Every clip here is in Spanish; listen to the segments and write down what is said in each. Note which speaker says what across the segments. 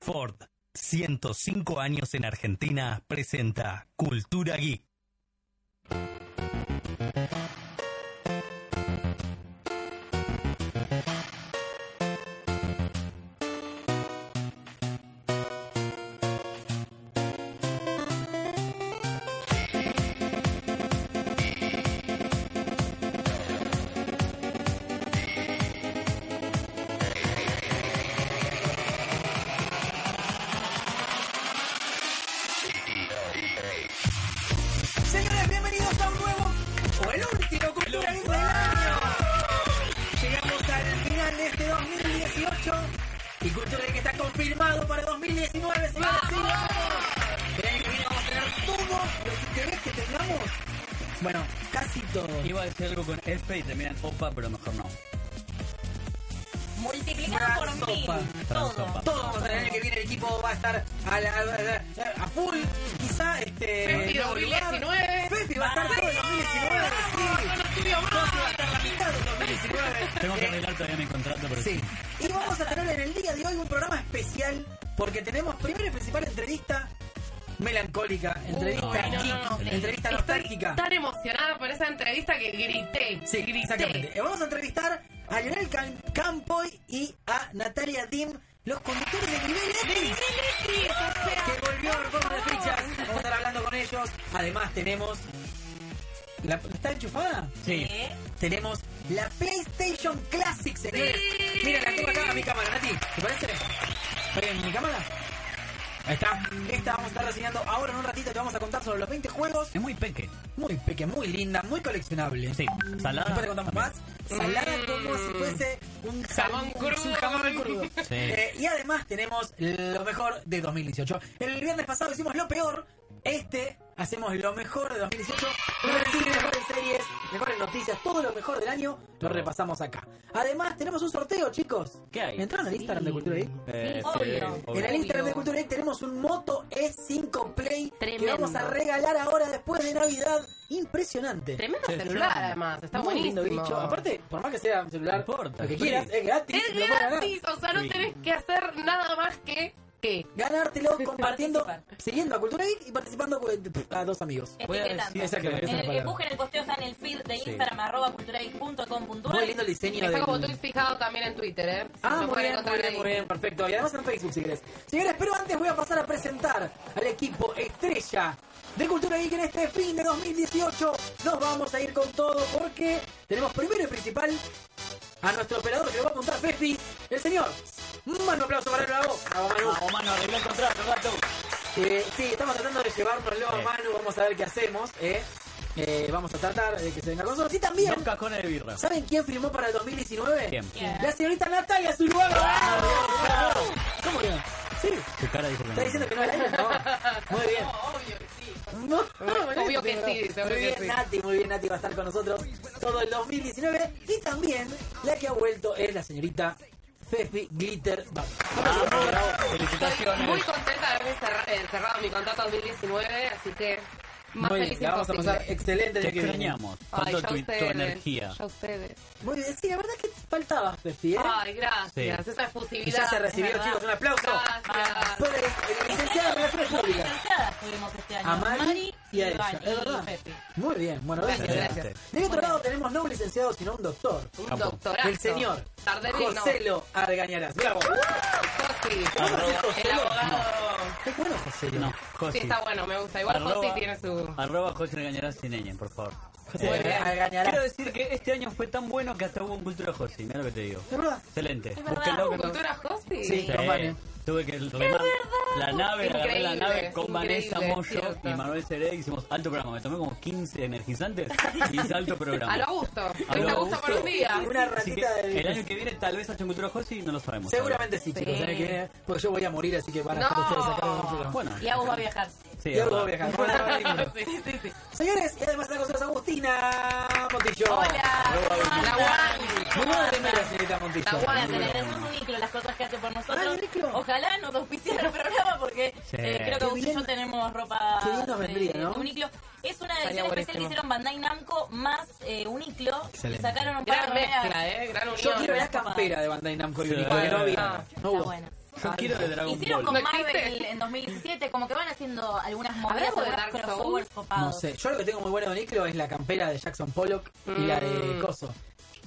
Speaker 1: Ford, 105 años en Argentina, presenta Cultura Geek.
Speaker 2: Señores, bienvenidos a un nuevo, o el último Cultura Geek del año. Llegamos al final de este 2018 y Cultura Geek está confirmado para 2019, señores y señores. El año que viene vamos a tener todo los interés que tengamos. Bueno, casi todo.
Speaker 3: Iba a decir algo con Espe y termina en Opa, pero mejor no.
Speaker 4: Multiplicado por mil.
Speaker 2: Sopa.
Speaker 4: Todo.
Speaker 3: Sopa.
Speaker 2: Todo, o sea, el año que viene el equipo va a estar a, la- a la- a full, quizá este.
Speaker 5: Pepe
Speaker 2: en nuevo lugar.
Speaker 5: 2019.
Speaker 2: Pepe va a estar todo el 2019, sí. Sofi va a estar la mitad del 2019.
Speaker 3: Tengo que
Speaker 2: Eh,
Speaker 3: arreglar todavía mi contrato, pero
Speaker 2: Sí. Y vamos a tener en el día de hoy un programa especial porque tenemos primero y principal entrevista melancólica, entrevista
Speaker 5: Uy, no,
Speaker 2: geek,
Speaker 5: no, no.
Speaker 2: entrevista nostálgica.
Speaker 5: Estoy tan emocionada por esa entrevista que grité.
Speaker 2: Sí,
Speaker 5: grité.
Speaker 2: exactamente. Eh, Vamos a entrevistar a Lionel Cam- Campoy y a Natalia Dim, los conductores de Nivel X, que volvió a Reforma de Fichas. Vamos a estar hablando con ellos. Además tenemos... ¿La, ¿Está enchufada?
Speaker 3: Sí.
Speaker 2: Tenemos la PlayStation Classic, señores. Mira, la tengo acá a mi cámara, Nati. ¿Te parece? ¿En mi cámara? Ahí está. Esta vamos a estar reseñando ahora en un ratito. Te vamos a contar sobre los 20 juegos.
Speaker 3: Es muy peque.
Speaker 2: Muy pequeña, muy linda, muy coleccionable.
Speaker 3: Sí.
Speaker 2: Después te
Speaker 3: Salada.
Speaker 2: contamos más. Salada como si fuese un
Speaker 5: Jamón crudo.
Speaker 2: un jamón crudo.
Speaker 3: Sí.
Speaker 2: Eh, y además tenemos lo mejor de 2018. El viernes pasado hicimos lo peor. Este hacemos lo mejor de 2018. Mejores cines, mejores series, mejores noticias, todo lo mejor del año lo repasamos acá. Además tenemos un sorteo, chicos.
Speaker 3: ¿Qué hay?
Speaker 2: ¿Entraron al Instagram de Cultura Geek? eh, En el Instagram de Cultura Geek tenemos un Moto E5 Play que
Speaker 4: Tremendo.
Speaker 2: vamos a regalar ahora después de Navidad. Impresionante.
Speaker 5: Tremendo celular, además. Está
Speaker 2: Muy lindo
Speaker 5: buenísimo.
Speaker 2: bicho. Aparte, por más que sea un celular,
Speaker 3: No importa.
Speaker 2: lo que quieras, es gratis.
Speaker 5: es
Speaker 2: lo puedes ganar.
Speaker 5: gratis. O sea, no
Speaker 3: Sí.
Speaker 5: tenés que hacer nada más que. ¿Qué?
Speaker 2: Ganártelo compartiendo,
Speaker 4: Participar.
Speaker 2: siguiendo a Cultura Geek y participando con- a dos amigos.
Speaker 5: Eh,
Speaker 3: Voy a
Speaker 4: Etiquetando.
Speaker 3: decir exactamente
Speaker 4: En
Speaker 3: esa
Speaker 4: el que
Speaker 3: palabra.
Speaker 4: busquen el posteo está en el feed de Instagram, arroba culturageek.com.ar.
Speaker 2: Muy lindo el diseño
Speaker 5: Está como
Speaker 2: de...
Speaker 5: twiffijado también en Twitter, ¿eh?
Speaker 2: Ah,
Speaker 5: Lo
Speaker 2: muy bien,
Speaker 5: pueden
Speaker 2: muy
Speaker 5: encontrar
Speaker 2: bien,
Speaker 5: ahí.
Speaker 2: muy bien, perfecto. Y además en Facebook, si querés. Señores, pero antes voy a pasar a presentar al equipo estrella de Cultura Geek en este fin de 2018. Nos vamos a ir con todo porque tenemos primero y principal a nuestro operador que lo va a apuntar Fefi, el señor. Manu, aplauso para él, bravo. Bravo, Manu.
Speaker 3: Vamos, mano, arregló el contrato, gato.
Speaker 2: Eh, sí, estamos tratando de llevárnoslo a
Speaker 3: Sí.
Speaker 2: Manu, vamos a ver qué hacemos, eh. Eh, vamos a tratar de que se venga con nosotros. Y también,
Speaker 3: Dos cajones de birra.
Speaker 2: ¿saben quién firmó para el 2019?
Speaker 3: ¿Quién? Ah,
Speaker 4: ¿Quién?
Speaker 2: La señorita Natalia Zuluaga. ¡Ah! ¿Cómo que no? Sí.
Speaker 3: Su cara dice que
Speaker 2: ¿Está
Speaker 3: no.
Speaker 2: diciendo que no es la misma? No. Muy bien. No,
Speaker 5: Obvio que sí, seguro
Speaker 2: Muy
Speaker 5: que
Speaker 2: bien,
Speaker 5: sí.
Speaker 2: Nati, muy bien, Nati va a estar con nosotros todo el 2019. Y también la que ha vuelto es la señorita Fefi Glitter Bab.
Speaker 5: Estoy
Speaker 3: Felicitaciones.
Speaker 5: muy contenta de haber cerra- eh, cerrado mi contrato 2019 así que más
Speaker 2: Muy
Speaker 5: feliz
Speaker 2: bien, la vamos a
Speaker 5: imposible.
Speaker 2: pasar excelente.
Speaker 3: Te
Speaker 2: el año que viene.
Speaker 3: extrañamos.
Speaker 5: Ay,
Speaker 3: Tanto
Speaker 5: ya
Speaker 3: tu, tu
Speaker 5: ustedes,
Speaker 3: energía.
Speaker 5: ya ustedes.
Speaker 2: Muy bien, sí, la verdad que faltaba, Fefi, ¿eh?
Speaker 5: Ay, gracias.
Speaker 3: Sí.
Speaker 5: Esa
Speaker 2: Y
Speaker 5: efusividad.
Speaker 2: ya se
Speaker 5: es
Speaker 2: recibió,
Speaker 5: verdad.
Speaker 2: chicos, un aplauso.
Speaker 5: Gracias.
Speaker 2: Por el licenciado de Relaciones Públicas.
Speaker 4: Licenciadas tuvimos este año.
Speaker 2: A Mari y a ella.
Speaker 4: Iván
Speaker 2: Es verdad.
Speaker 4: y Pepe.
Speaker 2: Muy bien, bueno,
Speaker 5: Gracias,
Speaker 2: gracias.
Speaker 3: gracias.
Speaker 2: Del otro lado tenemos no un licenciado, sino un doctor.
Speaker 5: Un
Speaker 3: Capo.
Speaker 5: doctorazo.
Speaker 2: El señor
Speaker 5: Tardelli, no.
Speaker 2: Joselo Argañarás. Bravo.
Speaker 5: Josi.
Speaker 3: Arroba-
Speaker 5: El abogado.
Speaker 2: Es bueno, Joselo.
Speaker 3: No,
Speaker 5: Sí,
Speaker 3: Josi.
Speaker 5: está bueno, me gusta. Igual Josi tiene su...
Speaker 3: arroba José Regañarás sin ñ, por favor.
Speaker 2: José
Speaker 3: Eh,
Speaker 2: Regañarás.
Speaker 3: Quiero decir que este año fue tan bueno que hasta hubo un cultura José, mira lo que te digo.
Speaker 2: ¿Es verdad?
Speaker 3: Excelente.
Speaker 4: verdad,
Speaker 3: Búsquenlo, que no-
Speaker 5: ¿Cultura Josi?
Speaker 2: Sí. acompañe.
Speaker 3: Tuve que remar la nave, agarré la
Speaker 5: Increíble,
Speaker 3: nave con Vanessa
Speaker 5: increíble,
Speaker 3: Moyo
Speaker 5: cierto.
Speaker 3: y Manuel Seré. Hicimos alto programa. Me tomé como 15 energizantes y hice alto programa.
Speaker 5: A lo gusto.
Speaker 3: A lo
Speaker 5: Me gusta por un día.
Speaker 2: Una
Speaker 3: Así que
Speaker 2: ratita de...
Speaker 3: el año que viene tal vez haya un cultura José y no lo sabemos.
Speaker 2: Seguramente sí, chicos. el año que viene, Porque yo voy a morir, así que van a estar
Speaker 5: No.
Speaker 2: ustedes acá. con
Speaker 3: Ahora.
Speaker 2: nosotros.
Speaker 3: Bueno,
Speaker 4: Y Agus va a viajar.
Speaker 3: sí,
Speaker 2: Y ahora voy a
Speaker 3: ahora.
Speaker 2: viajar. Bueno, ahora venimos.
Speaker 5: Sí, sí, sí.
Speaker 2: Señores, y además está con nosotros Agustina Montillo.
Speaker 4: Hola.
Speaker 5: La Juan.
Speaker 2: Muy buena remera, señorita Montillo.
Speaker 5: La buena,
Speaker 4: Se le agradecemos un las cosas que hace por
Speaker 2: Ah,
Speaker 4: nosotros.
Speaker 2: el micro.
Speaker 4: Ojalá nos auspicien el programa porque
Speaker 3: Sí.
Speaker 4: eh, creo
Speaker 2: Qué
Speaker 4: que Agustín y
Speaker 2: bien.
Speaker 4: yo tenemos ropa eh,
Speaker 2: Qué bien nos
Speaker 4: de-
Speaker 2: vendría, ¿no?
Speaker 4: de Uniqlo. Es una edición
Speaker 5: Estaría
Speaker 4: especial que
Speaker 5: buenísimo.
Speaker 4: hicieron Bandai Namco más eh, Uniqlo.
Speaker 3: Excelente.
Speaker 4: Y sacaron un par
Speaker 5: Gran
Speaker 4: de remeras.
Speaker 5: mezcla, ¿eh? Gran unión.
Speaker 2: Yo quiero la campera de Bandai Namco y
Speaker 3: Sí.
Speaker 2: Uniqlo, que no había.
Speaker 5: Ah,
Speaker 2: No
Speaker 4: Está
Speaker 2: hubo.
Speaker 4: buena.
Speaker 3: Yo quiero de Dragon
Speaker 4: Hicieron con
Speaker 3: Ball.
Speaker 5: ¿No
Speaker 4: Marvel
Speaker 5: existe?
Speaker 4: en 2017, como que van haciendo algunas
Speaker 5: ¿Habrá
Speaker 4: movidas,
Speaker 5: algo de
Speaker 4: algunos
Speaker 5: Dark Souls?
Speaker 4: crossovers
Speaker 2: No
Speaker 4: copados.
Speaker 2: sé. Yo lo que tengo muy bueno de Niclo es la campera de Jackson Pollock y la de
Speaker 5: Mm.
Speaker 2: Coso.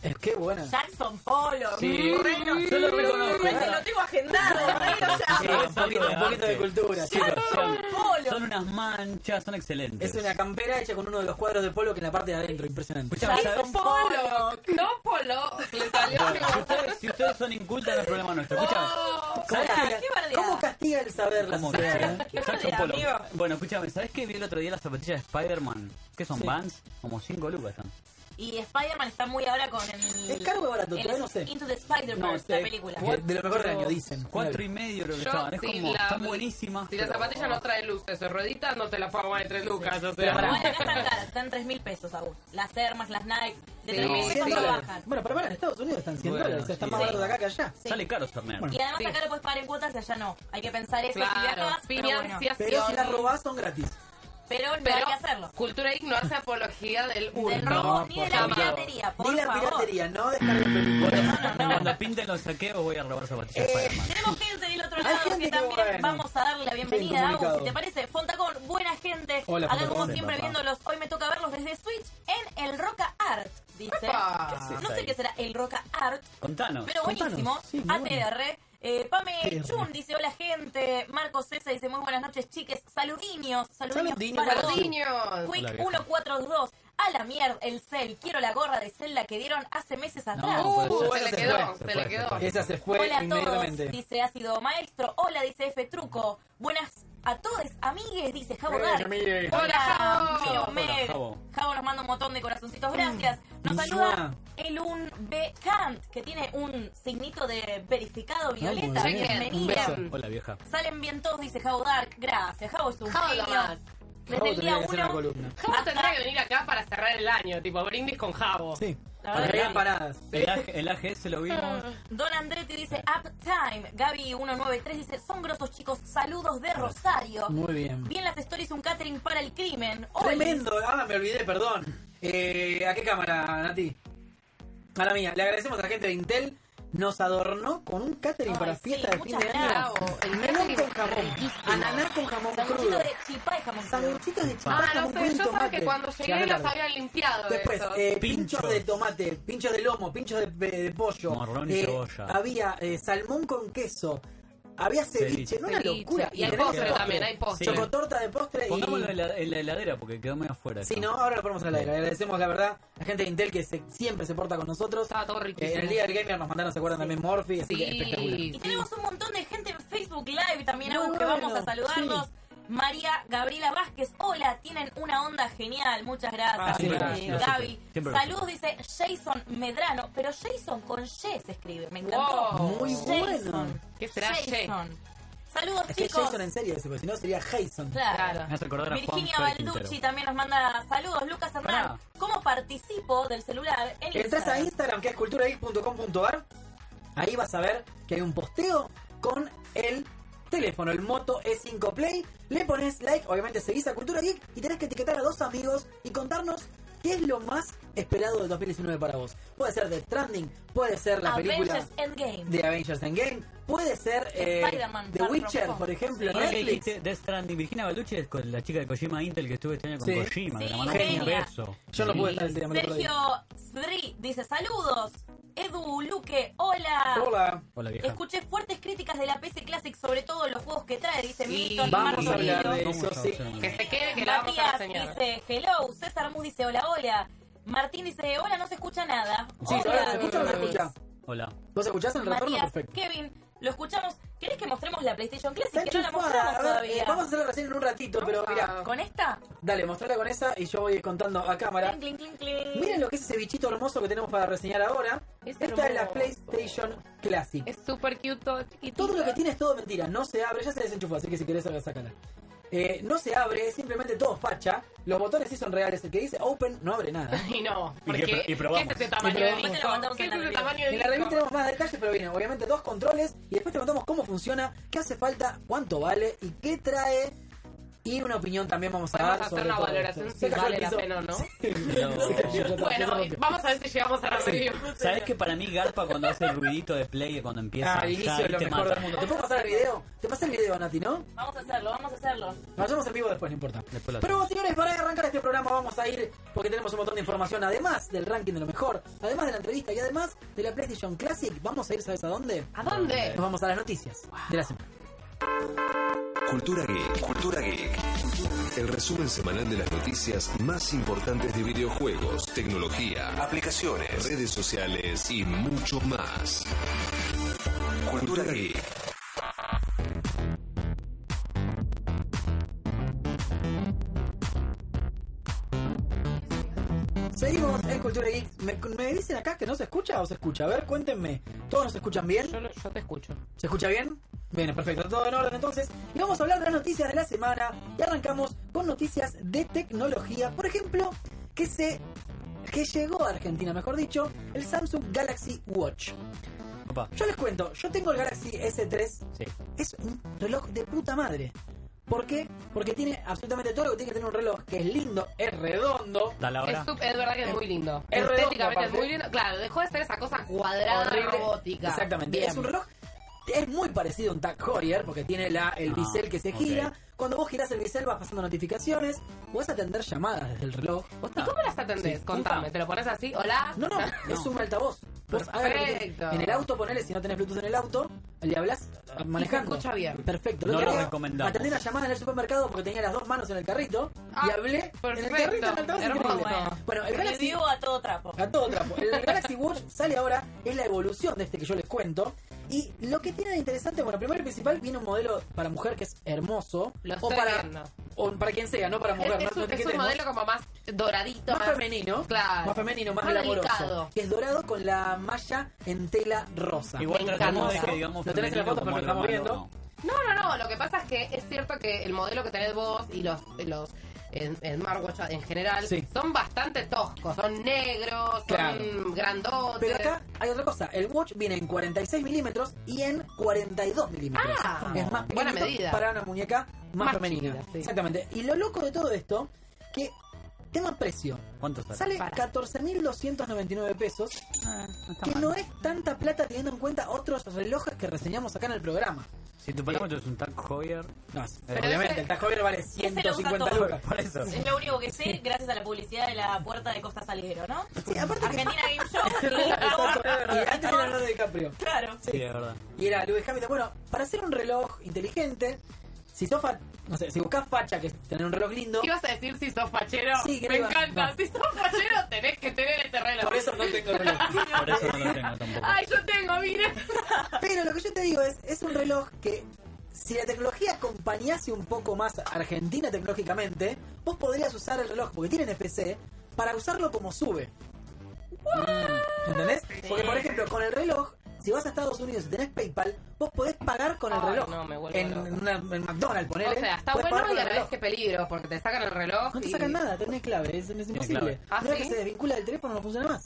Speaker 2: Es que buena.
Speaker 4: Jackson Polo,
Speaker 3: Sí.
Speaker 4: Reno.
Speaker 3: Yo lo reconozco.
Speaker 4: Reno, lo tengo agendado, Reno, ya.
Speaker 2: Sí, un poquito, un poquito de cultura,
Speaker 3: Sí, pero
Speaker 2: chicos.
Speaker 3: son,
Speaker 4: Polo.
Speaker 3: son unas manchas, son excelentes.
Speaker 2: Es una campera hecha con uno de los cuadros de Pollock en la parte de adentro, impresionante.
Speaker 3: Escuchame, ¿sabes?
Speaker 4: Jackson Polo.
Speaker 5: No Polo. Le salió.
Speaker 3: Bueno, si, ustedes, si ustedes son incultas, no es problema nuestro. Escúchame.
Speaker 5: Oh.
Speaker 2: ¿Cómo,
Speaker 4: Pará,
Speaker 2: castiga,
Speaker 4: qué bardeada.
Speaker 2: cómo castiga el saber la eh?
Speaker 3: ¿Cómo
Speaker 2: sociedad?
Speaker 3: que?
Speaker 4: Qué
Speaker 3: Jackson
Speaker 4: bardeada,
Speaker 3: Pollock.
Speaker 4: amigo.
Speaker 3: Bueno, escúchame, ¿sabés que vi el otro día las zapatillas de Spider-Man? ¿Qué son? Vans, como 5 lucas son.
Speaker 4: Y Spider-Man está muy ahora con el.
Speaker 2: Es caro o barato,
Speaker 4: el
Speaker 2: todavía no sé.
Speaker 4: Into the Spider-Verse,
Speaker 3: No,
Speaker 4: la
Speaker 3: eh,
Speaker 4: película.
Speaker 2: ¿What? De lo mejor del año, dicen.
Speaker 3: Cuatro y medio creo que
Speaker 5: Yo,
Speaker 3: estaban. Es
Speaker 5: si
Speaker 3: como,
Speaker 5: la-
Speaker 3: están buenísimas.
Speaker 5: Si la
Speaker 3: pero-
Speaker 5: zapatilla no trae luces o rueditas, no te la pago más de tres lucas. O sea,
Speaker 4: Bueno, no están caras, están 3 mil pesos aún. Las Hermas, las Nike, de
Speaker 5: Sí,
Speaker 4: 3 mil
Speaker 5: sí,
Speaker 4: pesos
Speaker 2: ¿Cien
Speaker 5: sí.
Speaker 4: no
Speaker 2: dólares?
Speaker 4: bajan.
Speaker 2: Bueno, pero para en Estados Unidos están 100
Speaker 3: Bueno,
Speaker 2: dólares, o sea, está
Speaker 3: sí.
Speaker 2: más barato de acá que allá.
Speaker 4: Sí.
Speaker 3: Sale caro esa merda.
Speaker 4: Y además
Speaker 5: Sí.
Speaker 4: acá lo puedes pagar en cuotas y allá no. Hay que pensar eso si
Speaker 5: claro,
Speaker 4: viajas, pero bueno.
Speaker 2: Pero si
Speaker 5: financiación.
Speaker 2: las robás son gratis.
Speaker 4: Pero no hay
Speaker 5: Pero
Speaker 4: que hacerlo.
Speaker 5: Cultura Geek no hace apología
Speaker 4: Del
Speaker 5: del hurto.
Speaker 4: robo ni de
Speaker 2: por
Speaker 4: la
Speaker 5: favor.
Speaker 4: piratería, por
Speaker 2: Ni la
Speaker 4: favor.
Speaker 2: piratería, no dejar de películas.
Speaker 3: Cuando pinten los saqueos voy a robar zapatillas de Spider-Man.
Speaker 4: Tenemos gente del otro
Speaker 2: Hay
Speaker 4: lado
Speaker 2: gente
Speaker 4: que
Speaker 2: que
Speaker 4: también
Speaker 2: bueno.
Speaker 4: vamos a darle la
Speaker 2: Sí,
Speaker 4: bienvenida a Agus,
Speaker 2: comunicado.
Speaker 4: si te parece. Fontacón, buena gente.
Speaker 2: Hola,
Speaker 4: Acá como
Speaker 2: Fontacón,
Speaker 4: siempre
Speaker 2: papá.
Speaker 4: viéndolos. Hoy me toca verlos desde Switch en el Roca Art, dice.
Speaker 5: Epa.
Speaker 3: ¿Qué es
Speaker 4: No
Speaker 3: eso
Speaker 4: sé
Speaker 3: ahí?
Speaker 4: qué será el Roca Art,
Speaker 3: Contanos.
Speaker 4: Pero buenísimo.
Speaker 2: Contanos, sí, muy
Speaker 4: ATR.
Speaker 2: bueno.
Speaker 4: Eh, Pame
Speaker 2: TR.
Speaker 4: Chun dice: Hola, gente. Marco César dice: Muy buenas noches, chiques. Saludinios. Saludinios.
Speaker 2: Saludinios,
Speaker 4: para todos.
Speaker 5: Niños.
Speaker 4: Quick 142. A la mierda, el cel. Quiero la gorra de cel la que dieron hace meses atrás.
Speaker 3: No,
Speaker 5: Uh,
Speaker 2: Pero
Speaker 5: se
Speaker 2: ya
Speaker 5: le
Speaker 2: se
Speaker 5: quedó,
Speaker 2: fue,
Speaker 5: se le quedó.
Speaker 2: Esa se fue
Speaker 4: Hola a todos,
Speaker 2: inmediatamente.
Speaker 4: dice Ácido Maestro. Hola, dice F Truco. Buenas a todos, amigues, dice Javo Dark.
Speaker 5: Hola, Javo.
Speaker 4: Miro Med.
Speaker 3: Hola, Javo.
Speaker 4: Javo nos manda un montón de corazoncitos, gracias. Nos
Speaker 2: Mua.
Speaker 4: saluda el un B. Kant, que tiene un signito de verificado violeta.
Speaker 2: muy
Speaker 5: bien. Un
Speaker 4: Bienvenida.
Speaker 5: beso.
Speaker 3: Hola vieja.
Speaker 4: Salen bien todos, dice Javo Dark. Gracias, Javo es un
Speaker 5: Javo
Speaker 4: genio.
Speaker 5: nomás.
Speaker 4: Desde
Speaker 2: Javo
Speaker 4: el
Speaker 2: tendría
Speaker 4: día
Speaker 2: que hacer una
Speaker 4: uno.
Speaker 2: columna.
Speaker 5: Javo tendría que venir acá para cerrar el año, tipo brindis con Javo.
Speaker 2: Sí.
Speaker 4: La verdad que
Speaker 2: Arreglar
Speaker 4: sí.
Speaker 2: paradas.
Speaker 3: El, AG, el AGS lo vimos.
Speaker 4: Don Andretti dice Uptime. Gaby193 dice Son grosos chicos, saludos de Rosario.
Speaker 2: Muy bien.
Speaker 4: Bien las stories, un catering para el crimen. Olis.
Speaker 2: Tremendo. Ah, me olvidé, perdón. Eh, ¿A qué cámara, Nati? A la mía. Le agradecemos a la gente de Intel. Nos adornó con un catering
Speaker 4: Ay,
Speaker 2: para
Speaker 4: sí,
Speaker 2: fiesta de fin
Speaker 4: muchas
Speaker 2: de año.
Speaker 5: gracias. El
Speaker 2: Melón
Speaker 5: catering
Speaker 2: con jamón.
Speaker 5: riquísimo.
Speaker 2: Ananá con jamón
Speaker 4: Sanguchito
Speaker 2: crudo.
Speaker 4: de chipá y jamón crudo.
Speaker 2: Sanguchitos de chipá,
Speaker 5: Ah, no
Speaker 2: jamón
Speaker 5: sé,
Speaker 2: crudo y
Speaker 5: yo sabía
Speaker 2: tomate.
Speaker 5: que cuando
Speaker 2: Llegaron
Speaker 5: llegué los
Speaker 2: tarde.
Speaker 5: habían limpiado.
Speaker 2: Después,
Speaker 5: esos.
Speaker 2: eh,
Speaker 3: Pinchos.
Speaker 2: pinchos de tomate, pinchos de lomo, pinchos de, de- de pollo.
Speaker 3: Morrón y
Speaker 2: Eh,
Speaker 3: cebolla.
Speaker 2: Había eh, salmón con queso. Había ceviche,
Speaker 3: Ceviche.
Speaker 2: no una
Speaker 5: Ceviche.
Speaker 2: locura.
Speaker 5: Y hay
Speaker 2: tenemos
Speaker 5: postre también, hay postre.
Speaker 2: Sí. Chocotorta de postre
Speaker 3: Pongámoslo
Speaker 2: y...
Speaker 3: en la, en la heladera porque quedó medio afuera.
Speaker 2: Sí,
Speaker 3: eso.
Speaker 2: no, ahora lo ponemos en la aire. Agradecemos, la verdad, a la gente de Intel que se- siempre se porta con nosotros.
Speaker 5: Estaba todo riquísimo.
Speaker 2: Eh, en el día del gamer nos mandaron, ¿se acuerdan? También Morphy, así
Speaker 5: Sí.
Speaker 2: que espectacular.
Speaker 4: Y tenemos un montón de gente en Facebook Live también,
Speaker 2: Muy
Speaker 4: Agus, que vamos a
Speaker 2: bueno,
Speaker 4: saludarlos. María Gabriela Vázquez, hola, tienen una onda genial, muchas
Speaker 2: Ah,
Speaker 4: gracias.
Speaker 2: sí,
Speaker 4: eh,
Speaker 2: gracias,
Speaker 4: Gaby,
Speaker 3: siempre, siempre
Speaker 4: saludos, dice Jason Medrano, pero Jason con Y se escribe, me encantó.
Speaker 5: Wow.
Speaker 2: Muy bueno.
Speaker 4: Jason.
Speaker 5: ¿Qué será
Speaker 4: Jason. Saludos,
Speaker 2: Es que
Speaker 4: chicos.
Speaker 2: Jason en serio, ese, porque si no sería Jason.
Speaker 4: Claro.
Speaker 5: Claro.
Speaker 3: Me hace acordar a Juan
Speaker 4: Virginia
Speaker 3: Pérez
Speaker 4: Balducci
Speaker 3: Quintero.
Speaker 4: también nos manda saludos. Lucas Hernán,
Speaker 3: Pará.
Speaker 4: ¿cómo participo del celular en Instagram?
Speaker 2: Entras a Instagram, que es culturageek.com.ar. Ahí vas a ver que hay un posteo con el teléfono, el Moto E5 Play. Le pones like, obviamente seguís a Cultura Geek y tenés que etiquetar a dos amigos y contarnos qué es lo más esperado del 2019 para vos. Puede ser The Stranding, puede ser la
Speaker 4: Avengers
Speaker 2: película
Speaker 4: Endgame.
Speaker 2: de Avengers Endgame, puede ser eh,
Speaker 4: Spider-Man,
Speaker 2: The
Speaker 4: Far
Speaker 2: Witcher,
Speaker 4: From Home.
Speaker 2: por ejemplo, en
Speaker 3: Ahora que
Speaker 2: Netflix.
Speaker 3: dijiste Death Stranding, Virginia Baluchi es con la chica de Kojima Intel que estuve este año con
Speaker 2: Sí.
Speaker 3: Kojima, que
Speaker 4: Sí,
Speaker 3: le mandamos un
Speaker 4: genia.
Speaker 3: beso.
Speaker 2: Yo no
Speaker 3: Sí.
Speaker 2: pude estar en Telegram el otro día.
Speaker 4: Sergio Sri dice saludos. Edu Luque, hola.
Speaker 2: Hola.
Speaker 3: Hola vieja.
Speaker 4: Escuché fuertes críticas de la PC Classic sobre todo los juegos que trae, dice
Speaker 5: Sí,
Speaker 4: Milton
Speaker 2: Vamos
Speaker 4: Marco
Speaker 2: a hablar
Speaker 4: Lilo.
Speaker 2: de
Speaker 3: Vamos
Speaker 2: eso,
Speaker 3: a
Speaker 2: sí.
Speaker 3: hablar.
Speaker 5: Que se quede, que la vamos a
Speaker 4: Matías
Speaker 5: enseñar.
Speaker 4: dice hello, César Mus dice hola, hola. Martín dice hola, no se escucha nada.
Speaker 2: Sí,
Speaker 4: Hola,
Speaker 2: ahora se escucha o no se
Speaker 4: Martín.
Speaker 2: escucha.
Speaker 3: Hola.
Speaker 2: ¿Vos escuchás en el retorno?
Speaker 4: Matías,
Speaker 2: Perfecto.
Speaker 4: Kevin, lo escuchamos. ¿Querés que mostremos la PlayStation
Speaker 2: Está
Speaker 4: Classic? Que no la
Speaker 2: enchufada.
Speaker 4: mostramos
Speaker 2: A ver, eh,
Speaker 4: todavía.
Speaker 2: vamos a hacerlo recién en un ratito, pero
Speaker 5: Vamos a-
Speaker 2: mira,
Speaker 4: ¿Con esta?
Speaker 2: dale, mostrala con esa y yo voy contando a cámara.
Speaker 4: Clink, clink, clink, clink.
Speaker 2: Miren lo que es ese bichito hermoso que tenemos para reseñar ahora.
Speaker 5: Es
Speaker 2: Esta es la
Speaker 5: hermoso.
Speaker 2: PlayStation Classic.
Speaker 5: Es súper cute, todo chiquitito.
Speaker 2: Todo lo que tiene es todo mentira, no se abre, ya se desenchufó, así que si querés ahora sácala. Eh, no se abre, es simplemente todo facha. Los botones sí son reales, el que dice open no abre nada.
Speaker 5: Y no,
Speaker 3: Y que
Speaker 5: porque
Speaker 3: pro- y probamos.
Speaker 5: ¿qué es ese tamaño de
Speaker 2: probamos.
Speaker 4: Te lo
Speaker 5: disco?
Speaker 4: mandamos
Speaker 5: ¿Qué
Speaker 4: en
Speaker 5: es
Speaker 4: la
Speaker 5: ese
Speaker 4: review.
Speaker 5: tamaño de
Speaker 2: En la revista
Speaker 5: disco?
Speaker 2: tenemos más detalles, pero viene obviamente dos controles y después te contamos cómo funciona, qué hace falta, cuánto vale y qué trae. Y una opinión también vamos a
Speaker 5: Vamos
Speaker 2: dar
Speaker 5: a hacer
Speaker 2: sobre
Speaker 5: una
Speaker 2: todo
Speaker 5: valoración
Speaker 2: esto.
Speaker 5: si
Speaker 2: Se cayó
Speaker 5: vale
Speaker 2: el
Speaker 5: la
Speaker 2: piso.
Speaker 5: pena o no.
Speaker 3: Pero-
Speaker 5: Bueno, vamos a ver si llegamos a la review.
Speaker 3: ¿Sabes que para mí Garpa cuando hace el ruidito de play cuando empieza
Speaker 2: Ah, el
Speaker 3: ya
Speaker 2: inicio
Speaker 3: ahí
Speaker 2: es lo
Speaker 3: te
Speaker 2: mejor
Speaker 3: mata.
Speaker 2: del mundo. ¿Te puedo pasar el video? ¿Te pasa el video, Nati, no?
Speaker 4: Vamos a hacerlo, vamos a hacerlo.
Speaker 2: Vayamos en vivo después, no importa.
Speaker 3: Después lo
Speaker 2: Pero señores, para arrancar este programa vamos a ir porque tenemos un montón de información, además del ranking de lo mejor, además de la entrevista y además de la PlayStation Classic, vamos a ir, ¿sabes a dónde?
Speaker 5: ¿A dónde?
Speaker 2: Nos vamos a las noticias de la semana.
Speaker 6: Cultura Geek. Cultura Geek. El resumen semanal de las noticias más importantes de videojuegos, tecnología, aplicaciones, redes sociales y mucho más. Cultura Geek.
Speaker 2: Seguimos en Cultura Geek. ¿Me, me dicen acá que no se escucha o se escucha? A ver, cuéntenme. ¿Todos nos escuchan bien?
Speaker 5: Yo, lo- yo te escucho.
Speaker 2: ¿Se escucha bien? Bien, perfecto, todo en orden entonces. Y vamos a hablar de las noticias de la semana. Y arrancamos con noticias de tecnología. Por ejemplo, que se. que llegó a Argentina, mejor dicho, el Samsung Galaxy Watch.
Speaker 3: Opa.
Speaker 2: Yo les cuento, yo tengo el Galaxy S3,
Speaker 3: Sí.
Speaker 2: es un reloj de puta madre. ¿Por qué? Porque tiene absolutamente todo lo que tiene que tener un reloj, que es lindo, es redondo.
Speaker 3: Da la
Speaker 5: Es,
Speaker 3: hora.
Speaker 5: sup- es verdad que es muy lindo.
Speaker 2: Es redondo,
Speaker 5: Estéticamente es
Speaker 2: aparte.
Speaker 5: muy lindo. Claro, dejó de ser esa cosa cuadrada
Speaker 2: horrible.
Speaker 5: robótica.
Speaker 2: Exactamente.
Speaker 5: Bien.
Speaker 2: Es un reloj. Es muy parecido a un Tag Heuer porque tiene la, el
Speaker 3: Ah,
Speaker 2: bisel que se
Speaker 3: ok.
Speaker 2: gira. Cuando vos girás el bisel vas pasando notificaciones. Podés atender llamadas desde el reloj. Vos
Speaker 5: ¿Y
Speaker 2: ta-
Speaker 5: cómo las atendés?
Speaker 2: Sí,
Speaker 5: Contame,
Speaker 2: puta.
Speaker 5: ¿te lo pones así? ¿Hola?
Speaker 2: No, no, es un altavoz. Vos
Speaker 5: Perfecto.
Speaker 2: hagas lo que quieras. en el auto ponele, si no tenés Bluetooth en el auto, le hablas manejando.
Speaker 5: escucha bien.
Speaker 2: Perfecto.
Speaker 3: No
Speaker 2: otro
Speaker 3: lo
Speaker 2: día
Speaker 3: recomendamos.
Speaker 2: Atendí una llamada en el supermercado porque tenía las dos manos en el carrito y
Speaker 5: Ah,
Speaker 2: hablé en el
Speaker 5: perfecto.
Speaker 2: carrito en el altavoz.
Speaker 5: Hermoso.
Speaker 2: increíble. Bueno, el
Speaker 4: Review
Speaker 2: Galaxy
Speaker 4: a todo trapo.
Speaker 2: a todo trapo. El Galaxy Watch sale ahora, es la evolución de este que yo les cuento. Y lo que tiene de interesante, bueno, primero y principal, viene un modelo para mujer que es hermoso.
Speaker 5: Lo
Speaker 2: o
Speaker 5: estoy viendo.
Speaker 2: para, o para quien sea, no para
Speaker 5: Es,
Speaker 2: mujer. no-
Speaker 5: es
Speaker 2: no
Speaker 5: un, es un
Speaker 2: etiquetemos.
Speaker 5: modelo como más doradito.
Speaker 2: más femenino.
Speaker 5: Claro.
Speaker 2: Más femenino, más
Speaker 5: Más
Speaker 2: glamoroso.
Speaker 5: delicado.
Speaker 2: Que es dorado con la malla en tela rosa.
Speaker 3: Igual
Speaker 5: Me
Speaker 3: tratemos de
Speaker 5: encanta.
Speaker 3: que digamos
Speaker 2: Lo tenés en la
Speaker 3: femenino
Speaker 2: foto,
Speaker 3: como
Speaker 2: pero lo estamos
Speaker 3: hermano,
Speaker 2: viendo.
Speaker 3: no.
Speaker 5: No, no, no. Lo que pasa es que es cierto que el modelo que tenés vos y los, los en, en smartwatch en general
Speaker 2: Sí.
Speaker 5: son bastante toscos. Son negros,
Speaker 2: Claro.
Speaker 5: son grandotes.
Speaker 2: Pero acá hay otra cosa. El watch viene en 46 milímetros y en 42 milímetros.
Speaker 5: Ah,
Speaker 2: es más
Speaker 5: buena
Speaker 2: pequeñito
Speaker 5: medida.
Speaker 2: Para una muñeca más,
Speaker 5: Más
Speaker 2: femenina.
Speaker 5: chiquita, sí.
Speaker 2: Exactamente. Y lo loco de todo esto, que tema precio.
Speaker 3: ¿Cuánto sale?
Speaker 2: Sale
Speaker 5: Para.
Speaker 2: 14.299 pesos,
Speaker 3: Ah, no está
Speaker 2: que
Speaker 3: mal.
Speaker 2: no es tanta plata teniendo en cuenta otros relojes que reseñamos acá en el programa.
Speaker 3: Si tu parámetro es un tag Heuer,
Speaker 2: No, es-
Speaker 3: Pero
Speaker 2: eh, obviamente,
Speaker 5: ese-
Speaker 2: el Tag Heuer vale
Speaker 4: lo usa
Speaker 2: 150
Speaker 4: todo.
Speaker 2: lucas.
Speaker 3: por eso.
Speaker 4: Es lo único que sé gracias a la publicidad de la puerta de Costa Salguero, ¿no?
Speaker 2: Sí, aparte que-
Speaker 4: Argentina Game Show. y
Speaker 2: Exacto,
Speaker 4: ahora-
Speaker 2: y antes era Leonardo DiCaprio.
Speaker 4: Claro.
Speaker 3: Sí, es verdad.
Speaker 2: Y era Lewis Hamilton. Bueno, para hacer un reloj inteligente, si sos fa- no sé, si buscas facha que es tener un reloj lindo,
Speaker 5: ¿Qué ibas a decir si sos fachero?
Speaker 2: Sí, que
Speaker 5: Me
Speaker 2: no iba-
Speaker 5: encanta.
Speaker 2: no.
Speaker 5: Si sos fachero, tenés que tener este reloj.
Speaker 2: por eso no tengo reloj.
Speaker 3: Por eso no lo tengo tampoco.
Speaker 5: Ay, yo tengo, mira.
Speaker 2: Pero lo que yo te digo es, es un reloj que si la tecnología acompañase un poco más a Argentina tecnológicamente, vos podrías usar el reloj, porque tienen PC, para usarlo como sube. ¿Entendés? Porque por ejemplo, con el reloj, si vas a Estados Unidos y tenés PayPal, vos podés pagar con el
Speaker 5: Ay,
Speaker 2: reloj.
Speaker 5: no, me vuelvo
Speaker 2: en,
Speaker 5: loca.
Speaker 2: una- en McDonald's,
Speaker 5: O
Speaker 2: ponele.
Speaker 5: sea, está
Speaker 2: podés
Speaker 5: bueno
Speaker 2: pagar con
Speaker 5: y a
Speaker 2: el
Speaker 5: la
Speaker 2: reloj.
Speaker 5: vez que peligro, porque te sacan el reloj.
Speaker 2: No te
Speaker 5: y-
Speaker 2: sacan nada, tenés clave, es, es imposible.
Speaker 3: clave.
Speaker 5: ¿Ah,
Speaker 2: Una vez
Speaker 5: sí?
Speaker 2: que se desvincula del teléfono no funciona más.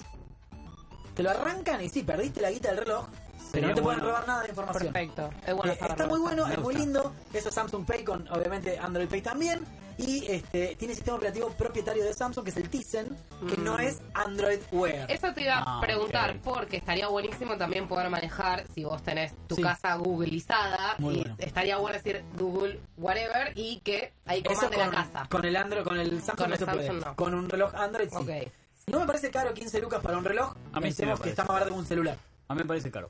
Speaker 2: Te lo arrancan y sí, perdiste la guita del reloj, pero
Speaker 3: Sería
Speaker 2: no te pueden
Speaker 3: bueno.
Speaker 2: robar nada de información.
Speaker 5: Perfecto. Es bueno
Speaker 2: Eh, está
Speaker 5: saberlo.
Speaker 2: muy bueno,
Speaker 3: Me
Speaker 2: es muy
Speaker 3: gusta.
Speaker 2: lindo. Eso es Samsung Pay con obviamente Android Pay también. Y este tiene sistema operativo propietario de Samsung, que es el Tizen, que
Speaker 5: Mm.
Speaker 2: no es Android Wear.
Speaker 5: Eso te iba a
Speaker 3: Ah,
Speaker 5: preguntar,
Speaker 3: ok.
Speaker 5: porque estaría buenísimo también poder manejar si vos tenés tu
Speaker 2: Sí.
Speaker 5: casa googleizada.
Speaker 2: Muy
Speaker 5: y
Speaker 2: bueno.
Speaker 5: Estaría bueno decir Google whatever y que ahí
Speaker 2: Eso
Speaker 5: comande
Speaker 2: con,
Speaker 5: la casa.
Speaker 2: con el Android, con el Samsung
Speaker 5: Con
Speaker 2: no
Speaker 5: el
Speaker 2: se puede.
Speaker 5: Samsung no.
Speaker 2: Con un reloj Android sí.
Speaker 5: Ok.
Speaker 2: No me parece caro 15 lucas para un reloj.
Speaker 3: A mí sí
Speaker 2: Pensemos
Speaker 3: me
Speaker 2: que
Speaker 3: parece.
Speaker 2: está más barato que un celular.
Speaker 3: A mí me parece caro.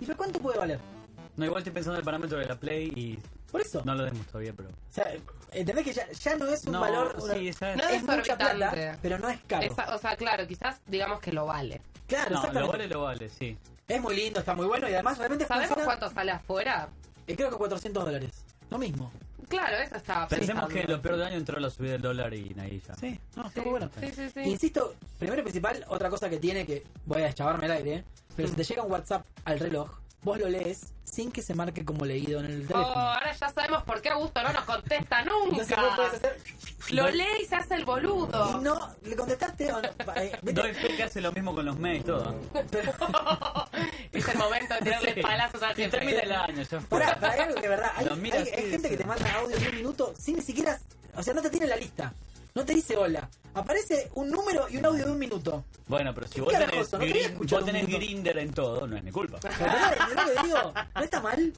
Speaker 2: ¿Y pero cuánto puede valer?
Speaker 3: No, igual estoy pensando en el parámetro de la Play y
Speaker 2: Por eso.
Speaker 3: no lo vemos todavía, pero...
Speaker 2: O sea, entendés que ya, ya no es un
Speaker 3: No,
Speaker 2: valor. una-
Speaker 3: sí, esa es...
Speaker 5: No,
Speaker 2: es mucha
Speaker 5: exorbitante.
Speaker 2: plata, pero no es caro.
Speaker 5: Esa- o sea, claro, quizás digamos que lo vale.
Speaker 2: Claro,
Speaker 3: No,
Speaker 2: exactamente.
Speaker 3: lo vale, lo vale, sí.
Speaker 2: Es muy lindo, está muy bueno y además realmente
Speaker 5: ¿Sabemos
Speaker 2: funciona-
Speaker 5: cuánto sale afuera?
Speaker 2: eh, creo que 400 dólares. Lo mismo.
Speaker 5: Claro, eso estaba
Speaker 3: Pensemos que
Speaker 5: pensando.
Speaker 3: lo peor del año entró la subida del dólar y ahí ya.
Speaker 2: Sí, no, está
Speaker 5: Sí,
Speaker 2: muy bueno.
Speaker 5: sí, sí, sí.
Speaker 2: Insisto, primero y principal, otra cosa que tiene que voy a deschavarme el aire, ¿eh? pero si te llega un WhatsApp al reloj, vos lo lees sin que se marque como leído en el
Speaker 5: Oh,
Speaker 2: teléfono.
Speaker 5: ahora ya sabemos por qué Augusto no nos contesta nunca.
Speaker 2: Entonces vos podés hacer
Speaker 5: Lo lee y se hace el boludo.
Speaker 2: Y no, ¿le contestaste o no? Pa- eh, vete-
Speaker 3: Doy fe que hace lo mismo con los mails y todo.
Speaker 5: es el momento de tirarle
Speaker 3: Sí.
Speaker 5: palazos al
Speaker 3: Y
Speaker 5: jefe.
Speaker 3: termina el año, ya fue.
Speaker 2: Pará, pará, hay algo que de verdad. Hay,
Speaker 3: Lo mira
Speaker 2: hay-
Speaker 3: así,
Speaker 2: hay gente que
Speaker 3: dice.
Speaker 2: te manda audio de un minuto sin ni siquiera. O sea, no te tiene la lista. No te dice hola. Aparece un número y un audio de un minuto.
Speaker 3: Bueno, pero si vos
Speaker 2: carajo,
Speaker 3: tenés,
Speaker 2: no quería
Speaker 3: Grin-
Speaker 2: escuchar un
Speaker 3: vos tenés
Speaker 2: minuto.
Speaker 3: Grinder en todo, no es mi culpa.
Speaker 2: Pero pará, ¿entendés lo que digo? ¿No está mal?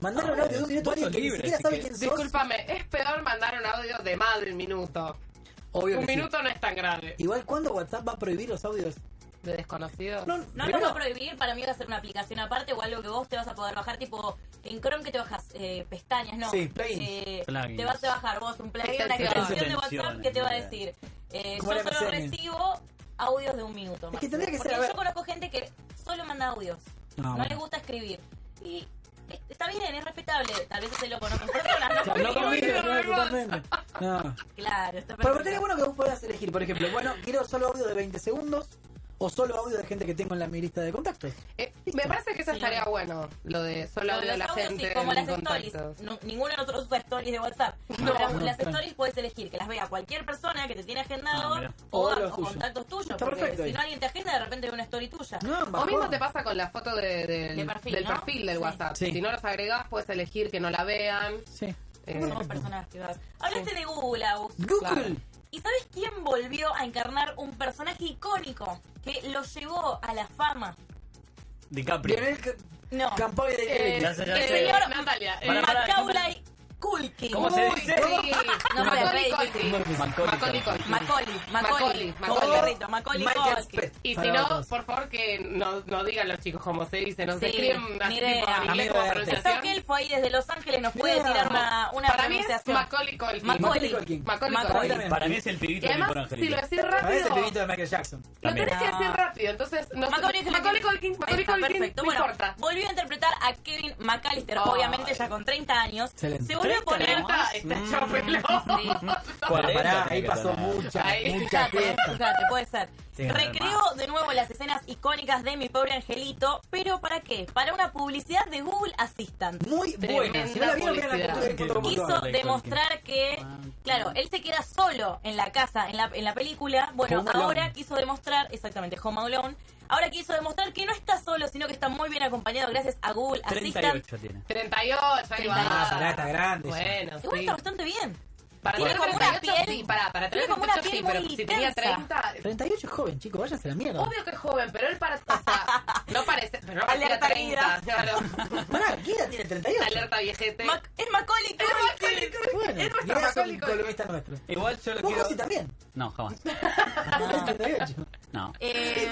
Speaker 2: Mandar un audio de un minuto a alguien que ni
Speaker 3: libre,
Speaker 2: siquiera
Speaker 3: así
Speaker 2: sabe
Speaker 3: que-
Speaker 2: quién sos.
Speaker 5: Discúlpame, es peor mandar un audio de más de un minuto.
Speaker 2: Obvio
Speaker 5: un
Speaker 2: que sí.
Speaker 5: minuto no es tan grave.
Speaker 2: Igual, ¿cuándo WhatsApp va a prohibir los audios?
Speaker 5: De desconocido.
Speaker 4: No lo
Speaker 2: primero-
Speaker 4: va a prohibir, para mí va a ser una aplicación aparte o algo que vos te vas a poder bajar, tipo en Chrome que te bajas eh, pestañas, no.
Speaker 2: Sí, plugins.
Speaker 4: Eh,
Speaker 3: Plugins.
Speaker 4: te vas a bajar vos un plugin, una
Speaker 5: Extensiones.
Speaker 4: extensión de WhatsApp
Speaker 3: Extensiones,
Speaker 4: que te va a
Speaker 3: bien.
Speaker 4: decir. eh,
Speaker 2: Como
Speaker 4: yo
Speaker 2: la
Speaker 4: solo
Speaker 2: MSN.
Speaker 4: recibo audios de un minuto.
Speaker 2: Es que
Speaker 4: máximo.
Speaker 2: tendría que ser,
Speaker 4: Porque
Speaker 2: a ver-
Speaker 4: yo conozco gente que solo manda audios.
Speaker 2: Ah,
Speaker 4: no
Speaker 2: bueno.
Speaker 4: le gusta escribir. Y eh, está bien, es respetable. Tal vez se lo conozco personas, ¿no?
Speaker 2: No conviene,
Speaker 5: no,
Speaker 2: no,
Speaker 5: no,
Speaker 2: totalmente. No.
Speaker 4: Claro,
Speaker 2: Pero
Speaker 4: está perfecto.
Speaker 2: estaría bueno que vos puedas elegir, por ejemplo, bueno, quiero solo audio de 20 segundos o solo audio de gente que tengo en la mi lista de contactos.
Speaker 5: Eh, me parece que eso
Speaker 4: Sí.
Speaker 5: estaría bueno, lo de solo
Speaker 4: Lo
Speaker 5: audio de
Speaker 4: de
Speaker 5: la
Speaker 4: los audios,
Speaker 5: gente.
Speaker 4: sí, como
Speaker 5: en
Speaker 4: las stories.
Speaker 5: contactos.
Speaker 4: No- ninguno de nosotros usa stories de WhatsApp.
Speaker 5: No.
Speaker 4: Ahora,
Speaker 2: No,
Speaker 4: las
Speaker 2: claro.
Speaker 4: stories puedes elegir que las vea cualquier persona que te tiene agendado
Speaker 3: Ah, mira.
Speaker 4: o,
Speaker 2: O los
Speaker 4: o
Speaker 2: tuyos.
Speaker 4: contactos tuyos.
Speaker 2: Está
Speaker 4: porque
Speaker 2: perfecto
Speaker 4: si
Speaker 2: ahí.
Speaker 4: no alguien te agenda, de repente ve una story tuya.
Speaker 2: No,
Speaker 5: O
Speaker 2: bajón.
Speaker 5: mismo te pasa con la foto de- de-
Speaker 4: De perfil,
Speaker 5: del
Speaker 4: ¿no?
Speaker 5: perfil del
Speaker 4: Sí.
Speaker 5: WhatsApp.
Speaker 2: Sí.
Speaker 5: Si no los agregás, puedes elegir que no la vean.
Speaker 2: Sí.
Speaker 5: Eh,
Speaker 4: Somos personas privadas. Hablaste de Google, Agus.
Speaker 2: Google.
Speaker 5: Claro.
Speaker 4: ¿Y sabes quién volvió a encarnar un personaje icónico que lo llevó a la fama?
Speaker 3: DiCaprio.
Speaker 2: Lionel C-
Speaker 4: No.
Speaker 2: Campoy de
Speaker 5: Eh,
Speaker 3: Ya sé, ya
Speaker 5: eh,
Speaker 3: sé.
Speaker 5: señor Natalia. eh,
Speaker 3: Para, para.
Speaker 4: Macaulay Culkin.
Speaker 3: ¿Cómo se dice?
Speaker 5: Sí.
Speaker 4: No,
Speaker 5: Macaulay
Speaker 4: pero-
Speaker 5: Culkin. Macaulay
Speaker 3: Macaulay Culkin.
Speaker 5: Culkin.
Speaker 4: Macaulay, Oh, Macaulay,
Speaker 5: Macaulay,
Speaker 4: como el
Speaker 5: Macaulay.
Speaker 4: perrito, Macaulay
Speaker 2: Michael
Speaker 4: Culkin.
Speaker 2: Spett.
Speaker 5: Y si
Speaker 2: Para
Speaker 5: no,
Speaker 2: otros.
Speaker 5: por favor que no, no digan los chicos como se dice, no se
Speaker 4: Sí,
Speaker 5: escriben así
Speaker 4: ni idea.
Speaker 5: tipo en inglés
Speaker 2: Amigo
Speaker 5: como
Speaker 2: de arte.
Speaker 5: pronunciación.
Speaker 4: que él fue ahí desde Los Ángeles, nos puede
Speaker 2: Mira.
Speaker 4: tirar una, una
Speaker 5: Para mí es
Speaker 4: pronunciación.
Speaker 5: Macaulay Culkin.
Speaker 4: Macaulay.
Speaker 2: Macaulay.
Speaker 5: Macaulay
Speaker 4: Macaulay.
Speaker 5: Culkin.
Speaker 3: Para mí es el pibito
Speaker 5: Y además,
Speaker 3: de
Speaker 5: si lo
Speaker 3: Angélica.
Speaker 5: decís
Speaker 2: Parece el
Speaker 5: rápido,
Speaker 2: pibito de Michael Jackson.
Speaker 5: lo
Speaker 3: También.
Speaker 5: tenés que decir
Speaker 4: Ah.
Speaker 5: rápido. Entonces, no sé-
Speaker 4: Macaulay Culkin.
Speaker 5: Macaulay Culkin,
Speaker 4: Ahí
Speaker 5: Macaulay
Speaker 4: está,
Speaker 5: Culkin,
Speaker 4: perfecto.
Speaker 5: no
Speaker 4: Bueno,
Speaker 5: importa. Oh,
Speaker 4: volvió a interpretar a Kevin McAllister,
Speaker 5: Ay.
Speaker 4: obviamente ya con 30 años.
Speaker 2: Excelente.
Speaker 4: Se volvió a poner...
Speaker 5: Está, está chapelo.
Speaker 2: Pará,
Speaker 3: 40
Speaker 2: pará,
Speaker 3: tiene
Speaker 2: ahí
Speaker 3: que
Speaker 2: pasó
Speaker 3: tener.
Speaker 2: mucha,
Speaker 5: Ahí.
Speaker 2: mucha
Speaker 4: Fíjate,
Speaker 2: fiesta.
Speaker 4: fíjate, puede ser.
Speaker 2: Sí,
Speaker 4: Recreó de nuevo las escenas icónicas de Mi Pobre Angelito, pero ¿para qué? Para una publicidad de Google Assistant.
Speaker 2: Muy buena. Si no la vieron, vean la
Speaker 5: Tremenda
Speaker 2: cultura del
Speaker 3: publicidad.
Speaker 2: Contra
Speaker 4: quiso
Speaker 2: Motor.
Speaker 3: Culkin.
Speaker 4: demostrar que, claro, él se queda solo en la casa, en la, en la película. Bueno,
Speaker 2: Home Alone.
Speaker 4: ahora quiso demostrar, exactamente, Home Alone. Ahora quiso demostrar que no está solo, sino que está muy bien acompañado gracias a Google Assistant.
Speaker 3: 38 tiene.
Speaker 5: 38, ahí va.
Speaker 2: Ah, pará, está grande.
Speaker 5: Bueno,
Speaker 4: Igual
Speaker 5: sí.
Speaker 4: está bastante bien.
Speaker 5: Para
Speaker 4: Tiene
Speaker 5: tener
Speaker 4: como una
Speaker 5: 38,
Speaker 4: piel-
Speaker 5: sí, para,
Speaker 4: tiene
Speaker 5: para tener
Speaker 4: como una
Speaker 5: 38, sí,
Speaker 4: piel
Speaker 5: pero
Speaker 4: muy
Speaker 5: si tenía
Speaker 4: intensa.
Speaker 5: 30,
Speaker 2: 38 es joven, chico, váyanse a la mierda.
Speaker 5: obvio que es joven, pero él para, o sea, no parece, pero no parecía
Speaker 4: Alerta
Speaker 5: 30, claro.
Speaker 2: Pará, ¿qué edad tiene? 38.
Speaker 5: Alerta viejete.
Speaker 4: Mac- es Macaulay
Speaker 5: Es
Speaker 4: Culkin.
Speaker 5: Macaulay Culkin.
Speaker 2: Bueno,
Speaker 5: es nuestro
Speaker 2: mirá, es
Speaker 5: Macaulay
Speaker 2: un
Speaker 5: Culkin.
Speaker 2: columnista nuestro.
Speaker 3: Igual yo lo
Speaker 2: Vos,
Speaker 3: quiero.
Speaker 2: José, también.
Speaker 3: No, jamás.
Speaker 2: Tenés 38.
Speaker 3: No.
Speaker 4: Eh,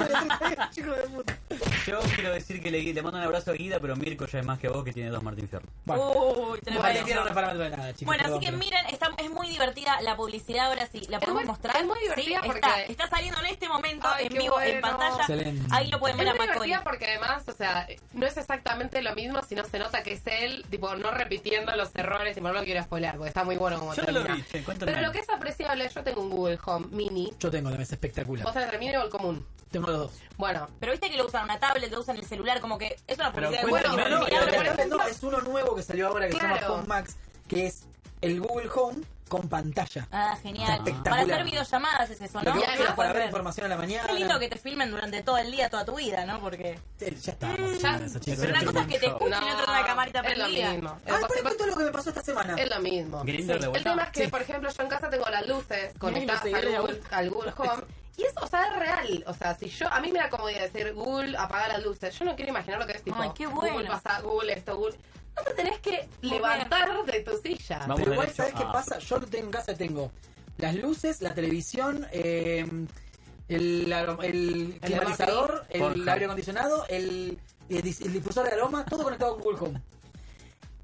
Speaker 2: Chico de puta.
Speaker 3: Yo quiero decir que le, le mando un abrazo a Guida, pero Mirko ya es más que vos que tiene dos Martín Fierro.
Speaker 2: Bueno,
Speaker 4: uy, tremendo.
Speaker 2: Bueno, el infierno no es parámetro de nada, chicos.
Speaker 4: Uh, Bueno,
Speaker 2: perdón,
Speaker 4: así que
Speaker 2: pero-
Speaker 4: miren, está, es muy divertida la publicidad ahora sí. ¿La
Speaker 5: Es
Speaker 4: podemos
Speaker 5: muy-
Speaker 4: mostrar?
Speaker 5: es muy divertida
Speaker 4: Sí,
Speaker 5: porque-
Speaker 4: está, está saliendo en este momento
Speaker 5: Ay,
Speaker 4: en
Speaker 5: qué
Speaker 4: vivo en
Speaker 5: bueno.
Speaker 4: pantalla.
Speaker 2: Excelente.
Speaker 4: Ahí lo pueden
Speaker 5: Es
Speaker 4: ver
Speaker 5: muy
Speaker 4: a Macaulay.
Speaker 5: divertida porque además, o sea, no es exactamente lo mismo, sino se nota que es él, tipo, no repitiendo los errores, y no lo quiero spoiler, porque está muy bueno como
Speaker 3: Yo no lo
Speaker 5: termina.
Speaker 3: vi, che, cuéntame.
Speaker 5: Pero lo que es apreciable, yo tengo un Google Home Mini,
Speaker 2: Yo tengo la mesa
Speaker 5: vos
Speaker 2: espectacular.
Speaker 5: te termino o el común.
Speaker 2: Tengo los dos.
Speaker 5: Bueno,
Speaker 4: Pero viste que lo usan en una tablet, lo usan en el celular, como que es una
Speaker 3: Pero
Speaker 4: publicidad de
Speaker 3: cuéntame,
Speaker 4: Google. que
Speaker 3: no,
Speaker 4: mirá,
Speaker 5: no, pero
Speaker 4: pero-
Speaker 5: por ejemplo-
Speaker 2: es uno nuevo que salió ahora que se
Speaker 5: Claro.
Speaker 2: llama Home Max, que es el Google Home con pantalla.
Speaker 4: Ah, genial.
Speaker 2: Espectacular.
Speaker 4: Para hacer videollamadas es eso,
Speaker 2: Lo
Speaker 4: ¿no?
Speaker 2: que vos
Speaker 5: Ya,
Speaker 2: quieras para ver
Speaker 5: no,
Speaker 4: Pueden ver.
Speaker 2: información a la mañana.
Speaker 4: Qué lindo que te filmen durante todo el día, toda tu vida, ¿no? Porque.
Speaker 2: Eh, Ya
Speaker 4: Mm.
Speaker 2: está. vamos a
Speaker 5: Ya.
Speaker 2: hacer eso, chicos.
Speaker 4: Pero una cosa es que te
Speaker 3: no.
Speaker 4: escuchen y otra es una camarita
Speaker 5: es lo
Speaker 4: prendida.
Speaker 5: mismo.
Speaker 2: Ah, por cuento lo que me pasó esta semana.
Speaker 5: Es lo mismo.
Speaker 3: Grindr de
Speaker 5: El
Speaker 3: vuelta.
Speaker 5: tema es que,
Speaker 2: Sí.
Speaker 5: por ejemplo, yo en casa tengo las luces conectadas
Speaker 2: Sí, lo
Speaker 5: al
Speaker 2: sé,
Speaker 5: Google,
Speaker 2: yo-
Speaker 5: al Google Home. Y eso, o sea, es real. O sea, si yo, a mí me da como decir Google, apaga las luces. Yo no quiero imaginar lo que es tipo
Speaker 4: Ay, qué bueno.
Speaker 5: Google pasa, Google esto, Google. No te tenés que
Speaker 4: bien.
Speaker 5: levantar de tu silla.
Speaker 3: Vamos
Speaker 2: Pero igual,
Speaker 3: derecho
Speaker 2: ¿sabes qué
Speaker 3: a-
Speaker 2: pasa? Yo lo tengo en casa, tengo las luces, la televisión, eh, el, aro- el climatizador, el,
Speaker 3: Forja.
Speaker 2: aire acondicionado, el, el dis- el difusor de aroma, todo conectado con Google Home.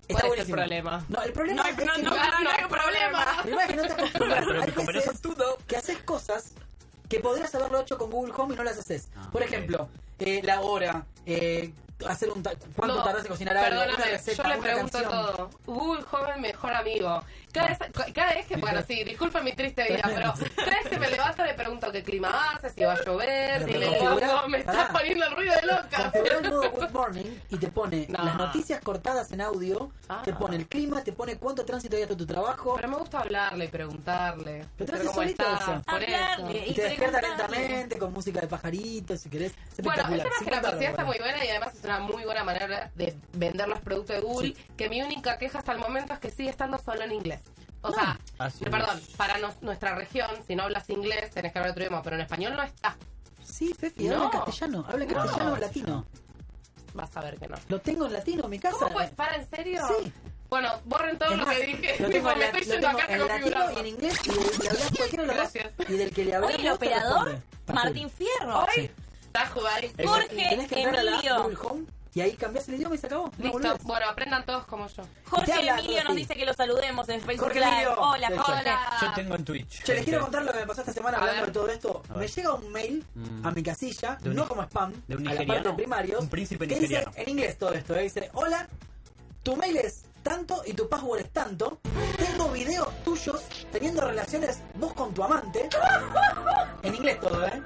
Speaker 5: ¿Cuál es el
Speaker 2: buenísimo.
Speaker 5: problema?
Speaker 2: No, el problema es que
Speaker 5: no, no, no hay problema.
Speaker 2: Primero que no te acostumbras.
Speaker 3: Pero
Speaker 2: Hay
Speaker 3: que comerás
Speaker 2: veces que haces cosas que podrías haberlo hecho con Google Home y no las haces.
Speaker 3: Ah,
Speaker 2: Por
Speaker 3: ok.
Speaker 2: ejemplo, eh, la hora, eh, hacer un ta- cuánto
Speaker 5: No,
Speaker 2: tardas en cocinar algo, una
Speaker 5: perdóname,
Speaker 2: receta,
Speaker 5: yo le
Speaker 2: una
Speaker 5: pregunto
Speaker 2: canción.
Speaker 5: todo. Google Home mejor amigo. Cada vez, ca- cada vez que, bueno, sí, disculpa mi triste vida, pero cada vez que me levanto le pregunto qué clima hace, si va a llover, si
Speaker 2: Pero
Speaker 5: le
Speaker 2: configura-
Speaker 5: pongo, me estás
Speaker 2: pará.
Speaker 5: poniendo el ruido de loca.
Speaker 2: Configuró el modo Good Morning y te pone
Speaker 5: No.
Speaker 2: las noticias cortadas en audio,
Speaker 5: Ah.
Speaker 2: te pone el clima, te pone cuánto tránsito hay hasta tu trabajo,
Speaker 5: Pero me gusta hablarle y preguntarle.
Speaker 2: Pero
Speaker 5: hacer
Speaker 2: te hace
Speaker 5: cómo
Speaker 2: solito
Speaker 5: estás,
Speaker 2: eso.
Speaker 5: por eso.
Speaker 4: Hablarle.
Speaker 2: y te despierta
Speaker 4: preguntarle.
Speaker 2: lentamente con música de pajaritos, si querés. Es
Speaker 5: Bueno,
Speaker 2: espectacular,
Speaker 5: el tema es que la
Speaker 2: 50
Speaker 5: publicidad está
Speaker 2: dólares.
Speaker 5: muy buena y además es una muy buena manera de vender los productos de Google. Que mi única queja hasta el momento es que sigue estando solo en inglés. O sea, eh,
Speaker 3: Así
Speaker 5: perdón,
Speaker 3: es.
Speaker 5: para nos- nuestra región, si no hablas inglés, tenés que hablar otro idioma, pero en español no está.
Speaker 2: Sí, Fefi,
Speaker 5: No.
Speaker 2: habla en castellano, habla en
Speaker 5: No.
Speaker 2: castellano o latino.
Speaker 5: Vas a ver que no.
Speaker 2: Lo tengo en latino en mi casa.
Speaker 5: ¿Cómo puedes? ¿Para en serio?
Speaker 2: Sí.
Speaker 5: Bueno, borren todo
Speaker 2: Es
Speaker 5: lo
Speaker 2: más,
Speaker 5: que dije.
Speaker 2: Lo tengo
Speaker 5: Tipo,
Speaker 2: en,
Speaker 5: me
Speaker 2: la-
Speaker 5: estoy
Speaker 2: lo
Speaker 5: yendo
Speaker 2: tengo
Speaker 5: acá
Speaker 2: en latino y en
Speaker 5: configurando.
Speaker 2: inglés y, del- le hablas cualquiera lo más,
Speaker 5: Gracias.
Speaker 2: y del que le
Speaker 4: Hoy
Speaker 2: hablas
Speaker 4: el
Speaker 2: vos te
Speaker 4: operador,
Speaker 2: responde. Está
Speaker 4: Martín
Speaker 2: cool.
Speaker 4: Fierro.
Speaker 5: Hoy está jugadísimo.
Speaker 4: Jorge
Speaker 2: Tenés que entrar a la app
Speaker 4: Emilio.
Speaker 2: Google Home y ahí cambiás el idioma y se acabó. No
Speaker 5: Listo.
Speaker 2: volvés.
Speaker 5: Bueno, aprendan todos como yo.
Speaker 4: Jorge
Speaker 2: Te habla,
Speaker 4: Emilio nos
Speaker 2: Rosy.
Speaker 4: dice que lo saludemos en Facebook
Speaker 2: Jorge
Speaker 4: Live.
Speaker 2: Emilio.
Speaker 4: Hola,
Speaker 2: Eso.
Speaker 4: Jorge.
Speaker 5: Hola.
Speaker 3: Yo tengo en Twitch. Este,
Speaker 2: Che, les quiero contar lo que me pasó esta semana
Speaker 5: A
Speaker 2: hablando
Speaker 5: ver.
Speaker 2: de todo esto.
Speaker 3: A ver.
Speaker 2: Me llega un mail
Speaker 3: Mm.
Speaker 2: a mi casilla,
Speaker 3: De un-
Speaker 2: no como spam,
Speaker 3: de un
Speaker 2: a la parte
Speaker 3: nigeriano,
Speaker 2: de primarios.
Speaker 3: un príncipe
Speaker 2: que dice
Speaker 3: nigeriano.
Speaker 2: en inglés todo esto. eh, Dice, hola, tu mail es tanto y tu password es tanto. Tengo videos tuyos teniendo relaciones vos con tu amante. en inglés todo, ¿eh?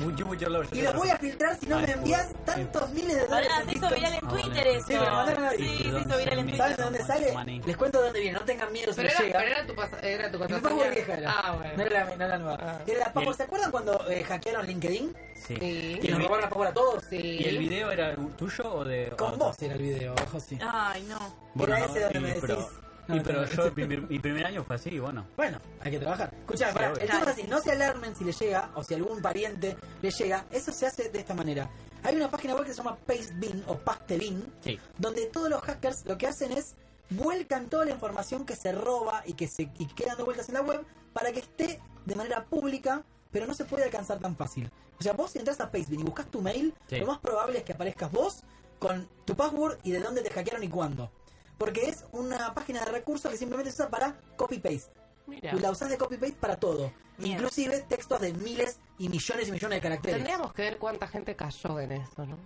Speaker 3: Mucho, mucho love.
Speaker 2: Y los voy a filtrar si no
Speaker 3: Ay,
Speaker 2: me envías
Speaker 3: bueno.
Speaker 2: tantos miles de dólares.
Speaker 4: Hola,
Speaker 2: en
Speaker 4: se hizo viral en
Speaker 3: Ah, bueno.
Speaker 4: Twitter eso.
Speaker 2: Sí, me lo mandaron a-
Speaker 4: Sí, se hizo viral en
Speaker 2: ¿Saben de
Speaker 4: Twitter.
Speaker 2: dónde
Speaker 3: Much
Speaker 2: sale?
Speaker 3: money.
Speaker 2: Les cuento de dónde viene, no tengan miedo si
Speaker 5: Pero
Speaker 2: les
Speaker 5: era,
Speaker 2: llega.
Speaker 5: pero era tu, pas- era
Speaker 2: Mi
Speaker 5: tu contraseña.
Speaker 2: password vieja era.
Speaker 5: Ah,
Speaker 2: No
Speaker 5: bueno.
Speaker 2: era la, no era la nueva.
Speaker 5: Ah.
Speaker 2: Era la Papo.
Speaker 3: Bien.
Speaker 2: ¿Se acuerdan cuando eh, hackearon LinkedIn?
Speaker 5: Sí.
Speaker 3: Sí.
Speaker 2: Y
Speaker 3: Y
Speaker 2: nos
Speaker 3: el-
Speaker 2: robaron la Papo a todos.
Speaker 5: Sí.
Speaker 3: ¿Y el video era tuyo o de.?
Speaker 2: Con
Speaker 3: o-
Speaker 2: vos era el video, ojo sí.
Speaker 4: Ay, no.
Speaker 3: Bueno,
Speaker 2: Era
Speaker 3: no,
Speaker 2: ese donde
Speaker 3: sí,
Speaker 2: me
Speaker 3: pero,
Speaker 2: decís.
Speaker 3: sí,
Speaker 2: No,
Speaker 3: pero
Speaker 2: no,
Speaker 3: yo, mi primer, mi primer año fue así, bueno.
Speaker 2: Bueno, hay que trabajar. Escuchá,
Speaker 3: Sí,
Speaker 2: pará,
Speaker 3: obvio.
Speaker 2: el tema es así, no se alarmen si le llega o si algún pariente le llega. Eso se hace de esta manera. Hay una página web que se llama Pastebin o Pastebin,
Speaker 3: Sí.
Speaker 2: donde todos los hackers lo que hacen es vuelcan toda la información que se roba y que se y queda dando vueltas en la web para que esté de manera pública, pero no se puede alcanzar tan fácil. O sea, vos si entras a Pastebin y buscas tu mail,
Speaker 3: Sí.
Speaker 2: lo más probable es que aparezcas vos con tu password y de dónde te hackearon y cuándo. Porque es una página de recursos que simplemente se usa para copy-paste.
Speaker 5: Mira.
Speaker 2: Y La usás de copy-paste para todo.
Speaker 4: Bien.
Speaker 2: Inclusive textos de miles y millones y millones de caracteres.
Speaker 5: Tendríamos que ver cuánta gente cayó en eso, ¿no?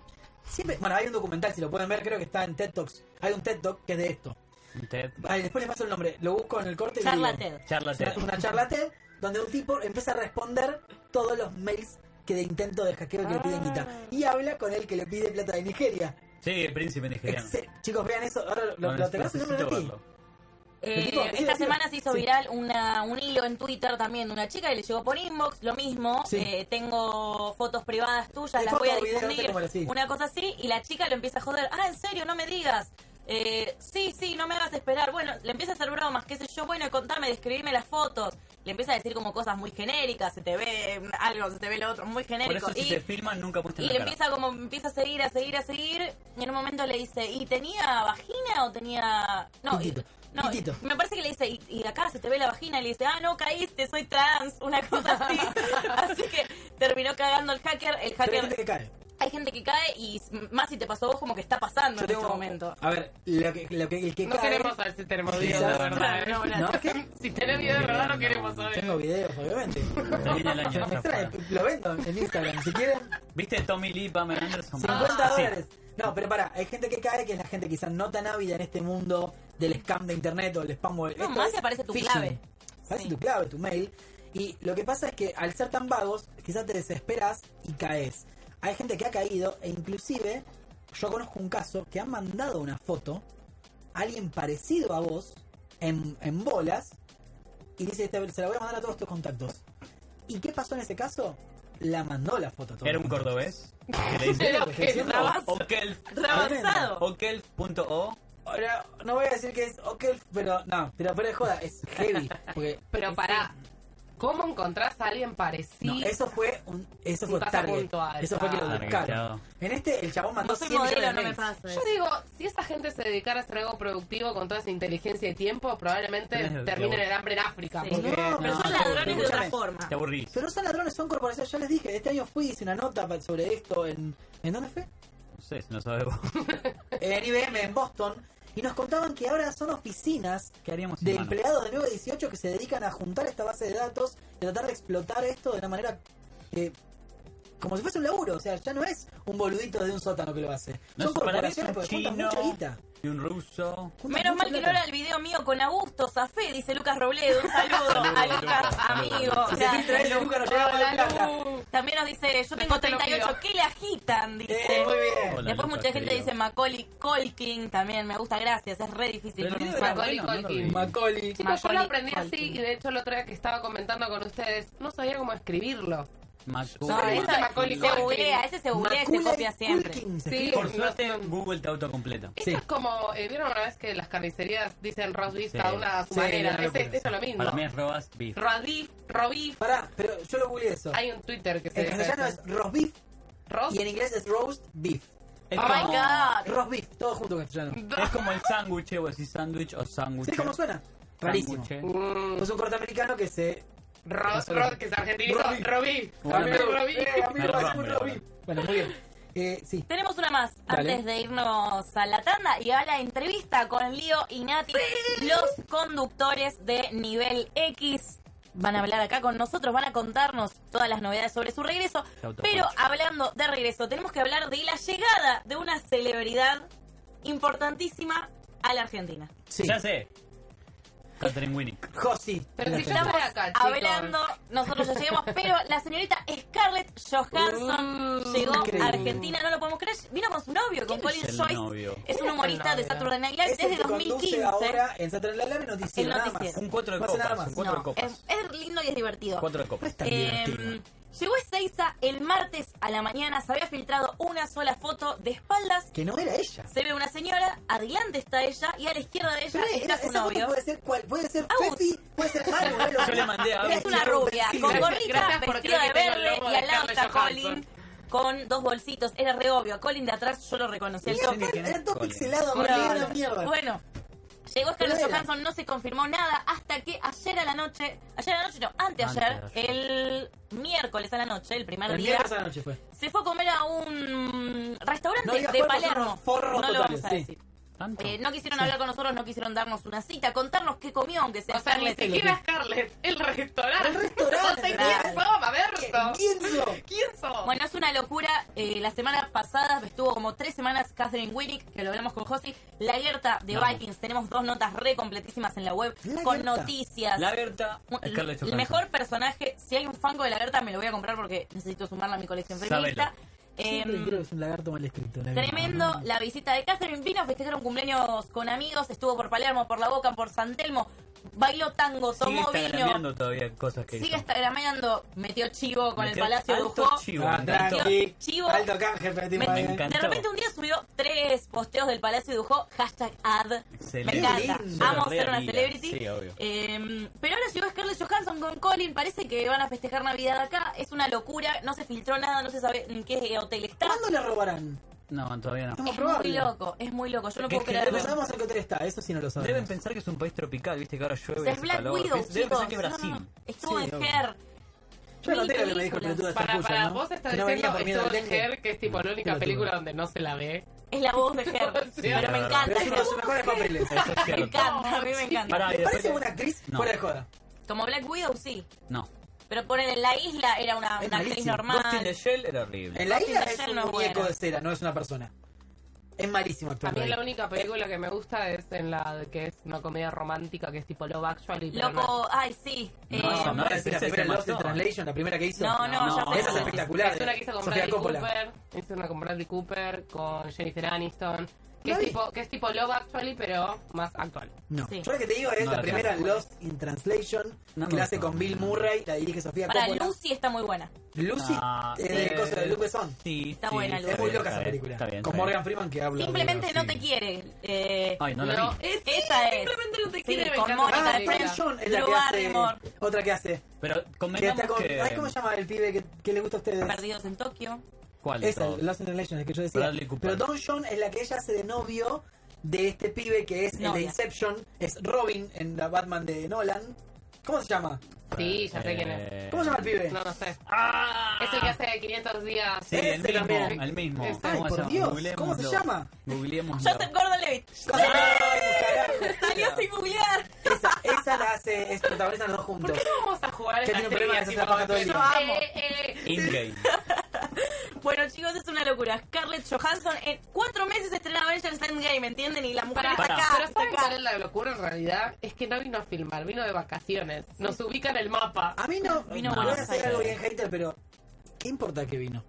Speaker 2: Siempre, bueno, hay un documental, si lo pueden ver, creo que está en TED Talks. Hay un TED Talk que es de esto.
Speaker 3: Ted.
Speaker 2: Ay, después les paso el nombre. Lo busco en el corte. y lo
Speaker 4: Charla
Speaker 2: digo.
Speaker 4: TED.
Speaker 3: Charla
Speaker 2: Es una-
Speaker 3: Ted.
Speaker 2: Una charla TED donde un tipo empieza a responder todos los mails que de intento de hackeo que le piden
Speaker 4: Ah.
Speaker 2: guita. Y habla con el que le pide plata de Nigeria.
Speaker 3: Sí, el príncipe nigeriano.
Speaker 2: Exce- Chicos, vean eso. Ahora lo, lo,
Speaker 3: No,
Speaker 2: lo tenés el
Speaker 3: necesito
Speaker 2: nombre de ti.
Speaker 3: verlo.
Speaker 4: Eh,
Speaker 2: tipo, sí,
Speaker 4: esta
Speaker 2: sí.
Speaker 4: semana se hizo
Speaker 2: Sí.
Speaker 4: viral una, un hilo en Twitter también de una chica que le llegó por inbox, lo mismo,
Speaker 2: Sí.
Speaker 4: eh, tengo fotos privadas tuyas,
Speaker 2: Sí,
Speaker 4: las voy a
Speaker 2: fotos, videos, no sé
Speaker 4: difundir,
Speaker 2: cómo era, sí.
Speaker 4: una cosa así, y la chica lo empieza a joder, ah, en serio, no me digas, eh, sí, sí, no me hagas esperar, bueno, le empieza a hacer bromas, qué sé yo, bueno, contame, describirme las fotos, le empieza a decir como cosas muy genéricas, se te ve algo, se te ve lo otro, muy
Speaker 3: Por
Speaker 4: genérico,
Speaker 3: eso, si
Speaker 4: y-
Speaker 3: te filman, nunca
Speaker 4: y
Speaker 3: muestran
Speaker 4: le
Speaker 3: la cara.
Speaker 4: empieza como empieza a seguir, a seguir, a seguir. Y en un momento le dice, ¿y tenía vagina o tenía.? No,
Speaker 2: Pitito,
Speaker 4: y- no
Speaker 2: pitito.
Speaker 4: me parece que le dice, ¿y, y acá se te ve la vagina? Y le dice, ah, no, caíste, soy trans, una cosa así. así que terminó cagando el hacker. El
Speaker 2: Pero hay gente
Speaker 4: hacker.
Speaker 2: que cae.
Speaker 4: Hay gente que cae y s- más si te pasó a vos, como que está pasando
Speaker 2: Yo
Speaker 4: en este
Speaker 2: tengo-
Speaker 4: momento.
Speaker 2: A ver, lo que, lo que, el que
Speaker 5: No
Speaker 2: cae.
Speaker 5: queremos saber si tenemos
Speaker 2: Sí,
Speaker 5: video
Speaker 2: sí.
Speaker 5: de verdad.
Speaker 4: No, no,
Speaker 2: no.
Speaker 5: ¿eh? Si tenés video de verdad, no queremos
Speaker 2: Tengo
Speaker 5: saber.
Speaker 2: videos, obviamente.
Speaker 3: Termina el año,
Speaker 2: No me
Speaker 3: ya fue.
Speaker 2: extraña, Lo vendo en Instagram. Si quieren,
Speaker 3: ¿Viste Tommy Lee, Pamela Anderson?
Speaker 2: 50
Speaker 3: Ah, sí.
Speaker 2: dólares. No, pero pará, hay gente que cae que es la gente quizás no tan ávida en este mundo del scam de internet o el spam o el.
Speaker 4: No,
Speaker 2: esto
Speaker 4: más
Speaker 2: es
Speaker 4: si aparece tu
Speaker 2: phishing.
Speaker 4: clave.
Speaker 2: Aparece
Speaker 4: Sí.
Speaker 2: tu clave, tu mail. Y lo que pasa es que al ser tan vagos, quizás te desesperas y caes. Hay gente que ha caído e inclusive yo conozco un caso que han mandado una foto a alguien parecido a vos en, en bolas y dice, "Esta- se la voy a mandar a todos tus contactos. ¿Y qué pasó en ese caso? La mandó la foto. a todos
Speaker 3: Era
Speaker 2: los
Speaker 3: un
Speaker 2: contactos.
Speaker 3: cordobés. que le dice-
Speaker 5: Pero que
Speaker 2: Diciendo-
Speaker 5: estabas
Speaker 3: O- Okelf.
Speaker 4: Avanzado.
Speaker 3: Okelf.o.
Speaker 2: Ahora, no voy a decir que es ok, pero no, pero fuera de joda, es heavy. Porque
Speaker 5: Pero pará, ¿cómo encontrás a alguien
Speaker 2: no,
Speaker 5: parecido?
Speaker 2: eso fue un, eso
Speaker 5: Un
Speaker 2: fue target.
Speaker 5: pasapuntual.
Speaker 2: Eso fue que lo
Speaker 3: Target,
Speaker 2: buscaron.
Speaker 3: claro.
Speaker 2: En este, el chabón mandó
Speaker 4: No soy
Speaker 2: 100 millones de
Speaker 4: modelo, no me
Speaker 2: mails.
Speaker 4: pasa.
Speaker 5: Yo digo, si esta gente se dedicara a hacer algo productivo con toda esa inteligencia y tiempo, probablemente
Speaker 3: Tenés el-
Speaker 5: terminen el hambre en África.
Speaker 4: Sí.
Speaker 5: porque-
Speaker 2: No,
Speaker 4: Pero
Speaker 2: no,
Speaker 4: son
Speaker 2: no,
Speaker 4: ladrones de otra
Speaker 2: escúchame.
Speaker 4: forma.
Speaker 3: Te aburrís.
Speaker 2: Pero no son ladrones, son corporaciones. Ya les dije, este año fui, hice una nota pa- sobre esto en... ¿En dónde fue?
Speaker 3: No sé si no sabes vos.
Speaker 2: En IBM, en Boston. Y nos contaban que ahora son oficinas
Speaker 3: ¿Qué haríamos sin
Speaker 2: de
Speaker 3: mano?
Speaker 2: empleados de 9 a 18 que se dedican a juntar esta base de datos y tratar de explotar esto de una manera eh, como si fuese un laburo. O sea, ya no es un boludito de un sótano que lo hace.
Speaker 3: No
Speaker 2: Son
Speaker 3: es para
Speaker 2: corporaciones
Speaker 3: un
Speaker 2: porque juntan
Speaker 3: chino
Speaker 2: mucha guita.
Speaker 3: y un ruso.
Speaker 2: Juntan
Speaker 4: Menos
Speaker 2: mucha
Speaker 4: mal que no
Speaker 2: plata.
Speaker 4: era el video mío con Augusto Zafé, dice Lucas Robledo. Un saludo a Lucas, amigo. O
Speaker 2: Si
Speaker 4: sea,
Speaker 2: se filtra eso, nunca nos llega para la plata.
Speaker 4: también nos dice, yo tengo
Speaker 5: Después te lo
Speaker 4: 38,
Speaker 5: pido.
Speaker 4: ¿qué le agitan? Dice.
Speaker 2: Eh, muy bien.
Speaker 3: Hola,
Speaker 4: Después
Speaker 3: Lucas,
Speaker 4: mucha gente
Speaker 3: querido.
Speaker 4: dice Macaulay Colkin también, me gusta, gracias, es re difícil
Speaker 3: Pero el video
Speaker 4: pronunciar.
Speaker 3: era
Speaker 5: Macaulay
Speaker 3: bueno, no lo
Speaker 5: Culkin.
Speaker 3: vi.
Speaker 2: Macaulay.
Speaker 5: Chicos, yo lo
Speaker 4: Macaulay
Speaker 5: aprendí así
Speaker 4: Culkin.
Speaker 5: y de hecho el otro día que estaba comentando con ustedes, no sabía cómo escribirlo.
Speaker 4: No,
Speaker 3: Macaulay.
Speaker 2: Ah,
Speaker 5: Solamente
Speaker 4: esa-
Speaker 5: Macaulay
Speaker 4: se
Speaker 5: Culkin.
Speaker 4: googlea, ese se googlea y se
Speaker 2: Macaulay
Speaker 4: copia siempre.
Speaker 2: Culkin, se
Speaker 5: Sí.
Speaker 2: escribe.
Speaker 3: Por suerte, Google te autocompleta.
Speaker 5: Esto
Speaker 2: Sí.
Speaker 5: es como, eh, ¿vieron una vez que las carnicerías dicen roast beef cada
Speaker 3: Sí.
Speaker 5: una a su
Speaker 2: Sí,
Speaker 5: manera?
Speaker 2: una
Speaker 5: Es,
Speaker 2: locura.
Speaker 5: es- eso es lo mismo.
Speaker 3: Para mí es robas beef.
Speaker 5: Roast beef, robif,
Speaker 2: Pará, pero yo lo googleé eso.
Speaker 5: hay un Twitter que se
Speaker 2: En castellano es roast beef
Speaker 5: roast
Speaker 2: y en inglés es roast beef.
Speaker 3: Es,
Speaker 4: Oh
Speaker 3: como,
Speaker 4: my god.
Speaker 2: Roast beef, todo junto en castellano.
Speaker 3: es como el sándwich, eh, o decís sándwich o sándwich.
Speaker 2: ¿Sí cómo suena? Rarísimo. Uh,
Speaker 3: Sándwich. eh.
Speaker 5: Mm,
Speaker 2: Es un corteamericano que se...
Speaker 5: roast, roast, que es argentino,
Speaker 2: Roast beef.
Speaker 5: robif.
Speaker 3: Bueno,
Speaker 5: Amigo,
Speaker 3: pero-
Speaker 5: roast beef.
Speaker 2: Eh, amigo,
Speaker 3: Me
Speaker 2: hacemos
Speaker 3: rompe,
Speaker 2: roast beef. Bueno, muy bien. Eh, sí.
Speaker 4: Tenemos una más
Speaker 2: Dale.
Speaker 4: antes de irnos a la tanda y a la entrevista con Lío y Nati, los conductores de Nivel X. Van a hablar acá con nosotros, van a contarnos todas las novedades sobre su regreso.
Speaker 3: Te autoconcho.
Speaker 4: Pero hablando de regreso, tenemos que hablar de la llegada de una celebridad importantísima a la Argentina.
Speaker 2: Sí.
Speaker 3: Ya sé. Catherine Winnick.
Speaker 2: Josi.
Speaker 5: Pero si yo
Speaker 4: Estamos
Speaker 5: estoy acá, chicos.
Speaker 4: hablando, nosotros ya llegamos, pero la señorita Scarlett Johansson
Speaker 5: Uh,
Speaker 4: llegó
Speaker 2: increíble.
Speaker 4: a Argentina, no lo podemos creer, vino con su novio, con
Speaker 3: ¿Quién
Speaker 4: Colin
Speaker 3: es el
Speaker 4: Joyce,
Speaker 3: novio?
Speaker 4: es un
Speaker 5: ¿Quién es
Speaker 4: humorista
Speaker 5: el
Speaker 4: de
Speaker 5: novio?
Speaker 4: Saturday Night Live
Speaker 2: Es el
Speaker 4: desde
Speaker 2: que conduce
Speaker 4: 2015.
Speaker 2: ahora en Saturday Night Live el noticiero,
Speaker 4: El
Speaker 2: nada más.
Speaker 4: noticiero.
Speaker 3: Un cuatro de
Speaker 2: No hace
Speaker 3: copas,
Speaker 2: nada más.
Speaker 3: un cuatro
Speaker 4: No,
Speaker 3: de copas.
Speaker 4: es, es lindo y es divertido.
Speaker 3: Cuatro de
Speaker 2: No
Speaker 3: copas.
Speaker 2: es tan divertido.
Speaker 4: Em, llegó a Ezeiza el martes a la mañana, se había filtrado una sola foto de espaldas,
Speaker 2: Que no era ella.
Speaker 4: se ve una señora, adelante está ella y a la izquierda de ella
Speaker 2: Pero era-
Speaker 4: está su
Speaker 2: esa foto
Speaker 4: novio.
Speaker 2: puede ser cual, puede ser
Speaker 4: Agus.
Speaker 2: Pepi, puede ser Maru, era lo
Speaker 3: Yo le mandé a Agus.
Speaker 4: Es una rubia, con
Speaker 5: Gracias,
Speaker 4: gorrita,
Speaker 5: gracias por
Speaker 4: vestida de
Speaker 5: creer que tengo el
Speaker 4: verde
Speaker 5: lomo
Speaker 4: y
Speaker 5: de
Speaker 4: al lado
Speaker 5: Scarlett
Speaker 4: está
Speaker 5: Johansson.
Speaker 4: Colin con dos bolsitos. Era re obvio. Colin de atrás yo lo reconocí al
Speaker 2: Mira,
Speaker 4: toque.
Speaker 2: aparte, Era todo
Speaker 3: Colin.
Speaker 2: pixelado,
Speaker 5: Colin.
Speaker 2: amarillo, era una mierda.
Speaker 4: Bueno, llegó Scarlett
Speaker 2: Pero era.
Speaker 4: Johansson, no se confirmó nada hasta que ayer a la noche, ayer a la noche no, anteayer,
Speaker 3: Anteayer.
Speaker 4: el miércoles a la noche, el primer
Speaker 2: El
Speaker 4: día,
Speaker 2: miércoles a la noche fue.
Speaker 4: se fue a comer a un restaurante
Speaker 2: No digas
Speaker 4: de
Speaker 2: cuál, porque son
Speaker 4: Palermo.
Speaker 2: unos forros
Speaker 4: no lo
Speaker 2: totales,
Speaker 4: vamos a
Speaker 2: sí.
Speaker 4: decir.
Speaker 3: ¿Tanto?
Speaker 4: Eh, no quisieron hablar con nosotros, no quisieron darnos una cita, contarnos qué comió, aunque sea
Speaker 5: O sea, ni
Speaker 4: Scarlett.
Speaker 5: siquiera Scarlett, el restaurante.
Speaker 2: El restaurante,
Speaker 5: No sé quién
Speaker 2: claro.
Speaker 5: sos, Maberto.
Speaker 2: ¿Quién sos?
Speaker 5: ¿Quién sos?
Speaker 4: Bueno, es una locura. Eh, la semana pasada estuvo como tres semanas Catherine Winnick, que lo hablamos con Josi. La Gerta de
Speaker 3: Vamos.
Speaker 4: Vikings. Tenemos dos notas re completísimas en la web
Speaker 2: La
Speaker 4: con
Speaker 2: Gerta.
Speaker 4: noticias.
Speaker 3: La Berta,
Speaker 4: Un-
Speaker 3: Scarlett
Speaker 4: el
Speaker 3: Johansson.
Speaker 4: mejor personaje. Si hay un fango de la Gerta, me lo voy a comprar porque necesito sumarla a mi colección feminista.
Speaker 3: Sabelo.
Speaker 4: Em,
Speaker 2: Siempre creo que es un lagarto mal escrito. la verdad.
Speaker 4: Tremendo la visita de Catherine. Vino a festejar un cumpleaños con amigos. Estuvo por Palermo, por La Boca, por San Telmo. Bailó tango,
Speaker 3: Sigue
Speaker 4: tomó vino.
Speaker 3: instagrameando todavía cosas que
Speaker 4: Sigue
Speaker 3: hizo.
Speaker 4: instagrameando. Metió chivo con el
Speaker 3: Metió
Speaker 4: Palacio de
Speaker 3: alto
Speaker 4: Ujó.
Speaker 3: chivo,
Speaker 2: Ah,
Speaker 3: me encantó.
Speaker 2: tranqui.
Speaker 4: Chivo.
Speaker 2: Alto canje, pero tipo,
Speaker 4: Me-
Speaker 2: eh.
Speaker 3: encanta.
Speaker 4: De repente un día subió tres posteos del Palacio de Dujó, hashtag ad.
Speaker 3: Excelente.
Speaker 4: Me encanta.
Speaker 2: Lindo.
Speaker 4: Amo
Speaker 3: Re
Speaker 4: ser una
Speaker 3: amiga.
Speaker 4: celebrity.
Speaker 3: Sí, obvio.
Speaker 4: Eh, pero ahora llegó Scarlett Johansson con Colin. Parece que van a festejar Navidad acá. Es una locura. No se filtró nada, no se sabe en qué hotel está.
Speaker 2: ¿Cuándo le robarán?
Speaker 3: No, todavía no.
Speaker 2: Estamos
Speaker 4: Es muy
Speaker 2: probando.
Speaker 4: loco, es muy loco. Yo no
Speaker 3: Es
Speaker 4: puedo
Speaker 3: que
Speaker 4: creerlo.
Speaker 2: No sabemos en qué hotel está, eso sí no lo sabemos.
Speaker 3: Deben pensar que es un país tropical, viste que ahora llueve.
Speaker 4: O sea, es
Speaker 3: hace
Speaker 4: Black
Speaker 3: calor.
Speaker 4: Widow,
Speaker 3: Deben pensar
Speaker 4: chicos.
Speaker 3: que es
Speaker 4: No, no,
Speaker 3: Brasil.
Speaker 4: no. Estuvo
Speaker 2: Sí,
Speaker 4: en
Speaker 2: obvio.
Speaker 4: Her.
Speaker 2: Yo
Speaker 4: Mil
Speaker 2: noté lo que me dijo el
Speaker 4: películas.
Speaker 2: pelotudo de
Speaker 5: para,
Speaker 2: Sarcuya,
Speaker 5: para,
Speaker 2: ¿no?
Speaker 5: vos estás
Speaker 2: Que no venía
Speaker 5: diciendo
Speaker 2: por miedo
Speaker 5: esto
Speaker 2: al
Speaker 5: de
Speaker 2: dengue.
Speaker 5: Her, que es tipo la única
Speaker 2: Pelotudo.
Speaker 5: película donde no se la ve.
Speaker 4: Es la voz de Her.
Speaker 5: Sí,
Speaker 4: pero me
Speaker 3: verdad.
Speaker 2: Pero
Speaker 4: encanta.
Speaker 2: es uno de sus mejores papeles.
Speaker 3: Eso es
Speaker 4: Me
Speaker 3: cierto.
Speaker 4: encanta, a mí me encanta.
Speaker 3: Pará, y después
Speaker 2: Parece
Speaker 3: que-
Speaker 2: una actriz
Speaker 3: No.
Speaker 2: fuera de joda.
Speaker 4: Como Black Widow, sí.
Speaker 3: No.
Speaker 4: Pero poner en la isla era una,
Speaker 2: Es
Speaker 4: una actriz
Speaker 2: malísimo.
Speaker 4: normal.
Speaker 3: Ghost in the Shell era horrible.
Speaker 2: En la
Speaker 4: Martin
Speaker 2: isla es
Speaker 4: Leyel
Speaker 2: un
Speaker 4: no es
Speaker 2: muñeco
Speaker 4: buena.
Speaker 2: de cera, no es una persona. Es malísimo
Speaker 5: A
Speaker 2: actuar.
Speaker 5: mí
Speaker 2: ahí.
Speaker 5: la única película que me gusta es en la de- que es una comedia romántica que es tipo Love Actually. pero no
Speaker 4: Loco, ay, sí. Eh,
Speaker 3: No,
Speaker 4: No,
Speaker 3: no.
Speaker 2: es la
Speaker 3: ese
Speaker 2: primera
Speaker 3: se
Speaker 2: Lost in
Speaker 3: mató.
Speaker 2: Translation, la primera que hizo.
Speaker 4: no,
Speaker 3: No,
Speaker 4: ya sé.
Speaker 2: Esa es
Speaker 4: cuál
Speaker 2: espectacular.
Speaker 5: Es una que hizo con
Speaker 2: Sofía
Speaker 5: Bradley
Speaker 2: Coppola.
Speaker 5: Cooper. Es una con Bradley Cooper, con Jennifer Aniston. Que
Speaker 2: La
Speaker 5: es,
Speaker 2: vi.
Speaker 5: tipo, que es tipo Love Actually, pero más actual.
Speaker 2: No.
Speaker 4: Sí.
Speaker 2: Yo lo que te digo es
Speaker 3: No,
Speaker 2: la
Speaker 3: la
Speaker 2: primera
Speaker 3: tengo.
Speaker 2: Lost in Translation,
Speaker 3: No
Speaker 2: que
Speaker 3: me
Speaker 2: la hace
Speaker 3: gustó.
Speaker 2: con Bill Murray, la dirige Sofía
Speaker 4: Para
Speaker 2: Coppola.
Speaker 4: Lucy está muy buena.
Speaker 2: Lucy,
Speaker 3: Ah,
Speaker 2: eh, de
Speaker 3: sí.
Speaker 2: cosa de Luke Besson.
Speaker 3: Sí,
Speaker 4: Está
Speaker 3: sí,
Speaker 4: buena,
Speaker 3: sí,
Speaker 4: Lucy.
Speaker 2: Es muy
Speaker 3: está
Speaker 2: loca esa
Speaker 3: bien,
Speaker 2: película.
Speaker 3: Está bien.
Speaker 2: con
Speaker 3: está bien.
Speaker 2: Morgan Freeman que habla.
Speaker 4: Simplemente
Speaker 2: boludo,
Speaker 4: no te
Speaker 2: sí.
Speaker 4: quiere. Eh,
Speaker 3: Ay, no la
Speaker 5: No,
Speaker 3: vi.
Speaker 5: es-
Speaker 4: esa es.
Speaker 5: simplemente no te
Speaker 4: Sí,
Speaker 5: quiere, me
Speaker 4: con
Speaker 5: encanta
Speaker 4: Mónica
Speaker 5: esa
Speaker 2: Ah,
Speaker 4: de
Speaker 2: Fran
Speaker 5: película.
Speaker 4: Friends.
Speaker 2: John es la que
Speaker 4: Drew
Speaker 2: hace.
Speaker 4: Barrymore.
Speaker 2: Otra que hace.
Speaker 3: Pero
Speaker 2: Que está
Speaker 3: convengamos
Speaker 2: con,
Speaker 3: que...
Speaker 2: ay, ¿Cómo se llama el pibe que, que le gusta a ustedes?
Speaker 4: Perdidos en Tokio.
Speaker 3: ¿Cuál de
Speaker 2: Esa,
Speaker 3: todos?
Speaker 2: Lost in Translation, es que yo decía.
Speaker 3: Bradley Cooper.
Speaker 2: Pero Don John es la que ella hace de novio de este pibe que es el de
Speaker 4: Novia.
Speaker 2: Inception, es Robin en la Batman de Nolan. ¿Cómo se llama?
Speaker 5: Sí, ya sé quién es.
Speaker 3: Eh,
Speaker 2: ¿Cómo se llama el pibe?
Speaker 5: No, no sé.
Speaker 3: ¡Ah!
Speaker 5: Es el que hace 500 días.
Speaker 3: Sí,
Speaker 2: Ese
Speaker 3: el mismo,
Speaker 2: también.
Speaker 3: el mismo.
Speaker 5: Ay,
Speaker 3: ¿Cómo
Speaker 2: por
Speaker 3: se llama?
Speaker 2: Dios,
Speaker 3: Googleémoslo.
Speaker 2: ¿cómo se llama?
Speaker 3: Googleémoslo.
Speaker 4: Joseph Gordon-Levitt.
Speaker 2: ¡Ay, carajo!
Speaker 4: Salió sin googlear.
Speaker 2: Esa, esa la hace, es protagonizan los dos juntos.
Speaker 5: ¿Por qué no vamos a jugar
Speaker 2: Que
Speaker 5: esta
Speaker 2: tiene un problema
Speaker 5: trivia
Speaker 2: que se
Speaker 5: así
Speaker 2: la
Speaker 5: como
Speaker 2: baja todo el
Speaker 5: de-
Speaker 2: día.
Speaker 5: Eh, eh, eh.
Speaker 3: In-game.
Speaker 4: Eh, Bueno, chicos, es una locura. Scarlett Johansson en cuatro meses estrena Avengers Endgame, ¿entienden? Y la mujer
Speaker 5: Para,
Speaker 4: está
Speaker 3: Pará.
Speaker 4: acá,
Speaker 5: pero
Speaker 4: está
Speaker 5: ¿saben cuál
Speaker 4: acá.
Speaker 5: es la locura en realidad? Es que no vino a filmar, vino de vacaciones. Nos ubica en el mapa.
Speaker 2: A mí no.
Speaker 4: Vino
Speaker 2: voy a
Speaker 4: Buenos
Speaker 2: hacer algo
Speaker 4: Aires.
Speaker 2: bien hater, pero. ¿Qué importa que vino?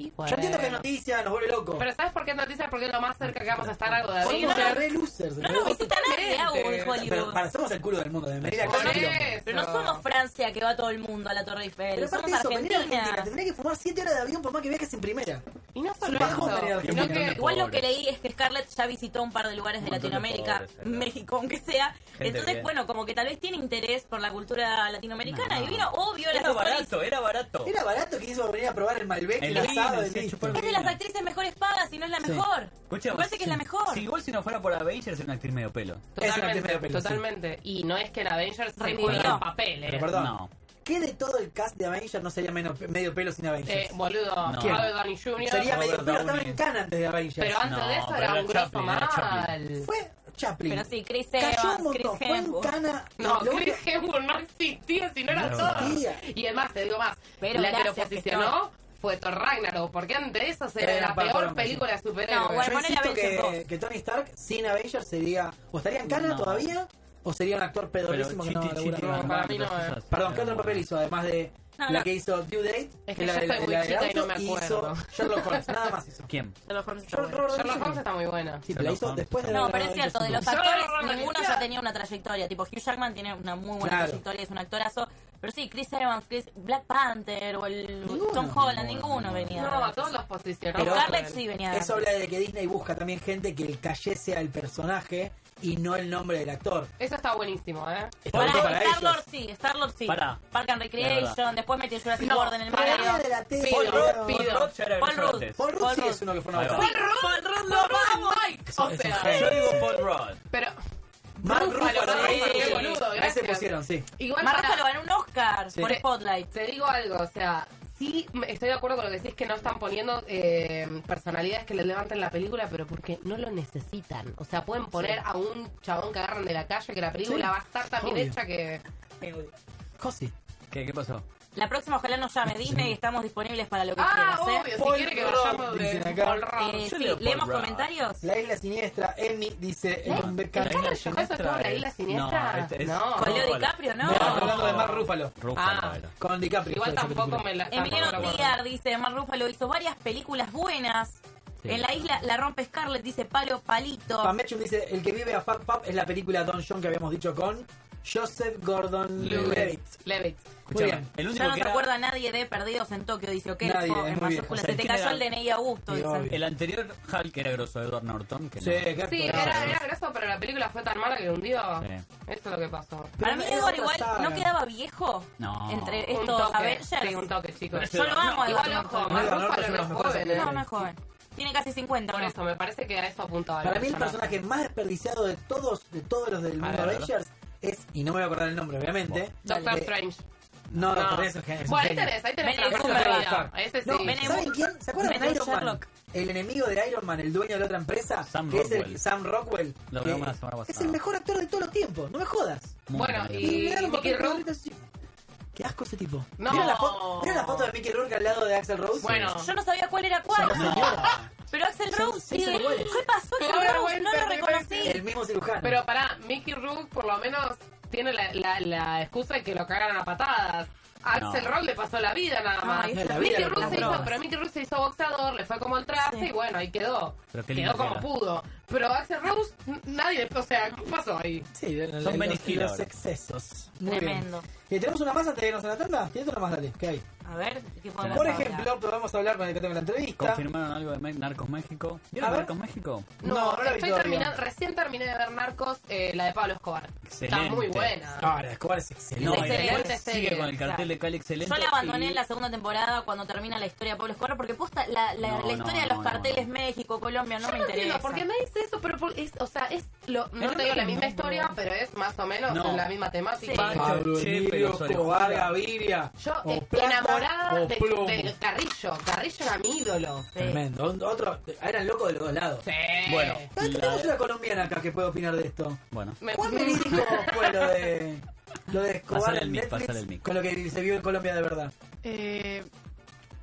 Speaker 5: Y
Speaker 2: Yo entiendo que es
Speaker 5: bueno.
Speaker 2: noticia, nos vuelve loco.
Speaker 5: Pero ¿sabes por qué es noticia? Porque es lo más cerca que vamos a estar algo de
Speaker 2: Somos
Speaker 5: Avengers.
Speaker 2: de re losers.
Speaker 4: No
Speaker 2: ¿no?
Speaker 4: nos visita nadie, Abu, de
Speaker 2: Pero
Speaker 4: Hollywood.
Speaker 2: para, somos el culo del mundo, de venir acá
Speaker 5: Por
Speaker 2: al quilombo.
Speaker 5: eso.
Speaker 4: Pero no somos Francia que va todo el mundo a la Torre
Speaker 2: Pero
Speaker 4: Eiffel,
Speaker 2: aparte
Speaker 4: somos
Speaker 2: de eso, venir a Argentina,
Speaker 4: Argentina.
Speaker 2: te tenés que fumar 7 horas de avión por más que viajes en primera.
Speaker 5: Y no solo
Speaker 2: Es un bajón venir a
Speaker 5: eso,
Speaker 2: Argentina.
Speaker 5: sino que
Speaker 4: Igual lo que
Speaker 3: Pobre.
Speaker 4: leí es que Scarlett ya visitó un par de lugares de
Speaker 3: Un montón de
Speaker 4: Latinoamérica,
Speaker 3: pobres, ¿verdad?
Speaker 4: México, aunque sea.
Speaker 3: Gente
Speaker 4: Entonces,
Speaker 3: bien.
Speaker 4: bueno, como que tal vez tiene interés por la cultura latinoamericana
Speaker 3: No.
Speaker 4: y vino, obvio, las
Speaker 3: Era
Speaker 4: stories.
Speaker 3: barato, era barato.
Speaker 2: Era barato que quiso venir a probar el Malbec,
Speaker 3: El
Speaker 2: el asado,
Speaker 3: vino,
Speaker 2: el
Speaker 3: se
Speaker 2: listo.
Speaker 3: chupó el
Speaker 4: Es de las actrices mejores pagas y no es la mejor.
Speaker 3: Escucha,
Speaker 4: Me parece que es la mejor.
Speaker 3: Si igual si no fuera por Avengers, es una actriz medio pelo.
Speaker 2: Es una
Speaker 5: Totalmente,
Speaker 2: actriz medio
Speaker 5: totalmente. Y no es que en Avengers se
Speaker 4: Revivió.
Speaker 5: cuelga el papel, eh.
Speaker 2: Pero perdón.
Speaker 3: No.
Speaker 2: ¿Qué de todo el cast de Avengers no sería menos- medio pelo sin Avengers?
Speaker 5: Eh, boludo,
Speaker 3: ¿Quién?
Speaker 5: Robert Downey Jr.
Speaker 2: sería
Speaker 3: Robert
Speaker 2: medio pelo, estaba
Speaker 3: Downey.
Speaker 2: en Cannes antes de Avengers.
Speaker 5: Pero antes
Speaker 3: No,
Speaker 5: de eso
Speaker 3: pero
Speaker 5: era
Speaker 3: era
Speaker 5: un grosso
Speaker 3: Chaplin, era
Speaker 5: mal.
Speaker 2: Fue Chaplin.
Speaker 4: Pero sí, Chris
Speaker 2: Cayó
Speaker 4: Evans,
Speaker 2: un montón, fue
Speaker 4: Chris
Speaker 2: en
Speaker 4: Hemsworth.
Speaker 2: Cana.
Speaker 5: No, Chris Hemsworth no existía si no era
Speaker 3: No
Speaker 5: todo.
Speaker 2: existía.
Speaker 5: Y además, te digo más,
Speaker 4: Pero
Speaker 5: la que lo
Speaker 4: gracias que
Speaker 5: posicionó fue Thor Ragnarok, porque antes de eso
Speaker 2: Era
Speaker 5: era la
Speaker 2: para
Speaker 5: peor
Speaker 2: Colombia,
Speaker 5: película de superhéroes.
Speaker 4: No, bueno,
Speaker 2: Yo
Speaker 4: ponele
Speaker 2: insisto
Speaker 4: Avengers
Speaker 2: que,
Speaker 4: dos.
Speaker 2: que Tony Stark sin Avengers sería... ¿O estaría en Cana
Speaker 3: No.
Speaker 2: todavía? ¿O sería un actor pedorísimo que no
Speaker 3: Chiti,
Speaker 2: labura
Speaker 3: Chiti,
Speaker 2: nada?
Speaker 5: no, para mí no, eh.
Speaker 2: Perdón, ¿qué otro papel hizo? Además de
Speaker 4: No,
Speaker 2: la
Speaker 4: no.
Speaker 2: que hizo Due Date,
Speaker 5: que
Speaker 2: la
Speaker 5: yo
Speaker 2: del-
Speaker 5: soy muy
Speaker 2: la del
Speaker 5: chica y no
Speaker 2: auto,
Speaker 5: me
Speaker 2: y hizo
Speaker 5: acuerdo.
Speaker 2: Sherlock Holmes, nada más hizo.
Speaker 3: ¿Quién?
Speaker 4: Sherlock Holmes está
Speaker 2: Yo-
Speaker 4: bueno.
Speaker 5: Sherlock Holmes está muy buena.
Speaker 2: Sí, pero la hizo después de la
Speaker 4: No,
Speaker 2: gran
Speaker 4: pero es cierto, de los
Speaker 2: Avengers.
Speaker 4: actores
Speaker 5: Yo-
Speaker 4: ninguno ya tenía una trayectoria. Tipo, Hugh Jackman tiene una muy buena
Speaker 2: Claro.
Speaker 4: trayectoria, es un actorazo. Pero sí, Chris Evans, Chris Black Panther o el
Speaker 2: Ninguno.
Speaker 4: Tom Holland,
Speaker 3: Ninguno,
Speaker 4: ninguno venía.
Speaker 5: No, a todos los posicionó.
Speaker 4: Pero
Speaker 5: mal.
Speaker 4: Scarlett sí venía.
Speaker 2: Eso habla de que Disney busca también gente que el calle sea el personaje y no el nombre del actor.
Speaker 5: Eso está buenísimo, ¿eh?
Speaker 2: Está
Speaker 4: Para,
Speaker 2: bueno para
Speaker 4: Star Lord
Speaker 2: ellos.
Speaker 4: sí, Star Lord sí.
Speaker 3: Pará.
Speaker 4: Park and
Speaker 3: La
Speaker 4: Recreation,
Speaker 3: verdad.
Speaker 4: después metió Jurassic
Speaker 5: No,
Speaker 4: World en el
Speaker 2: Para
Speaker 4: medio.
Speaker 2: de la tele,
Speaker 5: Paul
Speaker 2: boludo.
Speaker 5: Rudd, Pido.
Speaker 3: Rudd ya era
Speaker 4: Paul
Speaker 3: Rudd
Speaker 4: Rudd.
Speaker 3: antes.
Speaker 2: Paul Rudd sí
Speaker 4: Paul
Speaker 2: es uno que fue una
Speaker 3: Ahí va.
Speaker 2: buena.
Speaker 5: Paul Rudd, Paul Rudd, lo vamos, Mike. O sea,
Speaker 3: Yo digo Paul Rudd.
Speaker 5: pero
Speaker 2: Mark
Speaker 5: Ruffalo,
Speaker 2: Ruffalo,
Speaker 5: Mark
Speaker 2: sí.
Speaker 5: Ruffalo, boludo,
Speaker 2: Ahí se
Speaker 5: gracias.
Speaker 2: pusieron, sí.
Speaker 5: igual
Speaker 4: Mark
Speaker 5: para-
Speaker 4: Ruffalo ganó un Oscar
Speaker 2: Sí.
Speaker 4: por Spotlight.
Speaker 5: Te digo algo, o sea, sí me- estoy de acuerdo con lo que decís que no están poniendo eh, personalidades que le levanten la película, pero porque no lo necesitan. O sea, pueden poner a un chabón que agarran de la calle que la película
Speaker 2: Sí,
Speaker 5: va a estar tan bien
Speaker 2: obvio.
Speaker 5: hecha que.
Speaker 2: Josi.
Speaker 3: ¿Qué, qué pasó?
Speaker 4: La próxima ojalá nos llame Disney y estamos disponibles para lo que quieras.
Speaker 5: Ah,
Speaker 4: ¿eh?
Speaker 5: obvio, si
Speaker 2: Paul
Speaker 5: quiere que
Speaker 2: Rudd,
Speaker 5: vayamos de
Speaker 2: dicen acá.
Speaker 5: Paul Rudd.
Speaker 4: Eh,
Speaker 3: Yo
Speaker 4: sí,
Speaker 3: leo Paul
Speaker 4: ¿Leemos
Speaker 3: Rudd.
Speaker 4: comentarios?
Speaker 2: La isla siniestra, Emi dice
Speaker 5: ¿Eh?
Speaker 2: con Beck Carter.
Speaker 5: Scarlett Johansson estuvo en la isla
Speaker 3: es-
Speaker 5: siniestra?
Speaker 3: No, este es-
Speaker 5: No.
Speaker 4: Con Leo DiCaprio, ¿no?
Speaker 2: No, estamos hablando de Mark Ruffalo.
Speaker 3: Ruffalo
Speaker 5: Ah.
Speaker 3: era.
Speaker 2: Con DiCaprio. fue
Speaker 5: Igual
Speaker 2: esa
Speaker 5: tampoco
Speaker 2: película.
Speaker 5: me la
Speaker 4: Emiliano
Speaker 5: tampoco la
Speaker 4: Díaz dice, Mar Ruffalo hizo varias películas buenas.
Speaker 3: Sí.
Speaker 4: en la isla la rompe Scarlett, dice Palo Palito.
Speaker 2: Pam Mechum dice, el que vive a Fab Fab es la película Don John que habíamos dicho con Joseph
Speaker 5: acuerdo.
Speaker 2: Gordon-Levitt.
Speaker 5: Levitt.
Speaker 2: Muy
Speaker 3: Escuchame,
Speaker 2: bien.
Speaker 3: el único
Speaker 4: Ya no
Speaker 3: que
Speaker 4: se
Speaker 3: era-
Speaker 4: acuerda nadie de Perdidos en Tokio, dice Okelfo,
Speaker 2: Nadie, es
Speaker 4: en
Speaker 2: muy viejo.
Speaker 4: mayúsculas.
Speaker 3: O sea,
Speaker 4: Se te
Speaker 3: ¿quién
Speaker 4: cayó
Speaker 3: era?
Speaker 4: el DNI a gusto,
Speaker 2: Sí,
Speaker 4: dicen.
Speaker 2: obvio.
Speaker 3: El anterior Hulk era grosso, Edward Norton. Que
Speaker 2: Sí,
Speaker 3: no.
Speaker 2: qué
Speaker 5: Sí,
Speaker 2: actorazo.
Speaker 5: era, era grosso, pero la película fue tan mala que hundió.
Speaker 3: Sí.
Speaker 5: Eso es lo que pasó.
Speaker 2: Pero
Speaker 4: Para mí
Speaker 2: era
Speaker 4: Edward
Speaker 2: otra
Speaker 4: igual
Speaker 2: saga.
Speaker 4: no quedaba viejo
Speaker 3: No.
Speaker 4: entre
Speaker 5: Un
Speaker 4: estos
Speaker 5: toque.
Speaker 4: Avengers.
Speaker 5: Sí, un toque, chicos.
Speaker 4: Yo lo amo,
Speaker 5: No,
Speaker 4: igual
Speaker 5: igual, ojo,
Speaker 2: no,
Speaker 5: Mark
Speaker 2: no, no, no,
Speaker 5: Ruffalo no es
Speaker 2: no, no,
Speaker 5: joven,
Speaker 2: no,
Speaker 5: ¿eh?
Speaker 4: No, no es joven. Tiene casi 50
Speaker 5: Por
Speaker 4: ahora.
Speaker 5: eso, me parece que a eso apuntaba.
Speaker 2: Para mí el
Speaker 5: Yo no-
Speaker 2: personaje más desperdiciado de todos, de todos los del mundo
Speaker 3: A ver,
Speaker 2: Avengers es, y no me voy a acordar el nombre obviamente,
Speaker 5: Doctor
Speaker 2: eh,
Speaker 5: Strange.
Speaker 2: No, no,
Speaker 5: No.
Speaker 2: por eso es que es un
Speaker 5: Bueno, este ahí
Speaker 2: genio.
Speaker 5: tenés, ahí tenés
Speaker 4: Benedict
Speaker 5: la personalidad. A ese sí.
Speaker 2: No,
Speaker 4: Benedict-
Speaker 2: ¿Saben quién? ¿Se acuerdan de
Speaker 4: Benedict
Speaker 2: Iron Man?
Speaker 4: Sherlock.
Speaker 2: El enemigo de Iron Man, el dueño de la otra empresa,
Speaker 3: Sam
Speaker 2: que es el
Speaker 3: Rockwell.
Speaker 2: Sam Rockwell.
Speaker 3: Lo
Speaker 2: que
Speaker 3: hablamos la semana
Speaker 2: es
Speaker 3: pasada.
Speaker 2: el mejor actor de todos los tiempos, no me jodas.
Speaker 3: Muy
Speaker 5: Bueno,
Speaker 3: bien.
Speaker 5: Y
Speaker 2: me da los
Speaker 5: Mickey
Speaker 2: papeles
Speaker 5: Rourke.
Speaker 2: favoritos y- Qué asco ese tipo.
Speaker 5: No.
Speaker 2: ¿Vieron la, fo- vieron la foto de Mickey Rourke al lado de Axel Rose?
Speaker 5: Bueno.
Speaker 4: Yo no sabía cuál era cuál.
Speaker 2: Señora,
Speaker 4: Pero Axel Rose,
Speaker 2: sí, son
Speaker 4: sí,
Speaker 2: iguales.
Speaker 4: ¿qué pasó?
Speaker 5: Qué
Speaker 4: Axl Rose
Speaker 5: vergüenza,
Speaker 4: no lo
Speaker 5: qué
Speaker 4: reconocí.
Speaker 2: el mismo cirujano.
Speaker 5: Pero pará, Mickey Rourke por lo menos tiene la, la, la excusa de que lo cagaron a patadas. A
Speaker 3: No.
Speaker 5: Axel Rose le pasó la vida nada más.
Speaker 4: Ay,
Speaker 2: la
Speaker 5: Mickey
Speaker 2: vida,
Speaker 5: Rourke
Speaker 2: las
Speaker 5: se hizo,
Speaker 2: drogas.
Speaker 5: pero Mickey Rourke se hizo boxeador, le fue como el traste
Speaker 4: Sí.
Speaker 5: y bueno, ahí quedó.
Speaker 3: Pero qué lindo
Speaker 5: Quedó como
Speaker 3: que era.
Speaker 5: pudo. Pero Axel Rose, n- nadie, o sea, ¿qué pasó ahí?
Speaker 2: Sí, de- de-
Speaker 3: Son
Speaker 2: de-
Speaker 3: Ben
Speaker 2: los,
Speaker 3: Stiller
Speaker 2: los
Speaker 3: ahora.
Speaker 2: excesos. Muy
Speaker 4: Tremendo.
Speaker 2: bien. Eh, ¿Tenemos una más antes de irnos a la tanda? ¿Tienes una más, dale? ¿Qué hay?
Speaker 4: A ver, ¿qué podemos
Speaker 2: Por
Speaker 4: hablar?
Speaker 2: ejemplo, podemos hablar con el que tengo la entrevista.
Speaker 3: ¿Confirmaron algo de Me- Narcos México? ¿Vieron
Speaker 2: A ver.
Speaker 3: Narcos México?
Speaker 2: No, no la vi
Speaker 5: estoy
Speaker 2: todavía.
Speaker 5: terminando, recién terminé de ver Narcos, eh, la de Pablo Escobar. Está
Speaker 3: Excelente.
Speaker 5: muy buena.
Speaker 4: Ah.
Speaker 2: Ahora, Escobar es excelente.
Speaker 3: No,
Speaker 5: Excelente
Speaker 3: y después
Speaker 5: serie,
Speaker 3: sigue con el cartel
Speaker 5: claro.
Speaker 3: de Cali excelente.
Speaker 4: Yo la abandoné
Speaker 3: y-
Speaker 4: en la segunda temporada cuando termina la historia de Pablo Escobar porque posta la, la,
Speaker 3: No,
Speaker 4: la
Speaker 3: no,
Speaker 4: historia de
Speaker 3: no,
Speaker 4: los
Speaker 3: no,
Speaker 4: carteles
Speaker 3: no.
Speaker 4: México, Colombia no
Speaker 5: Yo
Speaker 4: me
Speaker 5: no entiendo
Speaker 4: interesa.
Speaker 5: por qué me dice eso, pero por- es, o sea, es lo, no
Speaker 3: Es
Speaker 5: te digo la
Speaker 3: lo
Speaker 5: misma
Speaker 3: mismo.
Speaker 5: historia, pero es más o menos
Speaker 3: No.
Speaker 5: la misma temática.
Speaker 4: Sí.
Speaker 2: Pablo
Speaker 3: Che,
Speaker 2: Emilio
Speaker 3: pero Soria.
Speaker 2: Escobar Gaviria.
Speaker 5: Yo
Speaker 2: O
Speaker 5: eh,
Speaker 2: plata
Speaker 5: enamorada
Speaker 2: o
Speaker 5: de,
Speaker 2: plomo.
Speaker 5: de Carrillo. Carrillo era mi ídolo.
Speaker 4: Sí.
Speaker 2: Tremendo. Un- Otro, eran locos de los dos lados.
Speaker 5: Sí.
Speaker 3: Bueno,
Speaker 2: Ah, Tenemos
Speaker 3: la-
Speaker 2: una colombiana acá que puede opinar de esto.
Speaker 3: bueno.
Speaker 5: Me-
Speaker 2: ¿Cuán verídico fue lo de, lo de Escobar
Speaker 3: Pasale el
Speaker 2: en
Speaker 3: mic,
Speaker 2: Netflix
Speaker 3: pasale el mic.
Speaker 2: con lo que se vio en Colombia de verdad?
Speaker 5: Eh,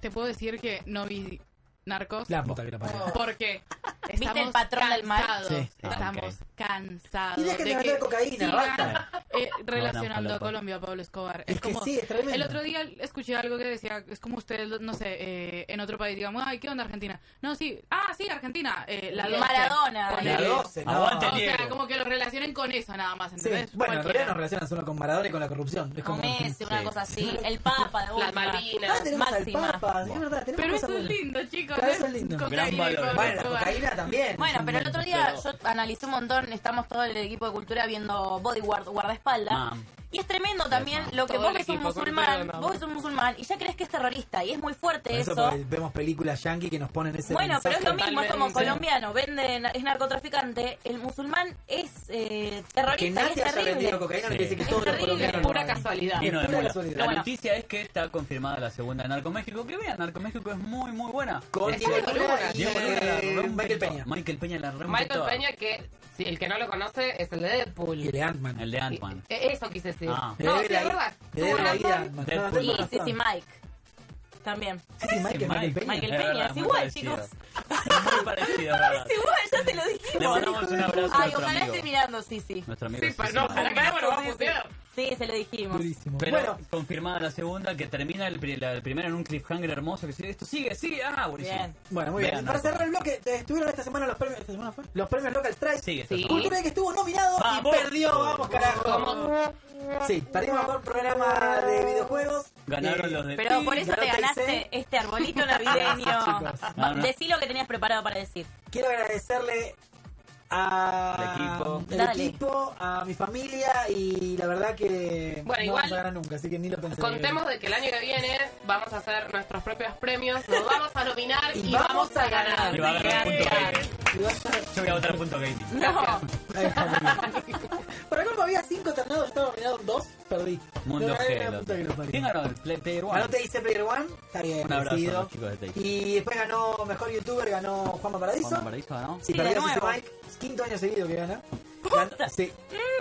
Speaker 7: te puedo decir que no vi Narcos
Speaker 8: La puta que la
Speaker 2: Oh,
Speaker 8: parió.
Speaker 7: porque
Speaker 4: ¿Viste el
Speaker 7: estamos
Speaker 4: patrón del mar?
Speaker 7: cansados.
Speaker 8: Sí.
Speaker 3: Ah,
Speaker 7: Estamos cansados.
Speaker 2: Y dejen de
Speaker 7: que
Speaker 2: vender cocaína,
Speaker 7: sigan,
Speaker 2: basta.
Speaker 7: eh,
Speaker 3: No,
Speaker 7: relacionando
Speaker 3: no,
Speaker 7: a Colombia a Pablo Escobar.
Speaker 2: Es,
Speaker 7: Es,
Speaker 2: que
Speaker 7: como.
Speaker 2: sí, es tremendo.
Speaker 7: El otro día escuché algo que decía, es como ustedes, lo- no sé, eh, en otro país, digamos, ay, ¿qué onda Argentina? No, sí, ah, sí, Argentina, eh, la 12.
Speaker 4: Maradona.
Speaker 7: Ponele.
Speaker 2: La 12, no.
Speaker 3: Aguante,
Speaker 7: O sea,
Speaker 3: Diego.
Speaker 7: como que lo relacionen con eso nada más,
Speaker 8: Sí.
Speaker 7: ¿entendés?
Speaker 8: Bueno, en realidad
Speaker 7: Cualquiera.
Speaker 8: nos relacionan solo con Maradona y con la corrupción. Es como...
Speaker 4: Con Messi, una
Speaker 3: Sí.
Speaker 4: cosa así. El Papa de
Speaker 5: Las
Speaker 4: última.
Speaker 2: Ah,
Speaker 5: Malvinas.
Speaker 2: tenemos
Speaker 4: máxima.
Speaker 2: al Papa, es verdad, tenemos
Speaker 7: Pero
Speaker 2: cosas
Speaker 7: eso es
Speaker 2: buenas.
Speaker 7: lindo, chicos.
Speaker 8: Claro, eso es lindo.
Speaker 7: Cocaína
Speaker 3: Gran valor.
Speaker 7: y
Speaker 3: lindo.
Speaker 2: Bueno, la
Speaker 7: Escobar.
Speaker 2: cocaína también.
Speaker 4: Bueno, pero el otro día
Speaker 3: Pero-
Speaker 4: yo analicé un montón, estamos todo el equipo de cultura viendo Bodyguard, guardaespaldas.
Speaker 3: Mam.
Speaker 4: Y es tremendo también
Speaker 3: Mam.
Speaker 4: lo que
Speaker 5: Todo
Speaker 4: vos
Speaker 5: el
Speaker 4: ves un
Speaker 5: equipo
Speaker 4: musulmán,
Speaker 5: cultura, no.
Speaker 4: vos ves un musulmán y ya crees que es terrorista y es muy fuerte
Speaker 8: Eso
Speaker 4: eso.
Speaker 8: porque vemos películas yankee que nos ponen ese
Speaker 4: Bueno, pero es lo
Speaker 8: mensaje
Speaker 4: mismo, es como
Speaker 8: Totalmente.
Speaker 4: colombiano, vende, na- es narcotraficante, el musulmán es eh, terrorista
Speaker 2: que
Speaker 4: y
Speaker 2: nadie
Speaker 4: es
Speaker 2: haya vendido
Speaker 4: terrible.
Speaker 2: cocaína no
Speaker 3: Sí.
Speaker 2: quiere decir que
Speaker 4: Es
Speaker 2: todos los
Speaker 4: terrible,
Speaker 2: colombianos. lo
Speaker 5: Pura
Speaker 2: hagan.
Speaker 5: casualidad.
Speaker 3: Y no es
Speaker 2: Pura
Speaker 3: buena.
Speaker 2: casualidad.
Speaker 3: La
Speaker 2: Bueno.
Speaker 3: noticia es que está confirmada la segunda de Narco México. Que vean, Narco México es muy, muy buena.
Speaker 2: Con
Speaker 3: Es
Speaker 2: Diego
Speaker 5: Diego
Speaker 2: Luna y
Speaker 3: Diego Luna la
Speaker 2: eh,
Speaker 3: rompe
Speaker 2: Michael
Speaker 3: todo.
Speaker 2: Peña.
Speaker 3: Michael Peña la rompe
Speaker 5: Michael
Speaker 3: toda.
Speaker 5: Peña, que si el que no lo conoce es el de Deadpool.
Speaker 8: Y de Ant-Man.
Speaker 3: El de Ant-Man.
Speaker 5: Eh, Eso quise decir.
Speaker 3: Ah.
Speaker 5: No, sí,
Speaker 8: Le
Speaker 5: es
Speaker 8: debe la-
Speaker 5: verdad.
Speaker 8: le debe
Speaker 5: Tuvo
Speaker 8: la
Speaker 5: razón.
Speaker 8: vida a Ant-Man. No, no tengo
Speaker 4: Y
Speaker 8: razón.
Speaker 4: Sissy Mike también.
Speaker 8: Sí, sí, Michael, Michael Peña.
Speaker 4: Michael
Speaker 3: Es
Speaker 4: Peña,
Speaker 3: verdad,
Speaker 4: es
Speaker 3: muy
Speaker 4: igual,
Speaker 3: parecido.
Speaker 4: chicos.
Speaker 3: Muy parecido, es verdad.
Speaker 4: Es igual, ya te lo dijimos.
Speaker 3: Le mandamos un abrazo a
Speaker 4: Ay,
Speaker 3: nuestro
Speaker 4: ojalá
Speaker 3: amigo.
Speaker 4: esté mirando, sí, sí.
Speaker 3: Nuestro amigo
Speaker 5: Sí,
Speaker 3: Sisi
Speaker 5: pero no,
Speaker 3: Mike.
Speaker 5: ojalá que no lo va a
Speaker 4: Sí, sí.
Speaker 5: putear.
Speaker 4: Sí, se lo dijimos.
Speaker 8: Durísimo.
Speaker 3: Pero
Speaker 8: Bueno,
Speaker 3: confirmada la segunda, que termina el, pri- la, el primero en un cliffhanger hermoso. Que dice, esto sigue, sigue, ah, buenísimo.
Speaker 4: Bien.
Speaker 8: bueno, muy bien.
Speaker 3: Vean,
Speaker 2: Para
Speaker 3: Narco.
Speaker 2: cerrar el bloque, eh, estuvieron esta semana los premios. ¿Esta semana fue? Los premios Local Strike.
Speaker 3: Sigue, esta
Speaker 5: Sí.
Speaker 3: semana.
Speaker 2: Cultura que estuvo nominado
Speaker 3: Vamos.
Speaker 2: y perdió. Vamos, carajo. Sí, perdimos mejor programa de videojuegos.
Speaker 3: Ganaron
Speaker 2: Eh,
Speaker 3: los de.
Speaker 4: Pero por eso
Speaker 2: Ganó
Speaker 4: te ganaste
Speaker 2: Tencent.
Speaker 4: este arbolito navideño.
Speaker 8: Gracias,
Speaker 3: No, no.
Speaker 4: Decí lo que tenías preparado para decir.
Speaker 2: Quiero agradecerle a
Speaker 3: Al equipo.
Speaker 2: el
Speaker 4: Dale.
Speaker 2: equipo, a mi familia y la verdad que
Speaker 5: Bueno,
Speaker 2: no
Speaker 5: igual-
Speaker 2: vamos a ganar nunca, así que ni lo pensé.
Speaker 5: Contemos de que el año que viene vamos a hacer nuestros propios premios, nos vamos a nominar y,
Speaker 2: Y
Speaker 5: vamos,
Speaker 2: vamos
Speaker 5: a ganar.
Speaker 3: Y va a ganar punto gaming.
Speaker 2: Y va a estar-
Speaker 3: Yo voy a votar punto gaming.
Speaker 4: No,
Speaker 2: Ahí está, muy bien. Por acá había cinco internados, yo estaba nominado en dos, perdí.
Speaker 3: Mundo
Speaker 2: Pero era la puta que lo
Speaker 3: Gelo.
Speaker 2: parió.
Speaker 3: ¿Quién ganó el Play Player One?
Speaker 2: Ganó te dice Player One, está bien,
Speaker 3: Un abrazo
Speaker 2: merecido.
Speaker 3: a los chicos de Take.
Speaker 2: Y después ganó Mejor Youtuber, ganó Juanma Paradiso.
Speaker 3: Juan Paraíso ganó.
Speaker 2: Sí,
Speaker 4: Sí,
Speaker 2: perdió
Speaker 4: de
Speaker 2: Sissy
Speaker 4: nuevo.
Speaker 2: Mike, quinto año seguido que gana. Gan- Sí.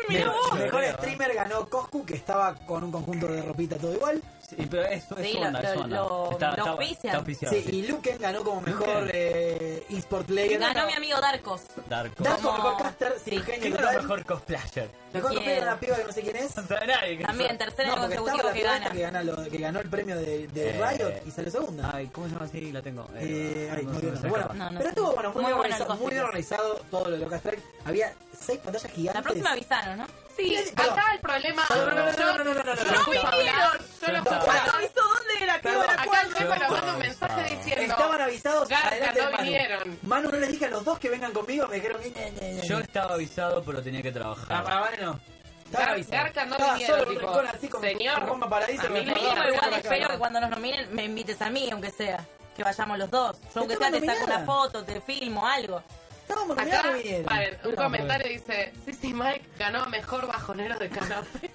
Speaker 2: mejor mejor este.
Speaker 3: Creo, ¿eh?
Speaker 2: streamer ganó Coscu, que estaba con un conjunto de ropita todo igual.
Speaker 3: Sí, pero es, es
Speaker 4: Sí, lo-
Speaker 3: onda, es
Speaker 4: lo-
Speaker 3: onda.
Speaker 4: lo-
Speaker 3: está,
Speaker 4: lo
Speaker 3: está-
Speaker 4: auspician.
Speaker 3: está auspiciado,
Speaker 2: Sí,
Speaker 3: sí.
Speaker 2: y Luken ganó como mejor
Speaker 3: Luquen.
Speaker 2: eh, eSport player.
Speaker 4: ganó mi amigo Darkos.
Speaker 3: Darko.
Speaker 2: Darko,
Speaker 4: Como-
Speaker 2: mejor caster, sí,
Speaker 4: Sí.
Speaker 2: genio
Speaker 3: ¿Quién ganó
Speaker 2: total.
Speaker 3: mejor cosplayer?
Speaker 2: Mejor
Speaker 4: Bien.
Speaker 2: cosplayer era una piba que no sé quién es.
Speaker 3: No sabe nadie. que-
Speaker 4: También, tercer
Speaker 2: No,
Speaker 4: año
Speaker 2: porque
Speaker 4: consecutivo
Speaker 2: estaba
Speaker 4: que
Speaker 2: la piba esta
Speaker 4: gana.
Speaker 2: que, gana lo- que ganó el premio de, de
Speaker 3: Eh.
Speaker 2: Riot y salió segunda.
Speaker 3: Ay, ¿cómo se llama así? La tengo.
Speaker 2: Eh, ay,
Speaker 3: no
Speaker 2: muy
Speaker 3: sé,
Speaker 2: bien.
Speaker 3: no sé.
Speaker 2: Bueno,
Speaker 4: No, no
Speaker 2: pero
Speaker 4: sé.
Speaker 2: estuvo bueno, muy,
Speaker 4: Muy
Speaker 2: bien
Speaker 4: bueno el
Speaker 2: organizado, muy bien organizado todo lo de Locas Track. Había seis pantallas
Speaker 4: La
Speaker 2: gigantes.
Speaker 4: próxima avisaron, ¿no?
Speaker 5: Sí,
Speaker 2: Perdón.
Speaker 5: acá el problema.
Speaker 2: No, no, no, no, no, no, no, no, no, no.
Speaker 5: Yo fui a hablar, yo lo fui a hablar.
Speaker 4: avisó dónde era?
Speaker 2: Perdón,
Speaker 5: Acá el jefe nos manda un
Speaker 3: Yo
Speaker 5: mensaje
Speaker 3: estaba-
Speaker 5: diciendo.
Speaker 2: Estaban avisados.
Speaker 5: Garca,
Speaker 2: adelante de
Speaker 5: no
Speaker 2: Manu.
Speaker 5: vinieron.
Speaker 2: Manu, no les dije a los dos que vengan conmigo, me dijeron. "Ni, ni, ni, ni".
Speaker 3: Yo estaba avisado, pero tenía que
Speaker 2: Ah,
Speaker 3: trabajar.
Speaker 2: para Manu no. Estaba
Speaker 5: Gar-
Speaker 2: avisado.
Speaker 5: Garca no
Speaker 2: Estaba
Speaker 5: vinieron,
Speaker 2: solo en un
Speaker 5: tipo,
Speaker 2: rincón así con
Speaker 5: señor,
Speaker 2: con bomba paradiso.
Speaker 5: a mí
Speaker 2: con
Speaker 5: me
Speaker 2: el
Speaker 5: dijeron
Speaker 2: colgado,
Speaker 5: que
Speaker 2: con
Speaker 4: Igual
Speaker 2: la
Speaker 4: espero
Speaker 2: cara.
Speaker 4: que cuando nos nominen me invites a mí, aunque sea. Que vayamos los dos. Yo aunque sea
Speaker 2: Estaba
Speaker 4: te saco
Speaker 2: nominada.
Speaker 4: una foto, te filmo, algo.
Speaker 2: Estábamos nominados,
Speaker 5: Acá,
Speaker 2: no vinieron.
Speaker 5: paren, un
Speaker 2: No,
Speaker 5: comentario dice: Sí, sí, Mike ganó mejor bajonero de canapé.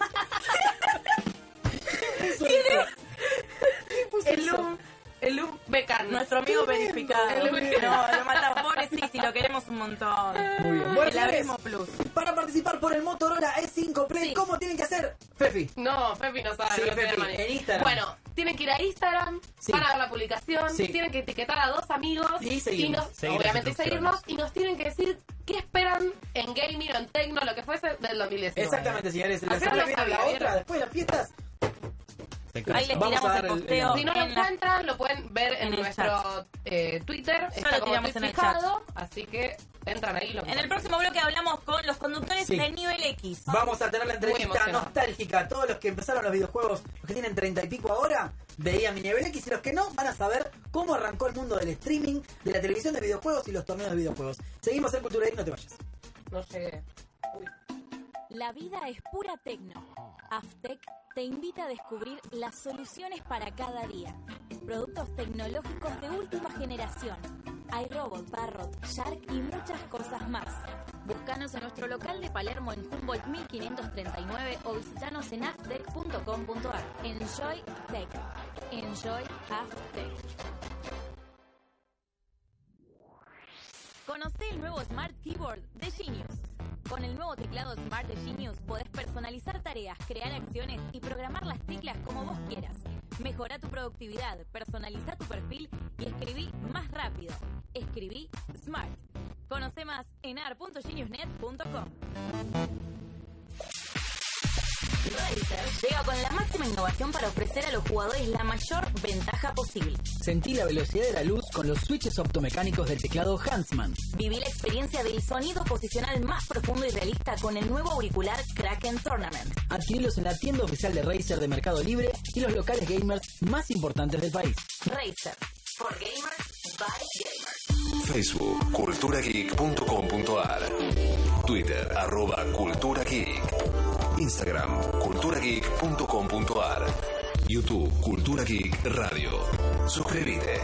Speaker 5: El um, el um becano.
Speaker 4: Nuestro amigo verificado.
Speaker 5: Tremendo.
Speaker 4: No, lo matan pobre sí, si lo queremos un montón.
Speaker 2: Muy bien.
Speaker 4: El
Speaker 2: Bueno,
Speaker 4: abismo
Speaker 2: señores,
Speaker 4: plus.
Speaker 2: para participar por el Motorola E5 Play,
Speaker 4: Sí.
Speaker 2: ¿cómo tienen que hacer? Fefi.
Speaker 5: No, Pepi no sabe.
Speaker 2: Sí,
Speaker 5: no tiene
Speaker 2: Pepi,
Speaker 5: manera.
Speaker 2: en Instagram.
Speaker 5: Bueno, tienen que ir a Instagram
Speaker 2: Sí.
Speaker 5: para ver la publicación,
Speaker 2: Sí.
Speaker 5: tienen que etiquetar a dos amigos
Speaker 2: Y seguirnos.
Speaker 5: nos-
Speaker 3: Seguir las
Speaker 5: obviamente
Speaker 3: instrucciones.
Speaker 5: seguirnos y nos tienen que decir qué esperan en gaming o en tecno, lo que fuese del 2019.
Speaker 2: Exactamente, señores. La
Speaker 5: Hacemos
Speaker 2: semana
Speaker 5: la
Speaker 2: viene la
Speaker 5: Javier.
Speaker 2: otra, después de las fiestas.
Speaker 4: Ahí les
Speaker 2: Vamos a
Speaker 4: tiramos
Speaker 2: dar
Speaker 4: el
Speaker 2: el- el-
Speaker 4: posteo.
Speaker 5: Si no lo
Speaker 4: en la-
Speaker 5: encuentran, lo pueden ver en,
Speaker 4: en el
Speaker 5: nuestro eh, Twitter. Está
Speaker 4: lo
Speaker 5: como
Speaker 4: tiramos
Speaker 5: tweet
Speaker 4: en el
Speaker 5: fijado, así que entran ahí. y Lo
Speaker 4: En el
Speaker 5: encuentran.
Speaker 4: próximo bloque hablamos con los conductores
Speaker 2: Sí.
Speaker 4: de nivel X.
Speaker 2: Vamos a tener la
Speaker 5: Muy
Speaker 2: entrevista
Speaker 5: emocionada.
Speaker 2: nostálgica. Todos los que empezaron los videojuegos, los que tienen treinta y pico ahora, veían mi nivel X y los que no van a saber cómo arrancó el mundo del streaming, de la televisión de videojuegos y los torneos de videojuegos. Seguimos en Cultura y no te vayas.
Speaker 5: No llegué.
Speaker 9: La vida es pura tecno. Aftec te invita a descubrir las soluciones para cada día. Productos tecnológicos de última generación. Hay robot, parrot, shark y muchas cosas más. Búscanos en nuestro local de Palermo en Humboldt 1539 o visitanos en aftec.com.ar. Enjoy Tech. Enjoy Aftec. Conoce el nuevo Smart Keyboard de Genius. Con el nuevo teclado Smart de Genius podés personalizar tareas, crear acciones y programar las teclas como vos quieras.
Speaker 10: Mejora tu productividad, personaliza tu perfil y escribí más rápido. Escribí Smart. Conoce más en ar.geniusnet.com. Razer llega con la máxima innovación para ofrecer a los jugadores la mayor ventaja posible.
Speaker 11: Sentí la velocidad de la luz con los switches optomecánicos del teclado Huntsman.
Speaker 10: Viví la experiencia del sonido posicional más profundo y realista con el nuevo auricular Kraken Tournament.
Speaker 11: Adquirilos en la tienda oficial de Razer de Mercado Libre y los locales gamers más importantes del país.
Speaker 10: Razer. For gamers, by gamers.
Speaker 6: Facebook, culturageek.com.ar. Twitter, arroba Cultura Geek. Instagram, culturageek.com.ar. YouTube, Cultura Geek Radio. Suscríbete.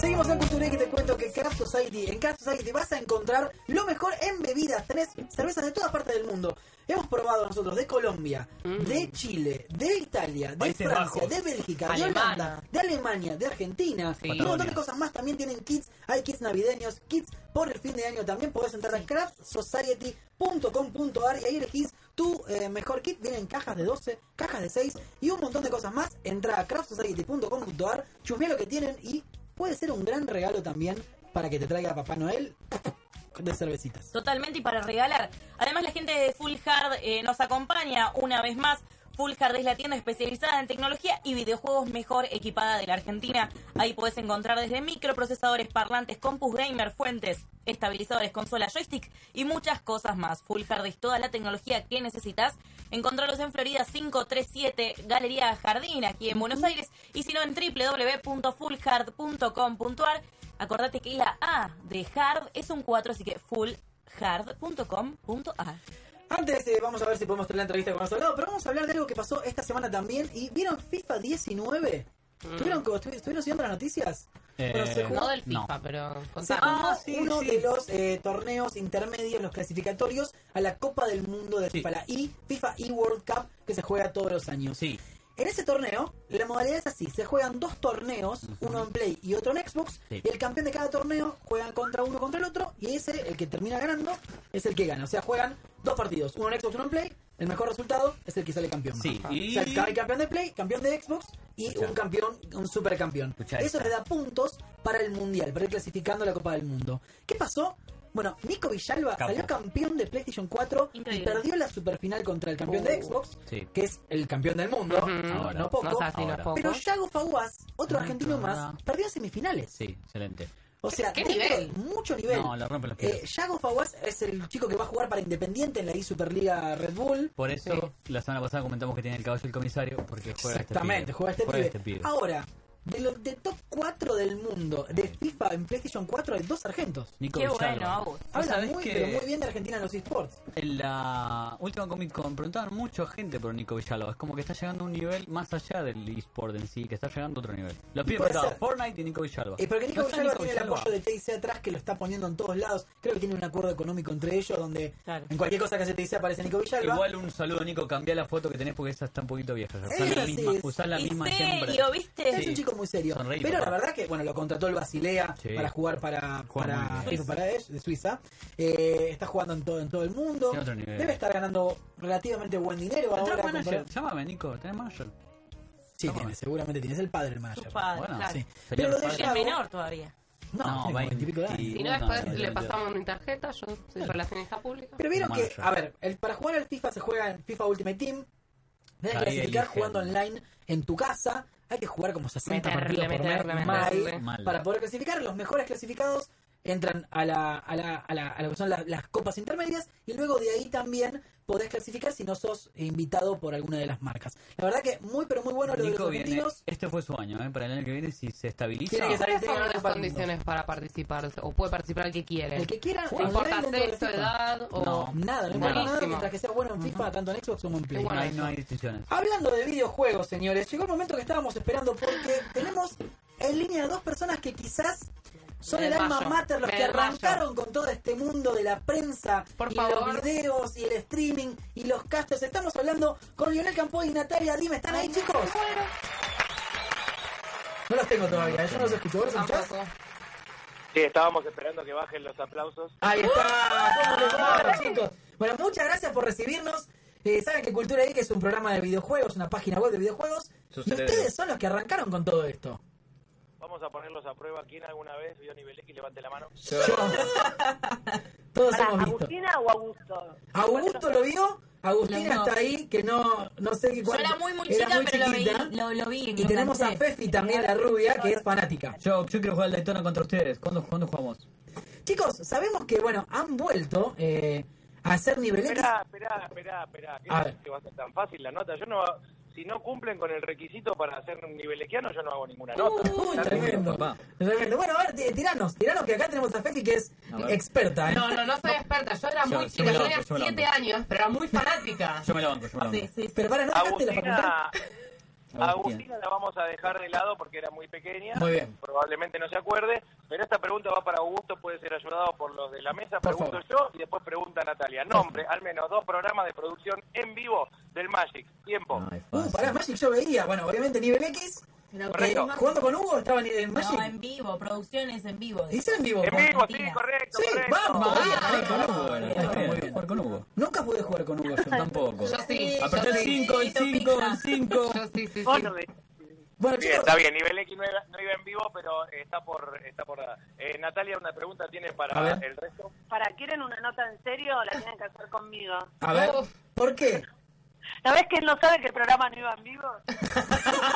Speaker 2: Seguimos en Cultura Geek, te cuento que Craft Society, en Craft Society vas a encontrar lo mejor en bebidas, tenés cervezas de todas partes del mundo. Hemos probado nosotros de Colombia, de Chile, de Italia, de
Speaker 3: Países
Speaker 2: Francia,
Speaker 3: Bajos.
Speaker 2: de Bélgica, de
Speaker 5: Alemania.
Speaker 2: Holanda, de Alemania, de Argentina,
Speaker 3: Sí.
Speaker 2: y un montón de cosas más. También tienen kits, hay kits navideños, kits por el fin de año. También podés entrar a craftsociety.com.ar y ahí elegís tu eh, mejor kit. Vienen cajas de 12, cajas de 6 y un montón de cosas más. Entra a craftsociety.com.ar, chusmea lo que tienen y puede ser un gran regalo también para que te traiga Papá Noel de cervecitas.
Speaker 4: Totalmente y para regalar. Además, la gente de Full Hard eh, nos acompaña una vez más. Full Hard es la tienda especializada en tecnología y videojuegos mejor equipada de la Argentina. Ahí puedes encontrar desde microprocesadores, parlantes, compus gamer, fuentes, estabilizadores, consola, joystick y muchas cosas más. Full Hard es toda la tecnología que necesitas. Encontralos en Florida 537, Galería Jardín, aquí en Buenos Aires. Y si no, en www.fullhard.com.ar. Acordate que la A de Hard es un 4, así que full hard.com.ar.
Speaker 2: Antes eh, vamos a ver si podemos tener la entrevista con nuestro lado, pero vamos a hablar de algo que pasó esta semana también. ¿Y vieron FIFA 19? ¿Tuvieron, co- estu- ¿Estuvieron siguiendo las noticias?
Speaker 3: Mm. Eh,
Speaker 2: Bueno, se jugó
Speaker 5: No del
Speaker 3: No.
Speaker 5: FIFA, pero
Speaker 2: se
Speaker 5: contame.
Speaker 2: jugó
Speaker 3: Ah, sí,
Speaker 2: uno
Speaker 3: sí.
Speaker 2: de los eh, torneos intermedios, los clasificatorios a la Copa del Mundo de
Speaker 3: Sí.
Speaker 2: FIFA, la e, FIFA e World Cup que se juega todos los años.
Speaker 3: Sí.
Speaker 2: En ese torneo, la modalidad es así: se juegan dos torneos, uno en Play y otro en Xbox,
Speaker 3: Sí.
Speaker 2: y el campeón de cada torneo juegan contra uno contra el otro, y ese, el que termina ganando, es el que gana. O sea, juegan dos partidos: uno en Xbox, uno en Play. El mejor resultado es el que sale campeón.
Speaker 3: Sí,
Speaker 2: Ajá.
Speaker 3: y-
Speaker 2: O sea, el ca- hay campeón de Play, campeón de Xbox y
Speaker 3: Escuchá.
Speaker 2: un campeón, un supercampeón.
Speaker 3: Escuchá
Speaker 2: Eso
Speaker 3: esta.
Speaker 2: le da puntos para el Mundial, para ir clasificando a la Copa del Mundo. ¿Qué pasó? Bueno, Nico Villalba
Speaker 3: Capo.
Speaker 2: salió campeón de PlayStation 4 y
Speaker 4: Increíble.
Speaker 2: perdió la superfinal contra el campeón de Xbox
Speaker 3: Uh, Sí.
Speaker 2: que es el campeón del mundo,
Speaker 5: Ujú.
Speaker 2: no,
Speaker 3: Ahora.
Speaker 2: no poco.
Speaker 5: No sé si no
Speaker 3: Ahora.
Speaker 5: poco.
Speaker 2: Pero Yago Faguas, otro
Speaker 3: Ah,
Speaker 2: argentino
Speaker 3: ahora.
Speaker 2: más, perdió en semifinales.
Speaker 3: Sí, excelente.
Speaker 2: O sea,
Speaker 5: ¿Qué
Speaker 2: dentro
Speaker 5: nivel?
Speaker 2: de mucho nivel.
Speaker 3: No, la rompe los
Speaker 2: Eh,
Speaker 3: pies.
Speaker 2: Yago Faguas es el chico que va a jugar para Independiente en la I Superliga Red Bull.
Speaker 3: Por eso, la semana pasada comentamos que tiene el caballo el comisario, porque juega este
Speaker 2: Exactamente,
Speaker 3: pibe.
Speaker 2: juega este pibe.
Speaker 3: pibe.
Speaker 2: Ahora, de los de top 4 del mundo de FIFA en PlayStation 4 hay dos argentos.
Speaker 3: Nico
Speaker 4: Qué
Speaker 3: Villalba.
Speaker 4: bueno, Agus.
Speaker 3: ¿Vos
Speaker 2: Habla
Speaker 3: sabés
Speaker 2: muy,
Speaker 3: que
Speaker 2: pero muy bien de Argentina en los esports.
Speaker 3: En la última Comic Con preguntaban mucha gente por Nico Villalba. Es como que está llegando a un nivel más allá del eSport en sí, que está llegando a otro nivel. Los pibes
Speaker 2: puede
Speaker 3: preguntaban
Speaker 2: ser.
Speaker 3: Fortnite y Nico Villalba.
Speaker 2: Eh, porque Nico
Speaker 3: No está
Speaker 2: Villalba
Speaker 3: Nico
Speaker 2: tiene el
Speaker 3: Villalba.
Speaker 2: apoyo de TIC atrás que lo está poniendo en todos lados. Creo que tiene un acuerdo económico entre ellos donde
Speaker 4: Claro.
Speaker 2: en cualquier cosa que hace TIC aparece Nico Villalba.
Speaker 3: Igual un saludo, Nico. Cambia la foto que tenés porque esa está un poquito vieja. ya. Usá
Speaker 2: Esa
Speaker 3: la
Speaker 2: sí
Speaker 3: misma,
Speaker 2: es.
Speaker 3: usá la
Speaker 4: ¿En
Speaker 3: misma siempre.
Speaker 4: serio, viste?
Speaker 2: Es un chico muy serio.
Speaker 3: Sonreí,
Speaker 2: pero la
Speaker 3: papá.
Speaker 2: verdad que, bueno, lo contrató el Basilea
Speaker 3: Sí.
Speaker 2: para jugar para,
Speaker 3: Juega muy
Speaker 2: para,
Speaker 3: bien.
Speaker 2: FIFA para él, de Suiza. Eh, está jugando en todo, en todo el mundo.
Speaker 3: Tiene otro nivel.
Speaker 2: Debe estar ganando relativamente buen dinero
Speaker 3: ¿Tenés
Speaker 2: ahora.
Speaker 3: manager?
Speaker 2: comparado-
Speaker 3: Llámame, Nico. ¿Tenés manager?
Speaker 2: Sí,
Speaker 3: Toma.
Speaker 2: tiene, seguramente tiene. Es el padre el manager.
Speaker 4: Su padre,
Speaker 3: Bueno,
Speaker 4: claro.
Speaker 2: Sí.
Speaker 3: Sería
Speaker 2: Ah, Pero
Speaker 3: el
Speaker 2: lo de
Speaker 3: padre.
Speaker 4: Y es
Speaker 2: Yago-
Speaker 4: menor todavía.
Speaker 2: No, tiene como 20 y pico de años.
Speaker 5: Si no, después le pasamos mi tarjeta, yo soy relacionista pública.
Speaker 2: Pero vieron que,
Speaker 3: Manager.
Speaker 2: a ver, el, para jugar al FIFA se juega en FIFA Ultimate Team. Debes
Speaker 3: Ahí
Speaker 2: clasificar
Speaker 3: eligen.
Speaker 2: jugando online en tu casa. Hay que jugar como 60
Speaker 5: Meterle,
Speaker 2: partidos por
Speaker 5: meterle,
Speaker 2: mes
Speaker 5: meterle.
Speaker 2: mal,
Speaker 3: Mal.
Speaker 2: para poder clasificar. Los mejores clasificados entran a, la, a, la, a, la- a lo que son las, las copas intermedias y luego de ahí también podés clasificar si no sos invitado por alguna de las marcas. La verdad que muy, pero muy bueno lo de los
Speaker 3: Nico viene.
Speaker 2: argentinos.
Speaker 3: Este fue su año, ¿eh? Para el año que viene, si se estabiliza.
Speaker 2: Tiene que salir tiene
Speaker 5: ¿Cuáles
Speaker 2: que
Speaker 5: son
Speaker 2: ganar
Speaker 5: las
Speaker 2: Copa del Mundo.
Speaker 5: condiciones para participar? O sea, O puede participar el que quiere.
Speaker 2: El que quiera,
Speaker 5: No importa
Speaker 2: online dentro de
Speaker 5: sexo,
Speaker 2: FIFA.
Speaker 5: edad o...
Speaker 3: No.
Speaker 2: Nada, no importa nada
Speaker 5: Buenísimo.
Speaker 2: mientras que sea bueno en FIFA, tanto en Xbox como en Play.
Speaker 5: Qué
Speaker 3: No hay,
Speaker 5: bueno.
Speaker 3: no hay distinciones.
Speaker 2: Hablando de videojuegos, señores, llegó el momento que estábamos esperando porque tenemos en línea a dos personas que quizás Son
Speaker 5: Me
Speaker 2: el alma
Speaker 5: desmayo,
Speaker 2: mater los
Speaker 5: me
Speaker 2: que
Speaker 5: desmayo.
Speaker 2: arrancaron con todo este mundo de la prensa
Speaker 5: Por
Speaker 2: y
Speaker 5: favor.
Speaker 2: los videos y el streaming y los castos. Estamos hablando con Lionel Campoy y Natalia Dime. ¿Están ahí, chicos? No los tengo todavía. Yo no los escucho. ¿Vos los escuchás?
Speaker 5: Tampoco.
Speaker 12: Sí, estábamos esperando que bajen los aplausos.
Speaker 2: Ahí está, ¿cómo les va, chicos? Bueno, muchas gracias por recibirnos. Eh, Saben que Cultura Geek es un programa de videojuegos, una página web de videojuegos.
Speaker 13: Su
Speaker 2: y
Speaker 13: cerebro.
Speaker 2: ustedes son los que arrancaron con todo esto.
Speaker 12: Vamos a ponerlos a prueba. ¿Quién alguna vez vio nivel X? Levante la mano.
Speaker 2: Todos
Speaker 7: Pará,
Speaker 2: hemos visto.
Speaker 7: ¿Agustina o Augusto?
Speaker 2: Augusto lo vio, Agustina
Speaker 7: Los dos.
Speaker 2: está ahí, que no, no sé qué
Speaker 7: Yo
Speaker 2: cuál-
Speaker 7: era muy, muy
Speaker 2: era
Speaker 7: chica, pero lo
Speaker 2: chiquita.
Speaker 7: vi, lo- lo vi,
Speaker 2: Y
Speaker 7: lo
Speaker 2: tenemos a
Speaker 7: cansé.
Speaker 2: Fefi también, la rubia, que es fanática.
Speaker 3: Yo, yo quiero jugar al Daytona contra ustedes. ¿Cuándo, cuándo jugamos?
Speaker 2: Chicos, sabemos que, bueno, han vuelto eh, a hacer nivel X.
Speaker 12: Esperá, esperá, esperá, esperá. ¿Qué
Speaker 2: A
Speaker 12: crees
Speaker 2: ver.
Speaker 12: que va a ser tan fácil la nota? Yo no... Si no cumplen con el requisito para hacer un nivel equiano, yo no hago
Speaker 2: Uh,
Speaker 12: ninguna nota.
Speaker 2: Uy,
Speaker 12: Está
Speaker 2: tremendo. Tremendo. Bueno, a ver, ti- tiranos, tiranos, que acá tenemos a Fefi, que es experta. ¿eh?
Speaker 5: No, no, no soy experta. Yo era
Speaker 2: Yo-
Speaker 5: muy
Speaker 2: yo
Speaker 5: chica,
Speaker 2: me
Speaker 5: yo
Speaker 2: lo
Speaker 5: tenía
Speaker 2: banco, yo me lo
Speaker 5: 7 años, pero era muy fanática.
Speaker 3: Yo me la banco, yo me la banco.
Speaker 2: Pero para, ¿no
Speaker 4: Ah,
Speaker 2: dejaste la facultad?
Speaker 12: Agustina, Agustina la vamos a dejar de lado porque era muy pequeña.
Speaker 2: Muy bien.
Speaker 12: Probablemente no se acuerde. Pero esta pregunta va para Augusto, puede ser ayudado por los de la mesa. Pregunto yo y después pregunta Natalia. Nombre, al menos dos programas de producción en vivo del Magic. Tiempo.
Speaker 2: Uh, pará, Magic yo veía. Bueno, obviamente nivel X.
Speaker 12: Correcto.
Speaker 2: Eh, ¿Jugando con Hugo? ¿Estaban en Magic?
Speaker 4: No, en vivo, producciones en vivo.
Speaker 2: Dice en vivo.
Speaker 4: En
Speaker 2: con
Speaker 4: vivo, sí,
Speaker 2: Argentina.
Speaker 4: correcto,
Speaker 2: Sí,
Speaker 4: correcto.
Speaker 2: vamos.
Speaker 4: Ah,
Speaker 2: bien, ahí con Hugo.
Speaker 3: Bueno, está bien, muy bien. Jugar con Hugo.
Speaker 2: Nunca pude jugar con Hugo yo
Speaker 3: tampoco.
Speaker 12: Yo sí,
Speaker 3: Apreté
Speaker 12: yo
Speaker 3: el
Speaker 12: sí.
Speaker 3: 5, el 5, el 5.
Speaker 2: Bueno,
Speaker 12: bien, está bien. Nivel X no iba, no iba en vivo, pero eh, está por está por dada. Eh, Natalia, una pregunta tiene
Speaker 2: A
Speaker 12: para
Speaker 2: ver.
Speaker 12: el resto.
Speaker 7: Para, ¿quieren una nota en serio o la tienen que hacer conmigo?
Speaker 2: A ver, ¿por qué?
Speaker 7: ¿Sabés que él no sabe que el programa no iba en vivo?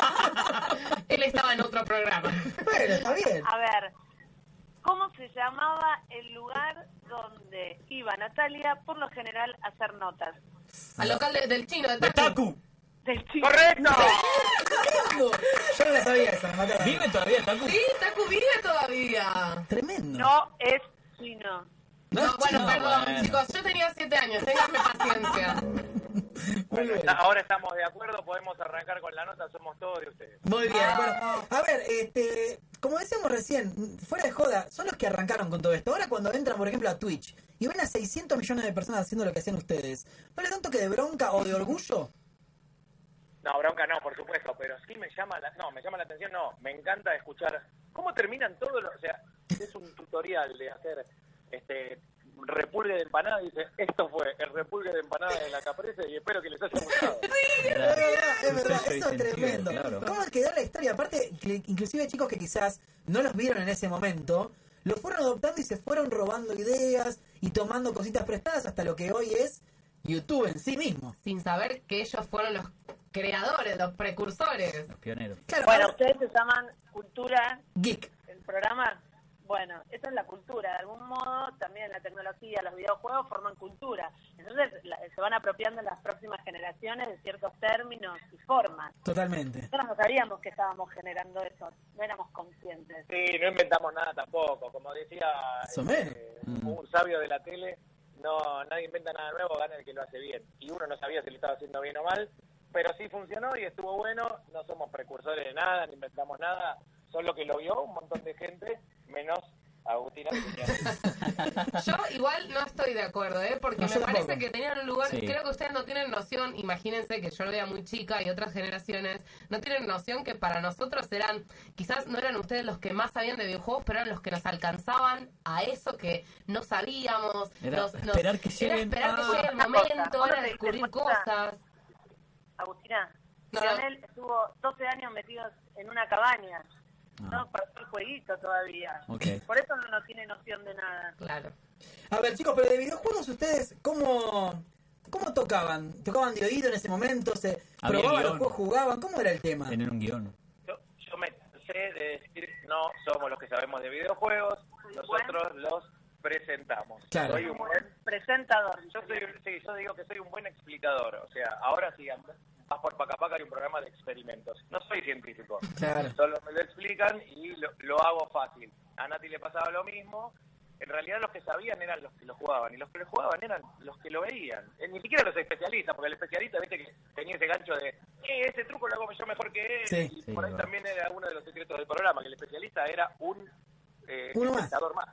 Speaker 5: Él estaba en otro programa.
Speaker 2: Bueno, está bien.
Speaker 7: A ver, ¿cómo se llamaba el lugar donde iba Natalia por lo general a hacer notas?
Speaker 5: Al local de- del chino, de Taku.
Speaker 7: Del chino.
Speaker 12: ¡Correcto!
Speaker 2: Yo no la sabía esa, Natalia.
Speaker 3: ¿Vive todavía Taku?
Speaker 5: Sí, Taku vive todavía.
Speaker 2: Tremendo.
Speaker 7: No es chino.
Speaker 5: No, bueno,
Speaker 12: chino,
Speaker 5: perdón,
Speaker 12: bueno.
Speaker 5: chicos, yo tenía 7 años, ténganme paciencia.
Speaker 12: Bueno, está- Ah, ahora estamos de acuerdo, podemos arrancar con la nota. Somos todos de ustedes.
Speaker 2: Muy bien.
Speaker 12: Ah.
Speaker 2: Bueno, a ver, este, como decíamos recién, fuera de joda, son los que arrancaron con todo esto. Ahora cuando entran, por ejemplo, a Twitch y ven a 600 millones de personas haciendo lo que hacían ustedes, ¿no les da un toque de bronca o de orgullo?
Speaker 12: No, bronca no, por supuesto, pero sí me llama la, no, me llama la atención, no, me encanta escuchar cómo terminan todos los, o sea, es un tutorial de hacer este repulgue de empanada y dice, esto fue el repulgue de empanada de la caprese y espero que les haya gustado.
Speaker 2: Es verdad, es verdad,
Speaker 12: Sí, sí,
Speaker 2: eso es
Speaker 12: sí,
Speaker 2: tremendo.
Speaker 12: claro.
Speaker 2: ¿Cómo quedó la historia? Aparte, incl- inclusive chicos que quizás no los vieron en ese momento, los fueron adoptando y se fueron robando ideas y tomando cositas prestadas hasta lo que hoy es YouTube en sí mismo.
Speaker 5: Sin saber que ellos fueron los creadores, los precursores.
Speaker 3: Pionero.
Speaker 7: bueno, ustedes se llaman cultura.
Speaker 2: Geek.
Speaker 7: El programa. Bueno, esa es la cultura. De algún modo, también la tecnología, los videojuegos forman cultura. Entonces, la- se van apropiando las próximas generaciones de ciertos términos y formas.
Speaker 2: Totalmente.
Speaker 7: Nosotros no sabíamos que estábamos generando eso, no éramos conscientes.
Speaker 12: Sí, no inventamos nada tampoco, como decía
Speaker 2: Somero.
Speaker 12: eh, un sabio de la tele, no nadie inventa nada nuevo, gana el que lo hace bien. Y uno no sabía si lo estaba haciendo bien o mal, pero sí funcionó y estuvo bueno, no somos precursores de nada, no inventamos nada, solo que lo vio un montón de gente, menos Agustina.
Speaker 5: Yo igual no estoy de acuerdo, ¿eh? Porque
Speaker 12: No,
Speaker 5: me
Speaker 12: yo
Speaker 5: parece
Speaker 12: tampoco.
Speaker 5: que tenían un lugar...
Speaker 12: Sí.
Speaker 5: Creo que ustedes no tienen noción, imagínense que yo lo veía muy chica y otras generaciones, no tienen noción que para nosotros eran... Quizás no eran ustedes los que más sabían de videojuegos, pero eran los que nos alcanzaban a eso que no sabíamos.
Speaker 3: Era
Speaker 5: nos- nos-
Speaker 3: esperar que
Speaker 5: era
Speaker 3: lleguen.
Speaker 5: esperar que
Speaker 3: Ah.
Speaker 5: llegue el
Speaker 7: Una cosa,
Speaker 5: momento,
Speaker 7: vos no
Speaker 5: era
Speaker 7: te diste
Speaker 5: descubrir
Speaker 7: cuenta.
Speaker 5: cosas.
Speaker 7: Agustina,
Speaker 5: No, no.
Speaker 7: Lionel estuvo 12 años metidos en una cabaña,
Speaker 3: Ah.
Speaker 7: ¿no? Para hacer jueguito todavía.
Speaker 2: Ok.
Speaker 7: Por eso no, no tiene noción de nada.
Speaker 5: Claro.
Speaker 2: A ver, chicos, pero de videojuegos ustedes, ¿cómo, cómo tocaban? ¿Tocaban de oído en ese momento? ¿Se
Speaker 3: Había
Speaker 2: probaban los
Speaker 3: guión.
Speaker 2: juegos, jugaban? ¿Cómo era el tema?
Speaker 3: Tener un guión.
Speaker 12: Yo, yo me cansé de decir, no somos los que sabemos de videojuegos, nosotros los presentamos.
Speaker 2: Claro.
Speaker 12: Soy un buen-
Speaker 7: Presentador.
Speaker 12: yo, soy un- sí, yo digo que soy un buen explicador, o sea, ahora sí ando- vas por Pacapaca y un programa de experimentos. No soy científico,
Speaker 2: Claro.
Speaker 12: solo me lo explican y lo, lo hago fácil. A Nati le pasaba lo mismo. En realidad los que sabían eran los que lo jugaban y los que lo jugaban eran los que lo veían. Eh, Ni siquiera los especialistas, porque el especialista, viste que tenía ese gancho de, eh, ese truco lo hago yo mejor que él.
Speaker 2: Sí.
Speaker 12: Y
Speaker 2: Sí,
Speaker 12: por ahí
Speaker 2: verdad.
Speaker 12: también era uno de los secretos del programa, que el especialista era un eh,
Speaker 2: Uno más.
Speaker 12: espectador más.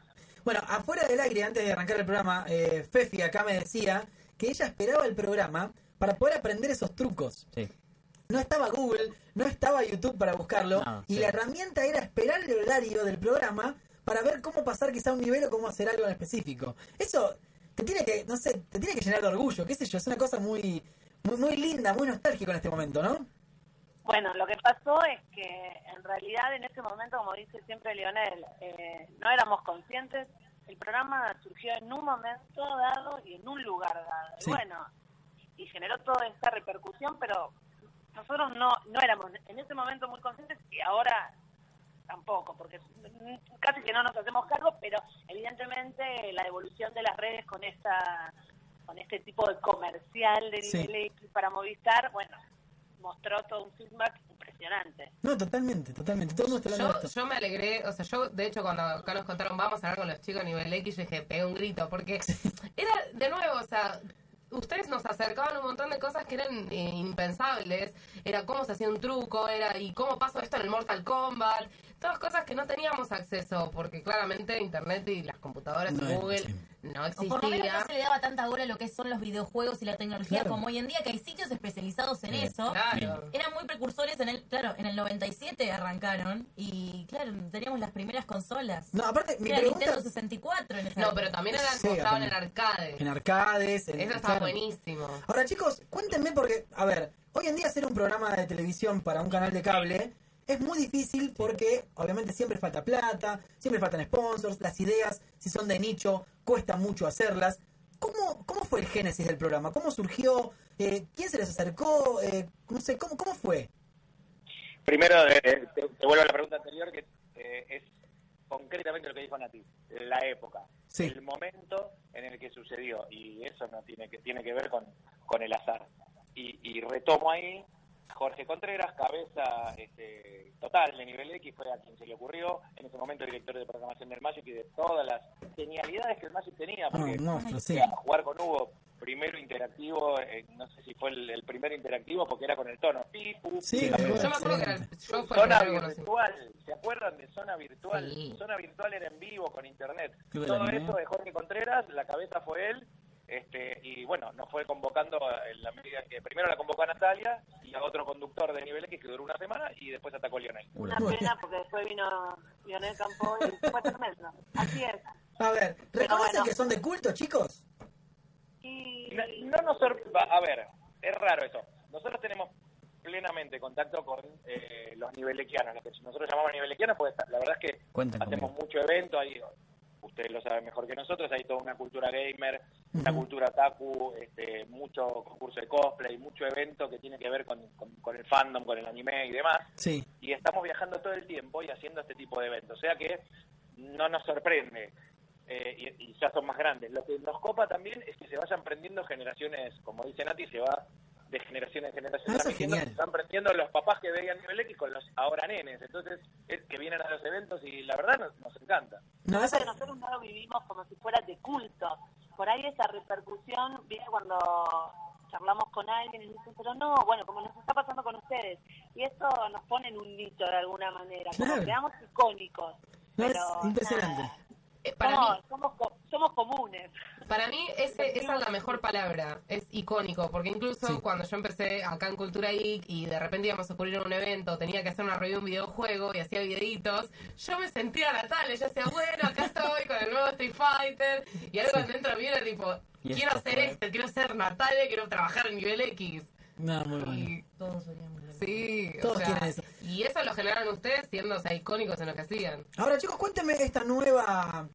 Speaker 2: Bueno, afuera del aire, antes de arrancar el programa, eh, Fefi acá me decía que ella esperaba el programa para poder aprender esos trucos. No estaba Google, no estaba YouTube para buscarlo,
Speaker 3: No,
Speaker 2: y
Speaker 3: sí.
Speaker 2: la herramienta era esperar el horario del programa para ver cómo pasar quizá un nivel o cómo hacer algo en específico. Eso te tiene que, no sé, te tiene que llenar de orgullo, qué sé yo, es una cosa muy, muy, muy linda, muy nostálgica en este momento, ¿no?
Speaker 7: Bueno, lo que pasó es que en realidad en ese momento, como dice siempre Lionel, eh, no éramos conscientes. El programa surgió en un momento dado y en un lugar dado. Y
Speaker 13: Sí.
Speaker 7: bueno, y generó toda esta repercusión, pero nosotros no, no éramos en ese momento muy conscientes y ahora tampoco, porque casi que no nos hacemos cargo, pero evidentemente la evolución de las redes con esta con este tipo de comercial de
Speaker 2: Sí.
Speaker 7: nivel X para Movistar, bueno, mostró todo un feedback impresionante.
Speaker 2: No, totalmente, totalmente. Todo el mundo está hablando de
Speaker 5: Yo,
Speaker 2: esto.
Speaker 5: yo me alegré, o sea, yo de hecho cuando acá nos contaron vamos a hablar con los chicos a nivel X, yo dije, pegué un grito, porque era de nuevo, o sea, ustedes nos acercaban un montón de cosas que eran eh, impensables, era cómo se hacía un truco, era y cómo pasó esto en el Mortal Kombat, todas cosas que no teníamos acceso, porque claramente Internet y las computadoras y
Speaker 4: No,
Speaker 5: Google no
Speaker 4: O por lo menos no
Speaker 5: existían.
Speaker 4: se le daba tanta hora a lo que son los videojuegos y la tecnología
Speaker 5: Claro.
Speaker 4: como hoy en día, que hay sitios especializados en
Speaker 5: Sí,
Speaker 4: eso.
Speaker 5: claro.
Speaker 4: Eran muy precursores en el, claro, en el 97 arrancaron y claro, teníamos las primeras consolas.
Speaker 2: No, aparte, mi
Speaker 4: Era
Speaker 2: pregunta-
Speaker 4: Nintendo 64 en esa
Speaker 5: No,
Speaker 4: época.
Speaker 5: pero también eran
Speaker 2: Sega
Speaker 5: mostraban en
Speaker 2: también.
Speaker 5: arcade.
Speaker 2: En arcades. En,
Speaker 5: Eso
Speaker 2: claro.
Speaker 5: estaba buenísimo.
Speaker 2: Ahora, chicos, cuéntenme porque, a ver, hoy en día hacer un programa de televisión para un canal de cable es muy difícil porque, obviamente, siempre falta plata, siempre faltan sponsors, las ideas, si son de nicho, cuesta mucho hacerlas. ¿Cómo, cómo fue el génesis del programa? ¿Cómo surgió? Eh, ¿Quién se les acercó? Eh, no sé, ¿cómo, cómo fue?
Speaker 12: Primero, eh, te, te vuelvo a la pregunta anterior, que eh, es concretamente lo que dijo Nati, la época,
Speaker 2: Sí.
Speaker 12: el momento en el que sucedió, y eso no tiene que tiene que ver con, con el azar. Y, y retomo ahí, Jorge Contreras, cabeza este, total de Nivel X, fue a quien se le ocurrió, en ese momento director de programación del Magic y de todas las genialidades que el Magic tenía, Ah, porque
Speaker 2: un monstruo, sí.
Speaker 12: o sea, jugar con Hugo, primero interactivo, eh, no sé si fue el, el primer interactivo, porque era con el tono, pi, pu,
Speaker 2: Sí,
Speaker 12: la
Speaker 2: me acuerdo, Yo me acuerdo
Speaker 12: pelota.
Speaker 2: que era el-
Speaker 5: yo fue el
Speaker 12: zona
Speaker 5: primero que conocí.
Speaker 12: virtual, ¿se acuerdan de zona virtual?
Speaker 5: Sí.
Speaker 12: Zona virtual era en vivo con internet.
Speaker 5: Club del
Speaker 12: Todo
Speaker 5: anime.
Speaker 12: eso de Jorge Contreras, la cabeza fue él, este, y bueno, nos fue convocando en la medida que primero la convocó a Natalia y a otro conductor de nivel X que duró una semana y después atacó a Lionel.
Speaker 7: Una pena porque después vino Lionel Campo y fue tremendo. Así es.
Speaker 2: A ver,
Speaker 7: Pero
Speaker 2: ¿reconocen
Speaker 7: bueno.
Speaker 2: que son de culto, chicos?
Speaker 7: Y
Speaker 12: No, no nos sor- va, A ver, es raro eso. Nosotros tenemos plenamente contacto con eh, los nivelequianos, lo que nosotros llamamos nivelequianos, porque la verdad es que
Speaker 3: Cuenten
Speaker 12: hacemos mucho evento, hay, ustedes lo saben mejor que nosotros, hay toda una cultura gamer, una cultura taku, este, mucho concurso de cosplay, mucho evento que tiene que ver con, con- con el fandom, con el anime y demás,
Speaker 2: Sí.
Speaker 12: y estamos viajando todo el tiempo y haciendo este tipo de eventos, o sea que no nos sorprende. eh, y, y ya son más grandes. Lo que nos copa también es que se vayan prendiendo generaciones, como dice Nati, se va de generación en generación.
Speaker 2: Ah, eso es
Speaker 12: transmitiendo,
Speaker 2: genial.
Speaker 12: están prendiendo los papás que veían Nivel X con los ahora nenes. Entonces, es que vienen a los eventos y la verdad nos, nos encanta.
Speaker 2: No,
Speaker 7: Pasa que nosotros no lo vivimos como si fuera de culto. Por ahí esa repercusión viene cuando charlamos con alguien y nos dicen, pero no, bueno, como nos está pasando con ustedes. Y esto nos pone en un nicho de alguna manera,
Speaker 2: Claro.
Speaker 7: como quedamos icónicos.
Speaker 2: No, es
Speaker 7: Pero,
Speaker 2: impresionante.
Speaker 5: Eh, para
Speaker 7: somos,
Speaker 5: mí-
Speaker 7: somos, co- somos comunes.
Speaker 5: Para mí ese- esa es la mejor palabra, es icónico, porque incluso cuando yo empecé acá en Cultura Geek y de repente íbamos a ocurrir a un evento, tenía que hacer una review de un videojuego y hacía videitos, yo me sentía Natalia, yo decía, bueno, acá estoy con el nuevo Street Fighter, y algo dentro mío era tipo,
Speaker 2: Y
Speaker 5: quiero
Speaker 2: esto
Speaker 5: hacer
Speaker 2: fue-
Speaker 5: esto, quiero ser Natalia, quiero trabajar en nivel X.
Speaker 2: No, muy bueno.
Speaker 5: Y todos Sí, o
Speaker 2: Todos
Speaker 5: sea,
Speaker 2: quieren eso.
Speaker 5: y eso lo generaron ustedes siendo o sea, icónicos en lo que hacían.
Speaker 2: Ahora, chicos, cuéntenme esta nueva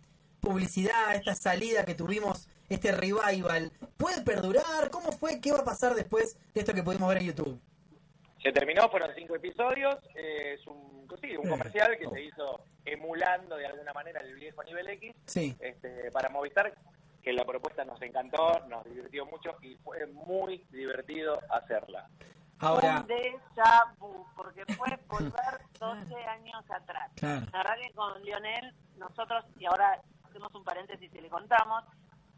Speaker 2: publicidad, esta salida que tuvimos, este revival. ¿Puede perdurar? ¿Cómo fue? ¿Qué va a pasar después de esto que pudimos ver en YouTube?
Speaker 12: Se terminó, fueron cinco episodios. eh, es un, sí, un comercial
Speaker 2: oh.
Speaker 12: que se hizo emulando de alguna manera el viejo Nivel X
Speaker 2: Sí.
Speaker 12: este, para Movistar, que la propuesta nos encantó, nos divirtió mucho y fue muy divertido hacerla.
Speaker 2: Ahora,
Speaker 7: Un déjà vu, porque fue volver 12 años atrás.
Speaker 2: Claro.
Speaker 7: La verdad que con Lionel, nosotros, y ahora hacemos un paréntesis y le contamos,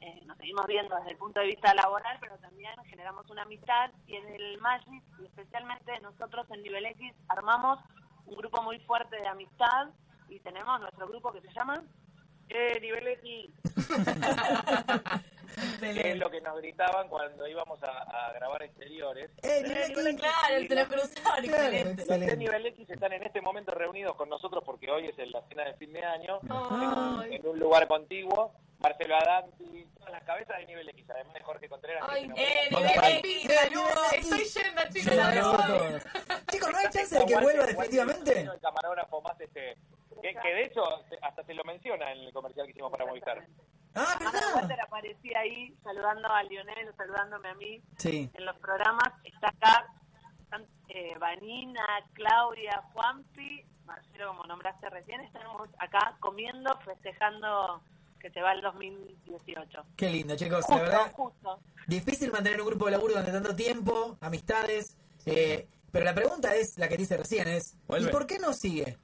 Speaker 7: eh, nos seguimos viendo desde el punto de vista laboral, pero también generamos una amistad y en el Magic, y especialmente nosotros en Nivel X, armamos un grupo muy fuerte de amistad y tenemos nuestro grupo que se llama eh, Niveletti.
Speaker 12: que es lo que nos gritaban cuando íbamos a, a grabar exteriores.
Speaker 7: ¡Eh, Niveletti! Claro, el te lo cruzaron,
Speaker 2: Ah,
Speaker 7: Claro, Ah, excelente.
Speaker 12: Los de
Speaker 7: excelente.
Speaker 12: Niveletti están en este momento reunidos con nosotros porque hoy es el- la cena de fin de año
Speaker 5: Ay.
Speaker 12: en, en un lugar contiguo. Marcelo Adanti, todas las cabezas de Nivel X, además de Jorge Contreras. que
Speaker 5: Ay,
Speaker 12: tenemos-
Speaker 5: eh,
Speaker 12: Hola,
Speaker 5: nivel
Speaker 12: Mike.
Speaker 5: X, saludos. Estoy yendo, chicos, la verdad.
Speaker 2: Chicos, ¿no hay chance de que vuelva definitivamente?
Speaker 12: El camarógrafo más este. Que, que de hecho se- hasta se lo menciona en el comercial que hicimos para Movistar.
Speaker 2: Ah,
Speaker 7: Ana Walter aparecía ahí saludando a Lionel, saludándome a mí.
Speaker 2: Sí.
Speaker 7: En los programas está acá están, eh, Vanina, Claudia, Juanpi, Marcelo, como nombraste recién, estamos acá comiendo, festejando que se va el 2018.
Speaker 2: Qué lindo, chicos.
Speaker 7: Justo,
Speaker 2: la verdad,
Speaker 7: justo.
Speaker 2: difícil mantener un grupo de laburo durante tanto tiempo, amistades. eh, pero la pregunta es la que te hice recién: es,
Speaker 12: Vuelve.
Speaker 2: ¿y por qué no sigue?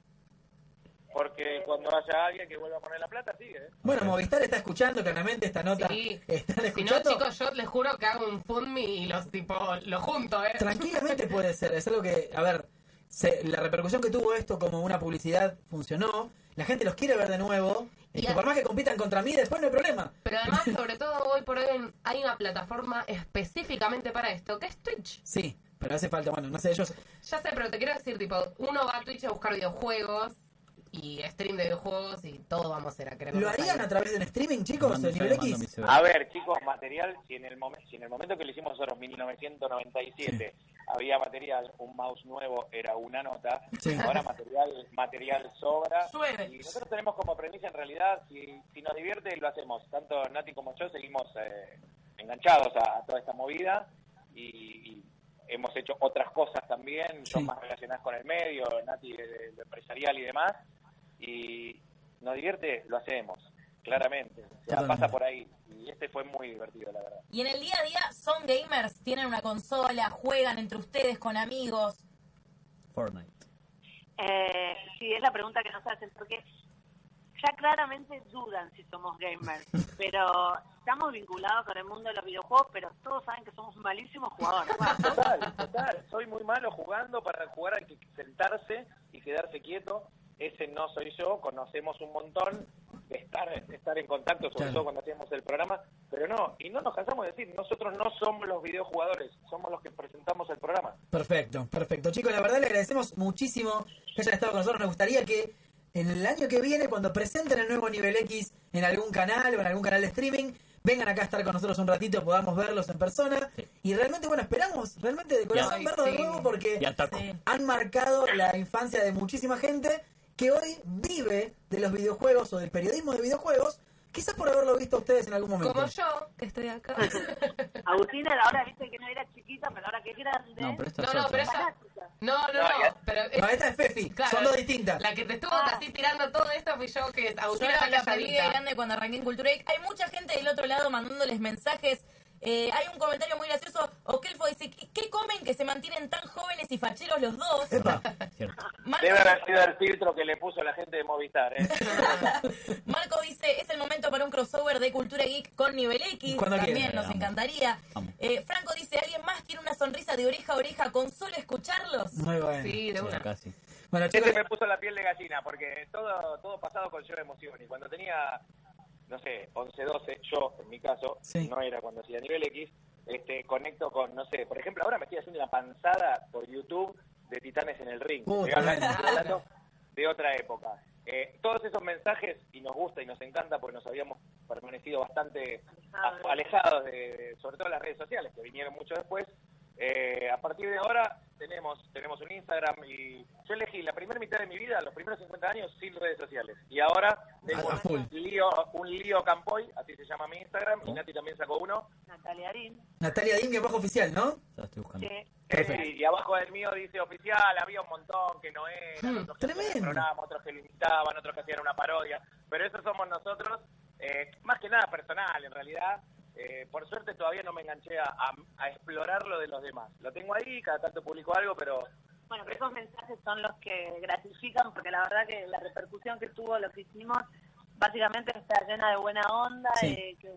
Speaker 12: Porque cuando haya alguien que vuelva a poner la plata, sigue. ¿eh?
Speaker 2: Bueno, Movistar está escuchando claramente esta nota.
Speaker 5: Sí.
Speaker 2: ¿Están
Speaker 5: Si no,
Speaker 2: escuchando?
Speaker 5: chicos, yo les juro que hago un fund me y los tipo, los junto, ¿eh?
Speaker 2: Tranquilamente puede ser. Es algo que, a ver, se- la repercusión que tuvo esto como una publicidad funcionó. La gente los quiere ver de nuevo.
Speaker 5: Y
Speaker 2: Y
Speaker 5: a-
Speaker 2: por más que compitan contra mí, después no hay problema.
Speaker 5: Pero además, sobre todo hoy por hoy, en- hay una plataforma específicamente para esto, que es Twitch.
Speaker 2: Sí, pero hace falta, bueno, no sé, ellos.
Speaker 5: Ya sé, pero te quiero decir, tipo, uno va a Twitch a buscar videojuegos y stream de videojuegos y todo vamos a hacer a creer.
Speaker 2: ¿Lo harían a través del streaming, chicos? ¿El nivel X?
Speaker 7: Ah.
Speaker 12: A ver, chicos, material, si en el, momen- si en el momento que lo hicimos nosotros, 1997, había material, un mouse nuevo era una nota,
Speaker 2: Sí.
Speaker 12: ahora material material sobra.
Speaker 14: Llueve.
Speaker 12: Y nosotros tenemos como premisa, en realidad, si, si nos divierte, lo hacemos. Tanto Nati como yo seguimos eh, enganchados a, a toda esta movida y, y hemos hecho otras cosas también, son más relacionadas con el medio, Nati de, de- de empresarial y demás. Y nos divierte, lo hacemos, claramente. O sea,
Speaker 2: Totalmente.
Speaker 12: pasa por ahí. Y este fue muy divertido, la verdad.
Speaker 4: Y en el día a día son gamers, tienen una consola, juegan entre ustedes con amigos.
Speaker 11: Fortnite.
Speaker 7: Eh, sí, es la pregunta que nos hacen, porque ya claramente dudan si somos gamers, pero estamos vinculados con el mundo de los videojuegos, pero todos saben que somos malísimos jugadores.
Speaker 12: Total, total. Soy muy malo jugando. Para jugar hay que sentarse y quedarse quieto. Ese no soy yo. Conocemos un montón de estar, de estar en contacto, sobre
Speaker 2: Claro.
Speaker 12: todo cuando hacíamos el programa. Pero no, y no nos cansamos de decir, nosotros no somos los videojugadores, somos los que presentamos el programa.
Speaker 2: Perfecto, perfecto. Chicos, la verdad le agradecemos muchísimo que hayan estado con nosotros. Nos gustaría que en el año que viene, cuando presenten el nuevo Nivel X en algún canal o en algún canal de streaming, vengan acá a estar con nosotros un ratito, podamos verlos en persona. Y realmente, bueno, esperamos realmente de corazón
Speaker 5: Ay,
Speaker 2: verlos de
Speaker 5: sí.
Speaker 2: nuevo porque
Speaker 11: Y a Taco.
Speaker 2: han marcado la infancia de muchísima gente que hoy vive de los videojuegos o del periodismo de videojuegos, quizás por haberlo visto a ustedes en algún momento.
Speaker 5: Como yo, que estoy acá.
Speaker 7: Agustina, ahora viste que no era chiquita, pero ahora que es grande.
Speaker 2: No, pero esta
Speaker 5: No, no, pero esa... No, no, no. Pero es-
Speaker 2: No, esta es Fefi,
Speaker 5: eh, Claro,
Speaker 2: son dos distintas.
Speaker 5: La que te estuvo así tirando todo esto fui yo, Ah. que es
Speaker 4: Yo
Speaker 5: Agustina
Speaker 4: era
Speaker 5: está
Speaker 4: la perdí de
Speaker 5: calladita.
Speaker 4: grande cuando arranqué en Cultura Geek. Hay mucha gente del otro lado mandándoles mensajes. Eh, hay un comentario muy gracioso. Okelfo dice, "¿Qué- ¿qué comen que se mantienen tan jóvenes y facheros los dos?
Speaker 3: Ah,
Speaker 4: Marco,
Speaker 12: Debe haber sido el filtro que le puso la gente de Movistar. ¿eh?
Speaker 4: Marco dice, es el momento para un crossover de Cultura Geek con Nivel X.
Speaker 12: Cuando
Speaker 4: También
Speaker 12: quieran.
Speaker 4: nos
Speaker 12: Vamos.
Speaker 4: encantaría. Eh, Franco dice, ¿alguien más quiere una sonrisa de oreja a oreja con solo escucharlos?
Speaker 2: Muy bueno.
Speaker 4: Sí, de una.
Speaker 11: Casi.
Speaker 2: Bueno,
Speaker 12: Este me puso la piel de gallina, porque todo, todo pasado con yo emoción. Y cuando tenía, no sé, 11, 12, yo en mi caso, no era cuando hacía nivel X, este, conecto con, no sé, por ejemplo, ahora me estoy haciendo una panzada por YouTube de Titanes en el Ring.
Speaker 2: Uh,
Speaker 12: Estoy hablando-
Speaker 2: tremendo.
Speaker 12: estoy hablando de otra época. Eh, todos esos mensajes, y nos gusta y nos encanta, porque nos habíamos permanecido bastante a- alejados, de, de- sobre todo las redes sociales, que vinieron mucho después. Eh, a partir de ahora tenemos tenemos un Instagram y yo elegí la primera mitad de mi vida, los primeros 50 años, sin redes sociales. Y ahora tengo
Speaker 2: A- a full.
Speaker 12: un lío, un lío Campoy, así se llama mi Instagram, y Nati también sacó uno.
Speaker 7: Natalia Arín.
Speaker 2: Natalia Dim, bajo oficial, ¿no? Perfecto.
Speaker 12: Eh, y abajo del mío dice oficial, había un montón que no eran, otros que hacían el programa, otros que lo imitaban, otros que hacían una parodia, pero eso somos nosotros, eh, más que nada personal en realidad. Eh, por suerte todavía no me enganché a, a- a explorar lo de los demás. Lo tengo ahí, cada tanto publico algo, pero
Speaker 7: Bueno, pero esos mensajes son los que gratifican, porque la verdad que la repercusión que tuvo lo que hicimos básicamente está llena de buena onda,
Speaker 2: Sí.
Speaker 7: de que,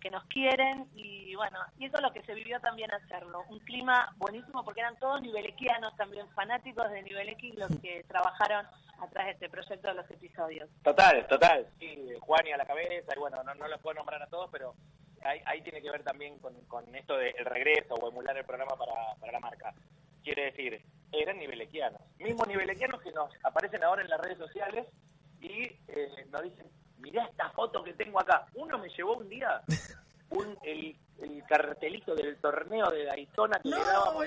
Speaker 7: que nos quieren y bueno, y eso es lo que se vivió también hacerlo. Un clima buenísimo porque eran todos nivelequianos, también fanáticos de Nivel X los que trabajaron atrás de este proyecto de los episodios.
Speaker 12: Total, total. Sí, Juani a la cabeza, y bueno, no, no los puedo nombrar a todos, pero ahí, ahí tiene que ver también con, con esto del regreso o emular el programa para, para la marca. Quiere decir, eran nivelequianos. Mismos nivelequianos que nos aparecen ahora en las redes sociales y eh, nos dicen, mirá esta foto que tengo acá. Uno me llevó un día un, el, el cartelito del torneo de Daytona que le dábamos.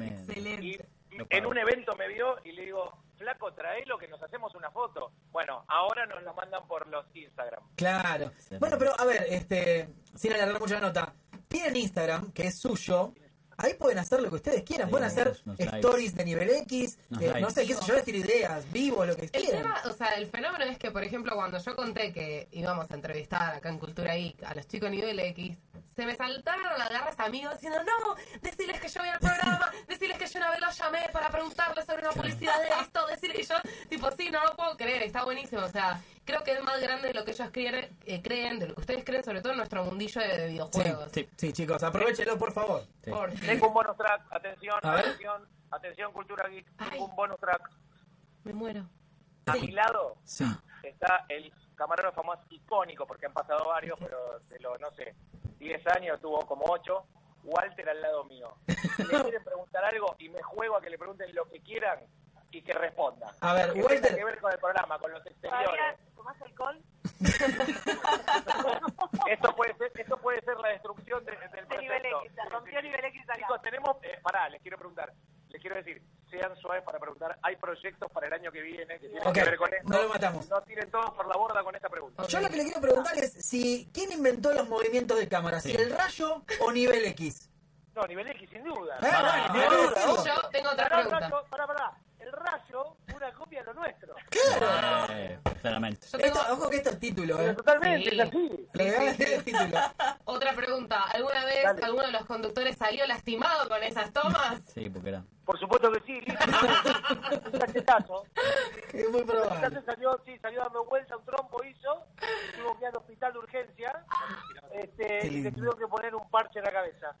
Speaker 14: Excelente.
Speaker 12: En un evento me vio y le digo, flaco, traelo que nos hacemos una foto. Bueno, ahora nos lo mandan por los Instagram.
Speaker 2: Claro. Bueno, pero a ver, este, sin alargar mucho la nota, tienen Instagram, que es suyo. Ahí pueden hacer lo que ustedes quieran. Pueden hacer
Speaker 3: unos likes.
Speaker 2: stories de nivel X,
Speaker 3: Unos
Speaker 2: eh, no
Speaker 3: likes.
Speaker 2: sé, qué sé yo, les tiro ideas, vivo, lo que
Speaker 5: El
Speaker 2: quieran.
Speaker 5: tema, o sea, el fenómeno es que, por ejemplo, cuando yo conté que íbamos a entrevistar acá en Cultura Geek a los chicos nivel X, se me saltaron las garras amigos diciendo, no, decirles que yo voy al programa, decirles que yo una vez los llamé para preguntarles sobre una publicidad de esto, decirles que yo, tipo, sí, no lo puedo creer, está buenísimo, o sea, creo que es más grande de lo que ellos creen, eh, creen de lo que ustedes creen, sobre todo en nuestro mundillo de, de
Speaker 2: Sí,
Speaker 5: videojuegos.
Speaker 2: sí, sí, chicos, aprovechenlo, por favor.
Speaker 5: Por fin.
Speaker 12: Tengo un bonus track, atención,
Speaker 2: A ver. Ah.
Speaker 12: atención, atención, Cultura Geek, tengo un bonus track.
Speaker 5: Me muero.
Speaker 3: Ah,
Speaker 12: A mi lado
Speaker 2: Sí.
Speaker 12: está el camarógrafo más icónico, porque han pasado varios, pero de los, no sé, 10 años tuvo como 8, Walter al lado mío. Si le quieren preguntar algo y me juego a que le pregunten lo que quieran y que responda.
Speaker 2: A ver,
Speaker 12: que
Speaker 2: Walter.
Speaker 12: tenga que ver con el programa, con los exteriores.
Speaker 7: Todavía, ¿tomás alcohol?
Speaker 12: Esto puede ser, esto puede ser la destrucción de- del
Speaker 7: De nivel
Speaker 12: proyecto.
Speaker 7: X, se rompió nivel X acá.
Speaker 12: Chicos, tenemos, eh, pará, les quiero preguntar, les quiero decir, sean suaves para preguntar, hay proyectos para el año que viene que tienen
Speaker 2: Ok,
Speaker 12: que ver con esto.
Speaker 2: no lo matamos.
Speaker 12: No tiren todos por la borda con esta pregunta.
Speaker 2: Yo lo que le quiero preguntar es si quién inventó los movimientos de cámara, si el rayo o nivel X.
Speaker 12: No, nivel X, sin duda.
Speaker 2: Ah,
Speaker 12: Pará,
Speaker 2: bueno,
Speaker 12: pará,
Speaker 2: duda,
Speaker 12: pará,
Speaker 2: duda.
Speaker 5: Yo tengo otra
Speaker 12: pará,
Speaker 5: pregunta.
Speaker 12: Rayo, pará, pará. El rayo, una copia de lo nuestro.
Speaker 3: Eh, claramente.
Speaker 5: Yo tengo
Speaker 2: Esto, ojo que esto es título,
Speaker 12: Pero
Speaker 2: ¿eh?
Speaker 12: Totalmente,
Speaker 5: Sí.
Speaker 12: es así.
Speaker 2: Le voy a meter el título.
Speaker 5: otra pregunta. ¿Alguna vez
Speaker 12: Dale.
Speaker 5: alguno de los conductores salió lastimado con esas tomas?
Speaker 3: Sí, porque era.
Speaker 12: Por supuesto que sí, listo. Un cachetazo.
Speaker 2: Es muy probable.
Speaker 12: Entonces salió, sí, salió dando vuelta, un trompo hizo, estuvo que ir al hospital de urgencia este, y le tuvieron que poner un parche en la cabeza.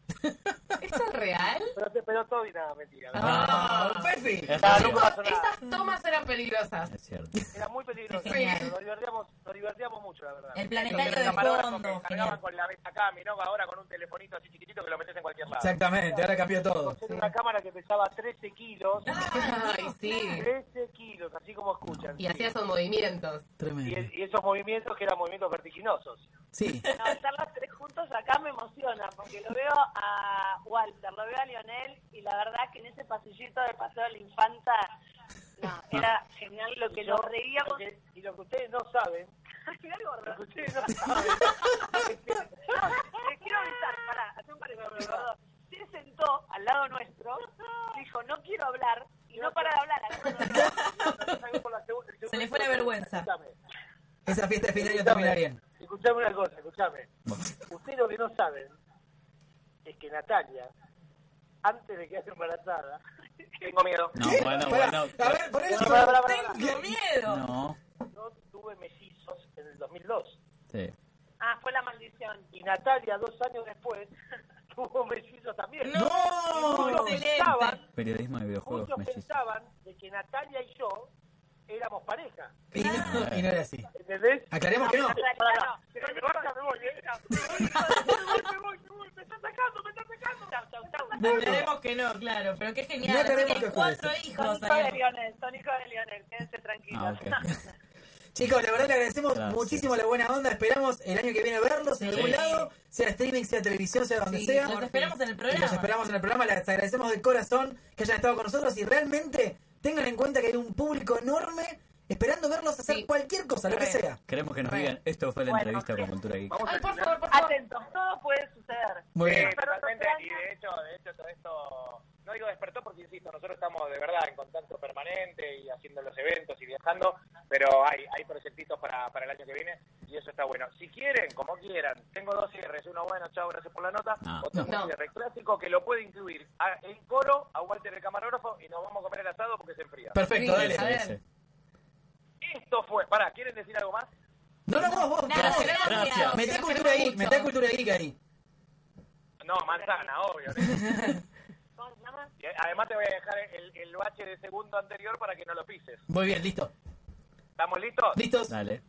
Speaker 5: ¿Esto es real?
Speaker 12: Pero, te- pero todo y nada, mentira.
Speaker 2: Ah, Pefi.
Speaker 3: Es
Speaker 12: Nada,
Speaker 3: cierto,
Speaker 12: nunca pasó nada.
Speaker 5: Esas tomas eran peligrosas.
Speaker 3: es cierto.
Speaker 12: Era muy peligroso.
Speaker 5: Genial.
Speaker 12: Nos divertíamos, nos divertíamos mucho, la verdad.
Speaker 4: El planetario de
Speaker 12: camarógrafo
Speaker 4: fondo,
Speaker 12: que cargaban con la mesa acá, mi novia ahora con un telefonito así chiquitito que lo metes en cualquier lado.
Speaker 2: Exactamente, ahora cambió todo.
Speaker 12: Con una cámara que pesaba 13 kilos.
Speaker 5: Ay, Ah, sí.
Speaker 12: 13 kilos, así como escuchan.
Speaker 5: Y hacía esos movimientos.
Speaker 12: Y
Speaker 2: Tremendo.
Speaker 12: es- y esos movimientos que eran movimientos vertiginosos.
Speaker 2: Sí.
Speaker 7: No, estar las tres juntos acá me emociona, porque lo veo a Walter, lo veo a Lionel, y la verdad que en ese pasillito de Paseo de la Infanta, no, era genial lo que
Speaker 12: Yo-
Speaker 7: nos reíamos.
Speaker 12: lo que- y lo que ustedes no saben,
Speaker 7: Ay, algo
Speaker 12: lo
Speaker 7: gordo.
Speaker 12: que ustedes no saben,
Speaker 7: No, te quiero avisar, pará, hace un paréntesis, gordo. Se sentó al lado nuestro, dijo, no quiero hablar, y no para de hablar. gordo.
Speaker 4: Se le fue la vergüenza.
Speaker 12: Escuchame,
Speaker 2: Esa fiesta de fin de año
Speaker 12: escuchame,
Speaker 2: termina bien.
Speaker 12: Escuchame una cosa, escuchame. Ustedes lo que no saben es que Natalia, antes de quedarse embarazada, tengo miedo.
Speaker 3: No, bueno,
Speaker 2: Pará,
Speaker 3: bueno.
Speaker 2: A ver, ponele
Speaker 12: Pará,
Speaker 2: su-
Speaker 12: pará, pará, pará.
Speaker 4: Tengo miedo.
Speaker 3: No.
Speaker 12: Yo tuve mellizos en el 2002
Speaker 3: Sí.
Speaker 7: Ah, fue la maldición.
Speaker 12: y Natalia dos años después tuvo mellizos también.
Speaker 2: ¡No!
Speaker 12: Muchos pensaban,
Speaker 3: Periodismo de videojuegos
Speaker 12: muchos
Speaker 3: mellizos.
Speaker 12: pensaban de que Natalia y yo éramos pareja.
Speaker 2: Y no, y no era así.
Speaker 12: ¿Entendés?
Speaker 2: Aclaremos que no.
Speaker 12: Pará, me voy, me voy, eh.
Speaker 7: Me voy, me voy, me está sacando, me está sacando. Chau, chau, chau.
Speaker 4: Aclaremos que no, claro, pero qué
Speaker 2: No
Speaker 4: genial. Así
Speaker 2: aclaremos
Speaker 4: que hay
Speaker 2: que fue
Speaker 4: cuatro
Speaker 7: Son
Speaker 4: hijos.
Speaker 7: hijo de
Speaker 4: ahí.
Speaker 7: Lionel, son hijo de Lionel, quédense tranquilos.
Speaker 3: Ah, ok.
Speaker 2: Chicos, la verdad le agradecemos
Speaker 3: Gracias.
Speaker 2: muchísimo la buena onda. Esperamos el año que viene verlos en
Speaker 4: Sí.
Speaker 2: algún lado, sea streaming, sea televisión, sea donde
Speaker 4: Sí,
Speaker 2: sea.
Speaker 4: los esperamos en el
Speaker 2: Y los
Speaker 4: programa.
Speaker 2: esperamos en el programa. Les agradecemos de corazón que hayan estado con nosotros y realmente tengan en cuenta que hay un público enorme esperando verlos hacer
Speaker 5: Sí.
Speaker 2: cualquier cosa, lo que
Speaker 5: Re.
Speaker 2: sea.
Speaker 3: Queremos que nos digan, esto fue la entrevista con Cultura Geek.
Speaker 12: Vamos a
Speaker 5: Ay, por
Speaker 12: terminar.
Speaker 5: favor, por favor.
Speaker 7: Atentos, todo puede suceder.
Speaker 2: Muy
Speaker 12: Sí,
Speaker 2: bien.
Speaker 12: totalmente. Y de hecho, de hecho, todo esto, no digo despertó porque, insisto, nosotros estamos de verdad en contacto permanente y haciendo los eventos y viajando, pero hay, hay proyectitos para, para el año que viene y eso está bueno. Si quieren, como quieran, tengo dos cierres, uno bueno, chao, gracias por la nota,
Speaker 3: No.
Speaker 12: otro
Speaker 5: No.
Speaker 12: cierre clásico que lo puede incluir a- en coro a Walter el camarógrafo y nos vamos a comer el asado porque se enfría.
Speaker 2: Perfecto,
Speaker 5: Sí,
Speaker 2: dale.
Speaker 5: a ver.
Speaker 3: Ese.
Speaker 12: Esto fue, pará, ¿quieren decir algo más?
Speaker 2: No, no, vos, vos.
Speaker 4: Nada,
Speaker 2: vos.
Speaker 4: gracias. Gracias.
Speaker 2: Meté
Speaker 4: Te lo
Speaker 2: cultura
Speaker 4: quiero
Speaker 2: ahí,
Speaker 4: mucho.
Speaker 2: meté cultura ahí, Cari.
Speaker 12: No, manzana, obvio. Y además te voy a dejar el, el bache de segundo anterior para que no lo pises.
Speaker 2: Muy bien, listo.
Speaker 12: ¿Estamos listos?
Speaker 2: Listos.
Speaker 11: Dale.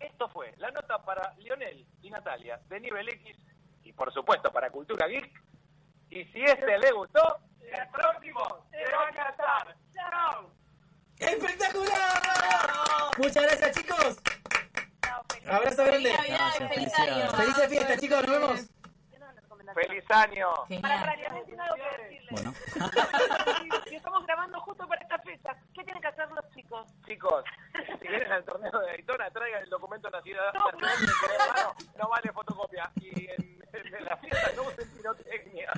Speaker 12: Esto fue la nota para Lionel y Natalia de Nivel X y por supuesto para Cultura Geek. Y si este le gustó, el próximo se va a casar. ¡Chao!
Speaker 2: ¡Espectacular! Muchas gracias, chicos. Abrazo grande.
Speaker 12: Feliz Navidad, Gracias, feliz felicidades. año.
Speaker 2: Felices fiestas, chicos. Nos vemos.
Speaker 12: ¡Feliz año!
Speaker 7: Para, para, les voy a decir algo que decirles.
Speaker 3: Bueno.
Speaker 7: Y estamos grabando justo para esta fecha. ¿Qué tienen que hacer los chicos?
Speaker 12: Chicos, si vienen al torneo de Daytona, traigan el documento nacional nacional de que es raro, no vale fotocopia. Y en, en la fiesta no usen pirotecnia.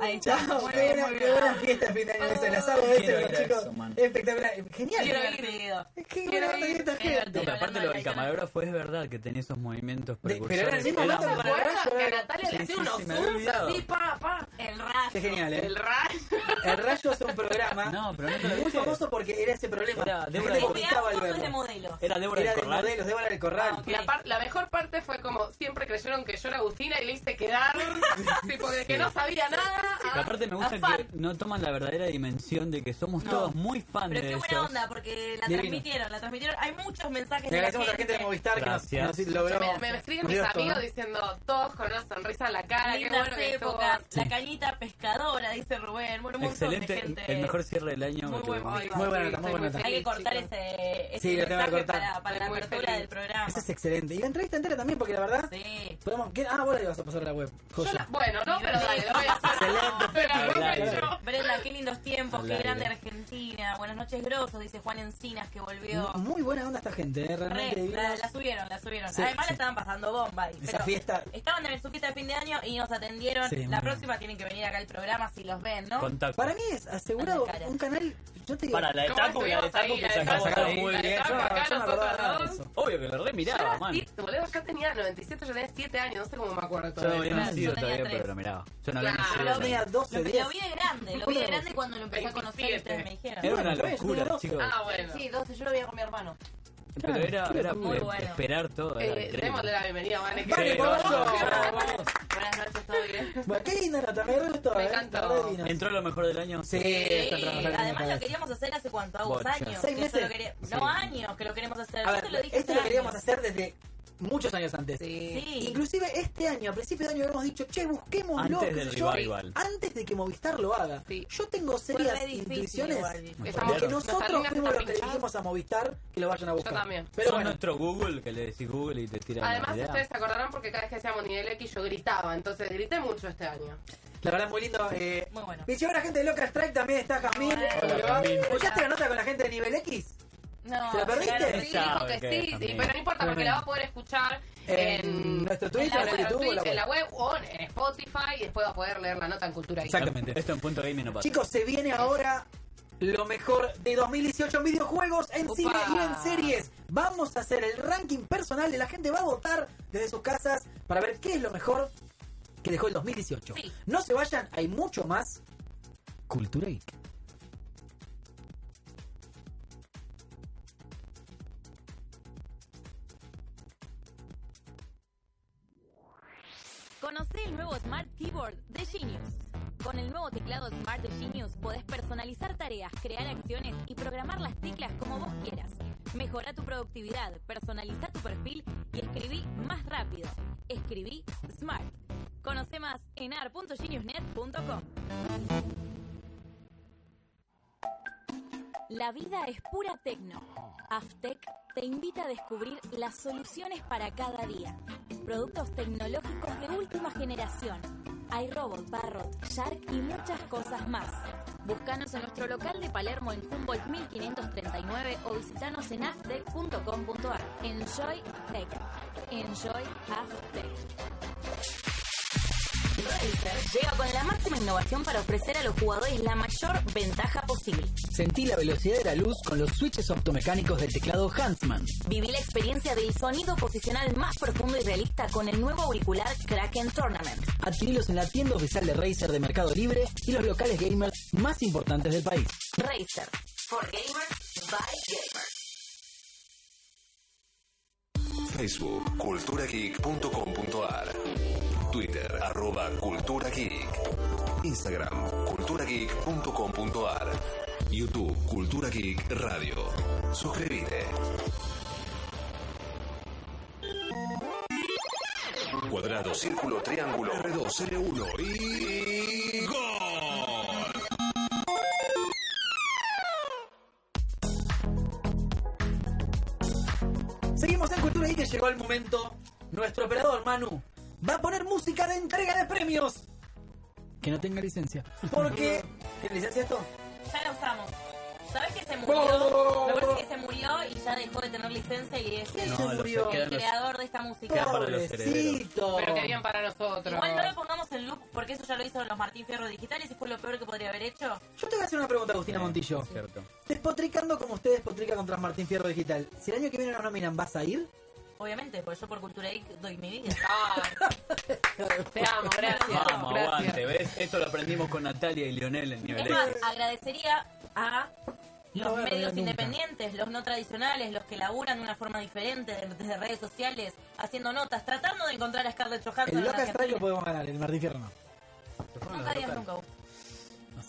Speaker 4: Ahí
Speaker 2: Chao,
Speaker 4: Muy
Speaker 2: qué
Speaker 4: bien,
Speaker 2: buena,
Speaker 4: muy
Speaker 2: qué
Speaker 4: bien.
Speaker 2: buena fiesta de fin de año ese, el asado
Speaker 3: Quiero
Speaker 2: ese,
Speaker 3: ir
Speaker 2: los
Speaker 3: a
Speaker 2: chicos.
Speaker 3: eso, man.
Speaker 2: Espectacular, genial.
Speaker 4: Quiero divertido.
Speaker 2: Qué
Speaker 4: Quiero
Speaker 2: buena
Speaker 4: ir,
Speaker 2: fiesta,
Speaker 4: quiero
Speaker 2: gente.
Speaker 3: No, pero aparte lo del
Speaker 4: Hablando de
Speaker 3: camarógrafo es verdad que tenía esos movimientos
Speaker 2: pero
Speaker 3: precursores.
Speaker 2: era el mismo
Speaker 3: Era-
Speaker 5: ¿No se
Speaker 2: momento
Speaker 3: Era-
Speaker 5: acuerdan que a
Speaker 2: rayo,
Speaker 5: Natalia le
Speaker 3: Sí,
Speaker 5: hacía
Speaker 3: sí,
Speaker 5: unos
Speaker 3: sí, me había
Speaker 5: zooms
Speaker 3: olvidado.
Speaker 5: así, pa, pa?
Speaker 4: El rayo.
Speaker 2: Qué genial, ¿eh?
Speaker 5: El rayo.
Speaker 2: El Rayo es un programa
Speaker 3: No, pero no te lo
Speaker 2: muy
Speaker 3: dije.
Speaker 2: famoso porque era ese problema.
Speaker 3: Era
Speaker 2: La
Speaker 3: Débora
Speaker 2: gente
Speaker 4: Veamos
Speaker 3: del
Speaker 2: vomitaba al
Speaker 4: fotos de
Speaker 2: verlo.
Speaker 4: modelos.
Speaker 3: Era Débora
Speaker 2: Era
Speaker 3: del
Speaker 2: de
Speaker 3: Corral.
Speaker 2: modelos, Débora del
Speaker 4: Ah,
Speaker 2: Corral.
Speaker 4: ok.
Speaker 5: La, par- la mejor parte fue como siempre creyeron que yo era Agustina y le hice quedar, tipo de que no sabía nada.
Speaker 3: Y
Speaker 5: ah,
Speaker 3: aparte me gusta
Speaker 4: Afán.
Speaker 3: que no toman la verdadera dimensión de que somos
Speaker 4: No.
Speaker 3: todos muy fans
Speaker 4: Pero
Speaker 3: de
Speaker 4: qué
Speaker 3: ellos.
Speaker 4: buena onda, porque
Speaker 2: Divino.
Speaker 4: la transmitieron, la transmitieron. Hay muchos mensajes
Speaker 2: Le
Speaker 4: de la
Speaker 2: agradecemos a
Speaker 4: gente.
Speaker 2: la gente de Movistar que nos,
Speaker 3: Gracias.
Speaker 2: nos logró.
Speaker 5: me, me escriben mis
Speaker 2: Dios, todo,
Speaker 5: amigos
Speaker 2: ¿no?
Speaker 5: diciendo todos con una sonrisa en la cara, qué
Speaker 4: Lindas
Speaker 5: bueno que estuvo.
Speaker 4: épocas, la cañita pescadora, dice Rubén. Bueno, un montón de
Speaker 3: Excelente,
Speaker 4: gente.
Speaker 3: el mejor cierre del año.
Speaker 4: Muy
Speaker 3: que
Speaker 4: buen
Speaker 3: tuvimos.
Speaker 4: vivo.
Speaker 2: Muy buena
Speaker 5: Sí,
Speaker 2: nota, muy
Speaker 5: estoy
Speaker 2: buena
Speaker 5: muy
Speaker 2: nota.
Speaker 4: Hay que
Speaker 5: feliz,
Speaker 4: cortar
Speaker 5: chicos.
Speaker 4: ese, ese
Speaker 2: Sí, lo tengo que
Speaker 4: mensaje
Speaker 2: cortar.
Speaker 4: para, para la
Speaker 5: Muy
Speaker 4: apertura
Speaker 5: feliz.
Speaker 4: del programa.
Speaker 2: Esa es excelente. Y la entrevista entera también, porque la verdad.
Speaker 4: Sí.
Speaker 2: Podemos, ¿qué? Ah, vos la ibas a pasar a la web.
Speaker 5: Yo
Speaker 2: Joya.
Speaker 5: la- bueno, no, pero dale, lo voy a hacer.
Speaker 4: Excelente.
Speaker 5: Pero
Speaker 3: Al
Speaker 5: bueno,
Speaker 3: aire.
Speaker 5: yo-
Speaker 4: Brenda, qué lindos tiempos,
Speaker 3: Al
Speaker 4: qué
Speaker 3: aire.
Speaker 4: grande Argentina. Buenas noches, grosos, dice Juan Encinas que volvió.
Speaker 2: M- Muy buena onda esta gente, ¿eh? realmente.
Speaker 4: Re, la,
Speaker 2: divinos.
Speaker 4: la subieron, la subieron.
Speaker 2: Sí,
Speaker 4: Además
Speaker 2: sí.
Speaker 4: la estaban pasando bomba ahí.
Speaker 2: Esa
Speaker 4: pero
Speaker 2: fiesta.
Speaker 4: Estaban en su fiesta de fin de año y nos atendieron.
Speaker 2: Sí, muy bien.
Speaker 4: la próxima tienen que venir acá al programa si los ven, ¿no?
Speaker 3: Contacto.
Speaker 2: Para mí es asegurado
Speaker 4: Ay, la cara.
Speaker 2: un canal. Yo te digo.
Speaker 3: Para la de
Speaker 5: ¿Cómo
Speaker 3: Taco, la de
Speaker 5: estuvimos ahí?
Speaker 3: Taco que
Speaker 5: La de
Speaker 3: sacamos
Speaker 5: Taco,
Speaker 3: acá muy
Speaker 5: la de
Speaker 3: bien.
Speaker 5: Taco acá,
Speaker 2: yo no me acordaba
Speaker 5: nosotros
Speaker 2: nada de
Speaker 5: dos.
Speaker 2: eso.
Speaker 3: Obvio que lo re
Speaker 5: Yo era
Speaker 3: miraba, man.
Speaker 5: así, boludo, acá tenía 97, yo tenía 7 años, no sé cómo me acuerdo
Speaker 3: Yo no
Speaker 5: todo
Speaker 3: había
Speaker 5: eso.
Speaker 4: Claro, yo tenía
Speaker 3: nacido todavía,
Speaker 4: tres.
Speaker 3: pero lo miraba. Yo no había
Speaker 5: Claro.
Speaker 3: nacido.
Speaker 2: Yo tenía
Speaker 4: Lo,
Speaker 2: 12,
Speaker 4: lo
Speaker 2: 10.
Speaker 4: vi de grande, lo vi de grande cuando lo empecé a conocer y ustedes me dijeron.
Speaker 3: Era una
Speaker 2: Bueno, yo tenía
Speaker 3: locura,
Speaker 2: dos.
Speaker 3: chicos.
Speaker 5: Ah, bueno.
Speaker 4: Sí, 12, yo lo veía con mi hermano.
Speaker 3: Pero era, era
Speaker 4: Muy
Speaker 3: eh,
Speaker 4: bueno.
Speaker 3: esperar todo. Era
Speaker 5: Eh, démosle
Speaker 3: increíble.
Speaker 5: la bienvenida, Vane. que-
Speaker 2: Vale,
Speaker 3: Sí,
Speaker 2: vamos.
Speaker 5: vamos.
Speaker 2: vamos.
Speaker 5: Buenas noches, todo bien.
Speaker 2: Bueno, qué linda nota, me re gustó.
Speaker 5: Me
Speaker 2: ¿eh?
Speaker 5: encantó.
Speaker 2: La verdad, divina.
Speaker 3: Entró lo mejor del año.
Speaker 2: Sí,
Speaker 4: Sí,
Speaker 2: está trabajando.
Speaker 4: además
Speaker 2: otra
Speaker 4: lo
Speaker 2: vez.
Speaker 4: queríamos hacer hace cuánto, Agus,
Speaker 3: Bocha.
Speaker 4: años.
Speaker 2: ¿Seis
Speaker 4: que eso
Speaker 2: meses?
Speaker 4: lo quería-
Speaker 2: Sí.
Speaker 4: No, años que lo queremos hacer.
Speaker 2: A
Speaker 4: Yo te lo
Speaker 2: ver,
Speaker 4: dije
Speaker 2: esto
Speaker 4: hace
Speaker 2: lo queríamos
Speaker 4: años.
Speaker 2: hacer desde muchos años antes.
Speaker 4: Sí.
Speaker 2: Inclusive este año, a principio de año, habíamos dicho, che, busquémoslo.
Speaker 3: Antes
Speaker 2: qué
Speaker 3: del
Speaker 2: sé yo,
Speaker 3: revival.
Speaker 2: Antes de que Movistar lo haga.
Speaker 5: Sí.
Speaker 2: Yo tengo serias
Speaker 4: re difícil
Speaker 2: intuiciones
Speaker 4: igual,
Speaker 2: de
Speaker 5: Estamos-
Speaker 2: que
Speaker 3: Claro.
Speaker 2: nosotros
Speaker 5: Catalina
Speaker 2: fuimos los
Speaker 5: está
Speaker 2: que le
Speaker 5: pinchada.
Speaker 2: dijimos a Movistar que lo vayan a buscar.
Speaker 5: también.
Speaker 2: Pero
Speaker 3: Son
Speaker 2: bueno,
Speaker 3: nuestro Google, que le decís Google y te tira
Speaker 5: Además,
Speaker 3: la idea.
Speaker 5: ustedes se acordarán porque cada vez que hacíamos nivel X yo gritaba, entonces grité mucho este año.
Speaker 2: la verdad, muy lindo. Eh,
Speaker 4: Muy bueno.
Speaker 2: y llegó la gente de Locra Strike, también está Jazmín.
Speaker 4: Hola,
Speaker 2: ¿Cómo le va?
Speaker 3: Jazmín.
Speaker 2: ¿Escuchaste la nota con la gente de Nivel X?
Speaker 4: No,
Speaker 2: ¿Se la perdiste?
Speaker 4: claro,
Speaker 5: Sí,
Speaker 4: sí.
Speaker 5: dijo
Speaker 3: ok,
Speaker 5: que sí,
Speaker 3: también.
Speaker 5: sí, pero no importa porque la va a poder escuchar
Speaker 2: En
Speaker 5: en,
Speaker 2: nuestro Twitch,
Speaker 5: en,
Speaker 2: en
Speaker 5: nuestro
Speaker 2: YouTube,
Speaker 5: Twitch,
Speaker 2: en la
Speaker 5: en la web o en Spotify y después va a poder leer la nota en Cultura Geek.
Speaker 2: Exactamente.
Speaker 3: Esto en punto gaming no pasa.
Speaker 2: Chicos, se viene ahora lo mejor de 2018 en videojuegos, en
Speaker 5: Upa.
Speaker 2: cine y en series. Vamos a hacer el ranking personal de la gente. Va a votar desde sus casas para ver qué es lo mejor que dejó el 2018.
Speaker 4: Sí.
Speaker 2: No se vayan, hay mucho más. Cultura Geek.
Speaker 10: Conoce el nuevo Smart Keyboard de Genius. Con el nuevo teclado Smart de Genius podés personalizar tareas, crear acciones y programar las teclas como vos quieras. Mejora tu productividad, personaliza tu perfil y escribí más rápido. Escribí Smart. Conoce más en ar.geniusnet.com. La vida es pura tecno. Aftec te invita a descubrir las soluciones para cada día. Productos tecnológicos de última generación. Hay robot, Barrot, Shark y muchas cosas más. Búscanos en nuestro local de Palermo en Humboldt 1539 o visitanos en aftec.com.ar. Enjoy Tech. Enjoy Aftec.
Speaker 4: Razer llega con la máxima innovación para ofrecer a los jugadores la mayor ventaja posible.
Speaker 11: Sentí la velocidad de la luz con los switches optomecánicos del teclado Huntsman.
Speaker 4: Viví la experiencia del sonido posicional más profundo y realista con el nuevo auricular Kraken Tournament.
Speaker 11: Adquirilos en la tienda oficial de Razer de Mercado Libre y los locales gamers más importantes del país.
Speaker 4: Razer. For gamers, by gamers.
Speaker 6: Facebook, culturageek.com.ar. Twitter, arroba Cultura Geek. Instagram, culturageek.com.ar. YouTube, Cultura Geek Radio. Suscríbete. Cuadrado, círculo, triángulo, R2, L1 y... ¡Gol!
Speaker 2: Seguimos en Cultura y que llegó el momento. Nuestro operador Manu va a poner música de entrega de premios.
Speaker 11: Que no tenga licencia.
Speaker 2: Porque. ¿Tiene licencia esto?
Speaker 4: Ya la usamos. ¿Sabes que se murió? Me parece que se murió y ya dejó de tener licencia y es
Speaker 2: No, se
Speaker 4: el
Speaker 2: murió?
Speaker 4: el creador de esta música.
Speaker 2: Queda para los herederos. Pobrecito.
Speaker 5: Pero que bien para nosotros.
Speaker 4: Igual no lo pongamos en loop porque eso ya lo hizo los Martín Fierro Digitales y fue lo peor que podría haber hecho.
Speaker 2: Yo te voy a hacer una pregunta, Agustina Montillo.
Speaker 3: Cierto.
Speaker 2: Despotricando como usted despotrica contra Martín Fierro Digital. Si el año que viene nos nominan, ¿vas a ir?
Speaker 4: Obviamente, porque yo por Cultura Geek doy mi vida.
Speaker 5: Te amo, gracias.
Speaker 3: Vamos,
Speaker 5: gracias.
Speaker 3: aguante, ¿ves? Esto lo aprendimos con Natalia y Leonel en nivel
Speaker 4: Es más,
Speaker 3: X.
Speaker 4: agradecería a los
Speaker 3: voy a
Speaker 4: medios
Speaker 3: arreglar nunca.
Speaker 4: independientes, los no tradicionales, los que laburan de una forma diferente de- desde redes sociales, haciendo notas, tratando de encontrar a Scarlett Johansson.
Speaker 2: El
Speaker 4: en
Speaker 2: Loca
Speaker 4: Argentina.
Speaker 2: Strike lo podemos ganar, el Martín Fierro no.
Speaker 4: Nunca digas nunca. vos.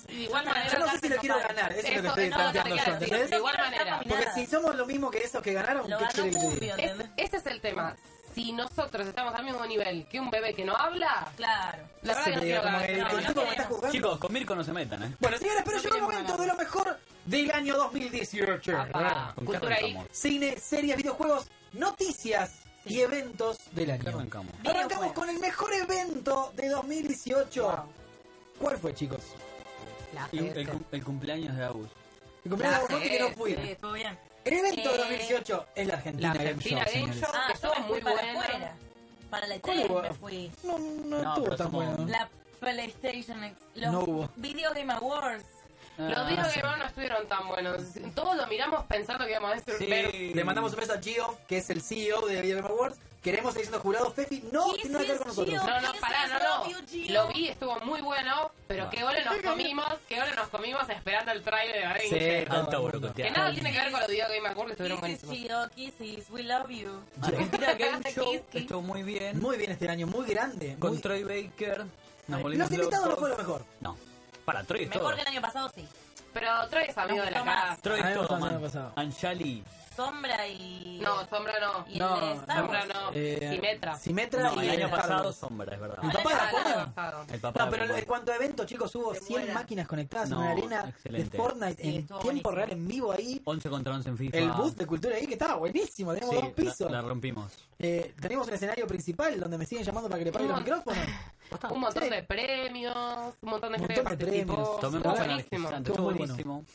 Speaker 5: De igual manera,
Speaker 2: Yo no sé si lo
Speaker 5: Carmen,
Speaker 2: quiero
Speaker 5: no
Speaker 2: ganar, eso es lo que
Speaker 5: Eso,
Speaker 2: estoy
Speaker 5: no,
Speaker 2: planteando
Speaker 5: no
Speaker 2: yo,
Speaker 5: te quiero
Speaker 2: ¿entendés?
Speaker 5: decir, de igual manera.
Speaker 2: Porque si somos lo mismo que esos que ganaron,
Speaker 5: Lo
Speaker 2: ¿qué
Speaker 5: ganó
Speaker 2: quiere decir?
Speaker 5: Cumbio, ¿entendés? Es- ese es el tema. Si nosotros estamos al mismo nivel que un bebé que no habla,
Speaker 4: claro.
Speaker 5: la verdad que no quiero ganar. No, no quiero.
Speaker 3: Chicos, con Mirko no se metan, ¿eh?
Speaker 2: Bueno, señores, pero llegó el momento de lo mejor del año 2018.
Speaker 5: Ah,
Speaker 3: Apá,
Speaker 2: Con
Speaker 3: cultura
Speaker 2: qué
Speaker 3: ahí.
Speaker 2: arrancamos. Cine, series, videojuegos, noticias y eventos del año.
Speaker 3: Arrancamos.
Speaker 2: Arrancamos con el mejor evento de 2018. ¿Cuál fue, chicos?
Speaker 3: Y un- el, cum- el cumpleaños de Agus.
Speaker 2: El cumpleaños
Speaker 3: La
Speaker 2: de Agus Monti que no fui.
Speaker 4: Sí, estuvo bien.
Speaker 2: El evento de
Speaker 4: Eh,
Speaker 2: 2018 es la Argentina,
Speaker 5: la Argentina
Speaker 2: Game
Speaker 5: Game
Speaker 2: Show,
Speaker 5: Show.
Speaker 2: señores.
Speaker 4: Ah,
Speaker 5: que
Speaker 4: yo me
Speaker 5: estuvo
Speaker 4: fui
Speaker 5: muy
Speaker 4: para
Speaker 5: bueno.
Speaker 4: afuera. Para la
Speaker 2: ¿Cuál
Speaker 4: E3
Speaker 2: hubo?
Speaker 4: me fui.
Speaker 2: No, no,
Speaker 3: No,
Speaker 2: estuvo
Speaker 3: pero
Speaker 2: tan
Speaker 3: somos-
Speaker 2: bueno.
Speaker 4: La PlayStation, Ex- los
Speaker 2: No hubo.
Speaker 4: Video Game Awards.
Speaker 5: Los
Speaker 3: Ah,
Speaker 5: videos
Speaker 3: sí.
Speaker 5: que no estuvieron tan buenos. Todos lo miramos pensando que íbamos a decir
Speaker 3: Sí.
Speaker 2: Le mandamos un beso a Gio, que es el CEO de Video Game Awards. Queremos seguir siendo jurados. Fefi no tiene nada que ver con nosotros.
Speaker 5: No, no, pará, no, no. Lo vi, estuvo muy bueno, pero
Speaker 3: No.
Speaker 5: qué goles nos comimos, qué goles nos comimos esperando el trailer de Game Show.
Speaker 3: alta
Speaker 5: Que
Speaker 3: borocoteada.
Speaker 5: nada tiene que ver con los videos Game Awards, estuvieron
Speaker 4: Kisses,
Speaker 5: buenísimos.
Speaker 4: Gio, kisses, we love you.
Speaker 3: Argentina Game Show
Speaker 4: Kiss, kiss.
Speaker 3: estuvo muy bien.
Speaker 2: Muy bien este año, muy grande.
Speaker 3: con
Speaker 2: muy-
Speaker 3: Troy Baker. Nos volvimos
Speaker 2: Los invitados no
Speaker 3: locos.
Speaker 2: fue lo mejor.
Speaker 3: No. Para, Troy es todo.
Speaker 4: Mejor que el año pasado, sí.
Speaker 5: Pero Troy es amigo de la
Speaker 4: Tomás.
Speaker 5: casa.
Speaker 3: Troy
Speaker 2: A mí
Speaker 3: es
Speaker 2: me
Speaker 3: todo,
Speaker 2: gustó el año
Speaker 3: man.
Speaker 2: pasado.
Speaker 3: Anjali.
Speaker 4: Sombra y.
Speaker 5: No, Sombra no.
Speaker 4: y
Speaker 2: no,
Speaker 4: el de Star
Speaker 5: Sombra
Speaker 4: Wars.
Speaker 5: no.
Speaker 2: Eh,
Speaker 5: Simetra.
Speaker 2: Simetra
Speaker 3: No,
Speaker 2: y
Speaker 3: el año
Speaker 2: Star
Speaker 3: pasado
Speaker 2: Wars.
Speaker 3: sombra, es verdad.
Speaker 2: Mi papá
Speaker 5: Ah,
Speaker 2: la
Speaker 5: el año
Speaker 2: jugó.
Speaker 5: pasado.
Speaker 3: El papá
Speaker 2: No,
Speaker 3: de
Speaker 2: pero
Speaker 3: Puma.
Speaker 2: en cuanto a evento, chicos, hubo 100
Speaker 5: muera.
Speaker 2: máquinas conectadas en
Speaker 3: No,
Speaker 2: una arena
Speaker 3: excelente.
Speaker 2: de Fortnite
Speaker 4: Sí,
Speaker 2: en
Speaker 4: estuvo
Speaker 2: tiempo
Speaker 4: buenísimo.
Speaker 2: real, en vivo ahí.
Speaker 3: 11 contra 11 en FIFA.
Speaker 2: El bus de cultura ahí que estaba buenísimo, teníamos
Speaker 3: Sí,
Speaker 2: dos pisos.
Speaker 3: La, la rompimos.
Speaker 2: Eh, tenemos un escenario principal donde me siguen llamando para que le pague
Speaker 5: Un
Speaker 2: los
Speaker 5: montón.
Speaker 2: micrófonos.
Speaker 5: Un montón
Speaker 2: Sí.
Speaker 5: de premios, un montón de
Speaker 2: Un
Speaker 5: gente que
Speaker 2: montón de
Speaker 5: participó.
Speaker 2: premios.
Speaker 5: Estuvo
Speaker 3: Tomemos
Speaker 2: Estuvo
Speaker 5: buenísimo.
Speaker 3: energizante. Estuvo
Speaker 2: Estuvo bueno.
Speaker 3: buenísimo.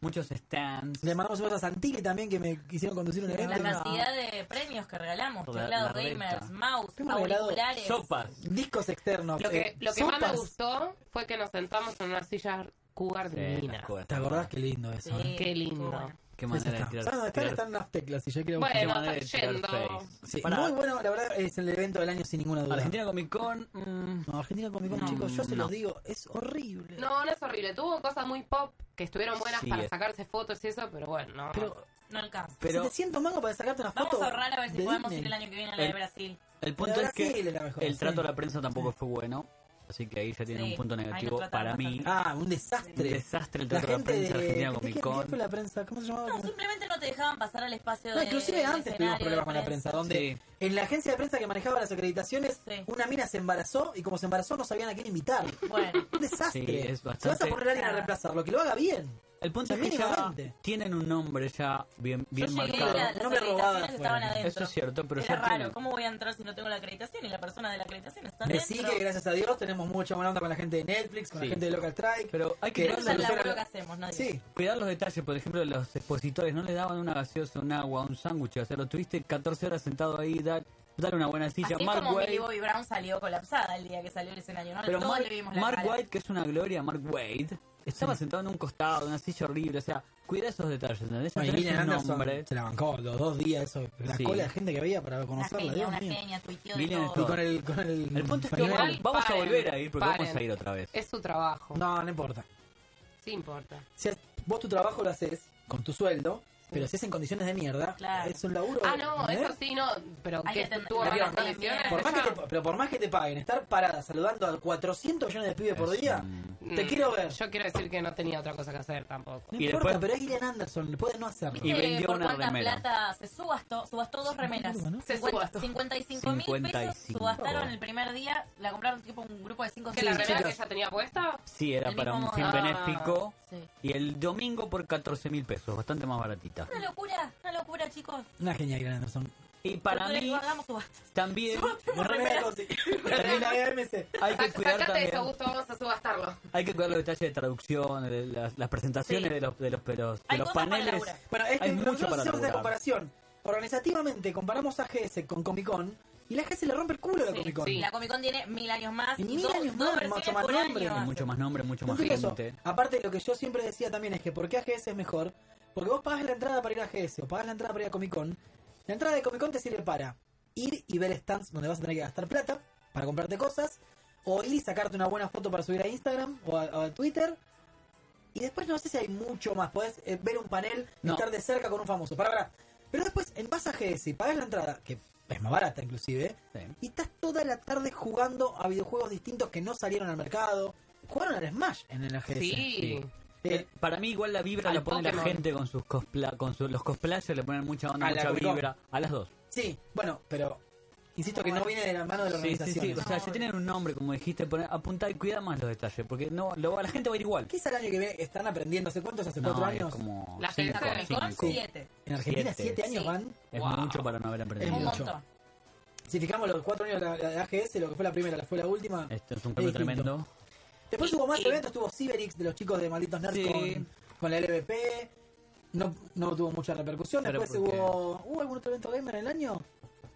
Speaker 3: Muchos stands.
Speaker 2: Le mandamos un beso a Santilli también que me quisieron conducir un evento.
Speaker 4: La
Speaker 2: y no-
Speaker 4: cantidad de premios que regalamos,
Speaker 3: Toda
Speaker 4: teclados
Speaker 3: la reta.
Speaker 4: gamers, mouse,
Speaker 2: Hemos regalado
Speaker 4: auriculares.
Speaker 3: Sopas.
Speaker 2: Discos externos.
Speaker 5: Lo que,
Speaker 2: eh,
Speaker 5: lo que más me
Speaker 2: sopas.
Speaker 5: gustó fue que nos sentamos en una silla cougar divina.
Speaker 2: ¿Te acordás qué lindo
Speaker 4: Sí,
Speaker 2: eso? eh?
Speaker 5: Qué lindo.
Speaker 4: estuvo bueno.
Speaker 3: Qué
Speaker 2: Eso
Speaker 3: manera de
Speaker 2: está.
Speaker 3: tirar.
Speaker 2: ¿Saben dónde están?
Speaker 3: tirar-
Speaker 2: Están las teclas y yo quiero
Speaker 5: Bueno,
Speaker 3: qué manera de
Speaker 5: está
Speaker 3: tirar
Speaker 5: yendo.
Speaker 3: face.
Speaker 2: Sí,
Speaker 3: Pará,
Speaker 2: muy bueno, la verdad es el evento del año sin ninguna duda.
Speaker 3: Argentina Comic Con. mm,
Speaker 2: No, Argentina Comic Con,
Speaker 3: No,
Speaker 2: chicos, yo se
Speaker 3: no.
Speaker 2: los digo, es horrible.
Speaker 5: No, no es horrible. Tuvo cosas muy pop que estuvieron buenas
Speaker 3: Sí,
Speaker 5: para
Speaker 3: es-
Speaker 5: sacarse fotos y eso, pero bueno, no.
Speaker 2: Pero,
Speaker 4: No alcanza.
Speaker 3: Pero-
Speaker 2: 700 mangos para sacarte una foto.
Speaker 4: Vamos a ahorrar a ver si
Speaker 2: de
Speaker 4: podemos
Speaker 2: Disney.
Speaker 4: ir el año que viene a la de
Speaker 3: El-
Speaker 4: Brasil.
Speaker 3: El
Speaker 2: La
Speaker 3: punto
Speaker 2: de
Speaker 3: es que
Speaker 2: Brasil es la mejor,
Speaker 3: el trato
Speaker 2: sí.
Speaker 3: a la prensa tampoco fue bueno. Así que ahí ya tiene
Speaker 4: Sí,
Speaker 3: un punto
Speaker 4: ahí nos
Speaker 3: negativo
Speaker 4: trataron
Speaker 3: para mí.
Speaker 4: bastante.
Speaker 2: Ah, un
Speaker 3: Un
Speaker 2: desastre.
Speaker 3: desastre el
Speaker 2: La
Speaker 3: trato a la
Speaker 2: gente
Speaker 3: prensa
Speaker 2: de.
Speaker 3: argentina
Speaker 2: ¿qué-
Speaker 3: Comic
Speaker 2: qué- ¿Qué fue
Speaker 3: Con.
Speaker 2: la prensa? ¿Cómo se llamaba?
Speaker 4: No, simplemente no te dejaban pasar al espacio
Speaker 2: No,
Speaker 4: de.
Speaker 2: inclusive
Speaker 4: del
Speaker 2: antes tuvimos
Speaker 4: escenario pues. de
Speaker 2: problemas con la prensa, donde
Speaker 3: Sí.
Speaker 2: en la agencia de prensa que manejaba las acreditaciones,
Speaker 4: Sí.
Speaker 2: una mina se embarazó y como se embarazó no sabían a quién invitar.
Speaker 4: Bueno.
Speaker 2: Un desastre.
Speaker 3: Sí, es
Speaker 2: Si vas a
Speaker 3: bastante-
Speaker 2: poner a alguien a reemplazarlo, que lo haga bien.
Speaker 3: El punto es que ya
Speaker 2: Mínimamente.
Speaker 3: tienen un nombre ya bien,
Speaker 4: Yo
Speaker 3: bien
Speaker 4: llegué y
Speaker 3: marcado.
Speaker 4: la- las
Speaker 2: No me robaba
Speaker 4: acreditaciones
Speaker 2: afuera.
Speaker 4: estaban adentro.
Speaker 3: Eso es cierto, pero
Speaker 4: Era
Speaker 3: ya
Speaker 4: raro,
Speaker 3: tienen-
Speaker 4: ¿cómo voy a entrar si no tengo la acreditación y la persona de la acreditación está
Speaker 2: Decí
Speaker 4: dentro?
Speaker 2: que gracias a Dios tenemos mucha buena onda con la gente de Netflix, con
Speaker 3: Sí.
Speaker 2: la gente de Local Strike.
Speaker 3: Pero hay que
Speaker 2: que
Speaker 3: ver
Speaker 4: Ese es
Speaker 2: la
Speaker 4: el
Speaker 2: solución
Speaker 4: laburo
Speaker 2: a
Speaker 4: que
Speaker 2: la-
Speaker 4: hacemos, ¿no?
Speaker 2: Sí,
Speaker 3: Cuidar los detalles, por ejemplo, los expositores no le daban una gaseosa, un agua, un sándwich, o sea, lo tuviste 14 horas sentado ahí, dar, dar una buena silla.
Speaker 4: Así
Speaker 3: Mark
Speaker 4: como
Speaker 3: Waid-
Speaker 4: Millie Bobby Brown salió colapsada el día que salió el escenario, ¿no?
Speaker 3: pero
Speaker 4: Todos
Speaker 3: Mark,
Speaker 4: le vimos la
Speaker 3: Mark
Speaker 4: cara.
Speaker 3: White, que es una gloria, Mark Wade, estaba sentado en un costado, en una silla horrible, o sea, cuida esos detalles, ¿entendés? Ya
Speaker 2: No, y
Speaker 3: tenés
Speaker 2: Lilian
Speaker 3: un
Speaker 2: Anderson
Speaker 3: nombre.
Speaker 2: se la bancó los dos días, eso, la
Speaker 3: Sí.
Speaker 2: cola de gente que había para
Speaker 4: Una
Speaker 2: conocerla, eh,
Speaker 4: genia,
Speaker 2: Dios
Speaker 4: una
Speaker 2: mío.
Speaker 4: genia, tuiteó de
Speaker 3: Lilian
Speaker 4: todo.
Speaker 2: Y con el, con el,
Speaker 3: El punto es que
Speaker 2: pañuelo.
Speaker 5: Igual,
Speaker 3: vamos, vamos a
Speaker 5: paren,
Speaker 3: volver a ir porque vamos a
Speaker 5: paren.
Speaker 3: ir otra vez.
Speaker 5: Es su trabajo.
Speaker 2: No, no importa.
Speaker 5: Sí importa.
Speaker 2: Si vos tu trabajo lo haces con tu sueldo, Pero si es en condiciones de mierda, es un laburo.
Speaker 5: Ah, no,
Speaker 2: ¿eh?
Speaker 5: eso sí, no. Pero
Speaker 4: Hay
Speaker 5: que
Speaker 4: que tener-
Speaker 5: estuvo
Speaker 4: Darío,
Speaker 5: buenas
Speaker 4: no,
Speaker 5: condiciones.
Speaker 2: Por más que te, pero por más que te paguen, estar parada saludando a 400 millones de pibes por día, te
Speaker 5: Mm,
Speaker 2: quiero ver.
Speaker 5: Yo quiero decir que no tenía otra cosa que hacer tampoco.
Speaker 2: No importa, pero es Gillian Anderson, puede no hacerlo.
Speaker 4: ¿Viste Eh, por cuánta plata se subastó? Subastó dos remeras.
Speaker 5: Se subastó.
Speaker 4: 55 mil pesos
Speaker 3: 55.
Speaker 4: subastaron el primer día. La compraron tipo un grupo de cinco
Speaker 5: ¿Que la
Speaker 4: chicas.
Speaker 5: remera que ella tenía puesta?
Speaker 3: Sí, era
Speaker 4: Del
Speaker 3: para un
Speaker 4: mismo
Speaker 3: fin
Speaker 4: modelo.
Speaker 3: benéfico.
Speaker 4: Sí.
Speaker 3: Y el domingo por 14 mil pesos, bastante más baratita.
Speaker 4: Una locura, una locura, chicos.
Speaker 2: Una genial Gillian Anderson.
Speaker 3: Y para
Speaker 4: Porque
Speaker 3: mí
Speaker 4: hagamos subastas.
Speaker 3: también
Speaker 2: No me la consigo. Termina de AMC.
Speaker 3: hay que cuidar
Speaker 5: Sacate
Speaker 3: también,
Speaker 5: eso, Augusto, vamos a subastarlo.
Speaker 3: hay que cuidar los detalles de traducción, de las, las presentaciones
Speaker 5: Sí.
Speaker 3: de los de los, de los, de
Speaker 5: Hay
Speaker 3: los
Speaker 5: cosas para
Speaker 3: paneles.
Speaker 5: laburar.
Speaker 2: Bueno, es que
Speaker 3: hay mucho
Speaker 2: nosotros
Speaker 3: para
Speaker 2: hacemos esta
Speaker 3: laburar.
Speaker 2: comparación. Organizativamente comparamos a GS con Comic Con y la GS le rompe el culo a la
Speaker 4: Sí,
Speaker 2: Comic Con.
Speaker 4: sí, La Comic Con tiene mil años más.
Speaker 2: Y
Speaker 4: Y
Speaker 2: mil
Speaker 4: dos,
Speaker 2: años
Speaker 4: dos
Speaker 2: más,
Speaker 4: versiones
Speaker 2: mucho más
Speaker 4: por
Speaker 2: nombre.
Speaker 4: año.
Speaker 3: Mucho más nombre, mucho más
Speaker 2: Entonces eso,
Speaker 3: gente.
Speaker 2: aparte lo que yo siempre decía también es que por qué AGS es mejor, porque vos pagás la entrada para ir a AGS o pagás la entrada para ir a Comic Con, la entrada de Comic Con te sirve para ir y ver stands donde vas a tener que gastar plata para comprarte cosas, o ir y sacarte una buena foto para subir a Instagram o a, o a Twitter. Y después no sé si hay mucho más, podés eh, ver un panel, y
Speaker 3: No.
Speaker 2: estar de cerca con un famoso, para, para. Pero después en vas a AGS y pagás la entrada, que es más barata inclusive, y estás toda la tarde jugando a videojuegos distintos que no salieron al mercado. Jugaron al Smash ¿eh? en el AGS.
Speaker 5: Sí.
Speaker 2: Eh,
Speaker 3: Para mí igual la vibra
Speaker 2: Al
Speaker 3: la pone la
Speaker 2: Pokémon.
Speaker 3: gente con sus cospla, con sus los cosplayers le ponen mucha onda,
Speaker 2: A la
Speaker 3: mucha
Speaker 2: Comic Con.
Speaker 3: vibra a las dos.
Speaker 2: sí, bueno, pero insisto que no viene de la mano de la
Speaker 3: Sí, sí,
Speaker 2: organización.
Speaker 3: sí, o sea, si tienen un nombre como dijiste, poner, apuntar y cuidar más los detalles, porque no lo- la gente va a ir igual.
Speaker 2: ¿Qué es el año que viene? ¿Están aprendiendo? ¿Hace cuántos? ¿Hace cuatro
Speaker 3: No, es
Speaker 2: años?
Speaker 3: como
Speaker 4: La
Speaker 3: cinco,
Speaker 4: Comic Con,
Speaker 3: cinco.
Speaker 4: siete.
Speaker 2: En Argentina, siete,
Speaker 3: Siete.
Speaker 2: años
Speaker 4: Sí.
Speaker 2: van.
Speaker 3: Es mucho para no haber
Speaker 2: Es
Speaker 3: aprendido.
Speaker 4: Un
Speaker 2: mucho.
Speaker 4: montón.
Speaker 2: Si fijamos los cuatro años de la- de la AGS, lo que fue la primera, la fue la última.
Speaker 3: Esto es un cambio
Speaker 2: Es distinto.
Speaker 3: tremendo.
Speaker 2: Después hubo más eventos, tuvo Cyberix de los chicos de Malditos Nerds
Speaker 3: Sí.
Speaker 2: con, con la LVP. No, no tuvo mucha repercusión.
Speaker 3: Pero
Speaker 2: Después
Speaker 3: ¿por qué?
Speaker 2: hubo. ¿Hubo algún otro evento gamer en el año?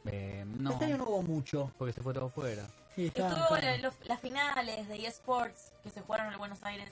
Speaker 3: Eh, no,
Speaker 2: Este año no Este hubo mucho.
Speaker 3: porque se fue todo fuera.
Speaker 2: Sí, está-
Speaker 4: Estuvo
Speaker 2: está.
Speaker 4: la- los- las finales de eSports que se jugaron en el Buenos Aires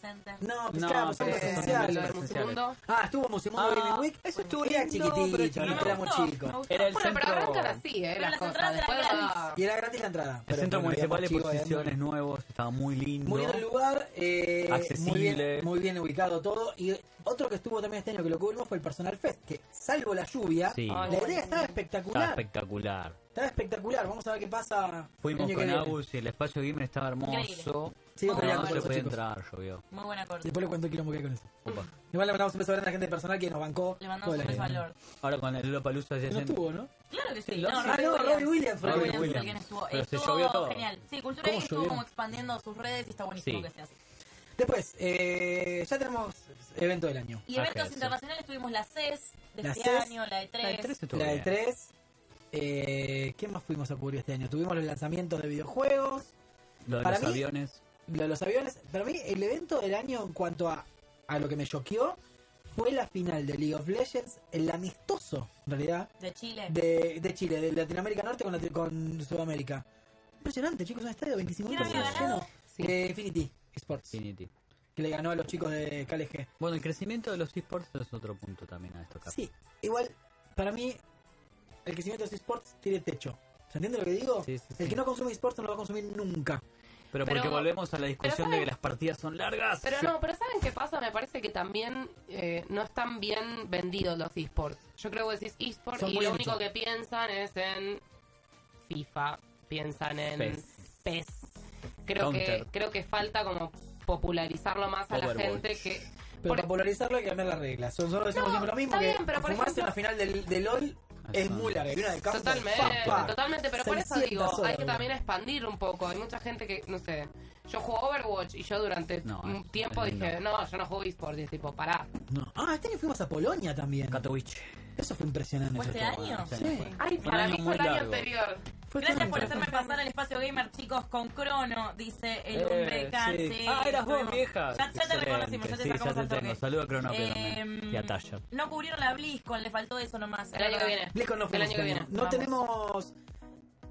Speaker 4: Center.
Speaker 2: No, pues
Speaker 3: No,
Speaker 2: claro, son
Speaker 3: pero
Speaker 2: los
Speaker 3: son
Speaker 2: esenciales.
Speaker 3: los esenciales.
Speaker 5: Mundo.
Speaker 2: Ah, estuvo Musimundo
Speaker 3: Ah,
Speaker 2: Gaming Week.
Speaker 3: eso estuvo
Speaker 2: Era
Speaker 3: lindo, pero
Speaker 2: chiquitito,
Speaker 3: chiquito.
Speaker 2: no éramos
Speaker 4: Me gustó,
Speaker 2: chicos.
Speaker 4: me gustó.
Speaker 3: Era el
Speaker 5: Bueno, pero
Speaker 3: centro-
Speaker 5: arrancan así, ¿eh?
Speaker 4: Pero
Speaker 5: Las
Speaker 4: las
Speaker 5: cosas.
Speaker 4: entradas
Speaker 5: Después
Speaker 4: eran
Speaker 5: va-
Speaker 2: Y era gratis la entrada.
Speaker 3: El
Speaker 2: pero
Speaker 3: centro
Speaker 2: bueno,
Speaker 3: municipal de
Speaker 2: éramos chicos,
Speaker 3: posiciones
Speaker 2: éramos-
Speaker 3: nuevos, estaba muy lindo.
Speaker 2: Muy lindo el lugar, eh, muy,
Speaker 3: Accesible.
Speaker 2: bien, muy bien ubicado todo. Y otro que estuvo también este año que lo cubrimos fue el Personal Fest, que salvo la lluvia,
Speaker 3: Sí.
Speaker 2: la
Speaker 3: Ay,
Speaker 2: idea estaba
Speaker 3: Estaba
Speaker 2: espectacular.
Speaker 3: espectacular.
Speaker 2: Estaba espectacular, vamos a ver qué pasa. el
Speaker 3: Fuimos
Speaker 2: año que
Speaker 3: con
Speaker 2: viene.
Speaker 3: Agus y el espacio gamer estaba hermoso.
Speaker 2: Sí,
Speaker 3: Pero
Speaker 2: pero ya
Speaker 3: no
Speaker 2: con
Speaker 3: se
Speaker 2: esos
Speaker 3: puede
Speaker 2: chicos.
Speaker 3: entrar, llovió.
Speaker 4: Muy buena corte.
Speaker 2: Después le cuento el quilombo que hay con eso.
Speaker 3: Opa.
Speaker 2: Igual le mandamos un beso grande a la gente de personal que nos bancó.
Speaker 4: Le mandamos
Speaker 2: Hola,
Speaker 4: un beso
Speaker 2: que-
Speaker 4: al Lord.
Speaker 3: Ahora con el Lollapalooza ya
Speaker 2: No
Speaker 3: se-
Speaker 2: estuvo, ¿no?
Speaker 4: Claro que sí.
Speaker 3: Sí,
Speaker 4: No,
Speaker 3: lo-
Speaker 2: Ah, no, Robbie Williams. fue.
Speaker 4: Robbie Williams fue
Speaker 3: Robbie
Speaker 4: el
Speaker 3: Williams.
Speaker 4: que estuvo.
Speaker 3: Pero se llovió
Speaker 4: Estuvo
Speaker 3: todo.
Speaker 4: genial. Sí, Cultura
Speaker 2: ¿Cómo
Speaker 4: Geek estuvo
Speaker 2: llovió?
Speaker 4: como expandiendo sus redes y está buenísimo
Speaker 3: Sí.
Speaker 4: que sea así.
Speaker 2: Después, eh, ya tenemos evento del año.
Speaker 4: Y eventos
Speaker 3: Ajá, sí.
Speaker 4: internacionales tuvimos la CES de
Speaker 2: La
Speaker 4: este
Speaker 2: CES,
Speaker 4: año, la E3.
Speaker 3: E La de tres estuvo
Speaker 2: La de
Speaker 3: bien.
Speaker 2: 3. Eh, ¿Qué más fuimos a cubrir este año? Tuvimos los lanzamientos de videojuegos,
Speaker 3: Lo de
Speaker 2: Para
Speaker 3: los
Speaker 2: mí-
Speaker 3: aviones.
Speaker 2: lo de los aviones. Para mí, el evento del año en cuanto a, a lo que me choqueó fue la final de League of Legends, el amistoso, en realidad,
Speaker 4: de Chile.
Speaker 2: de, de Chile, de Latinoamérica Norte con, Lati- con Sudamérica. Impresionante, chicos, un estadio 25
Speaker 4: ¿Quién había ganado?
Speaker 2: lleno. Eh, Infinity Sports,
Speaker 3: Infinity.
Speaker 2: que le ganó a los chicos de KLG.
Speaker 3: Bueno, el crecimiento de los esports es otro punto también a esto acá.
Speaker 2: Sí, igual, para mí, el crecimiento de los esports tiene techo. ¿Se entiende lo que digo?
Speaker 3: Sí, sí,
Speaker 2: El
Speaker 3: sí.
Speaker 2: que no consume esports no lo va a consumir nunca.
Speaker 3: Pero porque
Speaker 5: Pero-
Speaker 3: volvemos a la discusión de
Speaker 5: ¿saben?
Speaker 3: que las partidas son largas.
Speaker 5: Pero no, pero ¿saben qué pasa? Me parece que también eh, no están bien vendidos los esports. Yo creo que decís esports
Speaker 2: Son
Speaker 5: y
Speaker 2: muy
Speaker 5: lo
Speaker 2: nicho.
Speaker 5: único que piensan es en FIFA, piensan en
Speaker 3: PES.
Speaker 5: PES. Creo que
Speaker 3: Counter.
Speaker 5: creo que falta como popularizarlo más a la
Speaker 3: Overwatch.
Speaker 5: gente que
Speaker 2: Pero
Speaker 5: Por- e-
Speaker 2: popularizarlo hay que cambiar las reglas. Nosotros decimos
Speaker 5: No,
Speaker 2: siempre lo mismo
Speaker 5: está
Speaker 2: que
Speaker 5: bien, pero por
Speaker 2: fumarse
Speaker 5: ejemplo-
Speaker 2: en la final del, del LOL es
Speaker 3: Ajá.
Speaker 2: muy larga. Y una de campo,
Speaker 5: Totalmente,
Speaker 2: pa, pa.
Speaker 5: totalmente, pero por eso digo,
Speaker 2: 600
Speaker 5: hay que
Speaker 2: horas.
Speaker 5: también expandir un poco. Hay mucha gente que, no sé, yo juego Overwatch y yo durante
Speaker 3: No,
Speaker 5: un
Speaker 3: es-
Speaker 5: tiempo
Speaker 3: es
Speaker 5: dije, no, yo no juego eSports, y es tipo, pará.
Speaker 2: No. Ah, este año fuimos a Polonia también.
Speaker 3: Katowice.
Speaker 2: Eso fue impresionante.
Speaker 4: ¿Fue este
Speaker 2: Eso
Speaker 4: año?
Speaker 2: estuvo bueno. Sí.
Speaker 5: Ay,
Speaker 3: Un
Speaker 5: para
Speaker 3: año
Speaker 5: mí fue el
Speaker 3: muy
Speaker 5: año
Speaker 3: largo.
Speaker 5: anterior.
Speaker 2: Fue
Speaker 4: Gracias
Speaker 2: tan
Speaker 4: por
Speaker 2: interesante.
Speaker 4: hacerme pasar al espacio gamer, chicos, con Crono, dice el
Speaker 3: Eh,
Speaker 4: hombre
Speaker 3: sí.
Speaker 4: cáncer.
Speaker 3: Ah, eras vos,
Speaker 4: Estuvimos-
Speaker 3: vieja.
Speaker 4: Ya, ya te
Speaker 3: Excelente.
Speaker 4: reconocimos, ya te
Speaker 3: Sí,
Speaker 4: sacamos
Speaker 3: ya
Speaker 4: al
Speaker 3: te tengo.
Speaker 4: toque.
Speaker 3: Saludo a Crono Apio
Speaker 4: Em,
Speaker 3: también. Y a Tasha.
Speaker 4: No cubrieron la BlizzCon, le faltó eso nomás.
Speaker 5: El año que viene.
Speaker 2: Blizzcon no
Speaker 5: El
Speaker 2: fuimos
Speaker 5: año que
Speaker 2: este
Speaker 5: viene.
Speaker 2: año. No
Speaker 5: Vamos.
Speaker 2: tenemos.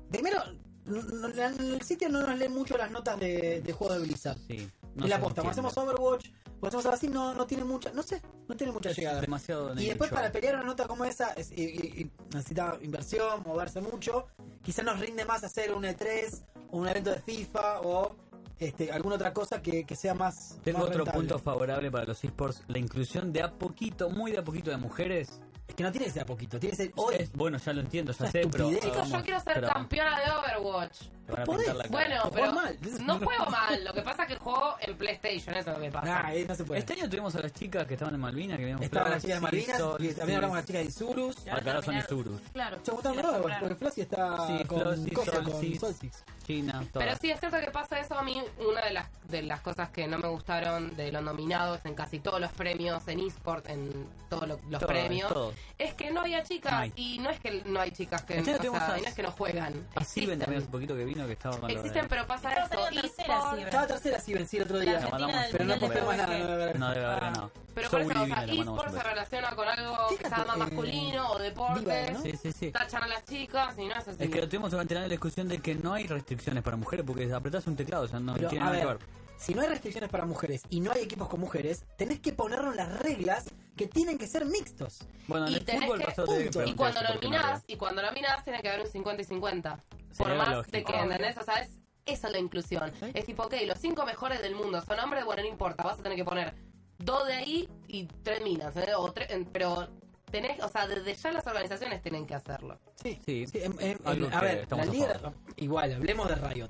Speaker 2: Primero, no- no- la- el sitio no nos lee mucho las notas de, de juegos de Blizzard.
Speaker 3: Sí.
Speaker 2: en la
Speaker 3: se
Speaker 2: posta, cuando
Speaker 3: entiende.
Speaker 2: hacemos Overwatch, cuando hacemos algo así, no, no tiene mucha, no sé, no tiene mucha
Speaker 3: Es
Speaker 2: llegada.
Speaker 3: demasiado
Speaker 2: Y
Speaker 3: nicho.
Speaker 2: después para pelear una nota como esa es- y- y- y necesita inversión, E moverse mucho. Quizás nos rinde más hacer un E3, o un evento de FIFA o este, alguna otra cosa que, que sea más.
Speaker 3: Tengo
Speaker 2: más
Speaker 3: otro
Speaker 2: rentable.
Speaker 3: punto favorable para los esports, la inclusión de a poquito, muy de a poquito de mujeres.
Speaker 2: Es que no tiene ese a poquito, tiene ese hoy.
Speaker 3: bueno, ya lo entiendo, ya sé, pero...
Speaker 2: estupidez.
Speaker 5: Chicos, yo
Speaker 3: hagamos-
Speaker 5: quiero ser
Speaker 3: pero-
Speaker 5: campeona de Overwatch.
Speaker 3: te van a pintar la cara.
Speaker 5: Bueno,
Speaker 2: Jugás
Speaker 5: pero
Speaker 2: mal.
Speaker 5: no juego mal. Lo que pasa es que juego en PlayStation, eso es lo que pasa.
Speaker 2: Nah, eh, no se puede.
Speaker 3: Este año tuvimos a las chicas que estaban en Malvinas, que veníamos
Speaker 2: Estaban las chicas de Malvinas, y también hablamos de las chicas de Isurus.
Speaker 3: Alcaraz son Isurus.
Speaker 15: Claro.
Speaker 2: Yo votaron nuevas, porque Flashy está
Speaker 3: Sí,
Speaker 2: con
Speaker 3: Flossi,
Speaker 2: cosas, con
Speaker 3: Solstis,
Speaker 2: Solstis.
Speaker 3: China, todas.
Speaker 5: Pero sí, es cierto que pasa eso. A mí, una de las, de las cosas que no me gustaron de los nominados en casi todos los premios, en eSport, en todos lo- los
Speaker 3: Todos,
Speaker 5: premios,
Speaker 3: todos.
Speaker 5: es que no había chicas.
Speaker 3: No hay.
Speaker 5: Y no es que no hay chicas que,
Speaker 3: En serio,
Speaker 5: o
Speaker 3: tuvimos
Speaker 5: sea,
Speaker 3: a-
Speaker 5: y no es que no juegan.
Speaker 3: A Steven Ah, también hace poquito que vino, que estaba con lo de-
Speaker 5: Existen, pero pasa
Speaker 4: Pero
Speaker 5: eso.
Speaker 4: salió tercera,
Speaker 5: eSport-
Speaker 4: sí,
Speaker 2: Estaba tercera sí, vencí el otro día.
Speaker 4: La
Speaker 3: La
Speaker 4: Argentina
Speaker 3: mandamos,
Speaker 4: del
Speaker 3: pero no
Speaker 4: Mundial de
Speaker 3: podemos
Speaker 2: nada,
Speaker 4: Fútbol.
Speaker 2: no debe haber.
Speaker 3: No debe haber ganado.
Speaker 5: Pero por eso,
Speaker 3: Soul
Speaker 5: o sea,
Speaker 3: Divina, le mandamos un
Speaker 5: eSport se
Speaker 3: beso.
Speaker 5: relaciona con algo
Speaker 2: ¿Qué
Speaker 5: que sea más
Speaker 2: hace, eh,
Speaker 5: masculino o deportes.
Speaker 2: Viva, no?
Speaker 3: Sí, sí, sí.
Speaker 5: Tachan a las chicas y no es así.
Speaker 3: Es que lo tuvimos durante la discusión de que no hay restricciones para mujeres porque apretás un teclado, o sea, no
Speaker 2: Pero,
Speaker 3: tiene
Speaker 2: a
Speaker 3: nada que
Speaker 2: ver,
Speaker 3: ver.
Speaker 2: si no hay restricciones para mujeres y no hay equipos con mujeres, tenés que ponerlo en las reglas que tienen que ser mixtos.
Speaker 3: Bueno, en
Speaker 5: y
Speaker 3: el
Speaker 5: tenés
Speaker 3: fútbol
Speaker 5: que-
Speaker 3: pasó te
Speaker 2: punto.
Speaker 3: pregunté
Speaker 5: Y cuando
Speaker 3: eso, porque no
Speaker 5: nominás, y cuando nominás tiene que haber un 50 y 50. Por
Speaker 3: Sería
Speaker 5: más
Speaker 3: lógico.
Speaker 5: de que, ¿entendés? O sea, es, esa es la inclusión. Es tipo, ok, los cinco mejores del mundo son hombres, bueno, no importa, vas a tener que poner dos de ahí y tres minas, ¿entendés? O tres- en- pero tenés, o sea, desde ya las organizaciones tienen que hacerlo.
Speaker 2: Sí,
Speaker 3: Sí.
Speaker 2: em- em-
Speaker 3: Algo
Speaker 2: em-
Speaker 3: que
Speaker 2: a ver,
Speaker 3: estamos
Speaker 2: la
Speaker 3: a
Speaker 2: Liga de-
Speaker 3: favor.
Speaker 2: igual, hablemos de Riot.
Speaker 3: había.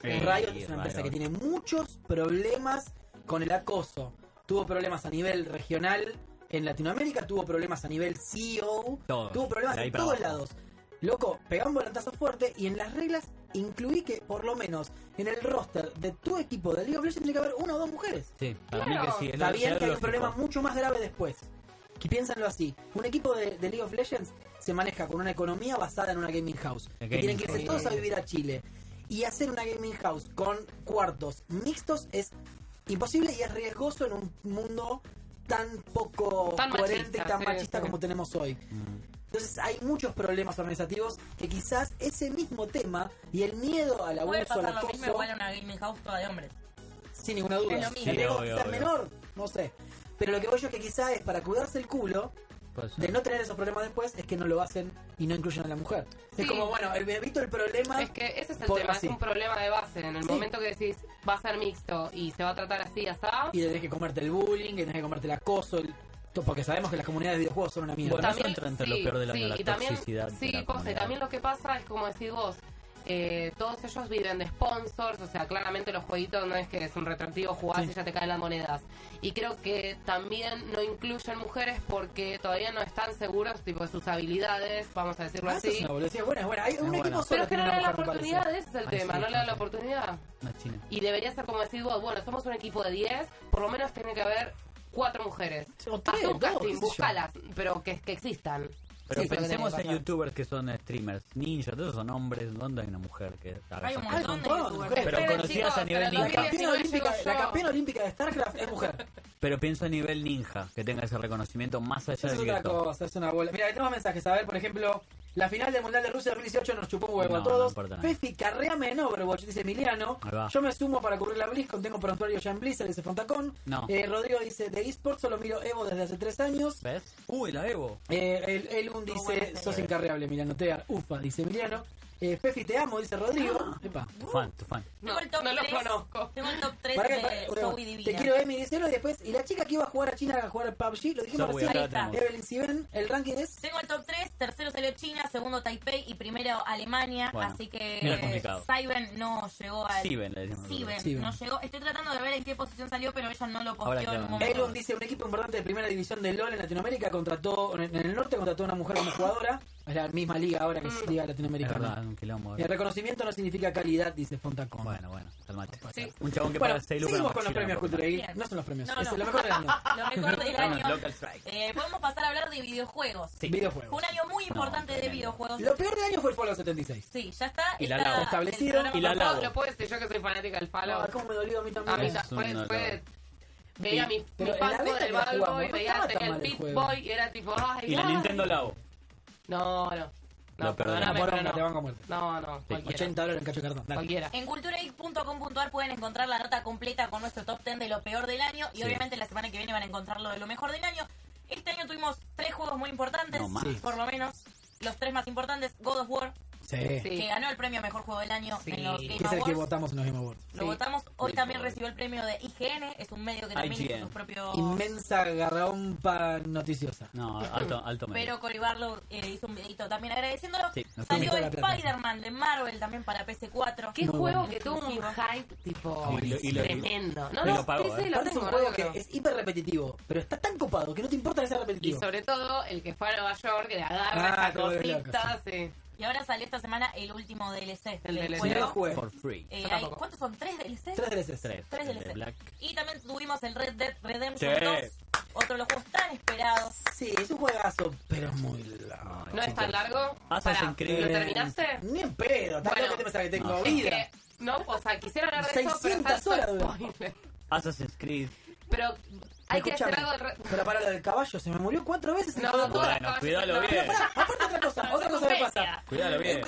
Speaker 3: Sí,
Speaker 2: Riot es una
Speaker 3: Riot.
Speaker 2: empresa que tiene muchos problemas con el acoso. Tuvo problemas a nivel regional en Latinoamérica, tuvo problemas a nivel CEO,
Speaker 3: Todos,
Speaker 2: tuvo problemas
Speaker 3: de ahí
Speaker 2: en
Speaker 3: para
Speaker 2: todos
Speaker 3: abajo.
Speaker 2: lados. Loco, pegá un volantazo fuerte y en las reglas incluí que por lo menos en el roster de tu equipo de League of Legends tiene que haber una o dos mujeres.
Speaker 3: Sí, para mí
Speaker 5: Claro.
Speaker 3: que sí. es
Speaker 2: Está
Speaker 3: lo-
Speaker 2: bien
Speaker 3: es
Speaker 2: que hay un
Speaker 3: lógico.
Speaker 2: problema mucho más grave después. Que piénsanlo así. Un equipo de, de League of Legends se maneja con una economía basada en una gaming house.
Speaker 3: La
Speaker 2: que tienen
Speaker 3: gaming
Speaker 2: que irse
Speaker 3: house.
Speaker 2: todos a vivir a Chile. Y hacer una gaming house con cuartos mixtos es imposible y es riesgoso en un mundo tan poco
Speaker 5: Tan
Speaker 2: coherente
Speaker 5: machista,
Speaker 2: y tan
Speaker 5: sí,
Speaker 2: machista
Speaker 5: sí.
Speaker 2: como tenemos hoy. Entonces hay muchos problemas organizativos que quizás ese mismo tema y el miedo al
Speaker 4: Puede
Speaker 2: abuso, al
Speaker 4: pasar lo
Speaker 2: acoso,
Speaker 4: mismo igual en una gaming house toda de hombres.
Speaker 2: sin ninguna duda.
Speaker 4: Es lo
Speaker 2: La
Speaker 4: mismo.
Speaker 2: tengo
Speaker 3: Sí, obvio,
Speaker 2: quizás
Speaker 3: obvio.
Speaker 2: menor, no sé. Pero lo que voy yo es que quizás es para cuidarse el culo
Speaker 3: Pues,
Speaker 2: de no tener esos problemas después es que no lo hacen y no incluyen a la mujer.
Speaker 5: Sí.
Speaker 2: Es como, bueno, evito el problema.
Speaker 5: Es que ese es el
Speaker 2: Ah. Por-
Speaker 5: tema,
Speaker 2: así.
Speaker 5: es un problema de base. En el
Speaker 2: Sí.
Speaker 5: momento que decís, va a ser mixto y se va a tratar así, asá.
Speaker 2: Y tenés que comerte el bullying, que tenés que comerte el acoso, el- to- porque sabemos que las comunidades de videojuegos son una mierda.
Speaker 3: Bueno, eso entra entre lo peor del año, la
Speaker 5: y también-
Speaker 3: toxicidad de
Speaker 5: Sí,
Speaker 3: la
Speaker 5: posta, y
Speaker 3: comunidad.
Speaker 5: también lo que pasa es como decís vos, eh, todos ellos viven de sponsors, o sea, claramente los jueguitos no es que es un retractivo jugás y ya te caen las monedas. Y creo que también no incluyen mujeres porque todavía no están seguros tipo de sus habilidades, vamos a decirlo
Speaker 2: Ah, eso es
Speaker 5: así.
Speaker 2: una boludez. Bueno, bueno, hay un
Speaker 3: bueno.
Speaker 2: equipo solo
Speaker 5: Pero es que
Speaker 2: tiene
Speaker 5: no le
Speaker 2: una
Speaker 5: dan la
Speaker 2: mujer, me parece.
Speaker 5: oportunidad, ese es el
Speaker 3: Ay,
Speaker 5: tema,
Speaker 3: sí,
Speaker 5: no le dan
Speaker 3: sí,
Speaker 5: la
Speaker 3: sí.
Speaker 5: oportunidad.
Speaker 3: una china.
Speaker 5: Y debería ser como decís vos, bueno, somos un equipo de 10, por lo menos tiene que haber cuatro mujeres.
Speaker 2: O tres,
Speaker 5: Haz un
Speaker 2: dos, qué sé
Speaker 5: casting,
Speaker 2: yo.
Speaker 5: búscalas, pero que, que existan.
Speaker 3: Pero
Speaker 5: Sí, creo que
Speaker 3: pensemos
Speaker 5: tenés
Speaker 3: en
Speaker 5: razón.
Speaker 3: youtubers que son streamers, ninjas, todos son hombres, ¿dónde hay una mujer que haga
Speaker 4: Hay un
Speaker 3: esas
Speaker 2: Hay un
Speaker 4: montón de
Speaker 2: montón,
Speaker 4: youtubers.
Speaker 2: mujeres.
Speaker 3: Pero
Speaker 5: Esperen,
Speaker 3: conocidas a
Speaker 5: chicos,
Speaker 3: nivel
Speaker 2: La
Speaker 5: pero los
Speaker 3: ninja.
Speaker 5: videos-
Speaker 2: campeona,
Speaker 5: 2019
Speaker 2: olímpica,
Speaker 5: llego
Speaker 2: la
Speaker 5: yo.
Speaker 2: campeona olímpica de StarCraft es mujer.
Speaker 3: Pero pienso a nivel ninja, que tenga ese reconocimiento más allá
Speaker 2: Eso es
Speaker 3: de
Speaker 2: otra cosa, es una bola. Mira, tenemos mensajes. A ver, por ejemplo, la final del Mundial de Rusia 2018 nos chupó un huevo
Speaker 3: No,
Speaker 2: a todos.
Speaker 3: no importa nada.
Speaker 2: Fefi, carréame en Overwatch, dice Emiliano.
Speaker 3: Ahí va.
Speaker 2: Yo me sumo para cubrir la BlizzCon, tengo prontuario ya en Blizzard, dice Fontacón.
Speaker 3: No.
Speaker 2: Eh, Rodrigo dice, de eSports solo miro Evo desde hace tres años.
Speaker 3: ¿Ves? Uy, la Evo.
Speaker 2: Eh, el, Elun dice, sos incarreable, Emiliano. Te ar- ufa, dice Emiliano. Eh, Fefi, te amo, dice Rodrigo.
Speaker 4: Ah.
Speaker 2: Epa.
Speaker 3: Tu fan, tu fan.
Speaker 5: No,
Speaker 4: Tengo el top
Speaker 5: no los
Speaker 4: 3,
Speaker 5: conozco.
Speaker 4: Tengo el top 3
Speaker 2: Pará que-
Speaker 4: de
Speaker 2: pará,
Speaker 4: Zoe Divina.
Speaker 2: te quiero Emi, dice, no, y después, y la chica que iba a jugar a China a jugar a PUBG, lo dijimos
Speaker 3: Zoe,
Speaker 2: recién,
Speaker 3: acá
Speaker 4: Ahí está.
Speaker 3: la tenemos.
Speaker 2: Evelyn Siben, el ranking es...
Speaker 4: Tengo el top 3, tercero salió China, segundo Taipei y primero Alemania,
Speaker 3: Bueno,
Speaker 4: así que
Speaker 3: era complicado.
Speaker 4: Cyber no llegó al...
Speaker 3: Sieben, le decimos
Speaker 4: Sieben,
Speaker 3: nosotros.
Speaker 2: Sieben.
Speaker 4: no llegó. Estoy tratando de ver en qué posición salió, pero ella no lo
Speaker 3: Ahora
Speaker 4: posteó en
Speaker 3: claro.
Speaker 4: un momento.
Speaker 2: Elon dice, un equipo importante de primera división de LOL en Latinoamérica contrató, en el norte contrató a una mujer como jugadora, es la misma liga ahora que es Liga
Speaker 3: Es verdad,
Speaker 2: Latinoamericana.
Speaker 3: un quilombo.
Speaker 2: El reconocimiento no significa calidad, dice Fontacón.
Speaker 3: Bueno, bueno, calmate.
Speaker 5: Sí.
Speaker 3: Un chabón que
Speaker 2: Bueno,
Speaker 3: para seis lucas
Speaker 2: seguimos
Speaker 3: no
Speaker 2: con los
Speaker 3: consigue
Speaker 2: premios
Speaker 3: una
Speaker 2: Cultura Geek.
Speaker 4: Bien.
Speaker 2: No son los premios,
Speaker 4: No, no.
Speaker 2: es lo mejor del año.
Speaker 4: Lo mejor del año.
Speaker 3: Local Strike.
Speaker 4: Eh, podemos pasar a hablar de videojuegos. Fue
Speaker 2: Videojuegos.
Speaker 4: un año muy importante de
Speaker 3: tremendo.
Speaker 4: videojuegos.
Speaker 2: Lo peor del año fue el Fallout 76.
Speaker 4: Sí, ya está.
Speaker 3: Y la
Speaker 4: está
Speaker 3: lava.
Speaker 2: Establecido.
Speaker 4: el programa
Speaker 3: Y la
Speaker 5: No,
Speaker 3: lavo.
Speaker 5: Lo puedo decir yo que soy fanática del
Speaker 2: Ah,
Speaker 5: Fallout.
Speaker 2: cómo me dolió a mí
Speaker 5: A
Speaker 2: también.
Speaker 5: mí
Speaker 3: Es
Speaker 5: ta- fue,
Speaker 3: un
Speaker 5: fue-
Speaker 3: horror.
Speaker 5: veía mi, mi
Speaker 2: Pero en la
Speaker 5: paco
Speaker 2: beta
Speaker 5: del
Speaker 2: que la jugamos,
Speaker 5: Balboy,
Speaker 2: no
Speaker 5: veía
Speaker 2: estaba
Speaker 5: tenía
Speaker 2: tan
Speaker 5: el
Speaker 2: mal el
Speaker 5: Pit
Speaker 2: juego.
Speaker 5: Boy y era tipo, ay,
Speaker 3: Y la
Speaker 5: ay.
Speaker 3: Nintendo Labo.
Speaker 5: No, no. No, perdóname,
Speaker 3: Lo perdonamos.
Speaker 5: pero
Speaker 2: Te banco a
Speaker 5: no.
Speaker 2: muerte.
Speaker 5: No, no, cualquiera.
Speaker 2: 80 dólares en cacho de cartón. Dale.
Speaker 5: Cualquiera.
Speaker 4: En culturageek.com.ar pueden encontrar la nota completa con nuestro top 10 de lo peor del año y
Speaker 3: Sí.
Speaker 4: obviamente la semana que viene van a encontrar lo de lo mejor del año. Este año tuvimos tres juegos muy importantes,
Speaker 3: No más.
Speaker 4: por lo menos los tres más importantes, God of War,
Speaker 2: Sí.
Speaker 4: que ganó el premio a Mejor Juego del Año en los Game
Speaker 2: Que es el que
Speaker 4: Awards.
Speaker 2: votamos en los Game Awards.
Speaker 4: Lo votamos. Hoy también recibió el premio de IGN, es un medio que también hizo
Speaker 2: IGN.
Speaker 4: sus propios...
Speaker 2: Inmensa garrompa noticiosa.
Speaker 3: No, alto, alto
Speaker 4: Pero Cory Barlow eh, hizo un videito también agradeciéndolo.
Speaker 2: Sí, nos
Speaker 4: Salió
Speaker 2: conectó
Speaker 4: el
Speaker 2: la plata.
Speaker 4: Spider-Man de Marvel también para PC4.
Speaker 5: Qué Muy juego bueno. que tuvo un hype tipo
Speaker 2: Y lo- y lo-
Speaker 5: tremendo.
Speaker 2: No, no,
Speaker 5: No, no, ese lo
Speaker 2: Aparte es un
Speaker 5: tengo,
Speaker 2: juego
Speaker 5: no,
Speaker 2: que
Speaker 5: no.
Speaker 2: es hiper repetitivo, pero está tan copado que no te importa que sea
Speaker 5: Y
Speaker 2: repetitivo.
Speaker 5: sobre todo el que fue a Nueva York, que le agarra
Speaker 2: Ah,
Speaker 5: esa
Speaker 2: te vuelve
Speaker 5: cosita, sí.
Speaker 4: Y ahora salió esta semana el último DLC.
Speaker 5: El
Speaker 4: del
Speaker 5: DLC.
Speaker 4: juego.
Speaker 2: No jugué.
Speaker 3: For free.
Speaker 4: Eh,
Speaker 5: Yo
Speaker 4: hay-
Speaker 5: tampoco.
Speaker 4: ¿Cuántos son? ¿Tres DLCs?
Speaker 2: Tres DLCs. Tres.
Speaker 4: Tres
Speaker 3: El de
Speaker 4: DLCs.
Speaker 3: Black.
Speaker 4: Y también tuvimos el Red Dead Redemption
Speaker 3: Sí.
Speaker 4: 2, otro de los juegos tan esperados.
Speaker 2: Sí, es un juegazo, pero es muy largo.
Speaker 5: No es tan largo.
Speaker 3: Assassin's
Speaker 5: Pará,
Speaker 3: Creed.
Speaker 5: ¿Lo terminaste?
Speaker 2: Ni en pedo, tan
Speaker 5: Bueno.
Speaker 2: loco que te pensás que tengo
Speaker 3: No.
Speaker 5: Es
Speaker 2: vida.
Speaker 5: que, eh, no, o sea, quisiera hablar de eso, pero
Speaker 2: 600
Speaker 5: salto de
Speaker 2: horas,
Speaker 5: spoiler.
Speaker 3: Assassin's Creed.
Speaker 5: Pero hay que hacer
Speaker 2: Escuchame,
Speaker 5: algo... re-
Speaker 2: Pero para lo del caballo, se me murió cuatro veces. el
Speaker 5: No,
Speaker 2: caballo.
Speaker 5: todas las
Speaker 3: Bueno,
Speaker 5: cosas-
Speaker 3: cuídalo
Speaker 5: no,
Speaker 3: bien.
Speaker 5: no, pará.
Speaker 2: Aparte otra cosa, otra cosa me pasa.
Speaker 3: Cuídalo bien.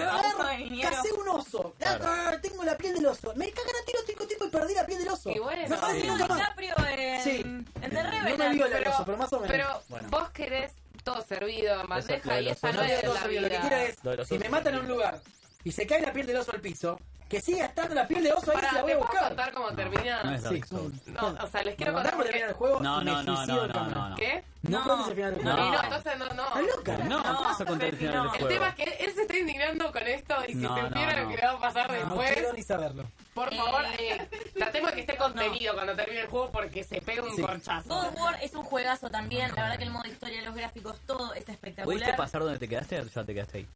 Speaker 2: Casé un oso. Ah, tengo la piel del oso. Me cagan a tiro, cinco tiempo y perdí la piel del oso.
Speaker 5: Y bueno,
Speaker 2: no aparece
Speaker 5: sí.
Speaker 2: nunca más.
Speaker 4: DiCaprio en,
Speaker 2: Sí.
Speaker 4: en The
Speaker 2: No
Speaker 4: Revenant.
Speaker 2: me viola el
Speaker 5: Pero-
Speaker 2: oso, pero más o menos.
Speaker 5: Pero
Speaker 2: Bueno.
Speaker 5: vos querés todo servido en bandeja y
Speaker 2: No,
Speaker 5: esa ah, no
Speaker 2: no,
Speaker 5: es
Speaker 2: todo
Speaker 5: la
Speaker 2: servido.
Speaker 5: vida.
Speaker 2: Lo que quiera es,
Speaker 3: Lo de los
Speaker 2: si
Speaker 3: osos
Speaker 2: me matan en un
Speaker 3: también.
Speaker 2: lugar y se cae la piel del oso al piso, que siga estando la piel del oso ahí
Speaker 5: Pará,
Speaker 2: se la voy
Speaker 5: ¿te
Speaker 2: a
Speaker 5: puedo
Speaker 2: buscar.
Speaker 5: contar cómo termina?
Speaker 3: No es
Speaker 2: Sí,
Speaker 3: Dark Souls.
Speaker 5: No, o sea, les quiero
Speaker 2: Me mataron
Speaker 5: contar
Speaker 2: por terminar el juego
Speaker 3: No,
Speaker 2: y
Speaker 3: no,
Speaker 2: me
Speaker 3: no,
Speaker 2: suicido
Speaker 3: no,
Speaker 2: en
Speaker 3: no,
Speaker 2: cámara.
Speaker 3: no, no.
Speaker 5: ¿Qué?
Speaker 2: No creo que sea el final del
Speaker 5: No,
Speaker 2: juego.
Speaker 3: No.
Speaker 5: no, entonces no, no.
Speaker 2: ¿Estás loca?
Speaker 3: No, no vas a contar el final del
Speaker 5: El tema
Speaker 3: juego.
Speaker 5: es que él se está indignando con esto y si
Speaker 3: No,
Speaker 5: se
Speaker 3: no,
Speaker 5: entera lo
Speaker 3: no.
Speaker 5: que le va a pasar
Speaker 2: No
Speaker 5: después,
Speaker 2: quiero ni saberlo.
Speaker 5: por
Speaker 4: Eh,
Speaker 5: favor, eh, tratemos de que esté contenido cuando termine el juego porque se pega un
Speaker 2: Sí.
Speaker 5: corchazo.
Speaker 4: God of War es un juegazo también. La verdad que el modo historia, los gráficos, todo es
Speaker 3: ¿Pudiste
Speaker 4: espectacular.
Speaker 3: pasar donde te quedaste o ya te quedaste ahí?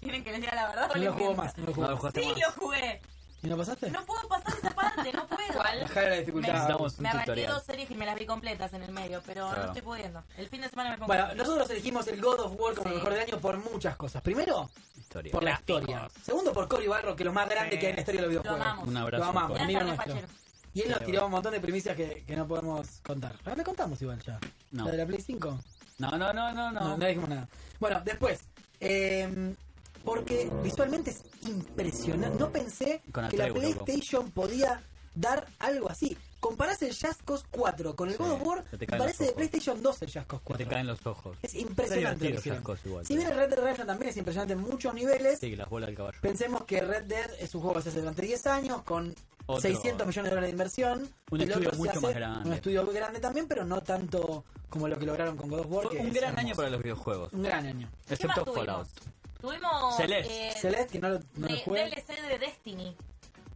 Speaker 4: Tienen que les diga la verdad.
Speaker 2: No lo
Speaker 4: porque-
Speaker 2: juego más, no lo
Speaker 3: No,
Speaker 2: juego
Speaker 3: lo
Speaker 2: más.
Speaker 3: jugaste
Speaker 4: Sí,
Speaker 3: más.
Speaker 4: lo jugué.
Speaker 2: ¿Y no pasaste?
Speaker 4: No puedo pasar esa parte, no puedo.
Speaker 2: Bajar la dificultad.
Speaker 3: Necesitamos un
Speaker 4: Me arranqué
Speaker 3: tutorial.
Speaker 4: dos series y me las vi completas en el medio, pero
Speaker 3: Claro.
Speaker 4: no estoy pudiendo. El fin de semana me pongo.
Speaker 2: Bueno, nosotros elegimos el God of War como el mejor del año por muchas cosas. Primero,
Speaker 3: Historia.
Speaker 2: por la historia. Segundo, por Cory Barro, que es lo más grande que hay en la historia de los
Speaker 4: lo
Speaker 2: videojuegos.
Speaker 4: amamos.
Speaker 3: Un abrazo.
Speaker 2: Lo amamos,
Speaker 3: Cory.
Speaker 2: amigo
Speaker 4: Gracias,
Speaker 2: nuestro.
Speaker 4: Fachero.
Speaker 2: Y él nos
Speaker 3: Sí,
Speaker 2: tiró un montón de premisas que, que no podemos contar. Ahora le contamos igual ya.
Speaker 3: No.
Speaker 2: ¿La de la Play 5?
Speaker 3: No, no, no, no,
Speaker 2: No,
Speaker 3: no.
Speaker 2: no dijimos nada. Bueno, después. eh, porque visualmente es impresionante. No pensé
Speaker 3: Con
Speaker 2: que la
Speaker 3: Atreus, loco.
Speaker 2: PlayStation podía dar algo así. Comparás el Just Cause 4 con el
Speaker 3: Sí,
Speaker 2: God of War,
Speaker 3: se te
Speaker 2: y
Speaker 3: caen los
Speaker 2: parece de
Speaker 3: ojos.
Speaker 2: PlayStation 2 el Just Cause
Speaker 3: Que
Speaker 2: 4.
Speaker 3: te caen los ojos.
Speaker 2: Es impresionante lo que
Speaker 3: Está divertido
Speaker 2: hicieron.
Speaker 3: Just Cause igual,
Speaker 2: si bien el
Speaker 3: pero-
Speaker 2: Red Dead Redemption también es impresionante en muchos niveles,
Speaker 3: Sí, las bolas del caballo.
Speaker 2: pensemos que Red Dead es un juego que se hace durante 10 años con
Speaker 3: Otro.
Speaker 2: 600 millones de dólares de inversión.
Speaker 3: Un
Speaker 2: El
Speaker 3: estudio
Speaker 2: otro se
Speaker 3: mucho
Speaker 2: hace
Speaker 3: más grande.
Speaker 2: Un estudio grande también, pero no tanto como lo que lograron con God of War.
Speaker 3: Fue
Speaker 2: que
Speaker 3: un
Speaker 2: es
Speaker 3: gran año
Speaker 2: hermoso.
Speaker 3: para los videojuegos.
Speaker 2: Un gran año.
Speaker 4: ¿Qué más
Speaker 3: Excepto Fallout.
Speaker 4: tuvimos? Tuvimos.
Speaker 3: Celeste.
Speaker 4: eh,
Speaker 2: Celeste, que no lo, no
Speaker 4: de-
Speaker 2: lo juega.
Speaker 4: DLC de Destiny.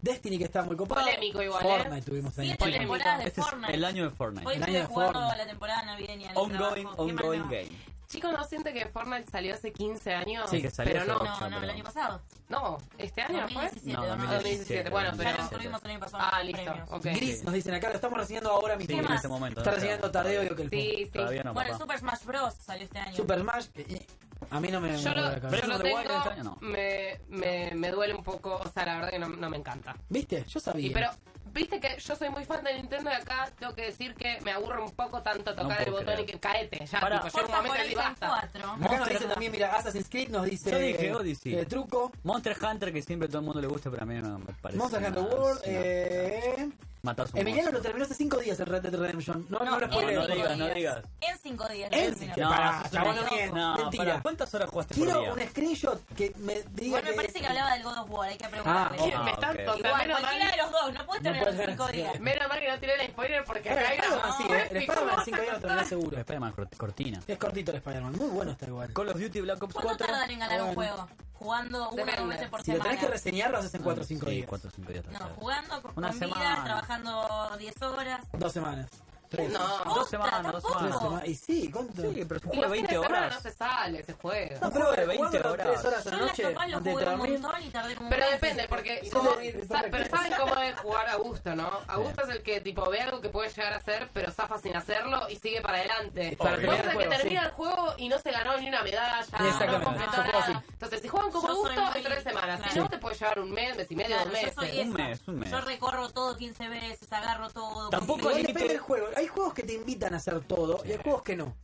Speaker 2: Destiny, que está muy copado.
Speaker 5: Polémico igual, ¿eh?
Speaker 2: Fortnite tuvimos también.
Speaker 4: Siete
Speaker 5: Polémico.
Speaker 4: temporadas de
Speaker 3: Este es
Speaker 4: Fortnite.
Speaker 3: el año de
Speaker 4: Hoy
Speaker 3: Fortnite.
Speaker 2: el año
Speaker 4: estuve
Speaker 2: de
Speaker 4: jugando
Speaker 2: Fortnite.
Speaker 4: a la temporada navideña. en el
Speaker 3: Ongoing,
Speaker 4: trabajo. ¿Qué más
Speaker 3: ongoing
Speaker 4: me va?
Speaker 3: game.
Speaker 5: Chicos, ¿no sienten que Fortnite salió hace 15 años?
Speaker 3: Sí, que salió
Speaker 5: Pero
Speaker 3: hace
Speaker 5: no,
Speaker 4: No, no, el año pasado.
Speaker 5: no, ¿este año fue?
Speaker 4: 2017,
Speaker 3: No,
Speaker 4: ¿o
Speaker 3: 2017,
Speaker 5: Bueno,
Speaker 4: Ya lo
Speaker 5: pero...
Speaker 4: tuvimos el año pasado.
Speaker 5: Ah,
Speaker 4: en los
Speaker 5: listo,
Speaker 4: premios.
Speaker 5: ok.
Speaker 2: Gris, nos dicen acá, lo estamos recibiendo ahora
Speaker 3: Sí,
Speaker 2: mismo.
Speaker 4: ¿Qué
Speaker 3: en
Speaker 4: más?
Speaker 3: ese momento.
Speaker 2: Está
Speaker 3: no
Speaker 2: recibiendo
Speaker 3: estaba.
Speaker 2: Tadeo y que el
Speaker 5: Sí, sí.
Speaker 3: Todavía no,
Speaker 4: Bueno, el
Speaker 3: papá.
Speaker 4: Super Smash Bros. salió este año.
Speaker 2: Super Smash, que, eh, a mí no me. me
Speaker 5: Yo lo,
Speaker 2: duele la cabeza.
Speaker 5: yo lo
Speaker 3: Breath of the Wild este año
Speaker 5: tengo,
Speaker 3: no.
Speaker 5: me, me, me duele un poco, o sea, la verdad que no, no me encanta.
Speaker 2: ¿Viste? Yo sabía.
Speaker 5: Y pero, viste que yo soy muy fan de Nintendo y acá tengo que decir que me aburre un poco tanto
Speaker 3: No
Speaker 5: tocar el
Speaker 3: puedo
Speaker 5: botón
Speaker 3: creer.
Speaker 5: y que caete. Ya,
Speaker 3: Pará.
Speaker 5: tipo, llega un
Speaker 4: Forza
Speaker 5: momento y digo,
Speaker 4: Horizon
Speaker 5: basta.
Speaker 4: 4.
Speaker 2: Acá nos dice también, mira, Assassin's Creed nos dice.
Speaker 3: Yo dije Odyssey.
Speaker 2: eh, truco.
Speaker 3: Monster Hunter, que siempre a todo el mundo le gusta, pero a mí no me parece.
Speaker 2: Monster Hunter
Speaker 3: nada,
Speaker 2: World.
Speaker 3: sí, no.
Speaker 2: Eh...
Speaker 3: Matar su
Speaker 2: Emiliano lo terminó hace 5 días el Red Dead Redemption. No, no, lo
Speaker 4: en
Speaker 2: spoileo.
Speaker 3: no
Speaker 4: cinco
Speaker 3: digas, no
Speaker 4: días.
Speaker 3: digas.
Speaker 4: En 5 días.
Speaker 2: En-
Speaker 4: Celeste,
Speaker 2: que
Speaker 4: no.
Speaker 2: pará,
Speaker 3: no,
Speaker 2: chabón, no
Speaker 3: no,
Speaker 2: miente,
Speaker 3: no,
Speaker 2: mentira.
Speaker 3: pará, ¿Cuántas horas jugaste por
Speaker 2: Quiero
Speaker 3: día?
Speaker 2: un screenshot que me diga.
Speaker 4: Bueno, me parece que hablaba del God of War, hay que
Speaker 2: Ah,
Speaker 4: preguntarle.
Speaker 2: ok.
Speaker 5: Me están
Speaker 3: ok.
Speaker 5: tocando.
Speaker 4: Igual,
Speaker 5: Menos
Speaker 4: cualquiera
Speaker 5: mal-
Speaker 4: de los dos, no puedes
Speaker 2: No
Speaker 4: tener los
Speaker 2: puede
Speaker 4: cinco
Speaker 2: ser,
Speaker 4: días.
Speaker 2: sí.
Speaker 5: Menos mal que no tiré el spoiler porque
Speaker 2: Claro, el
Speaker 5: acá
Speaker 2: Spider-Man
Speaker 5: no.
Speaker 2: sí, ¿eh? el
Speaker 5: ¿Y
Speaker 2: Spider-Man
Speaker 5: cómo
Speaker 2: 5
Speaker 5: vas a
Speaker 2: días lo terminé
Speaker 3: El
Speaker 2: seguro.
Speaker 3: Spider-Man cort- Cortina.
Speaker 2: Es cortito el Spider-Man, muy bueno está igual.
Speaker 3: Call of Duty Black Ops Ah, 4.
Speaker 4: ¿Cuánto tardan en ganar un
Speaker 2: bueno.
Speaker 4: juego? Jugando una o dos veces por
Speaker 2: Si lo
Speaker 4: semana.
Speaker 2: tenés que reseñar, lo haces en 4 o 5
Speaker 3: Sí,
Speaker 2: días.
Speaker 3: cuatro o cinco días.
Speaker 4: No,
Speaker 3: tardan.
Speaker 4: jugando por
Speaker 3: Una
Speaker 4: con vida,
Speaker 3: semana.
Speaker 4: trabajando 10 horas.
Speaker 2: Dos semanas. Tres.
Speaker 5: No.
Speaker 3: Dos semanas, dos
Speaker 4: tampoco.
Speaker 2: Tres
Speaker 3: semanas.
Speaker 2: semanas. Y sí, ¿cuánto?
Speaker 3: Sí, pero es un
Speaker 5: Y los
Speaker 3: juego de
Speaker 5: fines
Speaker 3: 20
Speaker 5: de semana no
Speaker 3: horas.
Speaker 5: se sale, se juega.
Speaker 2: No,
Speaker 3: juego de
Speaker 2: pero
Speaker 3: 20
Speaker 2: jugando
Speaker 3: horas.
Speaker 2: tres horas a
Speaker 4: Yo
Speaker 2: la
Speaker 4: en las
Speaker 2: noche
Speaker 4: tapas lo
Speaker 2: antes de
Speaker 4: jugué un
Speaker 2: dormir.
Speaker 4: montón y tardé como un
Speaker 5: Pero
Speaker 4: mes.
Speaker 5: depende, porque
Speaker 2: Sí,
Speaker 5: como,
Speaker 2: sí,
Speaker 5: sa-
Speaker 2: sí.
Speaker 5: pero saben cómo es jugar a gusto, ¿no? A gusto es el que tipo ve algo que puede llegar a hacer, pero zafa sin hacerlo y sigue para adelante.
Speaker 2: Para terminar
Speaker 5: Vos sos
Speaker 2: el
Speaker 5: el que
Speaker 2: juego,
Speaker 5: termina el juego y no se ganó ni una medalla,
Speaker 2: Exactamente.
Speaker 5: no completó
Speaker 4: Yo juego
Speaker 5: nada.
Speaker 2: así.
Speaker 5: Entonces, si juegan como
Speaker 4: Yo
Speaker 5: a
Speaker 4: soy
Speaker 5: gusto,
Speaker 4: muy-
Speaker 5: en tres semanas. Si
Speaker 4: claro.
Speaker 5: no, te puede llevar un mes, mes y medio,
Speaker 4: Claro,
Speaker 5: dos
Speaker 4: yo
Speaker 5: meses.
Speaker 4: soy esa.
Speaker 3: Un mes, un mes.
Speaker 4: Yo recorro todo 15 veces, agarro todo.
Speaker 3: Tampoco
Speaker 2: Igual
Speaker 3: hay-
Speaker 4: consigo-
Speaker 2: depende del juego. Hay juegos que te invitan a hacer todo y hay juegos que no.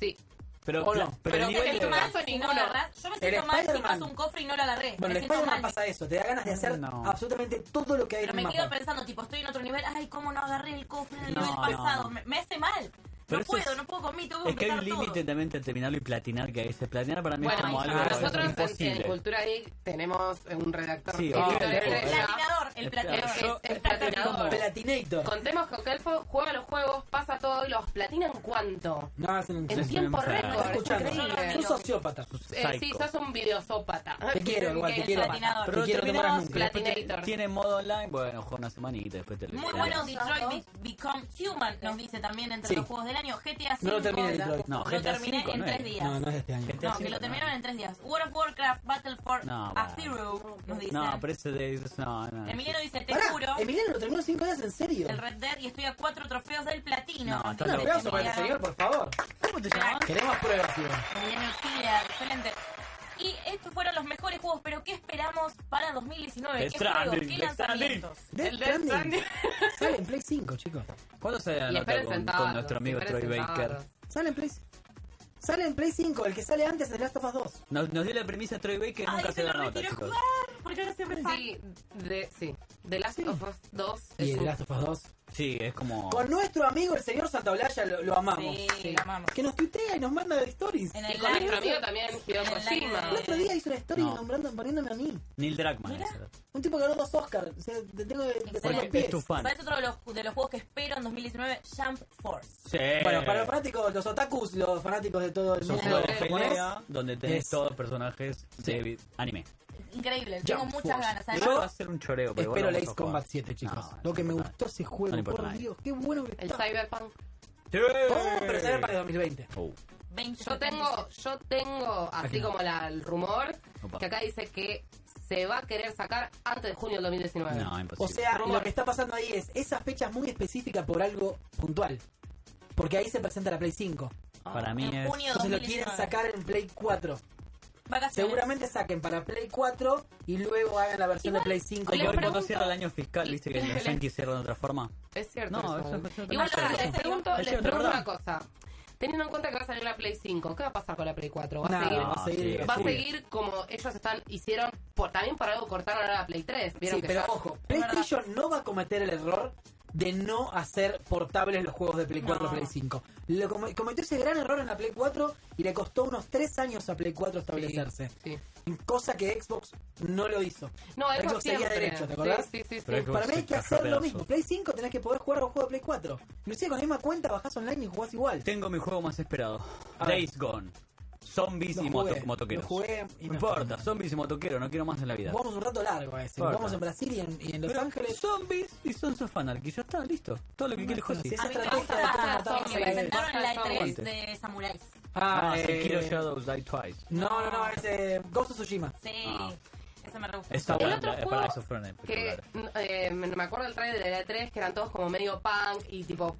Speaker 5: Sí.
Speaker 3: Pero,
Speaker 2: ¿O no?
Speaker 3: pero
Speaker 5: Pero
Speaker 3: el nivel
Speaker 5: en
Speaker 3: de...
Speaker 5: tu caso
Speaker 4: Si no
Speaker 5: ninguno.
Speaker 4: agarrás- yo me
Speaker 2: El
Speaker 4: siento mal si
Speaker 2: Spider-Man.
Speaker 4: paso un cofre y no lo agarré.
Speaker 2: Bueno, el
Speaker 4: me siento
Speaker 2: Spider-Man
Speaker 4: mal.
Speaker 2: pasa eso. Te da ganas de hacer
Speaker 3: No.
Speaker 2: absolutamente todo lo que hay
Speaker 4: Pero
Speaker 2: en el
Speaker 4: me quedo
Speaker 2: mapa.
Speaker 4: pensando, tipo, estoy en otro nivel, ay, ¿cómo no agarré el cofre en el
Speaker 3: No,
Speaker 4: nivel
Speaker 3: no.
Speaker 4: pasado? Me, me hace mal.
Speaker 3: Pero
Speaker 4: no
Speaker 3: eso
Speaker 4: puedo,
Speaker 3: es-
Speaker 4: no puedo conmigo, tengo que
Speaker 3: Es que hay un
Speaker 4: completar todo.
Speaker 3: límite también entre terminarlo y platinar, que es platinar para mí es
Speaker 5: Bueno,
Speaker 3: como algo
Speaker 5: nosotros eh, en, en
Speaker 3: imposible.
Speaker 5: Cultura Geek tenemos un redactor.
Speaker 3: Sí,
Speaker 5: que
Speaker 3: obvio.
Speaker 5: Víctor
Speaker 3: El
Speaker 5: Estrella.
Speaker 4: platinador, el platinador.
Speaker 5: Es- es- es platinador.
Speaker 2: Platinator.
Speaker 5: Contemos que Okelfo juega los juegos, pasa todo y los platinan cuánto.
Speaker 2: No, es un-
Speaker 5: En
Speaker 2: es
Speaker 5: tiempo
Speaker 2: una
Speaker 5: récord,
Speaker 2: enfermedad. Escuchame,
Speaker 5: es increíble.
Speaker 2: sos sociópata.
Speaker 5: Eh, sí, sos un videosópata.
Speaker 2: Ah, Te quiero igual, te
Speaker 5: El
Speaker 2: quiero.
Speaker 5: platinador.
Speaker 2: Pero Te quiero, no te
Speaker 3: terminás,
Speaker 2: paras nunca.
Speaker 3: después te-
Speaker 5: Platinator.
Speaker 3: Tiene modo online, bueno, juega una semanita y después te lo
Speaker 4: Muy bueno Detroit Be- Become Human, nos dice también entre
Speaker 3: Sí.
Speaker 4: los juegos del año. GTA V.
Speaker 3: No lo terminé Detroit. No,
Speaker 4: Lo
Speaker 3: GTA
Speaker 4: terminé
Speaker 3: cinco
Speaker 4: en
Speaker 3: no
Speaker 4: tres
Speaker 3: es.
Speaker 4: días.
Speaker 3: No, no es
Speaker 2: este año.
Speaker 4: No, que lo terminaron en tres días. World of Warcraft, Battle for
Speaker 3: No, bueno.
Speaker 4: Azeroth, nos dice.
Speaker 3: No, pero ese de... ese- No, no.
Speaker 4: Emiliano dice, te
Speaker 2: Pará,
Speaker 4: juro.
Speaker 2: Emiliano lo terminó cinco días en serio.
Speaker 4: El Red Dead y estoy a cuatro trofeos del platino.
Speaker 2: No,
Speaker 4: Dice
Speaker 2: un aplauso para el
Speaker 4: Emiliano.
Speaker 2: señor, por favor.
Speaker 3: ¿Cómo te llamas?
Speaker 2: Queremos pruebas, tío.
Speaker 4: Emiliano Kira, excelente. Y estos fueron los mejores juegos, pero ¿qué esperamos para 2019? ¿Qué juegos? ¿Qué lanzamientos?
Speaker 2: Death Stranding. Sale en Play 5, chicos.
Speaker 3: ¿Cuándo se
Speaker 2: Y
Speaker 3: anota
Speaker 2: esperen
Speaker 3: con,
Speaker 2: sentados,
Speaker 3: con nuestro amigo
Speaker 2: esperen
Speaker 3: Troy Baker?
Speaker 2: sentados. Sale en Play Sale en Play 5, el que sale antes es Last of Us 2.
Speaker 3: Nos, nos dio la premisa Troy Baker,
Speaker 5: Ay,
Speaker 3: nunca
Speaker 5: se
Speaker 3: se da
Speaker 5: lo
Speaker 3: nota,
Speaker 5: retiró
Speaker 3: chicos.
Speaker 4: Porque ahora siempre
Speaker 5: Sí, de, sí. The Last of Us 2
Speaker 3: ¿Y
Speaker 5: es
Speaker 3: el
Speaker 5: un-
Speaker 3: Last
Speaker 2: of Us 2?
Speaker 3: Sí, es como...
Speaker 2: Con nuestro amigo el señor Santaolalla lo, lo amamos.
Speaker 5: Sí, lo amamos.
Speaker 2: Que nos tuitea y nos manda stories.
Speaker 5: Y con nuestro amigo también, Hideo Kojima.
Speaker 2: El otro día hizo una story
Speaker 3: No.
Speaker 2: nombrando, poniéndome a mí.
Speaker 3: Neil Druckmann.
Speaker 2: Un tipo que ganó dos Oscars. O sea, te tengo que que
Speaker 3: Porque
Speaker 2: hacer los pies.
Speaker 3: es tu fan.
Speaker 4: ¿Sabes otro de los, de los juegos que espero en 2019? Jump Force.
Speaker 3: Sí.
Speaker 2: Bueno, para los fanáticos, los otakus, los fanáticos de todo el
Speaker 3: Son
Speaker 2: mundo
Speaker 3: juegos de
Speaker 2: japonés,
Speaker 3: pelea donde tenés
Speaker 2: Es-
Speaker 3: todos personajes de anime.
Speaker 4: Increíble, tengo
Speaker 3: Jump
Speaker 4: muchas
Speaker 3: Force.
Speaker 4: ganas. ¿sabes?
Speaker 3: Yo va a ser un choreo, pero
Speaker 2: Espero el
Speaker 3: bueno,
Speaker 2: Ace
Speaker 3: vamos a jugar.
Speaker 2: Combat 7, chicos.
Speaker 3: No,
Speaker 2: lo que me gustó ese juego,
Speaker 3: No le importa
Speaker 2: por
Speaker 3: nada.
Speaker 2: Dios, qué bueno que
Speaker 5: El Cyberpunk.
Speaker 3: Sí. Uh,
Speaker 2: Oh, pero sale para 2020.
Speaker 5: Yo tengo, yo tengo, así como la, el rumor,
Speaker 2: Opa.
Speaker 5: que acá dice que se va a querer sacar antes de junio del 2019.
Speaker 3: Pues
Speaker 2: O sea, lo que está pasando ahí es esas fechas muy específicas por algo puntual. Porque ahí se presenta la Play 5.
Speaker 3: Para mí es...
Speaker 2: Entonces lo quieren sacar en Play 4. Seguramente saquen para Play 4 y luego hagan la versión de Play 5.
Speaker 3: Igual cuando cierra el año fiscal, viste que los
Speaker 5: Les-
Speaker 3: Yankees cierran de otra forma.
Speaker 5: Es cierto.
Speaker 3: No,
Speaker 5: eso.
Speaker 3: eso es cuestión de
Speaker 5: Igual
Speaker 3: tener
Speaker 5: ahora
Speaker 3: razón.
Speaker 5: les pregunto,
Speaker 3: Es
Speaker 5: les
Speaker 3: cierto,
Speaker 5: pregunto
Speaker 3: ¿verdad?
Speaker 5: una cosa. Teniendo en cuenta que va a salir la Play 5, ¿qué va a pasar con la Play 4? ¿Va a
Speaker 3: Nada,
Speaker 5: seguir?
Speaker 3: va a seguir,
Speaker 5: va a
Speaker 3: sigue.
Speaker 5: seguir como ellos están hicieron, por, también por algo cortaron ahora la Play 3. ¿Vieron
Speaker 2: Sí,
Speaker 5: que
Speaker 2: pero
Speaker 5: ya-
Speaker 2: ojo, PlayStation no va a cometer el error de no hacer portables los juegos de Play 4 o Play 5. Lo com- cometió ese gran error en la Play 4 y le costó unos 3 años a Play 4 establecerse. Cosa que Xbox no lo hizo.
Speaker 5: No, Xbox
Speaker 2: Xbox seguía
Speaker 5: siempre.
Speaker 2: derecho, ¿te acordás?
Speaker 5: Sí, sí, sí, sí.
Speaker 2: Para
Speaker 5: Pero Xbox
Speaker 2: mí hay
Speaker 5: se
Speaker 2: que
Speaker 5: cayó a
Speaker 2: hacer lo
Speaker 5: pedazos.
Speaker 2: mismo. Play 5 tenés que poder jugar los juegos de Play 4. Inclusive con la misma cuenta bajás online y jugás igual.
Speaker 3: Tengo mi juego más esperado.
Speaker 2: A ver.
Speaker 3: Days Gone. Zombies
Speaker 2: Lo
Speaker 3: y
Speaker 2: jugué,
Speaker 3: moto- motoqueros.
Speaker 2: lo jugué y
Speaker 3: no
Speaker 2: no-
Speaker 3: importa, zombies y motoqueros, no quiero más en la vida.
Speaker 2: Jugamos un rato largo a ese.
Speaker 3: Corta.
Speaker 2: Jugamos en Brasil y en, y en Los
Speaker 3: Pero
Speaker 2: Ángeles.
Speaker 3: Zombies y Sons of Anarchy, ya está, listo. Todo lo que quiere José.
Speaker 2: sí, esa A mí me
Speaker 4: Me gusta más porque presentaron la E3
Speaker 3: Aguante.
Speaker 4: de Samuráis.
Speaker 2: Ah,
Speaker 3: Ah,
Speaker 2: eh,
Speaker 3: Sekiro Shadows Die Twice.
Speaker 2: No, no, no, es eh, Ghost of Tsushima.
Speaker 4: Sí, eso me re gusta.
Speaker 3: Ah. Está
Speaker 5: El
Speaker 3: bueno,
Speaker 5: otro
Speaker 3: eh,
Speaker 5: juego
Speaker 3: para eso fueron
Speaker 5: Que,
Speaker 3: espectaculares.
Speaker 5: eh, me acuerdo del trailer de la 3 que eran todos como medio punk y tipo.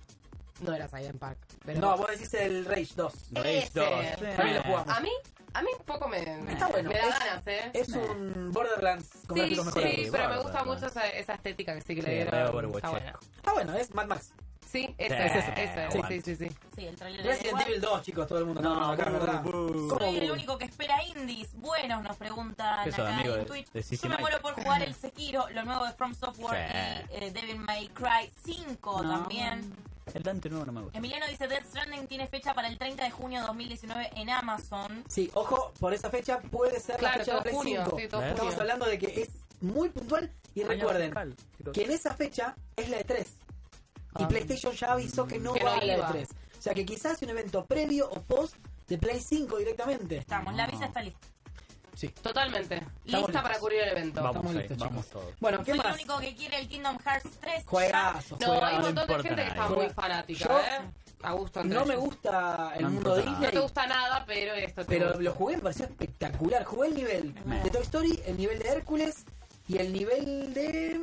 Speaker 5: No era Cyberpunk. Pero...
Speaker 2: No, vos decís el Rage 2.
Speaker 5: Ese.
Speaker 2: Ahí lo jugamos.
Speaker 5: A mí, a mí un poco me,
Speaker 2: Está bueno.
Speaker 5: me da
Speaker 2: es,
Speaker 5: ganas, ¿eh?
Speaker 2: Es un Borderlands con
Speaker 5: Sí,
Speaker 2: gráficos mejorados.
Speaker 5: sí, pero me gusta mucho esa, esa estética que sí que le
Speaker 2: Sí,
Speaker 5: dieron.
Speaker 2: re Overwatch,
Speaker 5: Está buena.
Speaker 2: Está bueno, es Mad Max.
Speaker 5: Sí, esa,
Speaker 2: Sí,
Speaker 5: esa,
Speaker 2: sí,
Speaker 5: esa,
Speaker 2: sí,
Speaker 5: sí, sí, sí.
Speaker 4: Sí, el trailer
Speaker 2: Resident Evil 2, chicos, todo el mundo. No, acá, ¿verdad? ¿Cómo
Speaker 4: Soy el
Speaker 2: bu-
Speaker 4: único que espera indies. Buenos, nos preguntan
Speaker 3: ¿Qué sos,
Speaker 4: acá
Speaker 3: amigo
Speaker 4: en
Speaker 3: de-
Speaker 4: Twitch.
Speaker 3: de Sissi
Speaker 4: Yo me
Speaker 3: Mike?
Speaker 4: muero por jugar el Sekiro, lo nuevo de From Software
Speaker 3: Sí.
Speaker 4: y eh, Devil May Cry 5
Speaker 3: No.
Speaker 4: también.
Speaker 3: El Dante nuevo no me gusta.
Speaker 4: Emiliano dice Death Stranding tiene fecha para el 30 de junio de 2019 en Amazon.
Speaker 2: Sí, ojo, por esa fecha puede ser
Speaker 4: Claro,
Speaker 2: la fecha de
Speaker 4: todo
Speaker 2: Play
Speaker 4: junio,
Speaker 2: 5.
Speaker 4: sí, todo
Speaker 2: Estamos
Speaker 4: junio.
Speaker 2: hablando de que es muy puntual y
Speaker 3: Año
Speaker 2: recuerden
Speaker 3: fiscal, chicos.
Speaker 2: que en esa fecha es la E3. Y PlayStation ya avisó que no
Speaker 4: Ah. Que no
Speaker 2: va a la
Speaker 4: iba.
Speaker 2: E3. O sea que quizás un evento previo o post de Play 5 directamente.
Speaker 4: Estamos, la visa está lista.
Speaker 5: Totalmente.
Speaker 2: Estamos
Speaker 5: Lista
Speaker 2: listos.
Speaker 5: para cubrir el evento.
Speaker 2: Vamos,
Speaker 5: Estamos
Speaker 2: ahí,
Speaker 5: listos,
Speaker 2: vamos
Speaker 5: chicos.
Speaker 2: todos. Bueno, ¿qué
Speaker 4: Soy
Speaker 2: más?
Speaker 4: el único que quiere el Kingdom Hearts 3.
Speaker 2: Juegazo,
Speaker 5: No,
Speaker 2: juegazo.
Speaker 5: hay un montón de
Speaker 2: importa
Speaker 5: gente que está
Speaker 2: nada.
Speaker 5: muy fanática,
Speaker 2: Yo
Speaker 5: ¿eh? A gusto. entre
Speaker 2: No me
Speaker 5: ellos.
Speaker 2: gusta el
Speaker 5: No me
Speaker 2: mundo
Speaker 5: importa nada. No te
Speaker 2: Disney,
Speaker 5: gusta nada, pero esto te
Speaker 2: pero
Speaker 5: gusta.
Speaker 2: lo jugué, me pareció espectacular. Jugué el nivel de Toy Story, el nivel de Hércules y el nivel de...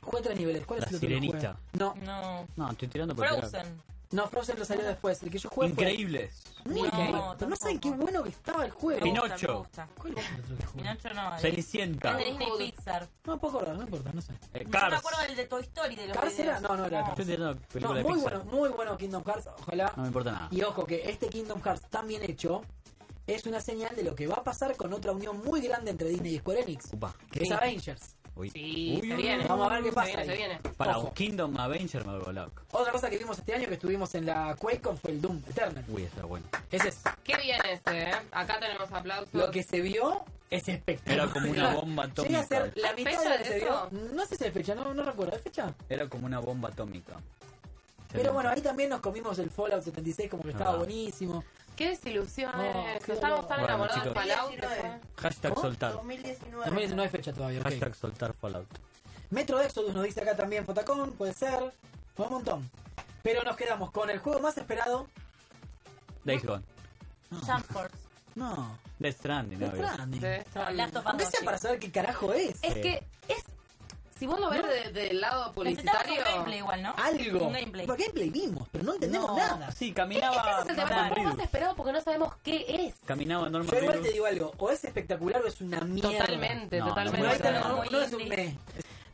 Speaker 2: Jugué tres niveles. ¿Cuál
Speaker 3: La
Speaker 2: es el otro que jugué?
Speaker 3: Sirenita.
Speaker 2: No.
Speaker 4: No.
Speaker 3: No, estoy tirando por
Speaker 4: Frozen.
Speaker 2: No, Frozen lo salió después. El que yo jugué fue-
Speaker 3: Increíbles.
Speaker 2: Muy
Speaker 4: No,
Speaker 2: bueno. Pero no saben qué bueno que estaba el juego.
Speaker 3: Me gusta, Pinocho. me
Speaker 4: gusta.
Speaker 2: ¿Cuál es el otro que jugué?
Speaker 4: Pinocho no. es-
Speaker 3: Cenicienta.
Speaker 4: Es de Disney y Pixar.
Speaker 2: No, poco no importa, no sé.
Speaker 3: Eh,
Speaker 4: Yo me
Speaker 3: Cars.
Speaker 4: acuerdo del de Toy Story. De los
Speaker 2: ¿Cars era?
Speaker 4: videos.
Speaker 2: No, no era. Cars.
Speaker 3: Estoy tirando
Speaker 2: No,
Speaker 3: película de
Speaker 2: muy
Speaker 3: Pixar.
Speaker 2: bueno, muy bueno Kingdom Hearts. Ojalá.
Speaker 3: No me importa nada.
Speaker 2: Y ojo que este Kingdom Hearts tan bien hecho es una señal de lo que va a pasar con otra unión muy grande entre Disney y Square Enix, que es
Speaker 3: Sí.
Speaker 2: Avengers.
Speaker 3: Uy.
Speaker 5: Sí,
Speaker 2: Uy,
Speaker 5: se
Speaker 2: uy,
Speaker 5: viene.
Speaker 2: vamos a ver qué
Speaker 5: Se
Speaker 2: pasa
Speaker 5: viene,
Speaker 2: ahí.
Speaker 5: se viene.
Speaker 3: Para
Speaker 2: Ojo.
Speaker 3: un Kingdom Avenger me voló loco.
Speaker 2: Otra cosa que vimos este año que estuvimos en la QuakeCon fue el Doom Eternal.
Speaker 3: Uy, está bueno.
Speaker 2: Ese es.
Speaker 5: Qué bien este, ¿eh? Acá tenemos aplausos.
Speaker 2: Lo que se vio es espectacular.
Speaker 3: Era como una bomba
Speaker 2: Llega a
Speaker 3: atómica.
Speaker 2: ser la
Speaker 5: ¿Hay
Speaker 2: mitad de
Speaker 5: fecha
Speaker 2: lo
Speaker 5: de
Speaker 2: que se
Speaker 5: eso?
Speaker 2: vio. No sé si es fecha, no, no recuerdo. ¿Es fecha?
Speaker 3: Era como una bomba atómica.
Speaker 2: Pero bueno, ahí también nos comimos el Fallout 76 como que estaba
Speaker 3: Ah.
Speaker 2: buenísimo.
Speaker 5: Qué desilusión
Speaker 2: Oh,
Speaker 5: es.
Speaker 2: qué
Speaker 5: Estamos
Speaker 2: dolor.
Speaker 5: tan
Speaker 3: Bueno,
Speaker 5: enamorados del
Speaker 3: chicos.
Speaker 5: Palau. que
Speaker 14: 19.
Speaker 3: Hashtag soltar.
Speaker 14: 2019.
Speaker 2: 2019 es fecha todavía, ok.
Speaker 3: Hashtag soltar Fallout.
Speaker 2: Metro Exodus nos dice acá también Fotacón, puede ser. Fue un montón. Pero nos quedamos con el juego más esperado.
Speaker 3: Days Gone.
Speaker 4: Jump Force.
Speaker 2: No,
Speaker 3: Death Stranding,
Speaker 2: Death
Speaker 3: obvio.
Speaker 2: Stranding.
Speaker 5: fue- de esta-
Speaker 4: Last of Us
Speaker 2: Aunque
Speaker 4: dos,
Speaker 2: sea
Speaker 4: sí.
Speaker 2: para saber qué carajo es.
Speaker 5: Es que es. Si vos lo ves desde el lado
Speaker 4: Necesitamos
Speaker 5: publicitario.
Speaker 4: un gameplay igual, ¿no?
Speaker 2: Algo.
Speaker 4: Un gameplay.
Speaker 2: Porque gameplay vimos, pero no entendemos nada.
Speaker 3: Sí,
Speaker 5: Es que ese
Speaker 3: caminaba.
Speaker 5: es el tema,
Speaker 3: Norman
Speaker 5: tampoco
Speaker 3: Reedus.
Speaker 5: hemos esperado porque no sabemos qué es.
Speaker 3: Caminaba Norman
Speaker 2: Yo igual
Speaker 3: Reedus.
Speaker 2: te digo algo, o es espectacular o es una mierda.
Speaker 5: Totalmente,
Speaker 3: No, no,
Speaker 2: Como ahí
Speaker 5: totalmente.
Speaker 2: está,
Speaker 4: Bueno,
Speaker 2: no,
Speaker 4: muy
Speaker 2: no es un
Speaker 4: indie.
Speaker 2: mes.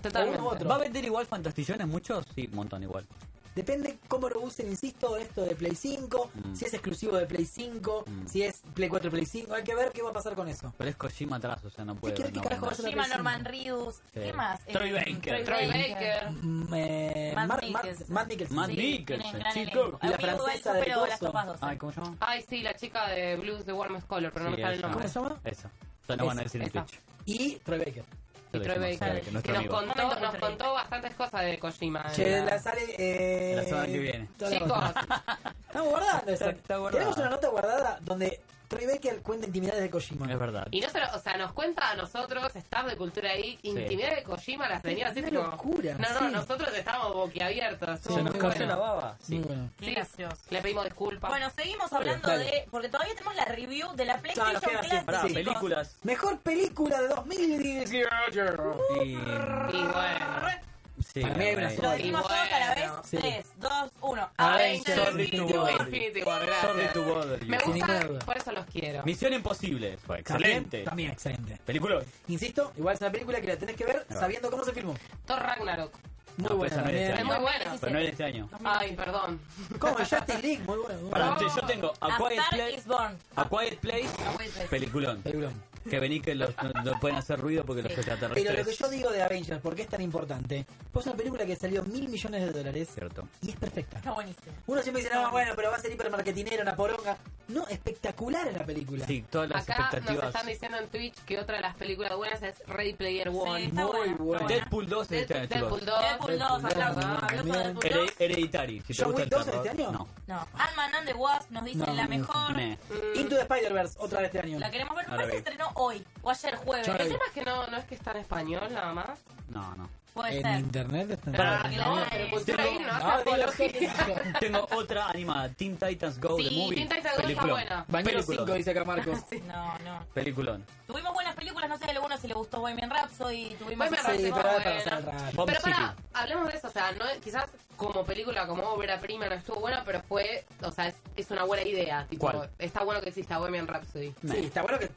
Speaker 5: Totalmente.
Speaker 2: uno u otro.
Speaker 3: ¿Va a vender igual Fantastillones muchos? Sí, un montón igual.
Speaker 2: Depende cómo lo usen, insisto, esto de Play 5,
Speaker 3: Mm.
Speaker 2: si es exclusivo de Play 5,
Speaker 3: Mm.
Speaker 2: si es Play 4, Play 5, hay que ver qué va a pasar con eso.
Speaker 3: Pero es Kojima atrás, o sea, no puede.
Speaker 2: ¿Qué
Speaker 3: no
Speaker 2: carajo
Speaker 3: vender.
Speaker 2: vas
Speaker 4: Shima Norman Reedus. ¿Qué más?
Speaker 3: Troy
Speaker 4: Eh,
Speaker 3: Baker.
Speaker 5: Troy Baker.
Speaker 2: Mm, eh, Mar-
Speaker 4: Matt
Speaker 2: Mar-
Speaker 4: Mikkelsen.
Speaker 2: Matt Mikkelsen.
Speaker 3: Matt
Speaker 4: Sí,
Speaker 3: Mikkelsen,
Speaker 4: tienen gran
Speaker 3: chico.
Speaker 4: elenco.
Speaker 2: Y la
Speaker 4: A mí igual
Speaker 2: francesa de
Speaker 4: supero las
Speaker 2: Coso.
Speaker 4: copas ¿eh? doce.
Speaker 3: Ay, ¿cómo se llama?
Speaker 5: Ay, sí, la chica de Blues de Warmest Color, pero Ah, no
Speaker 3: Sí,
Speaker 5: me sale el
Speaker 3: esa.
Speaker 5: nombre.
Speaker 2: ¿Cómo se llama?
Speaker 3: Eso. Ya no van a decir en
Speaker 5: Esa.
Speaker 3: Twitch.
Speaker 2: Y Troy Baker.
Speaker 5: Y Troy Baker.
Speaker 3: Que
Speaker 5: Que,
Speaker 3: nuestro
Speaker 5: nos
Speaker 3: amigo.
Speaker 5: contó, nos
Speaker 4: Troy.
Speaker 5: contó bastantes cosas de Kojima.
Speaker 2: Che,
Speaker 5: eh.
Speaker 2: la sale. Eh,
Speaker 3: La semana que viene.
Speaker 2: toda la
Speaker 5: Chicos,
Speaker 2: cosa. Estamos guardando eso.
Speaker 3: Está- está guardada.
Speaker 2: Tenemos una nota guardada donde Troy Baker cuenta intimidades de Kojima.
Speaker 3: Es verdad.
Speaker 5: y no se lo- o sea, nos cuenta a nosotros, staff de Cultura Geek, intimidad de Kojima, las tenía así
Speaker 2: Una
Speaker 5: como-
Speaker 2: locura,
Speaker 5: No, no,
Speaker 2: sí.
Speaker 5: nosotros estábamos boquiabiertos.
Speaker 2: Sí,
Speaker 3: Se nos
Speaker 2: muy
Speaker 3: cayó
Speaker 2: bueno.
Speaker 3: la baba. Sí.
Speaker 2: Muy bueno.
Speaker 4: Qué
Speaker 5: Sí,
Speaker 4: gracioso.
Speaker 5: le pedimos disculpas.
Speaker 4: Bueno, seguimos hablando
Speaker 3: Dale.
Speaker 4: de. Porque todavía tenemos la review de la
Speaker 2: Claro,
Speaker 4: PlayStation
Speaker 2: nos queda
Speaker 4: Classic.
Speaker 3: Pará,
Speaker 2: Sí.
Speaker 3: películas.
Speaker 2: Mejor película de 2018.
Speaker 3: Y...
Speaker 5: y bueno.
Speaker 3: Sí,
Speaker 2: Para mí hay
Speaker 3: re-
Speaker 2: una
Speaker 4: Lo
Speaker 2: sola.
Speaker 4: decimos
Speaker 5: Bueno.
Speaker 4: todos a la vez.
Speaker 2: Sí.
Speaker 4: 3, 2, 1.
Speaker 2: Avengers
Speaker 4: Avengers.
Speaker 3: Sorry to bother you.
Speaker 5: Infinity War, gracias.
Speaker 3: Sorry to bother you.
Speaker 5: Me
Speaker 2: Infinity
Speaker 5: gusta,
Speaker 2: War.
Speaker 5: por eso los quiero.
Speaker 3: Misión Imposible. Fue
Speaker 2: También-
Speaker 3: excelente.
Speaker 2: También excelente.
Speaker 3: Película.
Speaker 2: Insisto, igual es una película que la tenés que ver sabiendo cómo se filmó.
Speaker 5: Thor Ragnarok.
Speaker 2: Muy
Speaker 3: No,
Speaker 2: buena
Speaker 3: esa no es de
Speaker 2: también.
Speaker 3: este
Speaker 5: Es
Speaker 3: año.
Speaker 5: muy buena.
Speaker 3: Pero no es de este año.
Speaker 5: Ay, perdón.
Speaker 2: Como Justin League, muy buena. muy
Speaker 3: Pará,
Speaker 2: buena.
Speaker 3: che, yo tengo A
Speaker 4: A
Speaker 3: Quiet
Speaker 4: Star is
Speaker 3: Place.
Speaker 4: Born.
Speaker 3: A Quiet Place.
Speaker 4: A Quiet Place.
Speaker 3: Peliculón.
Speaker 2: Peliculón.
Speaker 3: Que venís que los, no, no pueden hacer ruido porque los
Speaker 4: Sí.
Speaker 3: extraterrestres.
Speaker 2: Pero lo que yo digo de Avengers, ¿por qué es tan importante? Pues es una película que salió mil millones de dólares
Speaker 3: Cierto.
Speaker 2: y es perfecta.
Speaker 4: Está buenísimo.
Speaker 2: Uno siempre dice, no, bueno, pero va a ser hipermarketinera, una poronga. No, espectacular es la película.
Speaker 3: Sí, todas las
Speaker 5: Acá nos
Speaker 3: expectativas.
Speaker 5: están diciendo en Twitch que otra de las películas buenas es Ready Player
Speaker 4: Sí,
Speaker 5: One.
Speaker 4: está buena,
Speaker 2: buena.
Speaker 4: está buena.
Speaker 3: Deadpool 2 de este año, chicos.
Speaker 5: Deadpool 2.
Speaker 4: Deadpool 2, aplauso.
Speaker 2: Deadpool
Speaker 4: Aplauso a
Speaker 2: también.
Speaker 4: Deadpool 2.
Speaker 3: Hered- Hereditary. Si te
Speaker 2: ¿John
Speaker 3: gusta
Speaker 2: Wick
Speaker 3: el
Speaker 2: 2 de
Speaker 3: terror.
Speaker 2: este año?
Speaker 3: No.
Speaker 4: No. Ant-Man and the Wasp nos dicen
Speaker 2: No,
Speaker 4: la
Speaker 2: no,
Speaker 4: mejor.
Speaker 3: Meh.
Speaker 5: Mm.
Speaker 2: Into the Spider-Verse, otra vez este año.
Speaker 4: La queremos ver.
Speaker 3: No
Speaker 4: Me
Speaker 3: la
Speaker 4: parece que
Speaker 3: vi.
Speaker 4: se estrenó hoy o ayer jueves.
Speaker 2: Yo la
Speaker 5: El
Speaker 2: vi.
Speaker 5: tema es que no, no es que está en español nada más.
Speaker 3: No, no.
Speaker 4: Puede ser.
Speaker 2: internet está
Speaker 5: Pero,
Speaker 4: Ah,
Speaker 5: no,
Speaker 4: no,
Speaker 5: pero
Speaker 4: eh,
Speaker 5: cultura
Speaker 3: tengo-
Speaker 5: ahí no hace apología.
Speaker 3: Tengo otra animada, Teen Titans Go
Speaker 5: Sí,
Speaker 3: the Movie.
Speaker 5: Teen Titans Go está
Speaker 3: Peliculón.
Speaker 5: buena.
Speaker 2: Bañero
Speaker 3: Peliculón.
Speaker 2: 5, dice acá Marcos.
Speaker 4: No, no.
Speaker 3: Peliculón.
Speaker 4: Tuvimos buenas películas, no sé a alguno si le gustó Bohemian Rhapsody. Tuvimos
Speaker 5: Bohemian
Speaker 2: Sí,
Speaker 5: Rhapsody.
Speaker 2: pero
Speaker 5: Bueno.
Speaker 2: era para pasar el rato.
Speaker 3: Bomb
Speaker 5: Pero pará,
Speaker 3: City.
Speaker 5: hablemos de eso, o sea, no, quizás como película, como obra prima no estuvo buena, pero fue, o sea, es, es una buena idea. Tipo,
Speaker 3: ¿Cuál?
Speaker 5: Está bueno que exista Bohemian Rhapsody.
Speaker 2: Sí, está bueno que...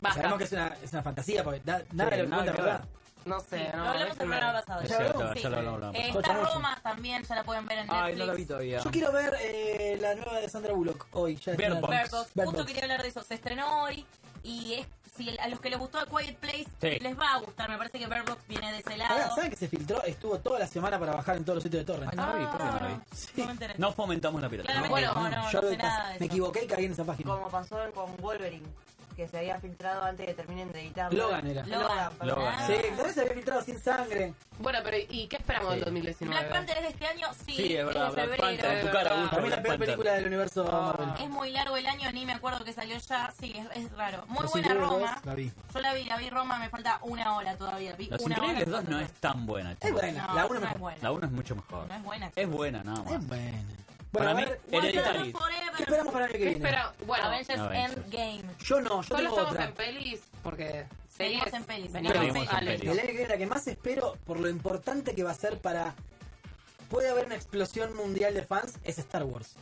Speaker 5: Basta.
Speaker 2: Sabemos que es una, es una fantasía, porque da- nada
Speaker 3: Sí,
Speaker 2: de lo que
Speaker 3: nada
Speaker 2: cuenta,
Speaker 3: que
Speaker 2: ¿verdad?
Speaker 3: ver.
Speaker 5: No sé, no.
Speaker 4: lo hablamos
Speaker 5: es
Speaker 4: el
Speaker 5: una-
Speaker 4: programa pasado.
Speaker 3: Es
Speaker 2: Ya
Speaker 3: cierto,
Speaker 2: hablamos,
Speaker 3: ya lo
Speaker 4: Sí.
Speaker 3: hablamos.
Speaker 4: Eh,
Speaker 2: Escucha
Speaker 4: está
Speaker 2: mucho.
Speaker 4: Roma también, ya la pueden ver en Netflix.
Speaker 3: Ay, no la vi todavía.
Speaker 2: Yo quiero ver eh, la nueva de Sandra Bullock hoy. Ya
Speaker 3: Bird Box.
Speaker 4: Bird Box.
Speaker 2: Bird
Speaker 4: Justo
Speaker 2: Box.
Speaker 4: quería hablar de eso. Se estrenó hoy y es, si a los que les gustó A Quiet Place
Speaker 3: Sí.
Speaker 4: les va a gustar. Me parece que Bird Box viene de ese
Speaker 2: Ahora,
Speaker 4: lado.
Speaker 2: ¿Saben que se filtró? Estuvo toda la semana para bajar en todos los sitios de torrent.
Speaker 3: Ay, no la vi, ¿cómo que no la vi?
Speaker 4: No me enteré.
Speaker 3: No fomentamos la pirata.
Speaker 4: Claramente
Speaker 5: Bueno,
Speaker 4: no, no, no,
Speaker 2: yo
Speaker 4: sé
Speaker 2: me, pas-
Speaker 4: nada de
Speaker 2: me
Speaker 4: eso.
Speaker 2: equivoqué y caí en esa página.
Speaker 13: Como pasó con Wolverine, que se había filtrado antes de que terminen de editarlo.
Speaker 2: Logan era.
Speaker 4: Logan,
Speaker 13: perdón.
Speaker 3: Logan.
Speaker 2: Sí, también se había filtrado sin sangre.
Speaker 5: Bueno, pero ¿y qué esperamos del 2019?
Speaker 4: Black Panther es de este año, sí,
Speaker 3: Sí, es verdad.
Speaker 4: de
Speaker 3: Black Panther, en
Speaker 4: febrero.
Speaker 3: tu cara,
Speaker 5: verdad.
Speaker 3: Gustavo,
Speaker 2: Para mí la
Speaker 3: Black
Speaker 2: peor
Speaker 3: Panther.
Speaker 2: película del universo Marvel.
Speaker 4: Oh, Es muy largo el año, ni me acuerdo que salió ya, sí, es, es raro. Muy
Speaker 2: Los
Speaker 4: buena
Speaker 2: Increíbles
Speaker 4: Roma.
Speaker 2: dos, la vi.
Speaker 4: Yo la vi, la vi Roma, me falta una hora todavía. Vi
Speaker 3: Los
Speaker 4: una
Speaker 3: Increíbles
Speaker 4: hora.
Speaker 3: 2 no es tan buena,
Speaker 2: Es
Speaker 3: chicos.
Speaker 2: buena,
Speaker 4: No,
Speaker 2: la uno
Speaker 4: no
Speaker 2: mejor.
Speaker 4: es buena.
Speaker 3: La 1 es mucho mejor.
Speaker 4: No es buena.
Speaker 3: Es buena, nada más.
Speaker 2: Es buena. Bueno,
Speaker 3: Para
Speaker 2: a
Speaker 3: mí,
Speaker 2: ver,
Speaker 4: Wakanda
Speaker 3: Hereditary.
Speaker 2: ¿qué
Speaker 4: Forever.
Speaker 2: esperamos para el año que
Speaker 5: ¿Qué
Speaker 2: viene?
Speaker 5: espera? Bueno,
Speaker 4: Avengers
Speaker 3: Avengers.
Speaker 4: Endgame.
Speaker 2: Yo no, yo
Speaker 5: solo
Speaker 2: tengo
Speaker 5: estamos
Speaker 2: otra.
Speaker 5: en pelis porque
Speaker 4: Venimos
Speaker 5: series-
Speaker 4: en pelis.
Speaker 5: Venimos en
Speaker 3: Venimos en
Speaker 5: pelis.
Speaker 3: pelis.
Speaker 2: El año que viene la que más espero, por lo importante que va a ser para... Puede haber una explosión mundial de fans, es Star Wars.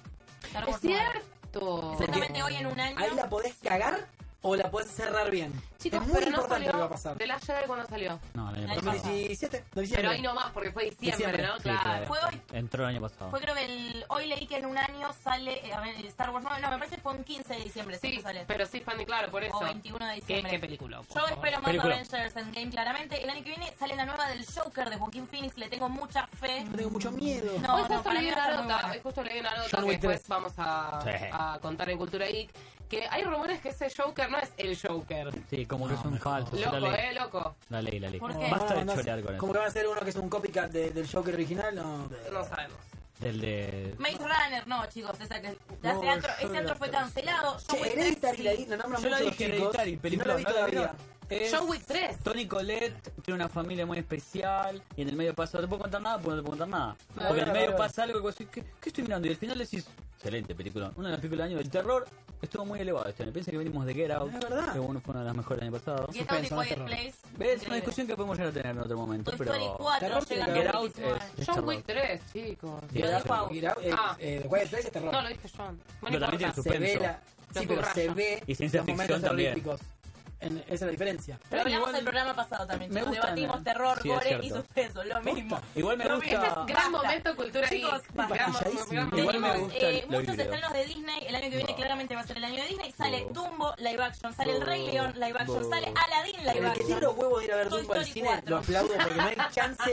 Speaker 4: Star
Speaker 5: Es
Speaker 4: Wars nueve.
Speaker 5: cierto.
Speaker 2: Porque
Speaker 4: Exactamente hoy en un año.
Speaker 2: Ahí la podés cagar o la puedes cerrar bien.
Speaker 5: Chicos,
Speaker 2: es muy
Speaker 5: pero no
Speaker 2: importante lo que va
Speaker 5: salió.
Speaker 2: a pasar.
Speaker 5: ¿De la llave cuándo salió?
Speaker 3: No, el año pasado.
Speaker 2: 2017,
Speaker 5: Pero ahí nomás, porque fue diciembre,
Speaker 3: Diciembre.
Speaker 5: ¿no?
Speaker 3: Sí,
Speaker 5: Claro.
Speaker 3: claro.
Speaker 4: Fue hoy,
Speaker 3: Entró el año pasado.
Speaker 4: fue creo que el, hoy leí que en un año sale, eh, a ver, Star Wars 9, no, me parece que fue un 15 de diciembre, sí, que sale.
Speaker 5: Pero sí, Fanny, claro, por eso.
Speaker 4: O 21 de diciembre.
Speaker 5: ¿Qué, qué película? por
Speaker 4: Yo
Speaker 5: favor.
Speaker 4: espero más
Speaker 5: Película.
Speaker 4: Avengers Endgame, claramente. El año que viene sale la nueva del Joker de Joaquín Phoenix. Le tengo mucha fe.
Speaker 2: tengo mucho miedo.
Speaker 4: No,
Speaker 5: hoy,
Speaker 4: no,
Speaker 5: justo
Speaker 4: para
Speaker 5: leí
Speaker 4: mí va a
Speaker 5: una
Speaker 4: estar muy
Speaker 5: nota,
Speaker 4: buena.
Speaker 5: hoy justo leí una nota
Speaker 4: John
Speaker 5: que
Speaker 4: Wick
Speaker 5: después
Speaker 4: tres.
Speaker 5: vamos a,
Speaker 3: Sí.
Speaker 5: a contar en Cultura Geek, que hay rumores que ese Joker no es el Joker.
Speaker 3: Sí, como que es un falso. sí,
Speaker 5: Loco,
Speaker 3: la ley.
Speaker 5: eh, loco.
Speaker 3: La ley, la ley.
Speaker 5: ¿Por qué?
Speaker 3: Basta de
Speaker 2: Como
Speaker 3: chorear con
Speaker 2: Como
Speaker 3: eso.
Speaker 2: que va a ser uno que es un copycat de- del Joker original, no.
Speaker 5: No sabemos.
Speaker 3: El de...
Speaker 4: Maze Runner, no, chicos. Esa que,
Speaker 2: No,
Speaker 4: ese antro,
Speaker 2: yo
Speaker 4: ese
Speaker 2: la-
Speaker 4: antro fue cancelado. John
Speaker 2: Che,
Speaker 4: Wick
Speaker 2: Hereditary
Speaker 4: tres,
Speaker 2: la
Speaker 4: sí.
Speaker 2: vi, la nombran
Speaker 3: Yo la
Speaker 2: mucho los
Speaker 3: dije,
Speaker 2: chicos.
Speaker 3: Hereditary,
Speaker 2: y no
Speaker 3: película,
Speaker 2: la vi
Speaker 3: ¿no la
Speaker 2: todavía.
Speaker 3: Es-
Speaker 5: John Wick 3.
Speaker 3: Tony Colette tiene una familia muy especial y en el medio pasa. No te puedo contar nada porque no te puedo contar nada.
Speaker 2: Ah,
Speaker 3: Porque en el
Speaker 2: bueno,
Speaker 3: medio
Speaker 2: bueno.
Speaker 3: pasa algo y vos decís, ¿qué, qué estoy mirando? Y al final decís, excelente película. Una de las películas del año del terror estuvo muy elevado este año. Piensa que venimos de Get Out,
Speaker 2: Es verdad.
Speaker 3: que bueno, fue una de las mejores del año pasado.
Speaker 4: Get Out y
Speaker 3: Suspenso, ¿no?
Speaker 4: Quiet
Speaker 3: Terror.
Speaker 4: Place. Eh,
Speaker 3: ¿Ves? Es una
Speaker 4: Increíble.
Speaker 3: discusión que podemos llegar a tener en otro momento.
Speaker 4: Toy
Speaker 3: Pero
Speaker 4: Story 4
Speaker 2: Terror
Speaker 4: llega
Speaker 2: tiene
Speaker 4: en
Speaker 3: Get
Speaker 2: que
Speaker 3: Out
Speaker 4: 2019.
Speaker 3: es, es
Speaker 5: John
Speaker 3: terror.
Speaker 5: Wick 3, chicos.
Speaker 3: Get
Speaker 2: Lo
Speaker 3: Out.
Speaker 2: dijo Get Out, eh,
Speaker 5: Ah.
Speaker 2: eh, The Quiet Place es terror.
Speaker 5: No, lo dije John.
Speaker 3: Pero también tiene
Speaker 2: se ve
Speaker 3: suspenso.
Speaker 2: la,
Speaker 5: Lo
Speaker 2: sí, pero se
Speaker 5: subrayo.
Speaker 2: ve
Speaker 3: Y ciencia
Speaker 2: los momentos
Speaker 3: ficción también.
Speaker 2: terroríficos. En- esa es la diferencia.
Speaker 4: Pero hablamos
Speaker 3: igual-
Speaker 4: del programa pasado también.
Speaker 3: Me
Speaker 4: chicos.
Speaker 3: gustan-
Speaker 4: Debatimos terror,
Speaker 3: Sí, es
Speaker 4: gore y
Speaker 3: cierto.
Speaker 4: suspenso. Lo mismo.
Speaker 3: Igual me
Speaker 4: Lo
Speaker 3: gusta-
Speaker 4: mismo.
Speaker 3: Este es
Speaker 5: Gran
Speaker 4: Basta.
Speaker 5: momento Cultura
Speaker 4: Chicos,
Speaker 5: Geek. Gran- gran-
Speaker 2: Basta.
Speaker 3: Igual me
Speaker 4: Tenemos
Speaker 3: gusta el-
Speaker 4: eh,
Speaker 3: lo
Speaker 4: muchos
Speaker 3: híbrido.
Speaker 4: estrenos de Disney. El año que viene
Speaker 3: Buah.
Speaker 4: claramente va a ser el año de Disney. Sale
Speaker 3: Buah.
Speaker 4: Dumbo, live action. Sale El Rey
Speaker 3: Buah.
Speaker 4: León, live action.
Speaker 3: Buah.
Speaker 4: Sale Aladdin, live
Speaker 2: El que tiene los
Speaker 4: action.
Speaker 2: huevos de ir a ver
Speaker 4: Toy
Speaker 2: Dumbo al
Speaker 4: Story
Speaker 2: cine,
Speaker 4: 4.
Speaker 2: lo aplaudo porque no hay chance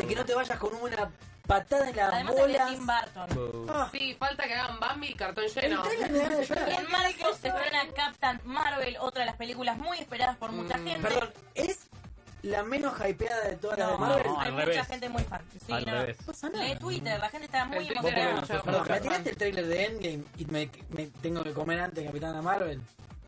Speaker 2: de que no te vayas con una patada en la
Speaker 4: Además sale
Speaker 2: bola.
Speaker 4: Tim Burton.
Speaker 2: Ah,
Speaker 5: Sí, falta que hagan Bambi y cartón
Speaker 2: el
Speaker 5: lleno.
Speaker 2: trailer me da ganas de
Speaker 4: Y
Speaker 2: llorar.
Speaker 4: en marzo se estrena Captain Marvel, otra de las películas muy esperadas por mucha
Speaker 3: Mm,
Speaker 4: gente.
Speaker 2: Perdón, es la menos hypeada de todas las de
Speaker 4: No,
Speaker 2: Marvel.
Speaker 3: no,
Speaker 4: hay
Speaker 3: al
Speaker 4: mucha
Speaker 3: revés.
Speaker 4: gente muy fan. Sí,
Speaker 3: Al
Speaker 4: no.
Speaker 3: revés.
Speaker 2: pasa nada.
Speaker 4: Lee Twitter, la gente está muy
Speaker 5: El Twitter
Speaker 4: emocionada.
Speaker 5: era mucho-
Speaker 2: Perdón, ¿me tiraste el trailer de Endgame y me, me tengo que comer antes de Capitana Marvel?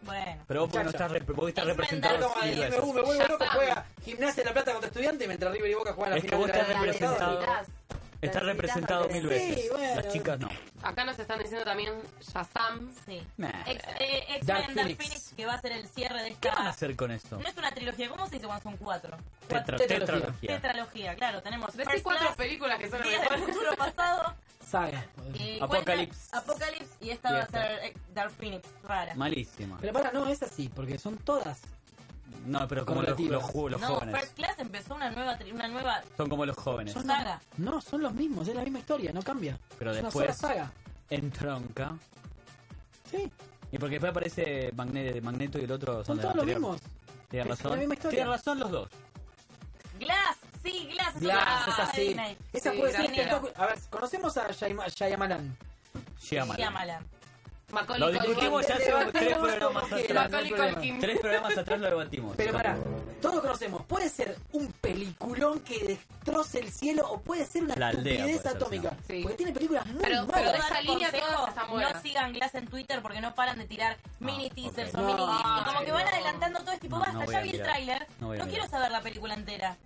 Speaker 4: Bueno.
Speaker 3: Pero vos, porque no estás, rep- vos estás
Speaker 4: Es
Speaker 3: representado
Speaker 4: mental
Speaker 2: Como
Speaker 4: como
Speaker 3: mil
Speaker 2: el
Speaker 3: veces.
Speaker 2: MU, me vuelvo
Speaker 5: Ya
Speaker 2: loco,
Speaker 5: saben.
Speaker 2: juega Gimnasia de la Plata contra Estudiante mientras River y Boca juegan la
Speaker 3: Es que
Speaker 2: final
Speaker 3: vos
Speaker 2: de la
Speaker 3: estás
Speaker 2: Copa Libertadores.
Speaker 3: representado.
Speaker 13: necesitas. La necesitas
Speaker 3: Estás representado
Speaker 13: porque
Speaker 3: mil
Speaker 13: la-
Speaker 3: veces.
Speaker 2: Sí, bueno.
Speaker 3: Las chicas no.
Speaker 5: Acá nos están diciendo también Shazam.
Speaker 4: Sí.
Speaker 3: Nah.
Speaker 4: Ex- eh,
Speaker 2: Dark
Speaker 4: X-Men Dark,
Speaker 2: Phoenix.
Speaker 4: Phoenix. que va a ser el cierre de
Speaker 3: ¿Qué van a
Speaker 4: esta.
Speaker 3: hacer con esto?
Speaker 4: No es una trilogía, ¿cómo se dice cuando son cuatro?
Speaker 3: Tetra,
Speaker 2: tetralogía.
Speaker 3: tetralogía.
Speaker 4: Tetralogía, claro, tenemos
Speaker 5: Decí
Speaker 4: First
Speaker 5: cuatro
Speaker 4: Class,
Speaker 5: películas que son las
Speaker 4: Días del
Speaker 5: mejores.
Speaker 4: futuro pasado,
Speaker 2: Saga.
Speaker 4: eh,
Speaker 3: Apocalipsis.
Speaker 4: cuenta- Apocalipsis y esta
Speaker 3: Y
Speaker 4: va a
Speaker 3: esta.
Speaker 4: ser eh, Dark Phoenix, rara.
Speaker 3: Malísima.
Speaker 2: Pero para, no, es así, porque son todas.
Speaker 3: No, pero como los,
Speaker 2: Correlativas.
Speaker 3: los, ju- los
Speaker 4: no,
Speaker 3: jóvenes.
Speaker 4: First Class empezó una nueva, tri- una nueva
Speaker 3: Son como los jóvenes.
Speaker 2: Son
Speaker 4: Saga.
Speaker 2: las- no, son los mismos, es la misma historia, no cambia.
Speaker 3: Pero
Speaker 2: es
Speaker 3: después-
Speaker 2: una sola saga.
Speaker 3: Entronca.
Speaker 2: Sí,
Speaker 3: Y porque después aparece Magne- Magneto y el otro
Speaker 2: son
Speaker 3: de
Speaker 2: todos
Speaker 3: la
Speaker 2: los
Speaker 3: anterior.
Speaker 2: mismos.
Speaker 3: Tienes
Speaker 2: Es la
Speaker 3: razón.
Speaker 2: misma historia.
Speaker 3: Tienes razón los dos.
Speaker 4: Glass, sí, Glass, es
Speaker 2: Glass,
Speaker 4: otra
Speaker 2: es
Speaker 4: película de
Speaker 2: así.
Speaker 4: Disney.
Speaker 2: Esa
Speaker 5: Sí,
Speaker 2: puede ser
Speaker 5: gracias.
Speaker 2: espectacular. A ver, conocemos a Shyam- Shyamalan.
Speaker 3: Shyamalan.
Speaker 4: Shyamalan.
Speaker 5: Macaulay
Speaker 3: Lo
Speaker 5: Culkin.
Speaker 3: discutimos ya hace
Speaker 2: Debatemos
Speaker 3: tres
Speaker 2: como
Speaker 3: programas
Speaker 2: quieras,
Speaker 3: atrás.
Speaker 2: no hay
Speaker 5: Macaulay
Speaker 2: problema.
Speaker 5: Culkin.
Speaker 3: Tres programas atrás lo debatimos.
Speaker 2: Pero pará, todos conocemos. Puede ser un peliculón que destroce el cielo o puede ser una
Speaker 3: La aldea
Speaker 2: estupidez
Speaker 3: puede ser,
Speaker 2: atómica.
Speaker 5: sí. Sí.
Speaker 2: Porque tiene películas muy
Speaker 5: Pero-
Speaker 2: malas.
Speaker 5: pero- esa línea
Speaker 4: Consejo,
Speaker 5: todas están
Speaker 4: No
Speaker 5: buenas.
Speaker 4: sigan Glass en Twitter porque no paran de tirar mini teasers
Speaker 3: Ah, ok.
Speaker 4: o mini
Speaker 5: No,
Speaker 4: gifs. Y como que van
Speaker 5: no.
Speaker 4: adelantando todo, es tipo,
Speaker 3: No,
Speaker 4: basta,
Speaker 3: no voy
Speaker 4: ya
Speaker 3: a
Speaker 4: vi el
Speaker 3: mirar.
Speaker 4: tráiler.
Speaker 3: No
Speaker 4: No,
Speaker 3: voy a mirar.
Speaker 4: quiero saber la película entera.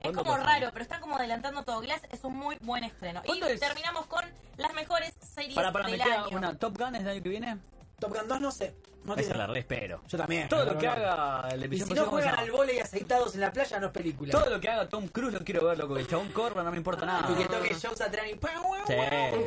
Speaker 4: Es
Speaker 3: ¿Cuándo
Speaker 4: como
Speaker 3: pasa?
Speaker 4: raro, pero están como adelantando todo. Glass es un muy buen estreno. Y
Speaker 3: ¿Cuándo es?
Speaker 4: terminamos con las mejores series
Speaker 3: Para, para, me
Speaker 4: del
Speaker 3: queda
Speaker 4: año.
Speaker 3: una Top Gun es el año que viene.
Speaker 2: Top Gun 2 no sé. No
Speaker 3: Esa
Speaker 2: tiene-
Speaker 3: la re espero.
Speaker 2: Yo también.
Speaker 3: Todo
Speaker 2: no,
Speaker 3: lo
Speaker 2: no,
Speaker 3: que
Speaker 2: no.
Speaker 3: haga el
Speaker 2: Y
Speaker 3: episodio
Speaker 2: si no
Speaker 3: ¿cómo se
Speaker 2: juegan
Speaker 3: llama?
Speaker 2: al vole y aceitados en la playa, no es película.
Speaker 3: Todo lo que haga Tom Cruise lo quiero ver, loco. Que el chabón corra, no me importa nada.
Speaker 2: Ah, Y que toque Joe Satriani. ¡pau, guau,
Speaker 3: Sí,
Speaker 2: guau!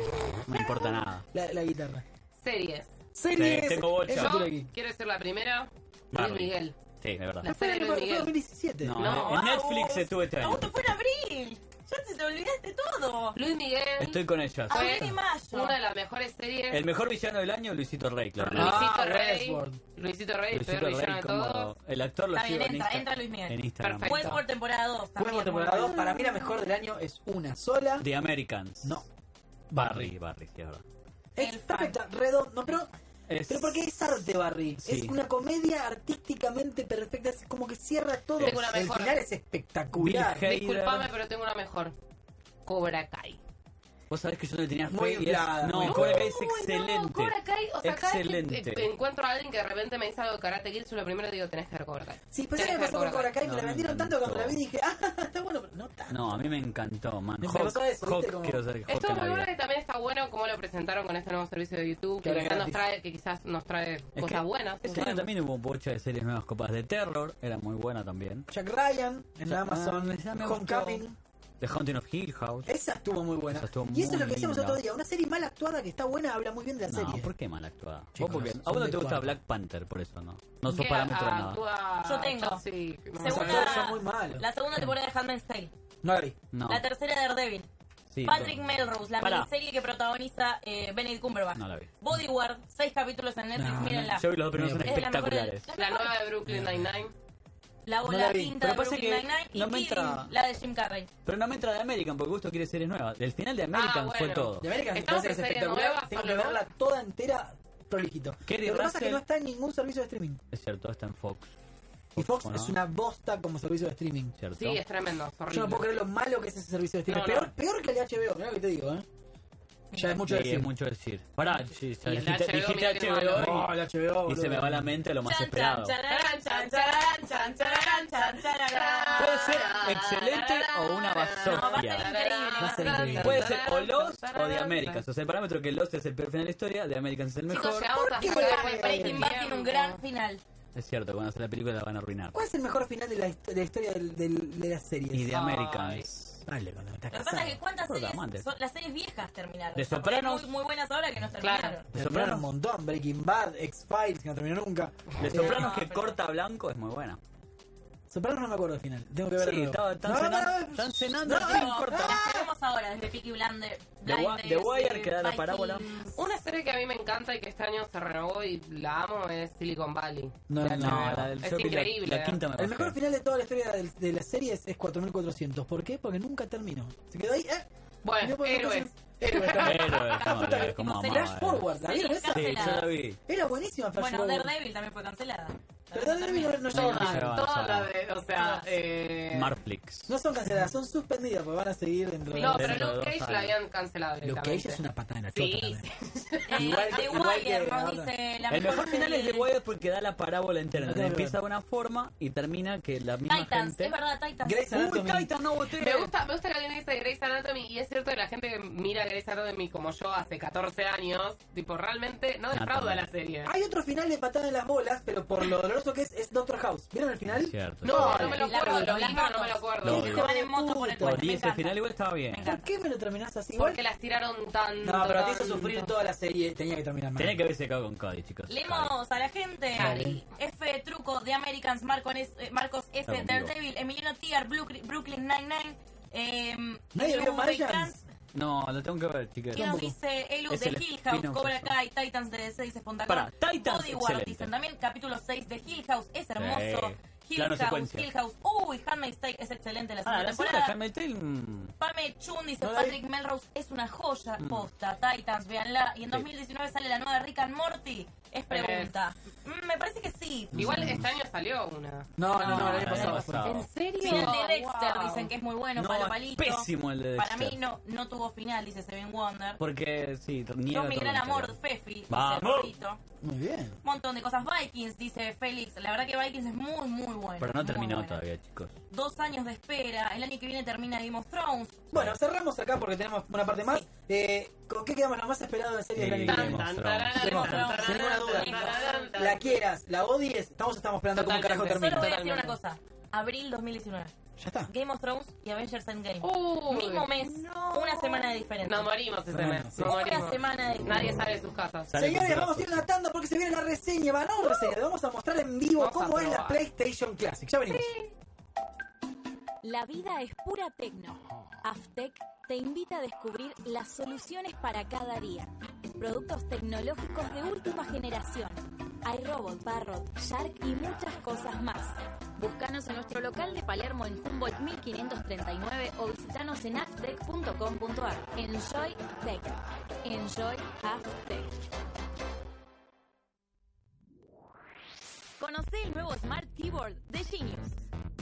Speaker 3: no importa nada.
Speaker 2: La, la guitarra.
Speaker 5: Series.
Speaker 2: Series.
Speaker 3: tengo bolsa.
Speaker 2: Es
Speaker 5: Yo
Speaker 2: Cultura Geek.
Speaker 5: quiero decir la primera. Luis
Speaker 3: Barbie.
Speaker 5: Miguel.
Speaker 3: Sí, de verdad.
Speaker 5: La serie de Luis
Speaker 2: Fue en
Speaker 5: Miguel.
Speaker 2: 2017.
Speaker 3: No,
Speaker 5: No,
Speaker 3: en Netflix se estuvo este
Speaker 4: A
Speaker 3: año.
Speaker 4: vos te fue en abril. Ya te, te olvidaste todo.
Speaker 5: Luis Miguel
Speaker 3: Estoy con ellas.
Speaker 2: Ah,
Speaker 5: fue
Speaker 4: Abril y mayo.
Speaker 5: una de las mejores series.
Speaker 3: El mejor villano del año, Luisito Rey, claro.
Speaker 2: Ah,
Speaker 5: Luisito Rey.
Speaker 2: Westworld.
Speaker 5: Luisito Rey, el
Speaker 3: Luisito
Speaker 5: peor villano
Speaker 3: Rey
Speaker 5: de
Speaker 3: como
Speaker 5: todos.
Speaker 3: el actor lo
Speaker 4: Está bien,
Speaker 3: sigo en,
Speaker 4: entra-
Speaker 3: Insta-
Speaker 4: entra Luis Miguel.
Speaker 3: en Instagram.
Speaker 5: Perfecto.
Speaker 4: Westworld temporada 2 también.
Speaker 2: Juego temporada 2. Para mí la mejor del año es una sola.
Speaker 3: The Americans.
Speaker 2: No.
Speaker 3: Barry, Barry, sí, es verdad.
Speaker 2: Es
Speaker 4: El
Speaker 2: perfecta, redondo, pero,
Speaker 3: Es-
Speaker 2: pero porque es arte, Barry.
Speaker 3: Sí.
Speaker 2: Es una comedia artísticamente perfecta, es como que cierra todo.
Speaker 5: Tengo una
Speaker 2: el
Speaker 5: mejor.
Speaker 2: final es espectacular.
Speaker 3: Bill Hader.
Speaker 5: Disculpame, pero tengo una mejor. Cobra Kai.
Speaker 3: Vos sabés que yo no le tenía fe
Speaker 2: Muy
Speaker 3: y es-
Speaker 2: inflada,
Speaker 3: No,
Speaker 2: muy
Speaker 3: Cobra Kai es
Speaker 5: Uy, no,
Speaker 3: excelente.
Speaker 5: Cobra Kai, o sea, cada vez
Speaker 3: excelente.
Speaker 5: que eh, encuentro a alguien que de repente me dice algo de Karate Kill, yo lo primero digo, tenés que ver Cobra Kai.
Speaker 2: Sí, pues
Speaker 5: Tenés
Speaker 2: ya me
Speaker 5: que ver
Speaker 2: pasó con Cobra Kai,
Speaker 3: No,
Speaker 2: me la
Speaker 3: me
Speaker 2: vendieron tanto cuando la vi
Speaker 3: encantó.
Speaker 2: dije, ah, está bueno, pero no tanto.
Speaker 3: No, a mí me encantó, man.
Speaker 2: Me
Speaker 3: Hawk,
Speaker 2: pasó eso, ¿viste?
Speaker 3: Hawk,
Speaker 2: Como-
Speaker 3: quiero ser Hawk
Speaker 5: Esto
Speaker 3: en
Speaker 5: es
Speaker 3: la
Speaker 5: muy bueno
Speaker 3: vida.
Speaker 5: que también está bueno como lo presentaron con este nuevo servicio de YouTube,
Speaker 2: Que
Speaker 5: que,
Speaker 2: ahora es
Speaker 5: quizás
Speaker 2: gratis.
Speaker 5: nos trae, que quizás nos trae
Speaker 3: Es
Speaker 5: cosas
Speaker 3: que
Speaker 5: buenas.
Speaker 3: Este año también hubo un bocha de series nuevas copas de terror, era muy buena también.
Speaker 2: Jack Ryan en
Speaker 3: Ya-
Speaker 2: Amazon,
Speaker 3: ah, ya me gustó.
Speaker 2: Homecoming.
Speaker 3: The Haunting of Hill House.
Speaker 2: Esa estuvo muy buena. y eso es lo que decíamos el otro día. Una serie mal actuada que está buena habla muy bien de la
Speaker 3: No,
Speaker 2: serie.
Speaker 3: ¿por qué mal actuada? Vos
Speaker 2: Chicos,
Speaker 3: porque- a
Speaker 2: son
Speaker 3: vos no
Speaker 2: de
Speaker 3: te gusta
Speaker 2: cuarta.
Speaker 3: Black Panther, por eso no. No sos
Speaker 5: Que
Speaker 3: parámetro de nada.
Speaker 5: actúa-
Speaker 4: Yo tengo.
Speaker 5: Sí, no.
Speaker 4: Segunda,
Speaker 2: son muy malos.
Speaker 4: la segunda temporada de Handmaid's Tale.
Speaker 2: No la vi.
Speaker 3: No.
Speaker 4: La tercera de Daredevil.
Speaker 3: Sí,
Speaker 4: Patrick
Speaker 3: no.
Speaker 4: Melrose, la
Speaker 3: Pará.
Speaker 4: miniserie que protagoniza eh, Benedict Cumberbatch.
Speaker 3: No la vi.
Speaker 4: Bodyguard, seis capítulos en Netflix,
Speaker 3: No, no,
Speaker 4: mírenla.
Speaker 3: yo vi los dos primeros, son
Speaker 4: Es de la mejor de-
Speaker 3: espectaculares.
Speaker 5: La nueva de Brooklyn Nine-Nine.
Speaker 4: La,
Speaker 3: No
Speaker 4: la,
Speaker 3: la vi,
Speaker 4: quinta de
Speaker 3: pero pasa
Speaker 4: Brooklyn
Speaker 3: que
Speaker 4: Nine-Nine y
Speaker 3: no me
Speaker 4: Killing,
Speaker 3: entra-
Speaker 4: la de Jim Carrey.
Speaker 3: Pero no me entra de American, porque gusto quiere series nuevas. Del final de American
Speaker 4: Ah,
Speaker 3: fue
Speaker 5: bueno.
Speaker 3: todo.
Speaker 2: De América me
Speaker 5: Estamos
Speaker 2: parece que es
Speaker 5: en series
Speaker 2: espectacular.
Speaker 5: nuevas,
Speaker 2: Tengo que
Speaker 5: solo.
Speaker 2: verla toda entera prolijito.
Speaker 3: Kerry
Speaker 2: Lo que pasa es que
Speaker 3: Russell-
Speaker 2: no está en ningún servicio de streaming.
Speaker 3: Es cierto, está en Fox.
Speaker 2: Y Fox
Speaker 3: ¿o no?
Speaker 2: es una bosta como servicio de streaming.
Speaker 3: ¿Cierto?
Speaker 5: Sí, es tremendo. es horrible.
Speaker 2: Yo no puedo creer lo malo que es ese servicio de streaming.
Speaker 5: No, no.
Speaker 2: Peor, peor que el HBO, mira lo que te digo, ¿eh? Ya es mucho
Speaker 3: Sí,
Speaker 2: decir.
Speaker 3: es mucho decir. Pará, sí, ya
Speaker 5: Y el
Speaker 3: dijiste,
Speaker 5: HBO,
Speaker 3: dijiste
Speaker 5: mira que no hablo.
Speaker 3: HBO,
Speaker 2: Oh, el HBO,
Speaker 3: y, y se
Speaker 2: boludo.
Speaker 3: me va la mente lo más
Speaker 4: Chan,
Speaker 3: esperado.
Speaker 4: chan, chararán, chan, chararán, chan, chararán, chan, chararán.
Speaker 3: Puede ser excelente o una
Speaker 4: No, va a ser
Speaker 3: basofia.
Speaker 4: increíble.
Speaker 2: Va a ser increíble.
Speaker 3: Puede ser o Lost o de Americans. O sea, el parámetro que Lost es el peor final de la historia, de Americans es el
Speaker 5: Chicos,
Speaker 3: mejor.
Speaker 5: llegamos
Speaker 2: qué?
Speaker 5: hasta la vuelta del
Speaker 4: Breaking Bad tiene un
Speaker 5: tiempo.
Speaker 4: gran final.
Speaker 3: Es cierto, cuando hace la película la van a arruinar.
Speaker 2: ¿Cuál es el mejor final de la, histo- de la historia del- del- de las series?
Speaker 3: Y de
Speaker 5: Ay.
Speaker 3: Americans.
Speaker 2: Dale, cuando me estás
Speaker 4: Lo que pasa es que
Speaker 2: casado.
Speaker 4: cuántas
Speaker 3: Puta
Speaker 4: series,
Speaker 3: madre.
Speaker 4: son- las series viejas terminaron.
Speaker 3: De Sopranos.
Speaker 4: Muy, muy buenas ahora que no terminaron.
Speaker 2: Me sobraron un montón. Breaking Bad, X-Files, que no terminó nunca.
Speaker 3: De
Speaker 2: Eh,
Speaker 3: Sopranos
Speaker 4: No,
Speaker 3: que
Speaker 4: pero-
Speaker 3: corta a blanco es muy buena.
Speaker 2: Sopranos no me acuerdo al final. Tengo que verlo.
Speaker 3: Sí, estaba- están
Speaker 2: No, no,
Speaker 3: cenando-
Speaker 2: no.
Speaker 3: están cenando,
Speaker 2: No,
Speaker 3: tienen
Speaker 2: no,
Speaker 3: corta.
Speaker 2: no.
Speaker 4: Las que vemos ahora desde Peaky Blinder-
Speaker 3: The Wi-
Speaker 4: Blinders.
Speaker 3: The Wire,
Speaker 4: eh,
Speaker 3: que da la
Speaker 4: Vikings.
Speaker 3: parábola.
Speaker 5: Una serie que a mí me encanta y que este año se renovó y la amo es Silicon Valley.
Speaker 2: No,
Speaker 5: De
Speaker 2: no,
Speaker 5: HBO.
Speaker 3: la
Speaker 5: es
Speaker 3: del Joker, la-
Speaker 5: increíble.
Speaker 3: la quinta me
Speaker 2: El
Speaker 3: bajé.
Speaker 2: mejor final de toda la historia del- de, las series es 4400. ¿Por qué? Porque nunca terminó. Se quedó ahí. ¿eh?
Speaker 5: Bueno,
Speaker 2: No puedo-
Speaker 5: héroes.
Speaker 2: Héroes. también.
Speaker 3: Héroes,
Speaker 2: La
Speaker 3: no,
Speaker 2: puta que-
Speaker 3: la- como
Speaker 2: Flash
Speaker 3: amaba, eh.
Speaker 2: Forward, ¿la
Speaker 4: Sí,
Speaker 2: vieron esa?
Speaker 3: Sí, yo la vi.
Speaker 2: Era buenísima Flash
Speaker 4: Bueno,
Speaker 2: Forward.
Speaker 4: Daredevil también fue cancelada.
Speaker 2: Pero Daredevil no, no llegó
Speaker 3: no,
Speaker 2: nada.
Speaker 3: no.
Speaker 5: Todas las de, o sea,
Speaker 4: Todas.
Speaker 5: eh...
Speaker 3: Marflix.
Speaker 2: No son canceladas, son suspendidas porque van a seguir dentro de
Speaker 5: No, pero
Speaker 3: Dentro de
Speaker 5: Luke
Speaker 3: dos
Speaker 5: Cage la
Speaker 3: años.
Speaker 5: habían cancelado
Speaker 2: Lo que
Speaker 5: directamente.
Speaker 2: ella es una patada en la
Speaker 5: Sí,
Speaker 2: chota. también.
Speaker 4: Eh,
Speaker 2: Igual que-
Speaker 4: The
Speaker 2: igual que
Speaker 4: Wire, nos
Speaker 2: ahora.
Speaker 4: dice la
Speaker 3: El mejor final es de
Speaker 4: serie.
Speaker 3: Wire porque da la parábola interna.
Speaker 2: No tengo que
Speaker 3: Empieza
Speaker 2: ver.
Speaker 3: de una forma y termina que la misma
Speaker 4: Titans,
Speaker 3: gente...
Speaker 4: es verdad, Titans.
Speaker 2: Grey's
Speaker 3: ¡Uy,
Speaker 2: Anatomy.
Speaker 3: Titan, no voté!
Speaker 5: Me gusta, me gusta que alguien dice Grey's Anatomy y es cierto que la gente que mira Grey's Anatomy como yo hace 14 años, tipo, realmente
Speaker 2: Ah,
Speaker 5: no defrauda
Speaker 3: Anatomy.
Speaker 5: la serie.
Speaker 2: Hay otro final de patada en las bolas, pero por lo doloroso que es, es Doctor House. ¿Vieron el final?
Speaker 3: Es cierto.
Speaker 5: No,
Speaker 3: sí.
Speaker 5: no me lo
Speaker 4: Las
Speaker 5: acuerdo, lo
Speaker 4: motos,
Speaker 5: vi,
Speaker 4: las
Speaker 5: pero no me lo
Speaker 4: motos.
Speaker 3: Lo
Speaker 5: acuerdo.
Speaker 3: odio.
Speaker 4: Que se van en moto por el
Speaker 2: Puta.
Speaker 4: puente, me
Speaker 3: Odié ese
Speaker 4: encanta.
Speaker 3: final igual estaba bien.
Speaker 4: Me encanta.
Speaker 2: ¿Por qué me lo terminás así?
Speaker 5: Porque las tiraron tan.
Speaker 2: No, pero te hizo sufrir toda la serie. Tenía que terminar mal.
Speaker 3: Tenía que haberse quedado con Cody, chicos. Cody.
Speaker 4: Leemos a la gente.
Speaker 5: Dale.
Speaker 4: F Truco, The Americans, Marcos S. eh, Marcos S.
Speaker 3: Está conmigo.
Speaker 4: Daredevil, Emiliano Tiar, Blue- Brooklyn Nine-Nine. Eh,
Speaker 2: Nadie
Speaker 4: Elu
Speaker 2: vio Martians.
Speaker 4: Beltrán,
Speaker 3: No, lo tengo que ver, chicos.
Speaker 4: ¿Qué nos dice Elu
Speaker 3: Es
Speaker 4: de
Speaker 3: el
Speaker 4: Hill House,
Speaker 3: spin-off
Speaker 4: Cobra
Speaker 3: eso.
Speaker 4: Kai, Titans de 6.com?
Speaker 3: Pará, Titans,
Speaker 4: Bodyguard,
Speaker 3: excelente.
Speaker 4: dicen también capítulo 6 de Hill House, es hermoso.
Speaker 3: Sí.
Speaker 4: Hill
Speaker 3: Plano
Speaker 4: House,
Speaker 3: secuencia.
Speaker 4: Hill House, uy, Handmaid's Tale es excelente la segunda
Speaker 3: Ah, la
Speaker 4: temporada.
Speaker 3: segunda Handmaid's Tale, eh. mm,
Speaker 4: Pame Chun dice
Speaker 2: No la vi.
Speaker 4: Patrick Melrose es una joya posta, Titans, véanla. Y en 2019 sale la nueva de Rick and Morty, es pregunta. Mm, me parece que sí.
Speaker 5: Igual este año salió una.
Speaker 2: No, no, no,
Speaker 3: No,
Speaker 2: el año
Speaker 3: el
Speaker 2: pasado.
Speaker 3: año
Speaker 2: fue.
Speaker 3: pasado.
Speaker 10: ¿En serio?
Speaker 4: Sí, el de Dexter
Speaker 5: wow.
Speaker 4: dicen que es muy bueno,
Speaker 3: No,
Speaker 4: palo
Speaker 3: es
Speaker 4: palito.
Speaker 3: pésimo el de
Speaker 4: Para
Speaker 3: Dexter.
Speaker 4: mí no, no tuvo final, dice Seven Wonder.
Speaker 3: Porque, sí, niega
Speaker 4: Yo mi
Speaker 3: todo
Speaker 4: gran
Speaker 3: lo
Speaker 4: amor,
Speaker 3: anterior.
Speaker 4: Fefi, dice
Speaker 3: Vamos.
Speaker 4: Pablito.
Speaker 2: Muy bien.
Speaker 4: montón de cosas. Vikings, dice Félix. La verdad que Vikings es muy, muy bueno.
Speaker 3: Pero no
Speaker 4: muy
Speaker 3: terminó
Speaker 4: bueno.
Speaker 3: todavía, chicos.
Speaker 4: Dos años de espera. El año que viene termina Game of Thrones.
Speaker 2: Bueno, cerramos acá porque tenemos una parte más. Eh, ¿Con qué quedamos la más esperada de serie del
Speaker 3: Sí.
Speaker 2: año que
Speaker 5: Tan,
Speaker 2: viene?
Speaker 5: tan,
Speaker 3: Mostró.
Speaker 5: tararán,
Speaker 2: Sin
Speaker 5: tararán,
Speaker 2: ninguna duda.
Speaker 5: tararán, tararán.
Speaker 2: La quieras, la odies, estamos, estamos esperando cómo carajo
Speaker 5: Totalmente.
Speaker 2: termina.
Speaker 4: Solo voy a
Speaker 5: Totalmente.
Speaker 4: decir una cosa. Abril 2019.
Speaker 2: Ya está.
Speaker 4: Game of Thrones y Avengers Endgame.
Speaker 5: Uy.
Speaker 4: Mismo mes. Una semana de diferencia.
Speaker 5: Nos morimos ese
Speaker 2: Tremendo,
Speaker 5: mes.
Speaker 2: sí.
Speaker 5: Nos
Speaker 4: una
Speaker 5: morimos.
Speaker 4: semana de
Speaker 5: Nadie sale de sus casas.
Speaker 3: Sale
Speaker 2: Señores,
Speaker 3: con
Speaker 2: vamos a ir
Speaker 3: brazos.
Speaker 2: a una tanda porque se viene la reseña. Va, no reseña, le vamos a mostrar en vivo
Speaker 5: Vamos a
Speaker 2: cómo es la
Speaker 5: probar.
Speaker 2: PlayStation Classic. Ya venimos.
Speaker 10: La vida es pura tecno. Aftec te invita a descubrir las soluciones para cada día. Productos tecnológicos de última generación. Hay robot, parrot, shark y muchas cosas más. Búscanos en nuestro local de Palermo en Humboldt 1539 o visitanos en aftec.com.ar. Enjoy Tech. Enjoy Aftec. Conoce el nuevo Smart Keyboard de Genius.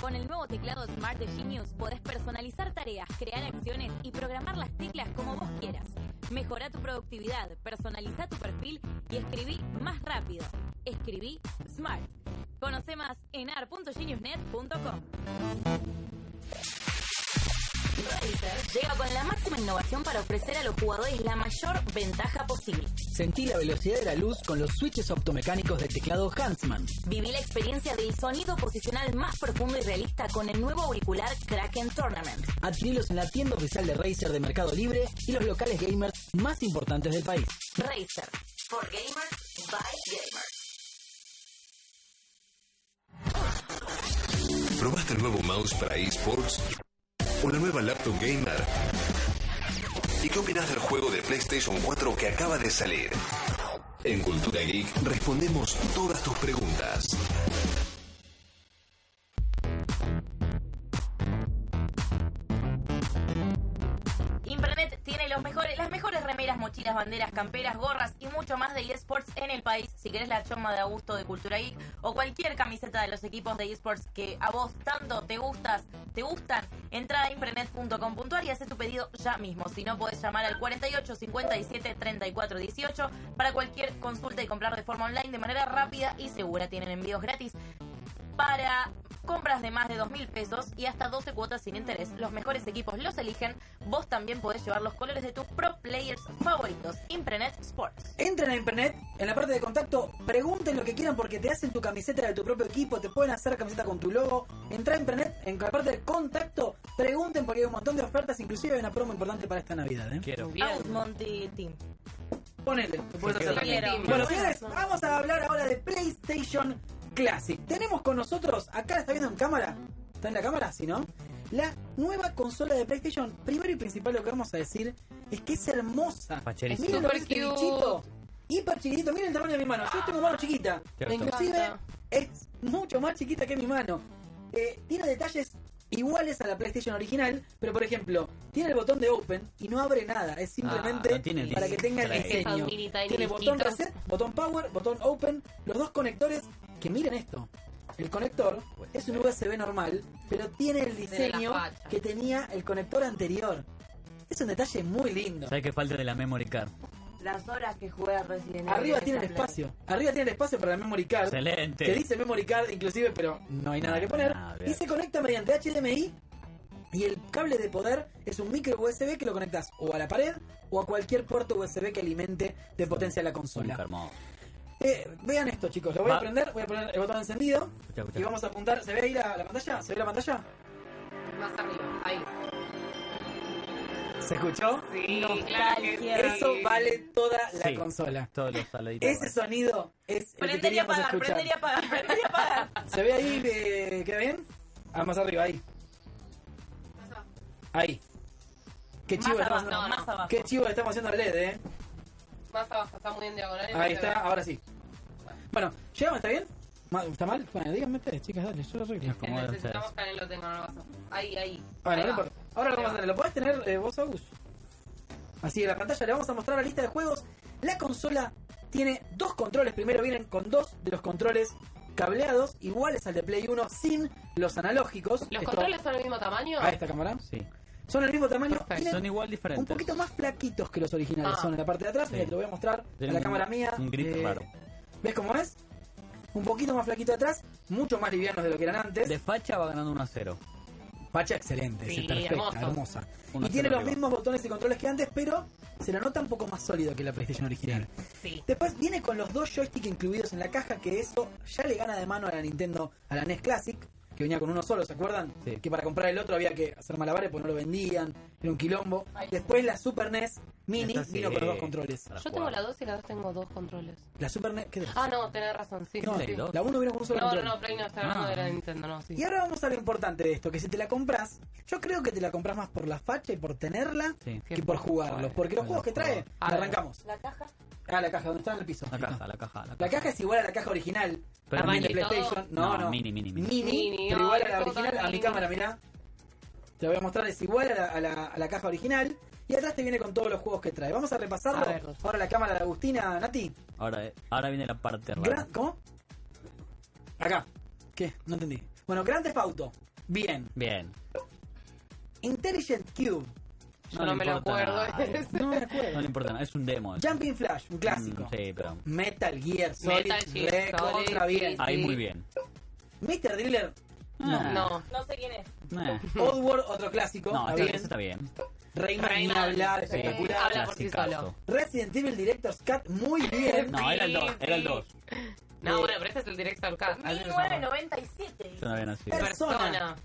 Speaker 10: Con el nuevo teclado Smart de Genius podés personalizar tareas, crear acciones y programar las teclas como vos quieras. Mejora tu productividad, personaliza tu perfil y escribí más rápido. Escribí Smart. Conoce más en ar.geniusnet.com.
Speaker 4: Llega con la máxima innovación para ofrecer a los jugadores la mayor ventaja posible.
Speaker 11: Sentí la velocidad de la luz con los switches optomecánicos del teclado Huntsman.
Speaker 4: Viví la experiencia del sonido posicional más profundo y realista con el nuevo auricular Kraken Tournament.
Speaker 11: Adquirilos en la tienda oficial de Razer de Mercado Libre y los locales gamers más importantes del país.
Speaker 4: Razer, for gamers by gamers.
Speaker 6: ¿Probaste el nuevo mouse para eSports? ¿O la nueva laptop gamer? ¿Y qué opinas del juego de PlayStation 4 que acaba de salir? En Cultura Geek respondemos todas tus preguntas.
Speaker 4: Imprenet tiene los mejores, las mejores remeras, mochilas, banderas, camperas, gorras y mucho más de eSports en el país. Si querés la choma de Augusto de Cultura Geek o cualquier camiseta de los equipos de eSports que a vos tanto te gustas, te gustan, entra a imprenet.com.ar y hace tu pedido ya mismo. Si no, podés llamar al 48 57 34 18 para cualquier consulta y comprar de forma online de manera rápida y segura. Tienen envíos gratis para compras de más de 2 mil pesos y hasta 12 cuotas sin interés. Los mejores equipos los eligen. Vos también podés llevar los colores de tus pro players favoritos. Imprenet Sports.
Speaker 2: Entren a internet, en la parte de contacto, pregunten lo que quieran porque te hacen tu camiseta de tu propio equipo, te pueden hacer camiseta con tu logo. Entra a internet, en la parte de contacto, pregunten porque hay un montón de ofertas, inclusive hay una promo importante para esta Navidad. ¿eh?
Speaker 3: Quiero.
Speaker 4: Out Monty Team.
Speaker 2: Ponele, lo puedes hacer.
Speaker 4: Quiero.
Speaker 2: Bueno, señores, vamos a hablar ahora de PlayStation Classic. Tenemos con nosotros, acá la está viendo en cámara. ¿Está en la cámara? Si no. La nueva consola de PlayStation. Primero y principal lo que vamos a decir es que es hermosa.
Speaker 3: Facherísimo.
Speaker 2: Miren lo que es
Speaker 3: Super
Speaker 2: este
Speaker 3: cute.
Speaker 2: bichito. Hiper chiquitito. Miren el tamaño de mi mano. Yo tengo mano chiquita.
Speaker 3: Cierto.
Speaker 2: Inclusive
Speaker 3: Me encanta.
Speaker 2: es mucho más chiquita que mi mano. Eh, tiene detalles iguales a la PlayStation original, pero por ejemplo, tiene el botón de Open y no abre nada. Es simplemente
Speaker 3: Ah, no tiene el
Speaker 2: para que tenga el
Speaker 3: display.
Speaker 2: diseño.
Speaker 5: Esa mini tiny
Speaker 2: Tiene botón
Speaker 5: disquito.
Speaker 2: reset, botón power, botón open, los dos conectores que miren esto. El conector es un USB normal, pero tiene el
Speaker 5: Tiene la
Speaker 2: diseño
Speaker 5: facha.
Speaker 2: que tenía el conector anterior. Es un detalle muy lindo.
Speaker 3: ¿Sabes qué falta de la memory card?
Speaker 13: Las horas que juega Resident Evil.
Speaker 2: Arriba
Speaker 13: en
Speaker 2: tiene el
Speaker 13: esa Play.
Speaker 2: espacio. Arriba tiene el espacio para la memory card.
Speaker 3: Excelente.
Speaker 2: Que dice memory card inclusive, pero no hay nada que poner.
Speaker 3: Nada,
Speaker 2: y se conecta mediante HDMI. Y el cable de poder es un micro USB que lo conectas o a la pared o a cualquier puerto USB que alimente de potencia la
Speaker 3: Nunca
Speaker 2: consola.
Speaker 3: armado.
Speaker 2: Eh, vean esto, chicos. Lo voy a
Speaker 3: Va.
Speaker 2: prender, voy a poner el botón encendido
Speaker 3: Escuchá, escuchá.
Speaker 2: y vamos a apuntar. ¿Se ve ahí la, la pantalla? ¿Se ve la pantalla?
Speaker 5: Más arriba, ahí.
Speaker 2: ¿Se escuchó?
Speaker 5: Sí,
Speaker 4: Nostalgia.
Speaker 2: Eso vale toda la
Speaker 3: Sí.
Speaker 2: consola.
Speaker 3: Todos los saladitos.
Speaker 2: Ese sonido es el que
Speaker 4: Prendería a
Speaker 2: queríamos
Speaker 4: pagar,
Speaker 2: escuchar.
Speaker 4: prendería a pagar, prendería a pagar.
Speaker 2: ¿Se ve ahí? eh, ¿Queda bien? Ah, más arriba, ahí. Ahí. Qué
Speaker 4: Más
Speaker 2: chivo,
Speaker 4: abajo,
Speaker 2: estamos haciendo-
Speaker 4: más abajo.
Speaker 2: Qué chivo le estamos haciendo al LED, eh.
Speaker 5: Más abajo, está muy en diagonal. y no
Speaker 2: Ahí
Speaker 5: se
Speaker 2: está,
Speaker 5: ve.
Speaker 2: ahora sí. Bueno, llegamos, ¿está bien? Ma- ¿Está mal? Bueno, díganme ustedes, chicas, dale, yo lo arreglo.
Speaker 5: Que
Speaker 3: Acomodan
Speaker 5: Necesitamos
Speaker 3: ustedes.
Speaker 5: canelo, tengo no lo vas a- Ahí, ahí.
Speaker 2: Bueno,
Speaker 5: Ahí
Speaker 2: no
Speaker 5: va.
Speaker 2: importa. Ahora lo
Speaker 5: Ahí
Speaker 2: vamos a
Speaker 5: va.
Speaker 2: hacer, lo podés tener eh, vos, Agus. Así en la pantalla le vamos a mostrar la lista de juegos. La consola tiene dos controles. Primero vienen con dos de los controles cableados, iguales al de Play 1, sin los analógicos.
Speaker 5: ¿Los
Speaker 2: Esto-
Speaker 5: controles son del mismo tamaño?
Speaker 2: A esta cámara.
Speaker 3: Sí.
Speaker 2: Son el mismo tamaño. tienen
Speaker 3: Son igual diferentes.
Speaker 2: un poquito más flaquitos que los originales.
Speaker 5: Ah.
Speaker 2: Son en la parte de atrás.
Speaker 3: Sí.
Speaker 2: Mira, te lo voy a mostrar en
Speaker 3: Tienen
Speaker 2: la
Speaker 3: un-
Speaker 2: cámara mía.
Speaker 3: Un grip
Speaker 2: Eh,
Speaker 3: raro.
Speaker 2: ¿Ves cómo es? Un poquito más flaquito atrás, mucho más livianos de lo que eran antes.
Speaker 3: De facha va ganando 1 a 0.
Speaker 2: Pacha excelente,
Speaker 5: Sí,
Speaker 2: sí, perfecta,
Speaker 5: hermoso.
Speaker 2: hermosa.
Speaker 3: Una
Speaker 2: y tiene
Speaker 3: cero
Speaker 2: los
Speaker 3: arriba.
Speaker 2: mismos botones y controles que antes, pero se la nota un poco más sólido que la PlayStation original.
Speaker 5: Sí.
Speaker 2: Después viene con los dos joysticks incluidos en la caja, que eso ya le gana de mano a la Nintendo, a la NES Classic, que venía con uno solo, ¿se acuerdan?
Speaker 3: Sí.
Speaker 2: Que para comprar el otro había que hacer malabares porque no lo vendían, era un quilombo. Después la Super NES Mini
Speaker 3: Esta sí.
Speaker 2: vino con los dos controles.
Speaker 3: Para
Speaker 5: Yo tengo
Speaker 3: jugar.
Speaker 5: la 2 y la 2 tengo dos controles.
Speaker 2: La Super NES, ¿qué tenés?
Speaker 5: Ah, no, tenés razón, sí.
Speaker 2: No,
Speaker 5: sí.
Speaker 3: dos.
Speaker 2: la 1 vino con un solo
Speaker 5: No, no,
Speaker 2: control.
Speaker 5: no, Play no está
Speaker 3: Ah.
Speaker 5: hablando de la Nintendo, no, sí.
Speaker 2: Y ahora vamos a lo importante de esto, que si te la compras, yo creo que te la compras más por la facha y por tenerla
Speaker 3: Sí.
Speaker 2: que por jugarlos. Porque los juegos que trae,
Speaker 5: Ah,
Speaker 2: arrancamos.
Speaker 13: La caja.
Speaker 2: Ah, la caja, ¿dónde está en el piso?
Speaker 3: La caja, la caja, la
Speaker 2: La
Speaker 3: caja.
Speaker 2: caja es igual a la caja original.
Speaker 3: Pero
Speaker 2: también de
Speaker 5: mini.
Speaker 2: PlayStation. No, no.
Speaker 3: No, mini, mini, mini.
Speaker 5: Mini,
Speaker 2: pero igual a
Speaker 5: ay,
Speaker 2: la
Speaker 5: qué
Speaker 2: original.
Speaker 5: cosa
Speaker 2: A mi
Speaker 5: mini.
Speaker 2: cámara, mirá. Te la voy a mostrar, es igual a la, a la- a la caja original. Y atrás te viene con todos los juegos que trae. Vamos a repasarlo.
Speaker 5: A ver.
Speaker 2: Ahora la cámara de Agustina, Nati.
Speaker 3: Ahora, eh, ahora viene la parte rara.
Speaker 2: Gran, ¿Cómo? Acá. ¿Qué? No entendí. Bueno, Grand Theft Auto. Bien.
Speaker 3: Bien.
Speaker 2: Intelligent Cube.
Speaker 5: Yo no
Speaker 3: le
Speaker 5: me lo
Speaker 3: importa
Speaker 5: acuerdo.
Speaker 3: nada. eh.
Speaker 2: No me
Speaker 3: No
Speaker 2: acuerdo.
Speaker 3: le importa nada, es un demo.
Speaker 2: Jumping Flash, un clásico.
Speaker 3: Mm, sí, pero.
Speaker 2: Metal Gear Solid,
Speaker 5: Metal Gear
Speaker 2: recontra
Speaker 5: Solid,
Speaker 2: bien.
Speaker 5: sí.
Speaker 3: Ahí muy bien.
Speaker 2: Mr. Driller,
Speaker 5: No.
Speaker 3: Ah,
Speaker 2: Eh,
Speaker 4: No sé quién es.
Speaker 3: Nah.
Speaker 2: Oddworld, otro clásico.
Speaker 3: No,
Speaker 2: está
Speaker 3: eso
Speaker 2: bien.
Speaker 3: está bien.
Speaker 2: Rayman, ni
Speaker 3: Rayman,
Speaker 2: hablar,
Speaker 3: sí.
Speaker 5: Eh,
Speaker 2: espectacular.
Speaker 3: Habla por sí Clasicazo. solo.
Speaker 2: Resident Evil Director's Cut, muy bien.
Speaker 3: No, era el 2, era el 2.
Speaker 5: No, bueno, pero este es el directo al cat.
Speaker 4: 1997.
Speaker 3: Yo no había nacido.
Speaker 2: Persona.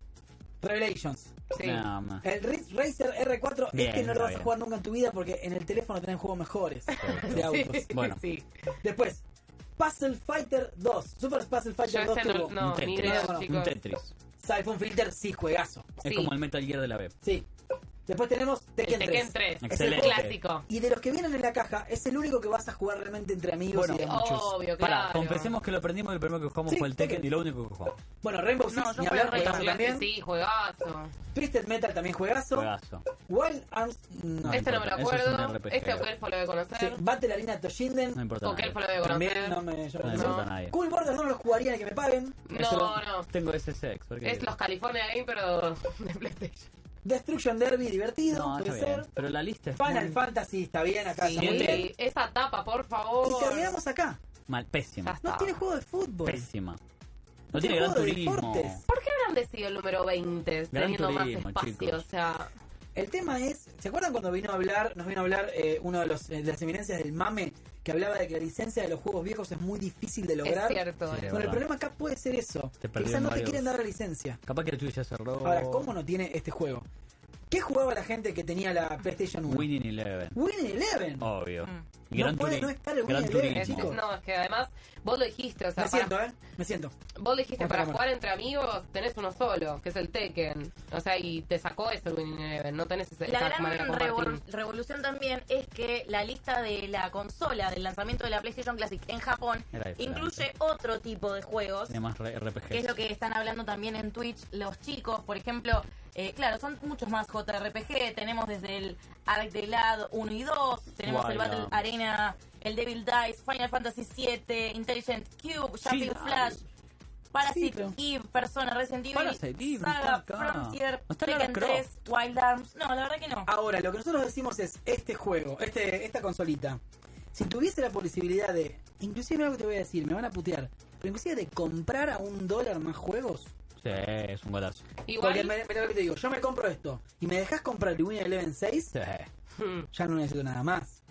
Speaker 2: Revelations.
Speaker 5: Sí.
Speaker 3: No, ma.
Speaker 2: El Ridge Racer R4
Speaker 3: Ah. Bien,
Speaker 2: es que no lo
Speaker 3: está
Speaker 2: vas
Speaker 3: bien.
Speaker 2: a jugar nunca en tu vida porque en el teléfono tenés juegos mejores de autos.
Speaker 3: Sí, pues, Bueno.
Speaker 2: Después, Puzzle Fighter 2. Super Puzzle Fighter
Speaker 5: Yo
Speaker 2: 2
Speaker 5: este no-
Speaker 2: tuvo.
Speaker 5: no,
Speaker 3: un Tetris.
Speaker 2: idea, chicos.
Speaker 3: un Tetris.
Speaker 2: Siphon Filter, sí, juegazo.
Speaker 3: Es como el Metal Gear de la web.
Speaker 2: Sí. Después tenemos Tekken 3.
Speaker 5: Tekken 3.
Speaker 2: Es
Speaker 3: Excelente.
Speaker 2: el juego-
Speaker 5: Clásico.
Speaker 2: Y de los que vienen en la caja, es el único que vas a jugar realmente entre amigos
Speaker 3: Bueno,
Speaker 2: y de muchos.
Speaker 5: Obvio,
Speaker 3: Para,
Speaker 5: claro.
Speaker 3: confesemos que lo aprendimos y el primero que jugamos
Speaker 2: Sí,
Speaker 3: fue el
Speaker 2: Tekken.
Speaker 3: Tekken y lo único que jugamos.
Speaker 2: Bueno, Rainbow Six,
Speaker 15: No, yo
Speaker 2: ni
Speaker 15: jugué
Speaker 2: hablar,
Speaker 15: Rainbow
Speaker 2: juegazo
Speaker 5: Sí,
Speaker 2: también.
Speaker 5: Sí, juegazo.
Speaker 2: Twisted Metal también juegazo.
Speaker 3: Juegazo.
Speaker 2: Wild Arms, no.
Speaker 5: este no me lo
Speaker 3: Ah, importa, eso es un
Speaker 5: acuerdo.
Speaker 3: RPG.
Speaker 5: Este Okelfo lo debe
Speaker 2: Sí,
Speaker 5: conocer.
Speaker 2: Battle Arena Toshinden.
Speaker 3: No importa. a
Speaker 5: O
Speaker 3: nadie.
Speaker 5: Kelfo lo debe
Speaker 2: También
Speaker 5: conocer.
Speaker 2: no me. Yo,
Speaker 3: No le importa a nadie.
Speaker 2: Cool Borders no los jugaría ni que me paguen.
Speaker 3: Eso
Speaker 5: No, no.
Speaker 3: Tengo ese sex. ¿por qué?
Speaker 5: Es los California Game, pero de PlayStation.
Speaker 2: Destruction Derby, divertido,
Speaker 3: No, está
Speaker 2: puede
Speaker 3: bien.
Speaker 2: ser.
Speaker 3: Pero la lista es
Speaker 2: Final
Speaker 3: muy
Speaker 2: Fantasy está bien acá.
Speaker 5: Sí,
Speaker 2: está muy bien.
Speaker 5: esa tapa, por favor.
Speaker 2: Y terminamos acá.
Speaker 3: mal, pésima.
Speaker 5: Ya
Speaker 2: No
Speaker 5: Ah.
Speaker 2: tiene juego de fútbol.
Speaker 3: Pésima. No
Speaker 2: No
Speaker 3: tiene gran
Speaker 2: juego de
Speaker 3: turismo.
Speaker 2: deportes.
Speaker 5: ¿Por qué habrán decidido el número 20? teniendo
Speaker 3: Turismo,
Speaker 5: más espacio,
Speaker 3: chicos.
Speaker 5: o sea.
Speaker 2: El tema es, ¿se acuerdan cuando vino a hablar, nos vino a hablar eh, uno de los eh, de las eminencias del mame que hablaba de que la licencia de los juegos viejos es muy difícil de lograr?
Speaker 5: Es cierto. eh.
Speaker 3: Sí,
Speaker 2: Bueno, el
Speaker 3: verdad.
Speaker 2: problema acá puede ser eso.
Speaker 3: Te
Speaker 2: que
Speaker 3: perdí
Speaker 2: Quizás
Speaker 3: en
Speaker 2: no te
Speaker 3: varios.
Speaker 2: quieren dar la licencia.
Speaker 3: Capaz que el tuyo ya cerró.
Speaker 2: Ahora, ¿cómo no tiene este juego? ¿Qué jugaba la gente que tenía la PlayStation 1?
Speaker 3: Winning Eleven.
Speaker 2: Winning Eleven.
Speaker 3: Obvio. Y
Speaker 2: Mm. No
Speaker 3: Gran
Speaker 2: puede
Speaker 3: Turi-
Speaker 2: no estar el
Speaker 3: Gran
Speaker 2: Winning Eleven,
Speaker 5: Es-
Speaker 3: Turismo.
Speaker 2: chicos.
Speaker 5: no, es que además vos lo dijiste, o sea,
Speaker 2: Me
Speaker 5: para-
Speaker 2: siento, ¿eh? Me siento.
Speaker 5: vos lo dijiste,
Speaker 2: Otra
Speaker 5: para
Speaker 2: cámara.
Speaker 5: jugar entre amigos tenés uno solo, que es el Tekken. O sea, y te sacó eso el Winning Eleven, no tenés ese,
Speaker 4: La
Speaker 5: esa
Speaker 4: gran
Speaker 5: manera de compartir.
Speaker 4: revol- revolución también es que la lista de la consola del lanzamiento de la PlayStation Classic en Japón
Speaker 3: Era diferente.
Speaker 4: incluye otro tipo de juegos,
Speaker 3: Tiene más re-
Speaker 4: que es
Speaker 3: RPGs.
Speaker 4: lo que están hablando también en Twitch los chicos. Por ejemplo, eh, claro, son muchos más JRPG. Tenemos desde el Arc de Lad 1 y 2, tenemos el
Speaker 3: Guay,
Speaker 4: Battle
Speaker 3: no.
Speaker 4: Arena, el Devil Dice, Final Fantasy 7 Intelligent Cube, Jumping
Speaker 3: dale.
Speaker 4: Flash. Parasite
Speaker 3: pero-
Speaker 4: Eve, Persona, Resident Evil,
Speaker 3: Parasite Eve, está
Speaker 4: Saga,
Speaker 3: acá.
Speaker 4: Frontier,
Speaker 3: No está Lara
Speaker 4: Tekken 3, Wild Arms. No, la verdad que no.
Speaker 2: Ahora, lo que nosotros decimos es, este juego, este, esta consolita, si tuviese la posibilidad de, inclusive algo que te voy a decir, me van a putear, pero inclusive de comprar a un dólar más juegos,
Speaker 3: Sí, es un golazo.
Speaker 2: porque
Speaker 5: Igual,
Speaker 2: me, me- lo que te digo, yo me compro esto y me dejas comprar el Winning Eleven 6,
Speaker 3: Sí.
Speaker 5: hmm,
Speaker 2: ya no necesito nada más,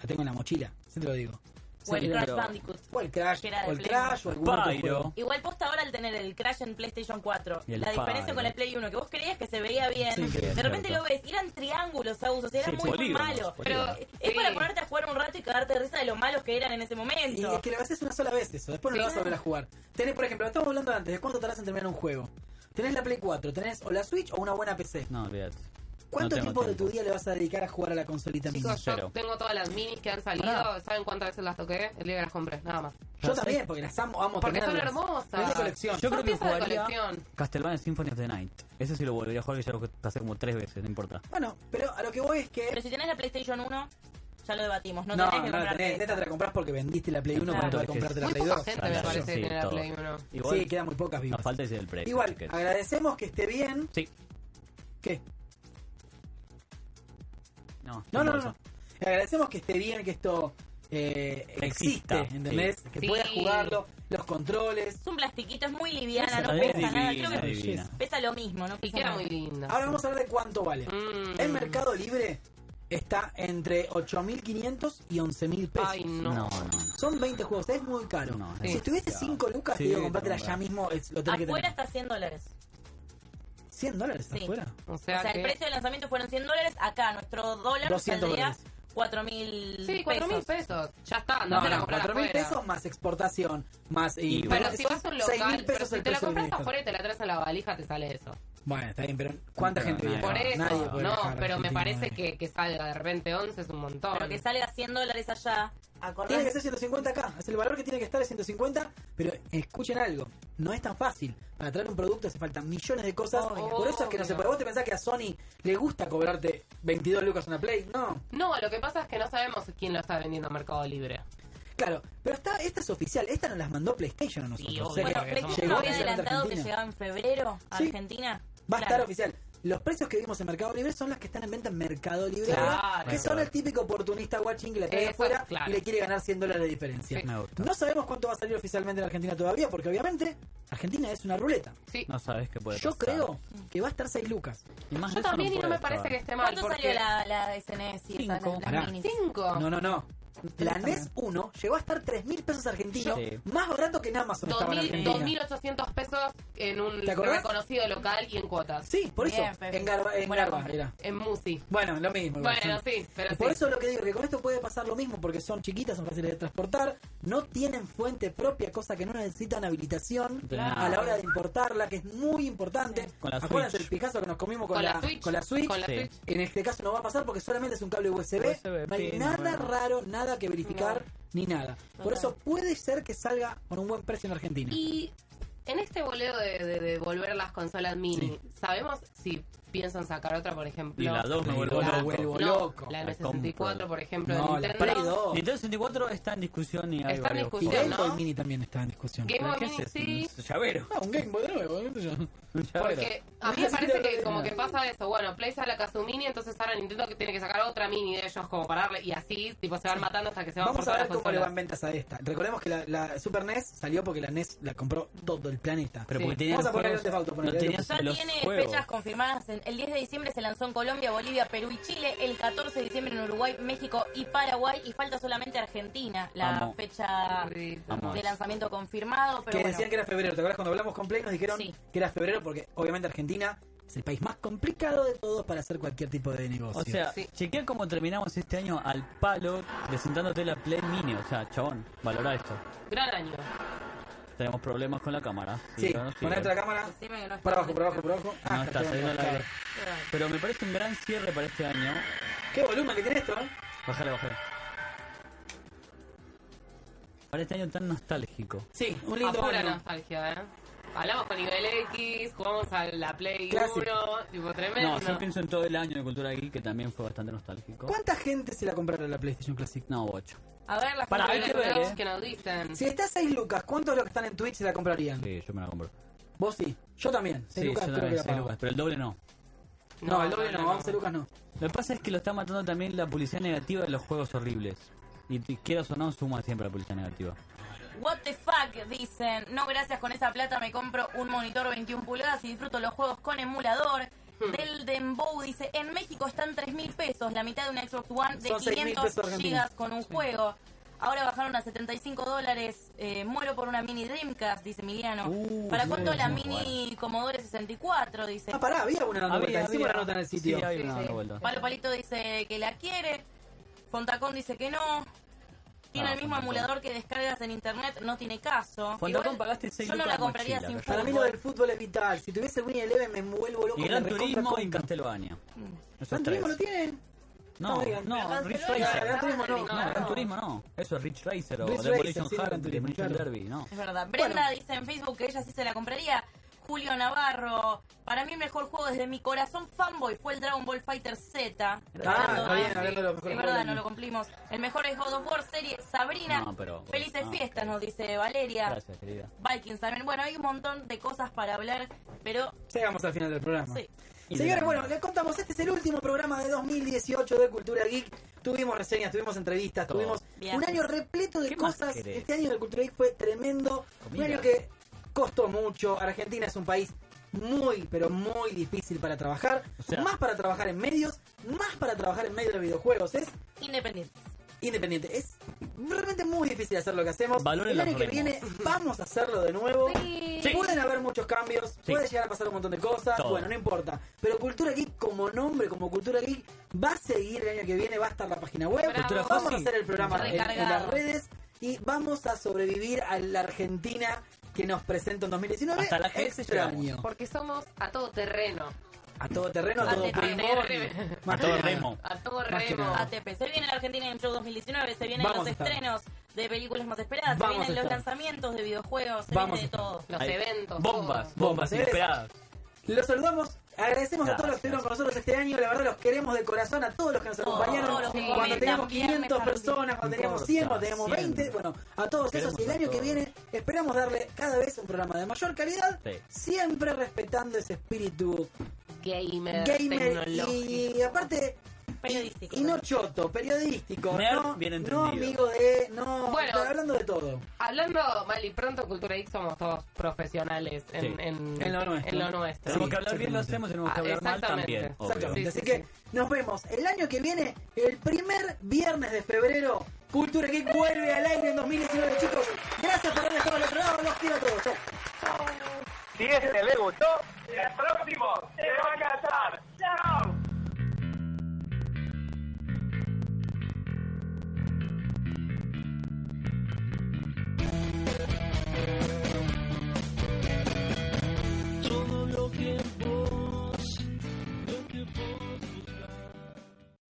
Speaker 2: la tengo en la mochila, se te lo digo.
Speaker 4: O el
Speaker 2: Sí,
Speaker 4: Crash
Speaker 2: pero-
Speaker 4: Bandicoot.
Speaker 2: O el Crash,
Speaker 4: Que era de
Speaker 2: o el
Speaker 4: Play.
Speaker 2: Crash, o algún otro
Speaker 3: Pyro.
Speaker 2: juego.
Speaker 4: Igual posta ahora al tener el Crash en PlayStation 4.
Speaker 3: Y el
Speaker 4: La diferencia
Speaker 3: Pyro.
Speaker 4: con el Play 1, que vos creías que se veía bien.
Speaker 3: Sí, sí, es
Speaker 4: de repente
Speaker 3: cierto.
Speaker 4: lo ves, y eran triángulos, Agus, o sea, era
Speaker 3: Sí,
Speaker 4: muy, muy
Speaker 3: polígonos,
Speaker 4: malo.
Speaker 3: polígonos.
Speaker 4: Pero es
Speaker 5: Sí.
Speaker 4: para ponerte a jugar un rato y cagarte de risa de lo malos que eran en ese
Speaker 2: Y
Speaker 4: momento.
Speaker 2: es que lo haces una sola vez eso, después no lo vas a volver a jugar. Tenés, por ejemplo, estamos hablando antes de cuánto tardás en terminar un juego. Tenés la Play 4, tenés o la Switch o una buena PC.
Speaker 3: No, olvídate.
Speaker 2: ¿Cuánto
Speaker 3: No tengo
Speaker 2: tiempo, de tu día le vas a dedicar a jugar a la consolita misma?
Speaker 5: chicos,
Speaker 3: Cero.
Speaker 5: yo tengo todas las minis que han salido, ¿saben cuántas veces las toqué? El día que las compré, nada más.
Speaker 2: Yo también, porque las amo, amo
Speaker 5: Porque son
Speaker 2: tenerlas. Es de
Speaker 5: hermosas.
Speaker 2: colección.
Speaker 3: Yo creo que
Speaker 5: piezas de
Speaker 3: jugaría
Speaker 5: colección.
Speaker 3: Castlevania Symphony of the Night. Ese sí lo volvería a jugar, que ya lo pasé como tres veces, no importa.
Speaker 2: Bueno, pero a lo que voy es
Speaker 4: Pero
Speaker 2: que...
Speaker 4: si tenés la PlayStation 1, ya lo debatimos. No,
Speaker 2: No, no,
Speaker 4: tenés que
Speaker 2: la
Speaker 4: comprarte.
Speaker 2: tenés, neta te la compras porque vendiste la Play 1
Speaker 4: Claro.
Speaker 2: para poder comprarte la
Speaker 5: Muy
Speaker 2: Play
Speaker 5: poca
Speaker 2: 2.
Speaker 5: gente
Speaker 3: Claro,
Speaker 5: me parece
Speaker 3: sí,
Speaker 5: que tiene la
Speaker 3: todo.
Speaker 5: Play 1.
Speaker 3: Igual,
Speaker 2: Sí, quedan muy pocas
Speaker 3: la
Speaker 2: vivas.
Speaker 3: falta es el precio.
Speaker 2: Igual,
Speaker 3: chiques.
Speaker 2: agradecemos que esté bien.
Speaker 3: Sí.
Speaker 2: ¿Qué?
Speaker 3: No,
Speaker 2: No, no, no. no. Agradecemos que esté bien, que esto eh, existe,
Speaker 3: Exista,
Speaker 2: ¿entendés? Que
Speaker 5: Sí.
Speaker 2: puedas jugarlo, los controles.
Speaker 4: Es un plastiquito, es muy liviana, no
Speaker 3: Es
Speaker 4: pesa nada.
Speaker 3: divina,
Speaker 4: Creo que
Speaker 3: divina.
Speaker 4: pesa lo mismo, ¿no?
Speaker 5: Y
Speaker 4: Pesa
Speaker 5: que era
Speaker 4: nada.
Speaker 5: muy linda.
Speaker 2: Ahora vamos a hablar de cuánto vale.
Speaker 5: Mm.
Speaker 2: En Mercado Libre está entre 8.500 y 11.000 pesos.
Speaker 5: Ay,
Speaker 3: No,
Speaker 5: no.
Speaker 3: no, no.
Speaker 2: Son 20 juegos, es muy caro.
Speaker 3: No, es
Speaker 2: si tuviese
Speaker 3: demasiado.
Speaker 2: 5 lucas,
Speaker 3: Sí,
Speaker 2: te digo, comprátela
Speaker 3: compra.
Speaker 2: ya mismo, es- lo tenés que
Speaker 4: Afuera
Speaker 2: tener.
Speaker 4: está 100 dólares.
Speaker 2: 100 dólares
Speaker 4: Sí.
Speaker 2: afuera.
Speaker 5: O
Speaker 4: O
Speaker 5: sea,
Speaker 4: sea,
Speaker 5: que...
Speaker 4: el precio de lanzamiento fueron 100 dólares. Acá, nuestro dólar
Speaker 2: 200
Speaker 4: saldría
Speaker 2: dólares.
Speaker 4: 4.000
Speaker 5: Sí, 4 mil
Speaker 4: pesos.
Speaker 5: pesos. Ya está, no,
Speaker 2: No,
Speaker 5: te la
Speaker 2: no,
Speaker 5: compras
Speaker 2: 4.000
Speaker 5: afuera.
Speaker 2: pesos más exportación, más... Y,
Speaker 3: Y
Speaker 5: Pero
Speaker 3: bueno,
Speaker 5: si
Speaker 2: son
Speaker 5: vas a un local,
Speaker 2: 6.000
Speaker 5: pero
Speaker 2: pesos
Speaker 5: si
Speaker 2: el
Speaker 5: te la
Speaker 2: precio del
Speaker 5: compras
Speaker 2: mercado.
Speaker 5: afuera y te la traes en la valija, te sale eso.
Speaker 2: Bueno, está bien, pero ¿cuánta
Speaker 3: Pero
Speaker 2: gente
Speaker 3: nadie
Speaker 2: viaja?
Speaker 5: Por
Speaker 3: No,
Speaker 5: eso,
Speaker 2: Nadie puede
Speaker 5: no,
Speaker 2: viajar a
Speaker 5: pero me
Speaker 2: Argentina,
Speaker 5: parece
Speaker 2: nadie.
Speaker 5: que, que salga de repente 11 es un montón.
Speaker 4: Pero que salga 100 dólares allá.
Speaker 2: Tiene
Speaker 4: Acordate.
Speaker 2: que ser 150 acá, es el valor que tiene que estar es 150, pero escuchen algo, no es tan fácil. Para traer un producto hace falta millones de cosas,
Speaker 5: Obvio.
Speaker 2: por eso es que no se puede. ¿Vos te pensás que a Sony le gusta cobrarte 22 lucas una Play? No.
Speaker 5: No, lo que pasa es que no sabemos quién lo está vendiendo a Mercado Libre.
Speaker 2: Claro, pero esta, esta es oficial, esta nos las mandó PlayStation a nosotros.
Speaker 5: Sí, obvio,
Speaker 2: o sea,
Speaker 5: porque
Speaker 4: Bueno,
Speaker 5: somos-
Speaker 4: PlayStation
Speaker 2: llegó
Speaker 4: había
Speaker 2: oficialmente a
Speaker 4: adelantado que
Speaker 2: Argentina.
Speaker 4: llegaba en febrero a
Speaker 2: Sí.
Speaker 4: Argentina.
Speaker 2: Va a estar
Speaker 4: Claro.
Speaker 2: oficial. los precios que vimos en Mercado Libre son los que están en venta en Mercado Libre,
Speaker 3: Claro,
Speaker 2: ahora, que
Speaker 3: claro.
Speaker 2: son el típico oportunista watching que le pega
Speaker 3: Eso,
Speaker 2: afuera
Speaker 3: claro.
Speaker 2: y le quiere ganar 100 dólares de diferencia.
Speaker 3: Sí. Me gusta.
Speaker 2: No sabemos cuánto va a salir oficialmente en Argentina todavía, porque obviamente Argentina es una ruleta.
Speaker 3: No sabes qué puede
Speaker 2: Yo
Speaker 3: pasar.
Speaker 2: creo que va a estar 6 lucas.
Speaker 3: Y más Yo de eso no también, y no puede me parece estar. que esté mal,
Speaker 4: ¿Cuánto salió la, la SNES y E? esa,
Speaker 2: Cinco.
Speaker 4: las
Speaker 2: Pará.
Speaker 4: minis?
Speaker 3: Oh.
Speaker 2: No, no, no. La NES 1 llegó a estar 3 mil pesos argentinos,
Speaker 3: Sí.
Speaker 2: más barato que en Amazon estaba en Argentina.
Speaker 5: 2000, 2.800 pesos en un
Speaker 2: ¿Te acordás?
Speaker 5: reconocido local y en cuotas.
Speaker 2: Sí, por eso. en Garba, en
Speaker 5: Bueno,
Speaker 2: Garba era.
Speaker 5: En Musi.
Speaker 2: Bueno, lo mismo.
Speaker 5: Bueno,
Speaker 2: igual,
Speaker 5: sí, pero
Speaker 2: Por
Speaker 5: sí.
Speaker 2: eso lo que digo, que con esto puede pasar lo mismo, porque son chiquitas, son fáciles de transportar, no tienen fuente propia, cosa que no necesitan habilitación
Speaker 3: Claro.
Speaker 2: a la hora de importarla, que es muy importante.
Speaker 3: Con la
Speaker 2: Acuérdense
Speaker 3: Switch.
Speaker 2: el pijazo que nos comimos con,
Speaker 3: Con la
Speaker 2: la,
Speaker 3: Switch.
Speaker 2: con la Switch.
Speaker 3: Con la Sí. Switch.
Speaker 2: En este caso no va a pasar porque solamente es un cable USB.
Speaker 3: USB,
Speaker 2: no hay
Speaker 3: pin,
Speaker 2: nada
Speaker 3: bueno.
Speaker 2: raro, nada que verificar, ni nada. Por
Speaker 5: Total.
Speaker 2: eso puede ser que salga con un buen precio en Argentina.
Speaker 5: Y en este boleo de, de, de volver las consolas mini, ¿sabemos si piensan sacar otra, por ejemplo?
Speaker 3: Y la dos me vuelvo
Speaker 5: La- no,
Speaker 3: loco. loco.
Speaker 5: La
Speaker 3: La
Speaker 5: N64, por ejemplo,
Speaker 3: No,
Speaker 5: de
Speaker 3: la
Speaker 5: Nintendo.
Speaker 3: Nintendo 64 está en discusión y hay
Speaker 5: Está en
Speaker 3: varios
Speaker 5: discusión,
Speaker 3: juegos.
Speaker 5: Y Game Boy ¿no?
Speaker 2: Mini también está en discusión.
Speaker 5: Game
Speaker 3: ¿Pero
Speaker 5: Boy
Speaker 3: qué
Speaker 5: Mini,
Speaker 3: es eso?
Speaker 5: sí.
Speaker 3: Es un llavero.
Speaker 2: No, un Game Boy nuevo, ¿qué sé yo?
Speaker 3: Un llavero.
Speaker 5: Porque a mí me parece que como que pasa eso, bueno, Play sale la su mini, entonces ahora Nintendo que tiene que sacar otra mini de ellos como para darle, y así, tipo, se van matando hasta que se van
Speaker 2: Vamos
Speaker 5: por
Speaker 2: a
Speaker 5: todas
Speaker 2: ver
Speaker 5: las
Speaker 2: cómo le van ventas
Speaker 5: consolas.
Speaker 2: a esta. Recordemos que la, la Super NES salió porque la NES la compró todo el planeta.
Speaker 3: Pero porque Sí. tenía
Speaker 2: Vamos a este
Speaker 3: los
Speaker 2: poner el Grand
Speaker 3: juegos-
Speaker 2: Theft Auto, ponele,
Speaker 3: no tenía
Speaker 2: ahí
Speaker 4: Ya
Speaker 2: lo-
Speaker 4: tiene fechas confirmadas. en- el 10 de diciembre se lanzó en Colombia, Bolivia, Perú y Chile. El 14 de diciembre en Uruguay, México y Paraguay. Y falta solamente Argentina, la
Speaker 2: Vamos.
Speaker 4: fecha
Speaker 2: Vamos.
Speaker 4: de lanzamiento confirmado. Pero
Speaker 2: Que
Speaker 4: bueno,
Speaker 2: decían que era febrero. ¿Te acuerdas cuando hablamos con Play nos dijeron que era febrero? Porque obviamente Argentina es el país más complicado de todos para hacer cualquier tipo de negocio.
Speaker 3: O sea,
Speaker 2: Sí.
Speaker 3: chequea cómo terminamos este año al palo presentándote la Play Mini. O sea, chabón, valora esto.
Speaker 5: Gran año.
Speaker 3: Tenemos problemas con la cámara.
Speaker 2: Sí,
Speaker 3: no sirve.
Speaker 2: pon otra cámara.
Speaker 4: Decime que no está
Speaker 2: Para abajo, para abajo, para abajo. Ah,
Speaker 3: No está
Speaker 2: perdón,
Speaker 3: saliendo al
Speaker 2: claro.
Speaker 3: aire. Pero me parece un gran cierre para este año.
Speaker 2: Qué volumen que tiene esto, ¿eh?
Speaker 3: Bájale, bájale. Para este año tan nostálgico.
Speaker 2: Sí,
Speaker 5: A pura nostalgia, ¿eh? Hablamos con nivel X, jugamos a la Play
Speaker 3: Clásico.
Speaker 5: 1, tipo, tremendo.
Speaker 3: No, yo pienso en todo el año de cultura geek que también fue bastante nostálgico.
Speaker 2: ¿Cuánta gente se la compraron la PlayStation Classic?
Speaker 3: No, 8.
Speaker 4: a ver las
Speaker 3: Para,
Speaker 5: Para
Speaker 3: hay que ver, eh.
Speaker 5: que nos dicen.
Speaker 2: Si está a 6 lucas, ¿cuántos de los que están en Twitch se la comprarían?
Speaker 3: Sí, yo me la compro.
Speaker 2: Vos sí, yo también.
Speaker 3: Sí,
Speaker 2: 6 lucas
Speaker 3: yo
Speaker 2: creo que
Speaker 3: también,
Speaker 2: la
Speaker 3: seis
Speaker 2: pago.
Speaker 3: lucas, pero el doble no.
Speaker 2: No, el doble no, vamos a Lucas no.
Speaker 3: Lo que pasa es que lo está matando también la publicidad negativa de los juegos horribles. Y te- quieras o no, suma siempre la publicidad negativa.
Speaker 4: What the fuck, dicen. No, gracias, con esa plata me compro un monitor 21 pulgadas y disfruto los juegos con emulador.
Speaker 2: Hmm.
Speaker 4: Del Dembow dice, en México están 3 mil pesos, la mitad de una Xbox One de
Speaker 2: Son 6.000
Speaker 4: 500
Speaker 2: pesos argentinos.
Speaker 4: gigas con un juego. Ahora bajaron a 75 dólares. Eh, muero por una mini Dreamcast, dice Emiliano.
Speaker 2: Uh,
Speaker 4: ¿Para
Speaker 2: muy
Speaker 4: cuándo la
Speaker 2: bueno.
Speaker 4: mini Commodore 64? Dice.
Speaker 2: Ah, pará, había una dando
Speaker 3: Había,
Speaker 2: vuelta. Hicimos
Speaker 3: había.
Speaker 2: la nota en el sitio.
Speaker 3: Sí, había una dando vuelta.
Speaker 4: Palo Palito dice que la quiere. Fontacón dice que no. Tiene
Speaker 3: Ah,
Speaker 4: el mismo
Speaker 3: Fontacón.
Speaker 4: emulador que descargas en internet, no tiene caso.
Speaker 3: Fontacón,
Speaker 4: Igual,
Speaker 3: pagaste seis
Speaker 4: Yo no
Speaker 3: lucas
Speaker 4: la
Speaker 3: de
Speaker 4: compraría
Speaker 3: mochila,
Speaker 4: sin
Speaker 3: cayó.
Speaker 2: Para mí lo del fútbol es vital. Si tuviese el Win Eleven me vuelvo loco.
Speaker 3: Y
Speaker 2: me
Speaker 3: Gran
Speaker 2: recontra
Speaker 3: Turismo en
Speaker 2: compro.
Speaker 3: Castelvania. Esos
Speaker 2: Mm. ¿Gran Turismo
Speaker 3: tres.
Speaker 2: lo tienen?
Speaker 3: No,
Speaker 2: No, digan.
Speaker 3: no,
Speaker 2: Pero
Speaker 3: Rich
Speaker 2: Gran Turismo
Speaker 3: Racer.
Speaker 2: no, Gran Turismo no. Ah,
Speaker 3: No, Gran Turismo no. Eso es Rich Racer o
Speaker 2: Rich Racer,
Speaker 3: Demolition
Speaker 2: sí,
Speaker 3: Hard,
Speaker 2: Gran Turismo,
Speaker 3: Demolition
Speaker 2: claro.
Speaker 3: Derby, no.
Speaker 4: Es verdad. Brenda dice en Facebook que ella sí se la compraría. Julio Navarro, para mí el mejor juego desde mi corazón fanboy fue el Dragon Ball Fighter Z.
Speaker 2: Ah, está bien, hablando de los mejores
Speaker 4: Es
Speaker 2: juegos
Speaker 4: verdad,
Speaker 2: del
Speaker 4: no
Speaker 2: mundo.
Speaker 4: lo cumplimos. El mejor es God of War serie Sabrina.
Speaker 3: No, pero-
Speaker 4: Felices
Speaker 3: no,
Speaker 4: fiestas, nos dice Valeria.
Speaker 3: Gracias, querida.
Speaker 4: Vikings también. Bueno, hay un montón de cosas para hablar, pero
Speaker 2: Llegamos al final del programa.
Speaker 4: Sí.
Speaker 2: Y Señores, de- bueno, les contamos, este es el último programa de 2018 de Cultura Geek. Tuvimos reseñas, tuvimos entrevistas,
Speaker 3: Todo.
Speaker 2: tuvimos
Speaker 4: Bien.
Speaker 2: un año repleto de
Speaker 3: más
Speaker 2: cosas.
Speaker 3: querés?
Speaker 2: Este año de Cultura Geek fue tremendo.
Speaker 3: Comida.
Speaker 2: Un año que costó mucho. Argentina es un país muy, pero muy difícil para trabajar.
Speaker 3: sea-
Speaker 2: más para trabajar en medios, más para trabajar en medio de videojuegos. Es
Speaker 4: independiente.
Speaker 2: independiente. Es realmente muy difícil hacer lo que hacemos.
Speaker 3: Valoren
Speaker 2: el año
Speaker 3: las
Speaker 2: que
Speaker 3: remotas.
Speaker 2: viene vamos a hacerlo de nuevo.
Speaker 4: Sí.
Speaker 2: Pueden haber muchos cambios,
Speaker 3: Sí.
Speaker 2: puede llegar a pasar un montón de cosas,
Speaker 3: Todo.
Speaker 2: bueno, no importa. Pero Cultura Geek como nombre, como Cultura Geek, va a seguir el año que viene, va a estar la página web,
Speaker 3: Cultura
Speaker 2: vamos a
Speaker 3: Fósil.
Speaker 2: hacer el programa en, en las
Speaker 4: Recargado.
Speaker 2: redes y vamos a sobrevivir a la Argentina que nos presenta en 2019.
Speaker 3: Hasta la GS
Speaker 2: Extraño.
Speaker 3: llegamos.
Speaker 5: Porque somos a todo terreno.
Speaker 2: A todo terreno, a
Speaker 5: A
Speaker 2: todo
Speaker 5: todo
Speaker 2: pulmón.
Speaker 5: terreno.
Speaker 2: Más
Speaker 3: A todo
Speaker 2: que nada.
Speaker 3: remo.
Speaker 5: A todo
Speaker 2: Más que
Speaker 5: remo.
Speaker 2: nada.
Speaker 4: ATP. Se viene la Argentina en Show 2019, se vienen
Speaker 2: Vamos
Speaker 4: los
Speaker 2: a estar.
Speaker 4: estrenos de películas más esperadas,
Speaker 2: Vamos
Speaker 4: se
Speaker 2: a
Speaker 4: vienen los
Speaker 2: estar.
Speaker 4: lanzamientos de videojuegos, se
Speaker 2: Vamos
Speaker 4: viene de
Speaker 2: a estar.
Speaker 4: todo.
Speaker 5: Los
Speaker 3: Ahí.
Speaker 5: eventos.
Speaker 3: Bombas,
Speaker 5: todo.
Speaker 3: bombas
Speaker 2: Bombas, ¿eh?
Speaker 3: inesperadas.
Speaker 2: Los saludamos, agradecemos a todos los que
Speaker 3: Gracias.
Speaker 2: estuvieron con nosotros este año, la verdad los queremos de corazón, a todos los que nos
Speaker 4: Todos,
Speaker 2: acompañaron,
Speaker 4: todos los que
Speaker 2: cuando
Speaker 4: comentan,
Speaker 2: teníamos
Speaker 4: viernes,
Speaker 2: 500
Speaker 4: sábado.
Speaker 2: personas, cuando teníamos
Speaker 3: Importa,
Speaker 2: 100, cuando teníamos 20,
Speaker 3: siempre.
Speaker 2: bueno, a todos
Speaker 3: Queremos
Speaker 2: esos y el
Speaker 3: a
Speaker 2: año que
Speaker 3: todos.
Speaker 2: viene esperamos darle cada vez un programa de mayor calidad,
Speaker 3: Sí.
Speaker 2: siempre respetando ese espíritu
Speaker 5: gamer,
Speaker 2: gamer
Speaker 5: Eh, tecnológico.
Speaker 2: y aparte
Speaker 4: periodístico.
Speaker 2: Y, no choto, periodístico.
Speaker 3: Nerd,
Speaker 2: no,
Speaker 3: bien
Speaker 2: no
Speaker 3: entendido.
Speaker 2: amigo de. No,
Speaker 5: Bueno.
Speaker 2: hablando de todo.
Speaker 5: Hablando mal y pronto, Cultura Geek somos todos profesionales en,
Speaker 3: Sí.
Speaker 5: en-
Speaker 3: En lo nuestro.
Speaker 5: en lo nuestro.
Speaker 3: Tenemos que hablar bien, lo hacemos, tenemos que
Speaker 5: Ah,
Speaker 3: hablar mal
Speaker 5: exactamente.
Speaker 3: también.
Speaker 2: Exactamente.
Speaker 3: obvio.
Speaker 2: Así que nos vemos el año que viene, el primer viernes de febrero. Cultura Geek vuelve al aire en 2019, chicos. Gracias por haber estado al otro lado. Los quiero a todos. Chao.
Speaker 12: Si este le gustó, el próximo se va a casar.